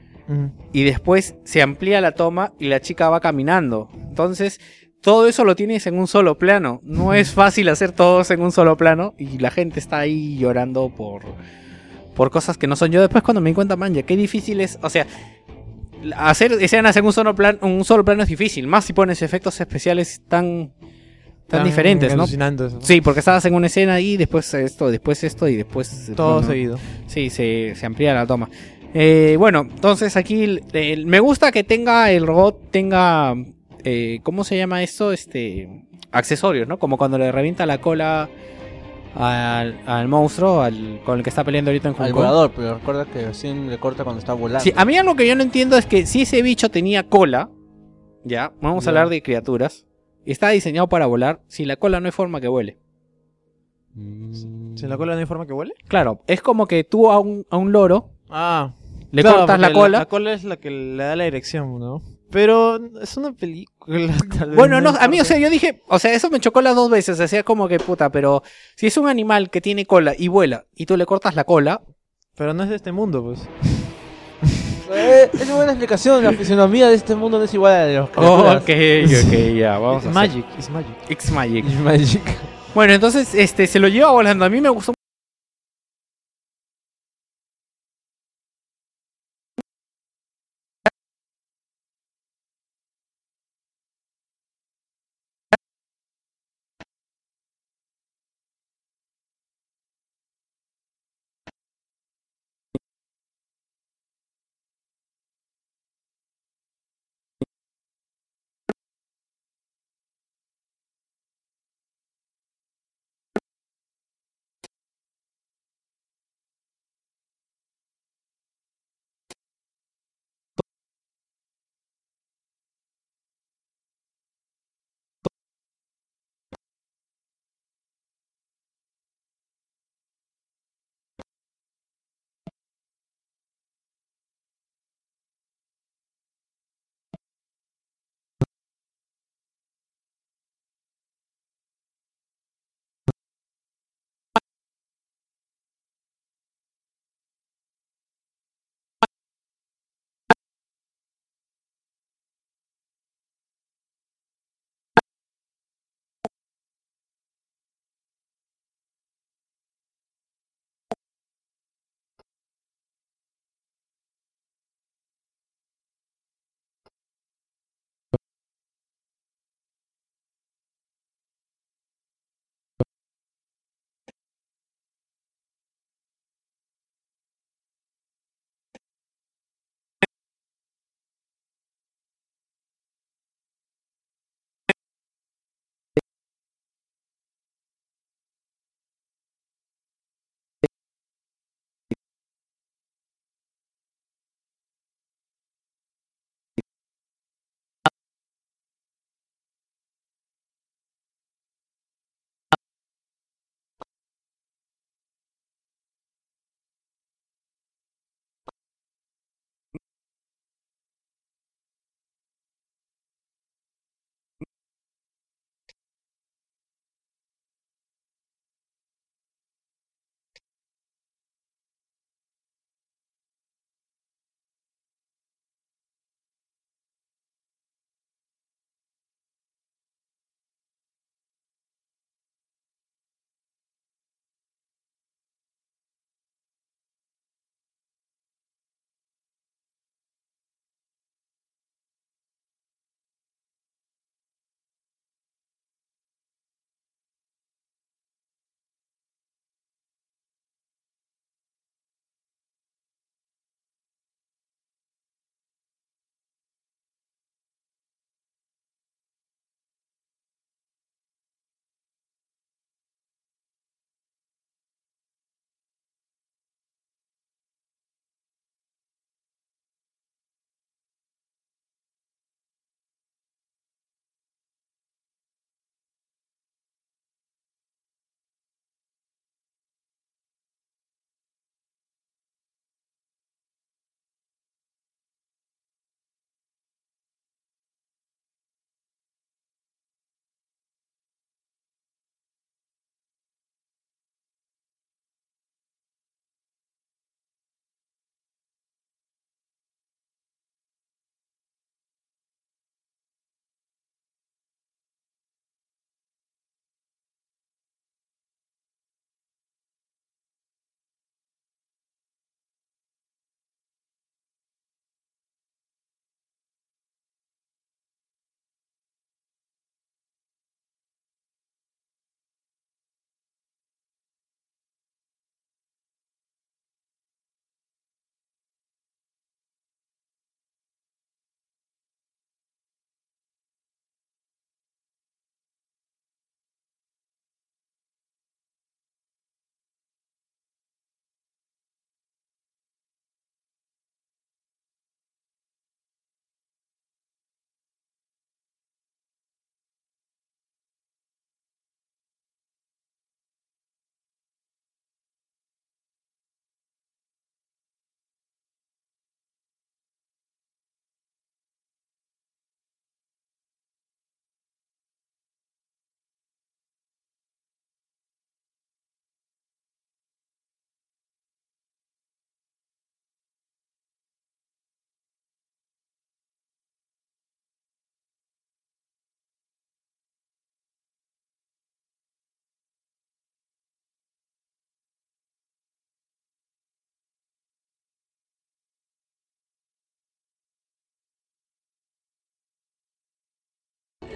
Speaker 4: y después se amplía la toma y la chica va caminando. Entonces, todo eso lo tienes en un solo plano. No es fácil hacer todos en un solo plano y la gente está ahí llorando por, por cosas que no son. Yo después cuando me di cuenta, man, ya qué difícil es, o sea, hacer escenas en un solo plano, un solo plano es difícil, más si pones efectos especiales tan tan, diferentes, ¿no?
Speaker 1: alucinantes, ¿no?
Speaker 4: Sí, porque estabas en una escena y después esto, después esto y después
Speaker 1: Todo
Speaker 4: bueno,
Speaker 1: seguido.
Speaker 4: Sí, se, se amplía la toma. Eh, bueno, entonces aquí el- el- me gusta que tenga el robot, tenga, eh, ¿cómo se llama esto? Este, accesorios, ¿no? Como cuando le revienta la cola al, al monstruo al- con el que está peleando ahorita en Hong
Speaker 5: Al
Speaker 4: Kong.
Speaker 5: volador, pero recuerda que recién le corta cuando está volando.
Speaker 4: Sí, a mí algo que yo no entiendo es que si ese bicho tenía cola, ya, vamos a
Speaker 5: Ya.
Speaker 4: hablar de criaturas, y está diseñado para volar, si la cola no hay forma que vuele.
Speaker 5: Mm.
Speaker 1: ¿Se la cola no hay forma que huele?
Speaker 4: Claro, es como que tú a un, a un loro
Speaker 1: Ah,
Speaker 4: le
Speaker 1: claro,
Speaker 4: cortas la
Speaker 1: porque
Speaker 4: cola.
Speaker 1: La cola es la que le da la dirección, ¿no? Pero es una película, tal vez.
Speaker 4: Bueno, no, a mí, o
Speaker 1: importa.
Speaker 4: sea, yo dije, o sea, eso me chocó las dos veces, hacía como que puta, pero si es un animal que tiene cola y vuela y tú le cortas la cola,
Speaker 1: Pero no es de este mundo, pues.
Speaker 5: Eh, es una buena explicación. La fisionomía de este mundo no es igual a la de los criaturas.
Speaker 4: ok, ya,
Speaker 1: It's magic, it's magic.
Speaker 4: X Magic.
Speaker 5: It's magic.
Speaker 4: Bueno, entonces, este, se lo lleva volando, a mí me gustó.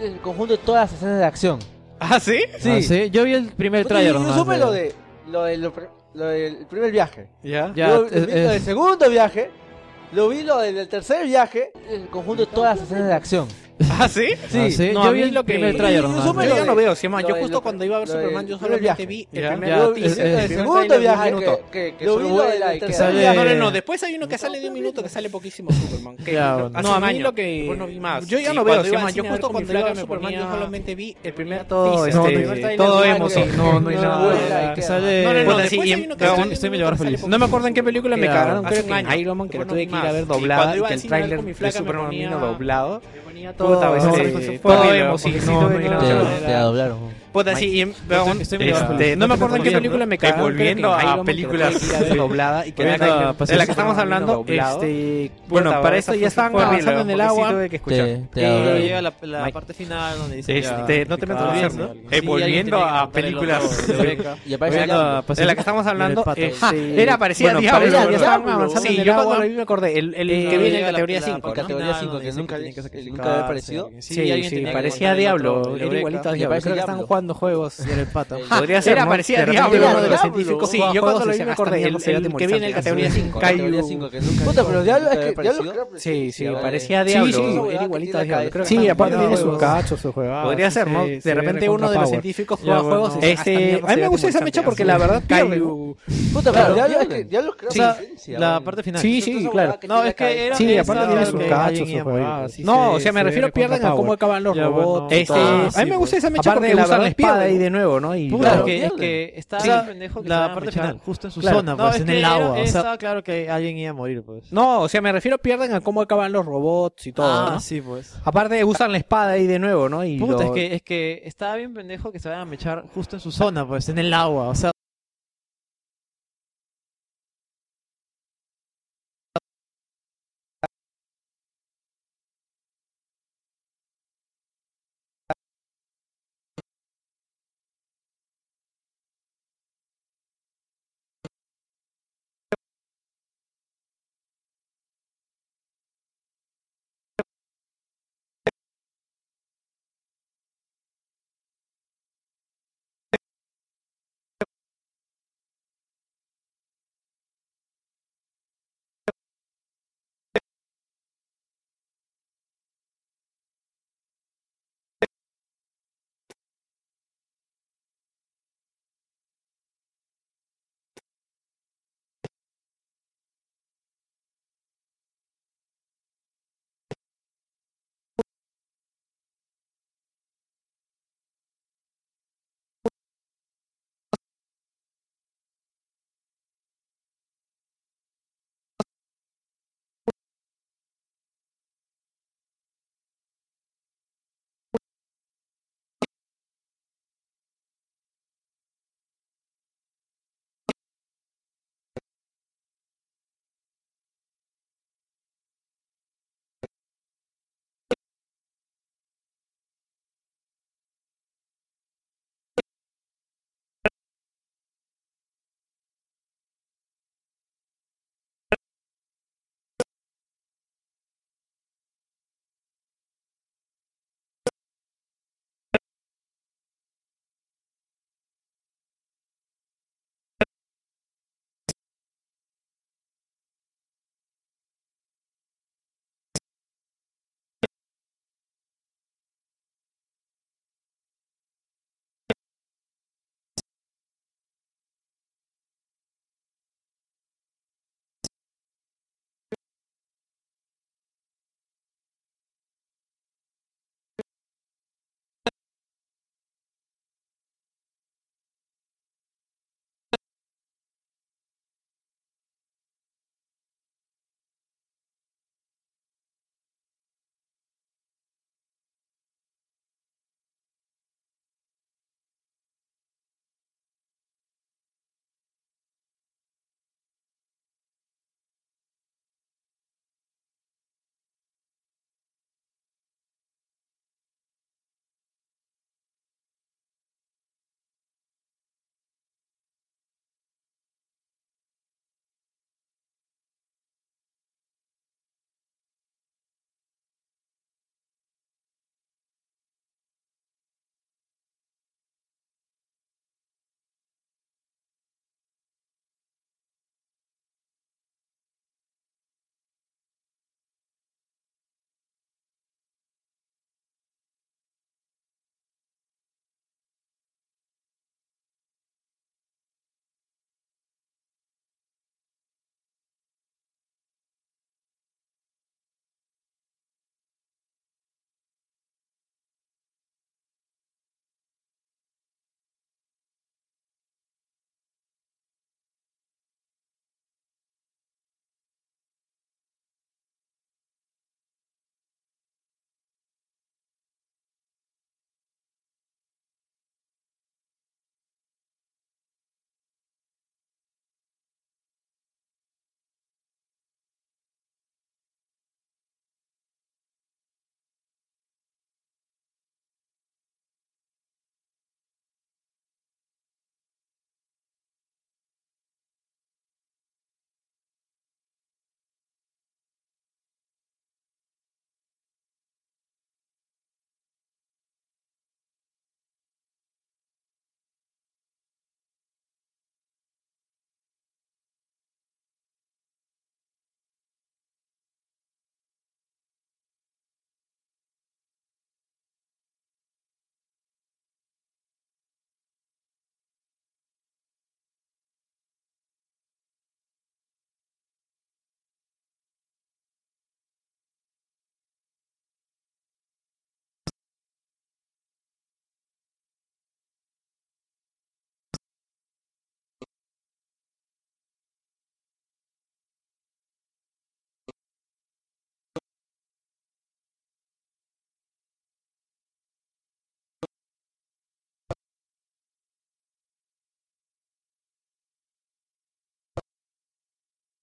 Speaker 5: el conjunto de todas las escenas de acción.
Speaker 12: ¿Ah, sí?
Speaker 5: Sí.
Speaker 1: Ah, sí. Yo vi el primer
Speaker 5: Yo-
Speaker 1: trailer.
Speaker 5: Yo, yo
Speaker 1: nomás
Speaker 5: supe
Speaker 1: de-
Speaker 5: lo de lo, de- lo pr- lo del primer viaje.
Speaker 12: Ya.
Speaker 1: Ya,
Speaker 5: Yo
Speaker 1: es-
Speaker 5: vi lo del
Speaker 1: es-
Speaker 5: segundo viaje. Lo vi lo del tercer viaje. El conjunto de todas las escenas de acción.
Speaker 12: ¿Ah, sí?
Speaker 5: Sí.
Speaker 1: Ah, sí.
Speaker 7: No,
Speaker 1: yo
Speaker 7: a
Speaker 1: vi
Speaker 7: mí
Speaker 1: el
Speaker 7: lo que-
Speaker 1: primer trailer.
Speaker 5: yo
Speaker 1: nomás
Speaker 5: supe
Speaker 1: de-
Speaker 5: lo
Speaker 7: Yo ya
Speaker 5: de-
Speaker 7: no veo, sí, man.
Speaker 5: lo
Speaker 7: Yo
Speaker 5: de-
Speaker 7: justo
Speaker 5: lo-
Speaker 7: cuando iba a ver
Speaker 5: lo de-
Speaker 7: Superman, yo
Speaker 5: lo del
Speaker 7: solamente
Speaker 5: viaje.
Speaker 7: vi
Speaker 12: Ya.
Speaker 7: el primer
Speaker 1: Ya,
Speaker 4: eh,
Speaker 7: teaser,
Speaker 1: es-
Speaker 7: el
Speaker 1: es-
Speaker 7: primer
Speaker 5: segundo
Speaker 7: tráiler de un
Speaker 5: viaje que-
Speaker 7: minuto.
Speaker 5: que, que Lo solo vi hubo lo de el la- que que
Speaker 1: sale-
Speaker 5: sale-
Speaker 7: No, no, no. Después hay uno que sale de un minuto que sale poquísimo Superman. que
Speaker 1: Ya,
Speaker 7: yo-
Speaker 1: bueno.
Speaker 7: hace
Speaker 1: No,
Speaker 7: un
Speaker 1: a mí
Speaker 7: año.
Speaker 1: lo que-
Speaker 7: Después no vi más.
Speaker 4: yo ya
Speaker 7: Sí,
Speaker 4: no veo,
Speaker 7: cuando
Speaker 4: sí,
Speaker 7: iba
Speaker 4: man,
Speaker 7: al
Speaker 4: yo
Speaker 7: cine
Speaker 4: justo
Speaker 7: a ver con mi
Speaker 4: cuando iba
Speaker 7: flaca
Speaker 4: a ver
Speaker 7: Superman, yo
Speaker 4: Superman,
Speaker 7: solamente vi el primer
Speaker 4: todo,
Speaker 7: teaser.
Speaker 1: no,
Speaker 7: Este,
Speaker 1: no,
Speaker 4: no,
Speaker 7: todo
Speaker 5: no,
Speaker 7: emo, sí.
Speaker 5: no,
Speaker 1: No, no hay
Speaker 5: No,
Speaker 1: nada.
Speaker 5: vuelta y
Speaker 1: Que
Speaker 5: queda.
Speaker 1: sale.
Speaker 7: No, no, no,
Speaker 1: Puta,
Speaker 7: después
Speaker 1: sí,
Speaker 7: hay uno que
Speaker 1: y-
Speaker 7: sale
Speaker 1: aún
Speaker 7: un
Speaker 1: estoy
Speaker 7: minuto
Speaker 1: medio
Speaker 7: que sale
Speaker 1: feliz.
Speaker 7: poco.
Speaker 1: No
Speaker 7: No
Speaker 1: me
Speaker 7: me
Speaker 1: acuerdo en qué película me
Speaker 7: Claro,
Speaker 1: cagaron.
Speaker 7: hace
Speaker 1: Creo
Speaker 7: un
Speaker 1: que en
Speaker 7: año.
Speaker 1: Iron Man que lo
Speaker 7: Bueno,
Speaker 1: tuve que ir
Speaker 7: más.
Speaker 1: a ver
Speaker 7: Y
Speaker 1: doblado
Speaker 7: cuando
Speaker 1: y
Speaker 7: iba
Speaker 1: que
Speaker 7: al
Speaker 1: el
Speaker 7: cine a ver
Speaker 1: tráiler
Speaker 7: con mi
Speaker 1: de
Speaker 7: flaca, me
Speaker 1: Superman
Speaker 7: ponía-
Speaker 1: vino doblado.
Speaker 7: Puta,
Speaker 1: No, no,
Speaker 7: este,
Speaker 1: no,
Speaker 7: todo
Speaker 1: no,
Speaker 7: emo,
Speaker 1: no,
Speaker 7: sí,
Speaker 1: no, no,
Speaker 7: no, no,
Speaker 1: no,
Speaker 7: no,
Speaker 1: no,
Speaker 7: no.
Speaker 1: no,
Speaker 5: Te, te doblaron.
Speaker 7: Puta, sí, y- weón,
Speaker 1: estoy medio
Speaker 7: este,
Speaker 1: feliz.
Speaker 7: no me acuerdo en qué
Speaker 1: Estoy
Speaker 7: película me
Speaker 1: feliz.
Speaker 7: cagaron.
Speaker 12: Volviendo
Speaker 7: creo
Speaker 12: a
Speaker 7: que en Iron Man, que lo tuve
Speaker 12: películas.
Speaker 7: que ir a ver doblada y que
Speaker 1: Volviendo
Speaker 7: era-
Speaker 1: a
Speaker 7: de la que
Speaker 1: paseos.
Speaker 7: estamos hablando,
Speaker 1: Doblado.
Speaker 7: este,
Speaker 1: Bueno,
Speaker 7: puta,
Speaker 1: para esto
Speaker 7: esa
Speaker 1: ya
Speaker 7: fue-
Speaker 1: estaban
Speaker 7: fue horrible,
Speaker 1: avanzando en el
Speaker 7: porque sí
Speaker 1: agua.
Speaker 7: tuve que escuchar.
Speaker 5: Te, te
Speaker 1: Pero
Speaker 5: doblaron.
Speaker 1: llega la, la
Speaker 7: Mike.
Speaker 1: parte final donde dice.
Speaker 7: Este, no te metas
Speaker 1: a
Speaker 7: en
Speaker 1: hacer,
Speaker 7: eso, ¿no? Eh, volviendo a películas.
Speaker 5: Y aparece
Speaker 1: Volviendo
Speaker 5: Alan.
Speaker 1: a
Speaker 7: De la que estamos hablando,
Speaker 1: Pato.
Speaker 7: este, era parecía
Speaker 1: Bueno,
Speaker 7: Diablo.
Speaker 1: parecía
Speaker 7: ¿verdad?
Speaker 1: Diablo,
Speaker 7: avanzando
Speaker 1: sí,
Speaker 7: en el
Speaker 1: yo
Speaker 7: agua,
Speaker 1: cuando-
Speaker 7: ahí me acordé. El, el
Speaker 1: No,
Speaker 7: que viene en
Speaker 1: llega la-
Speaker 7: categoría
Speaker 1: la
Speaker 7: 5. ¿no?
Speaker 5: Categoría
Speaker 1: final
Speaker 5: cinco,
Speaker 1: donde
Speaker 5: que
Speaker 1: dice
Speaker 5: nunca-
Speaker 1: tienen que sacrificar
Speaker 5: nunca había
Speaker 1: a
Speaker 5: aparecido.
Speaker 1: alguien.
Speaker 7: Sí,
Speaker 1: alguien
Speaker 7: sí,
Speaker 1: tenía que
Speaker 7: parecía
Speaker 1: encontrar otro
Speaker 7: Diablo. Era
Speaker 1: Eureka.
Speaker 7: igualito a
Speaker 5: Y
Speaker 7: Diablo.
Speaker 5: aparece
Speaker 7: Creo que están
Speaker 5: Diablo.
Speaker 7: jugando juegos.
Speaker 1: Y era el pata.
Speaker 7: Podría ser,
Speaker 1: Era
Speaker 7: ¿no?
Speaker 1: parecía
Speaker 7: De repente
Speaker 1: Diablo.
Speaker 7: uno de
Speaker 5: Diablo.
Speaker 7: los científicos
Speaker 5: Sí,
Speaker 7: juega
Speaker 5: yo
Speaker 7: juegos
Speaker 4: cuando lo
Speaker 7: y
Speaker 4: vi
Speaker 7: se
Speaker 4: me
Speaker 7: gastan
Speaker 4: acordé,
Speaker 7: mierda,
Speaker 4: el-
Speaker 7: se da
Speaker 4: el
Speaker 7: de
Speaker 4: que viene en
Speaker 7: memorizar.
Speaker 4: categoría
Speaker 7: Sí,
Speaker 4: cinco.
Speaker 7: Caillou.
Speaker 5: Categoría cinco, que nunca-
Speaker 7: Puta, pero
Speaker 5: nunca
Speaker 7: Diablo
Speaker 5: había
Speaker 7: es que-
Speaker 5: aparecido.
Speaker 7: Sí, sí,
Speaker 5: Sí,
Speaker 7: parecía
Speaker 5: sí,
Speaker 7: Diablo.
Speaker 5: sí, sí.
Speaker 7: Era igualito a
Speaker 5: Tiene
Speaker 7: Diablo. Creo que
Speaker 5: cabeza.
Speaker 7: están
Speaker 13: Sí, aparte
Speaker 7: jugando
Speaker 13: tiene sus
Speaker 7: juegos.
Speaker 13: cachos, su juegada.
Speaker 7: Podría
Speaker 13: sí,
Speaker 7: ser, ¿no?
Speaker 13: sí,
Speaker 7: de
Speaker 13: se ve
Speaker 7: repente uno de los
Speaker 13: recontra
Speaker 7: científicos
Speaker 1: Ya,
Speaker 7: juega
Speaker 1: bueno,
Speaker 7: juegos.
Speaker 1: no.
Speaker 7: y se
Speaker 13: Este,
Speaker 7: gasta mierda,
Speaker 13: a mí
Speaker 7: se
Speaker 13: me
Speaker 7: da
Speaker 13: gusta esa
Speaker 7: memorizante,
Speaker 13: mecha
Speaker 7: ya,
Speaker 13: porque
Speaker 7: sí.
Speaker 13: la verdad pierde,
Speaker 7: Caillou.
Speaker 5: Puta,
Speaker 1: Claro.
Speaker 5: pero Diablo es que- Diablo creo
Speaker 1: O
Speaker 5: que
Speaker 1: sea,
Speaker 5: diferencia,
Speaker 1: la
Speaker 5: bueno.
Speaker 1: parte final.
Speaker 13: Sí, sí, claro.
Speaker 1: No, es que era.
Speaker 13: Sí,
Speaker 1: era-
Speaker 13: aparte tiene sus
Speaker 1: que
Speaker 13: cachos,
Speaker 1: alguien
Speaker 13: su
Speaker 1: iba a
Speaker 13: juegada.
Speaker 1: morir.
Speaker 13: sí
Speaker 7: No,
Speaker 13: se-
Speaker 7: o sea, me
Speaker 13: se
Speaker 7: refiero
Speaker 13: ve
Speaker 7: pierden a
Speaker 13: recontra
Speaker 7: cómo
Speaker 13: power.
Speaker 7: acaban los
Speaker 1: Ya, bueno,
Speaker 7: robots.
Speaker 1: este,
Speaker 7: todo.
Speaker 1: a mí me gusta
Speaker 13: esa mecha
Speaker 7: Aparte
Speaker 13: porque
Speaker 7: de
Speaker 13: la
Speaker 7: usar
Speaker 13: verdad
Speaker 7: espada
Speaker 13: pierde.
Speaker 7: ahí de nuevo, ¿no? Y
Speaker 1: Puta,
Speaker 5: Claro,
Speaker 1: es que, es
Speaker 5: pierden.
Speaker 1: que estaba
Speaker 7: Sí,
Speaker 1: el pendejo que
Speaker 13: la
Speaker 1: estaba
Speaker 13: parte
Speaker 1: mechando
Speaker 13: final.
Speaker 1: justo en su
Speaker 13: Claro.
Speaker 1: zona,
Speaker 7: No,
Speaker 1: pues,
Speaker 7: es
Speaker 1: en
Speaker 7: que
Speaker 1: el
Speaker 7: era-
Speaker 1: agua. o sea,
Speaker 7: estaba
Speaker 1: claro que alguien iba a morir, pues.
Speaker 7: No, o sea, me refiero pierden a cómo acaban los robots y todo,
Speaker 1: ah,
Speaker 7: ¿no?
Speaker 1: sí, pues.
Speaker 7: Aparte usan la espada ahí de nuevo, ¿no? Y
Speaker 1: Puta,
Speaker 7: lo-
Speaker 1: es que, es que estaba bien pendejo que se vayan a mechar justo en su zona, pues, en el agua. O sea,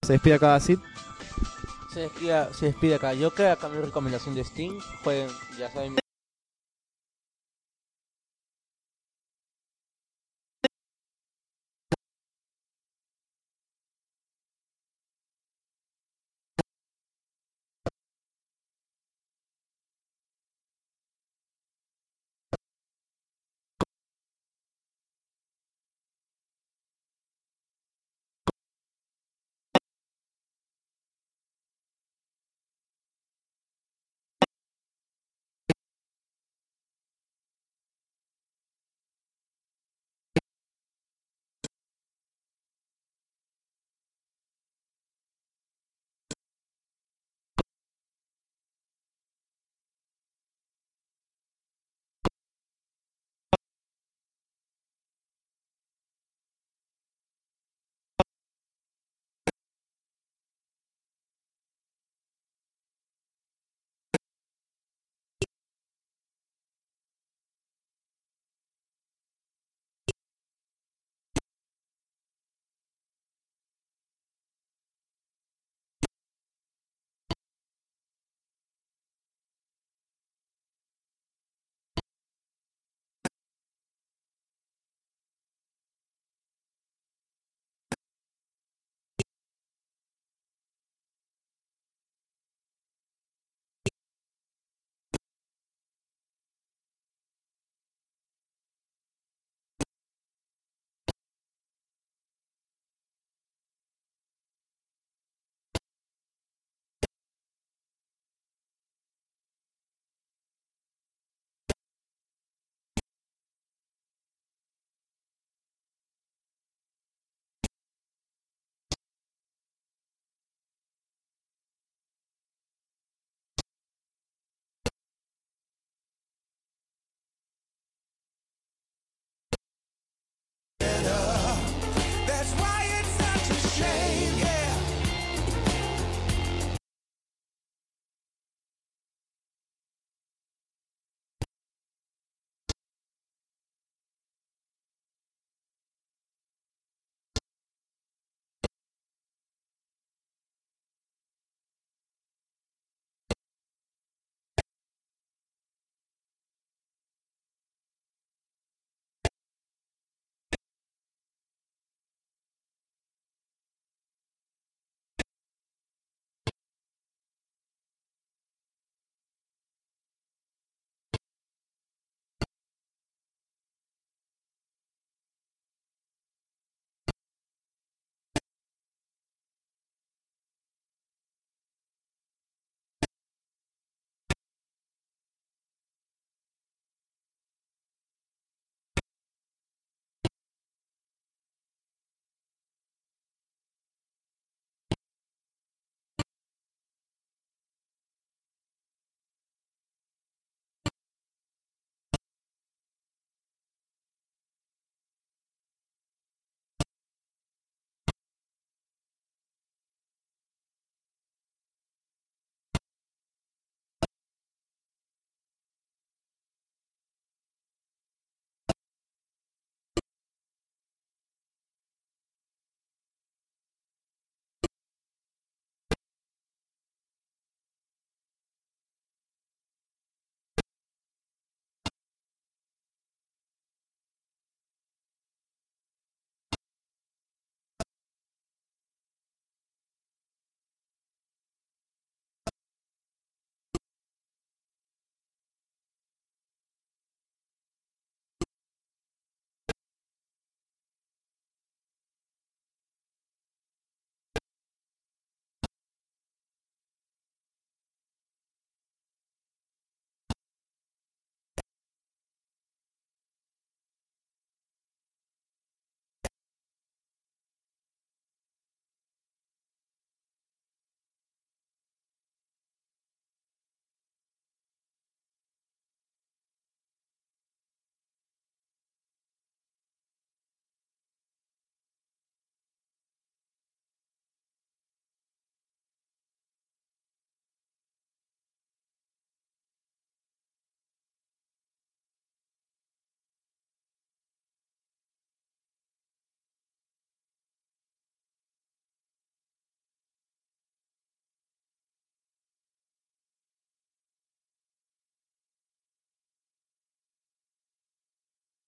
Speaker 1: se despide acá Sid.
Speaker 5: Se despide, se despide acá. Yo creo que acá mi recomendación de Steam. Jueguen, ya saben.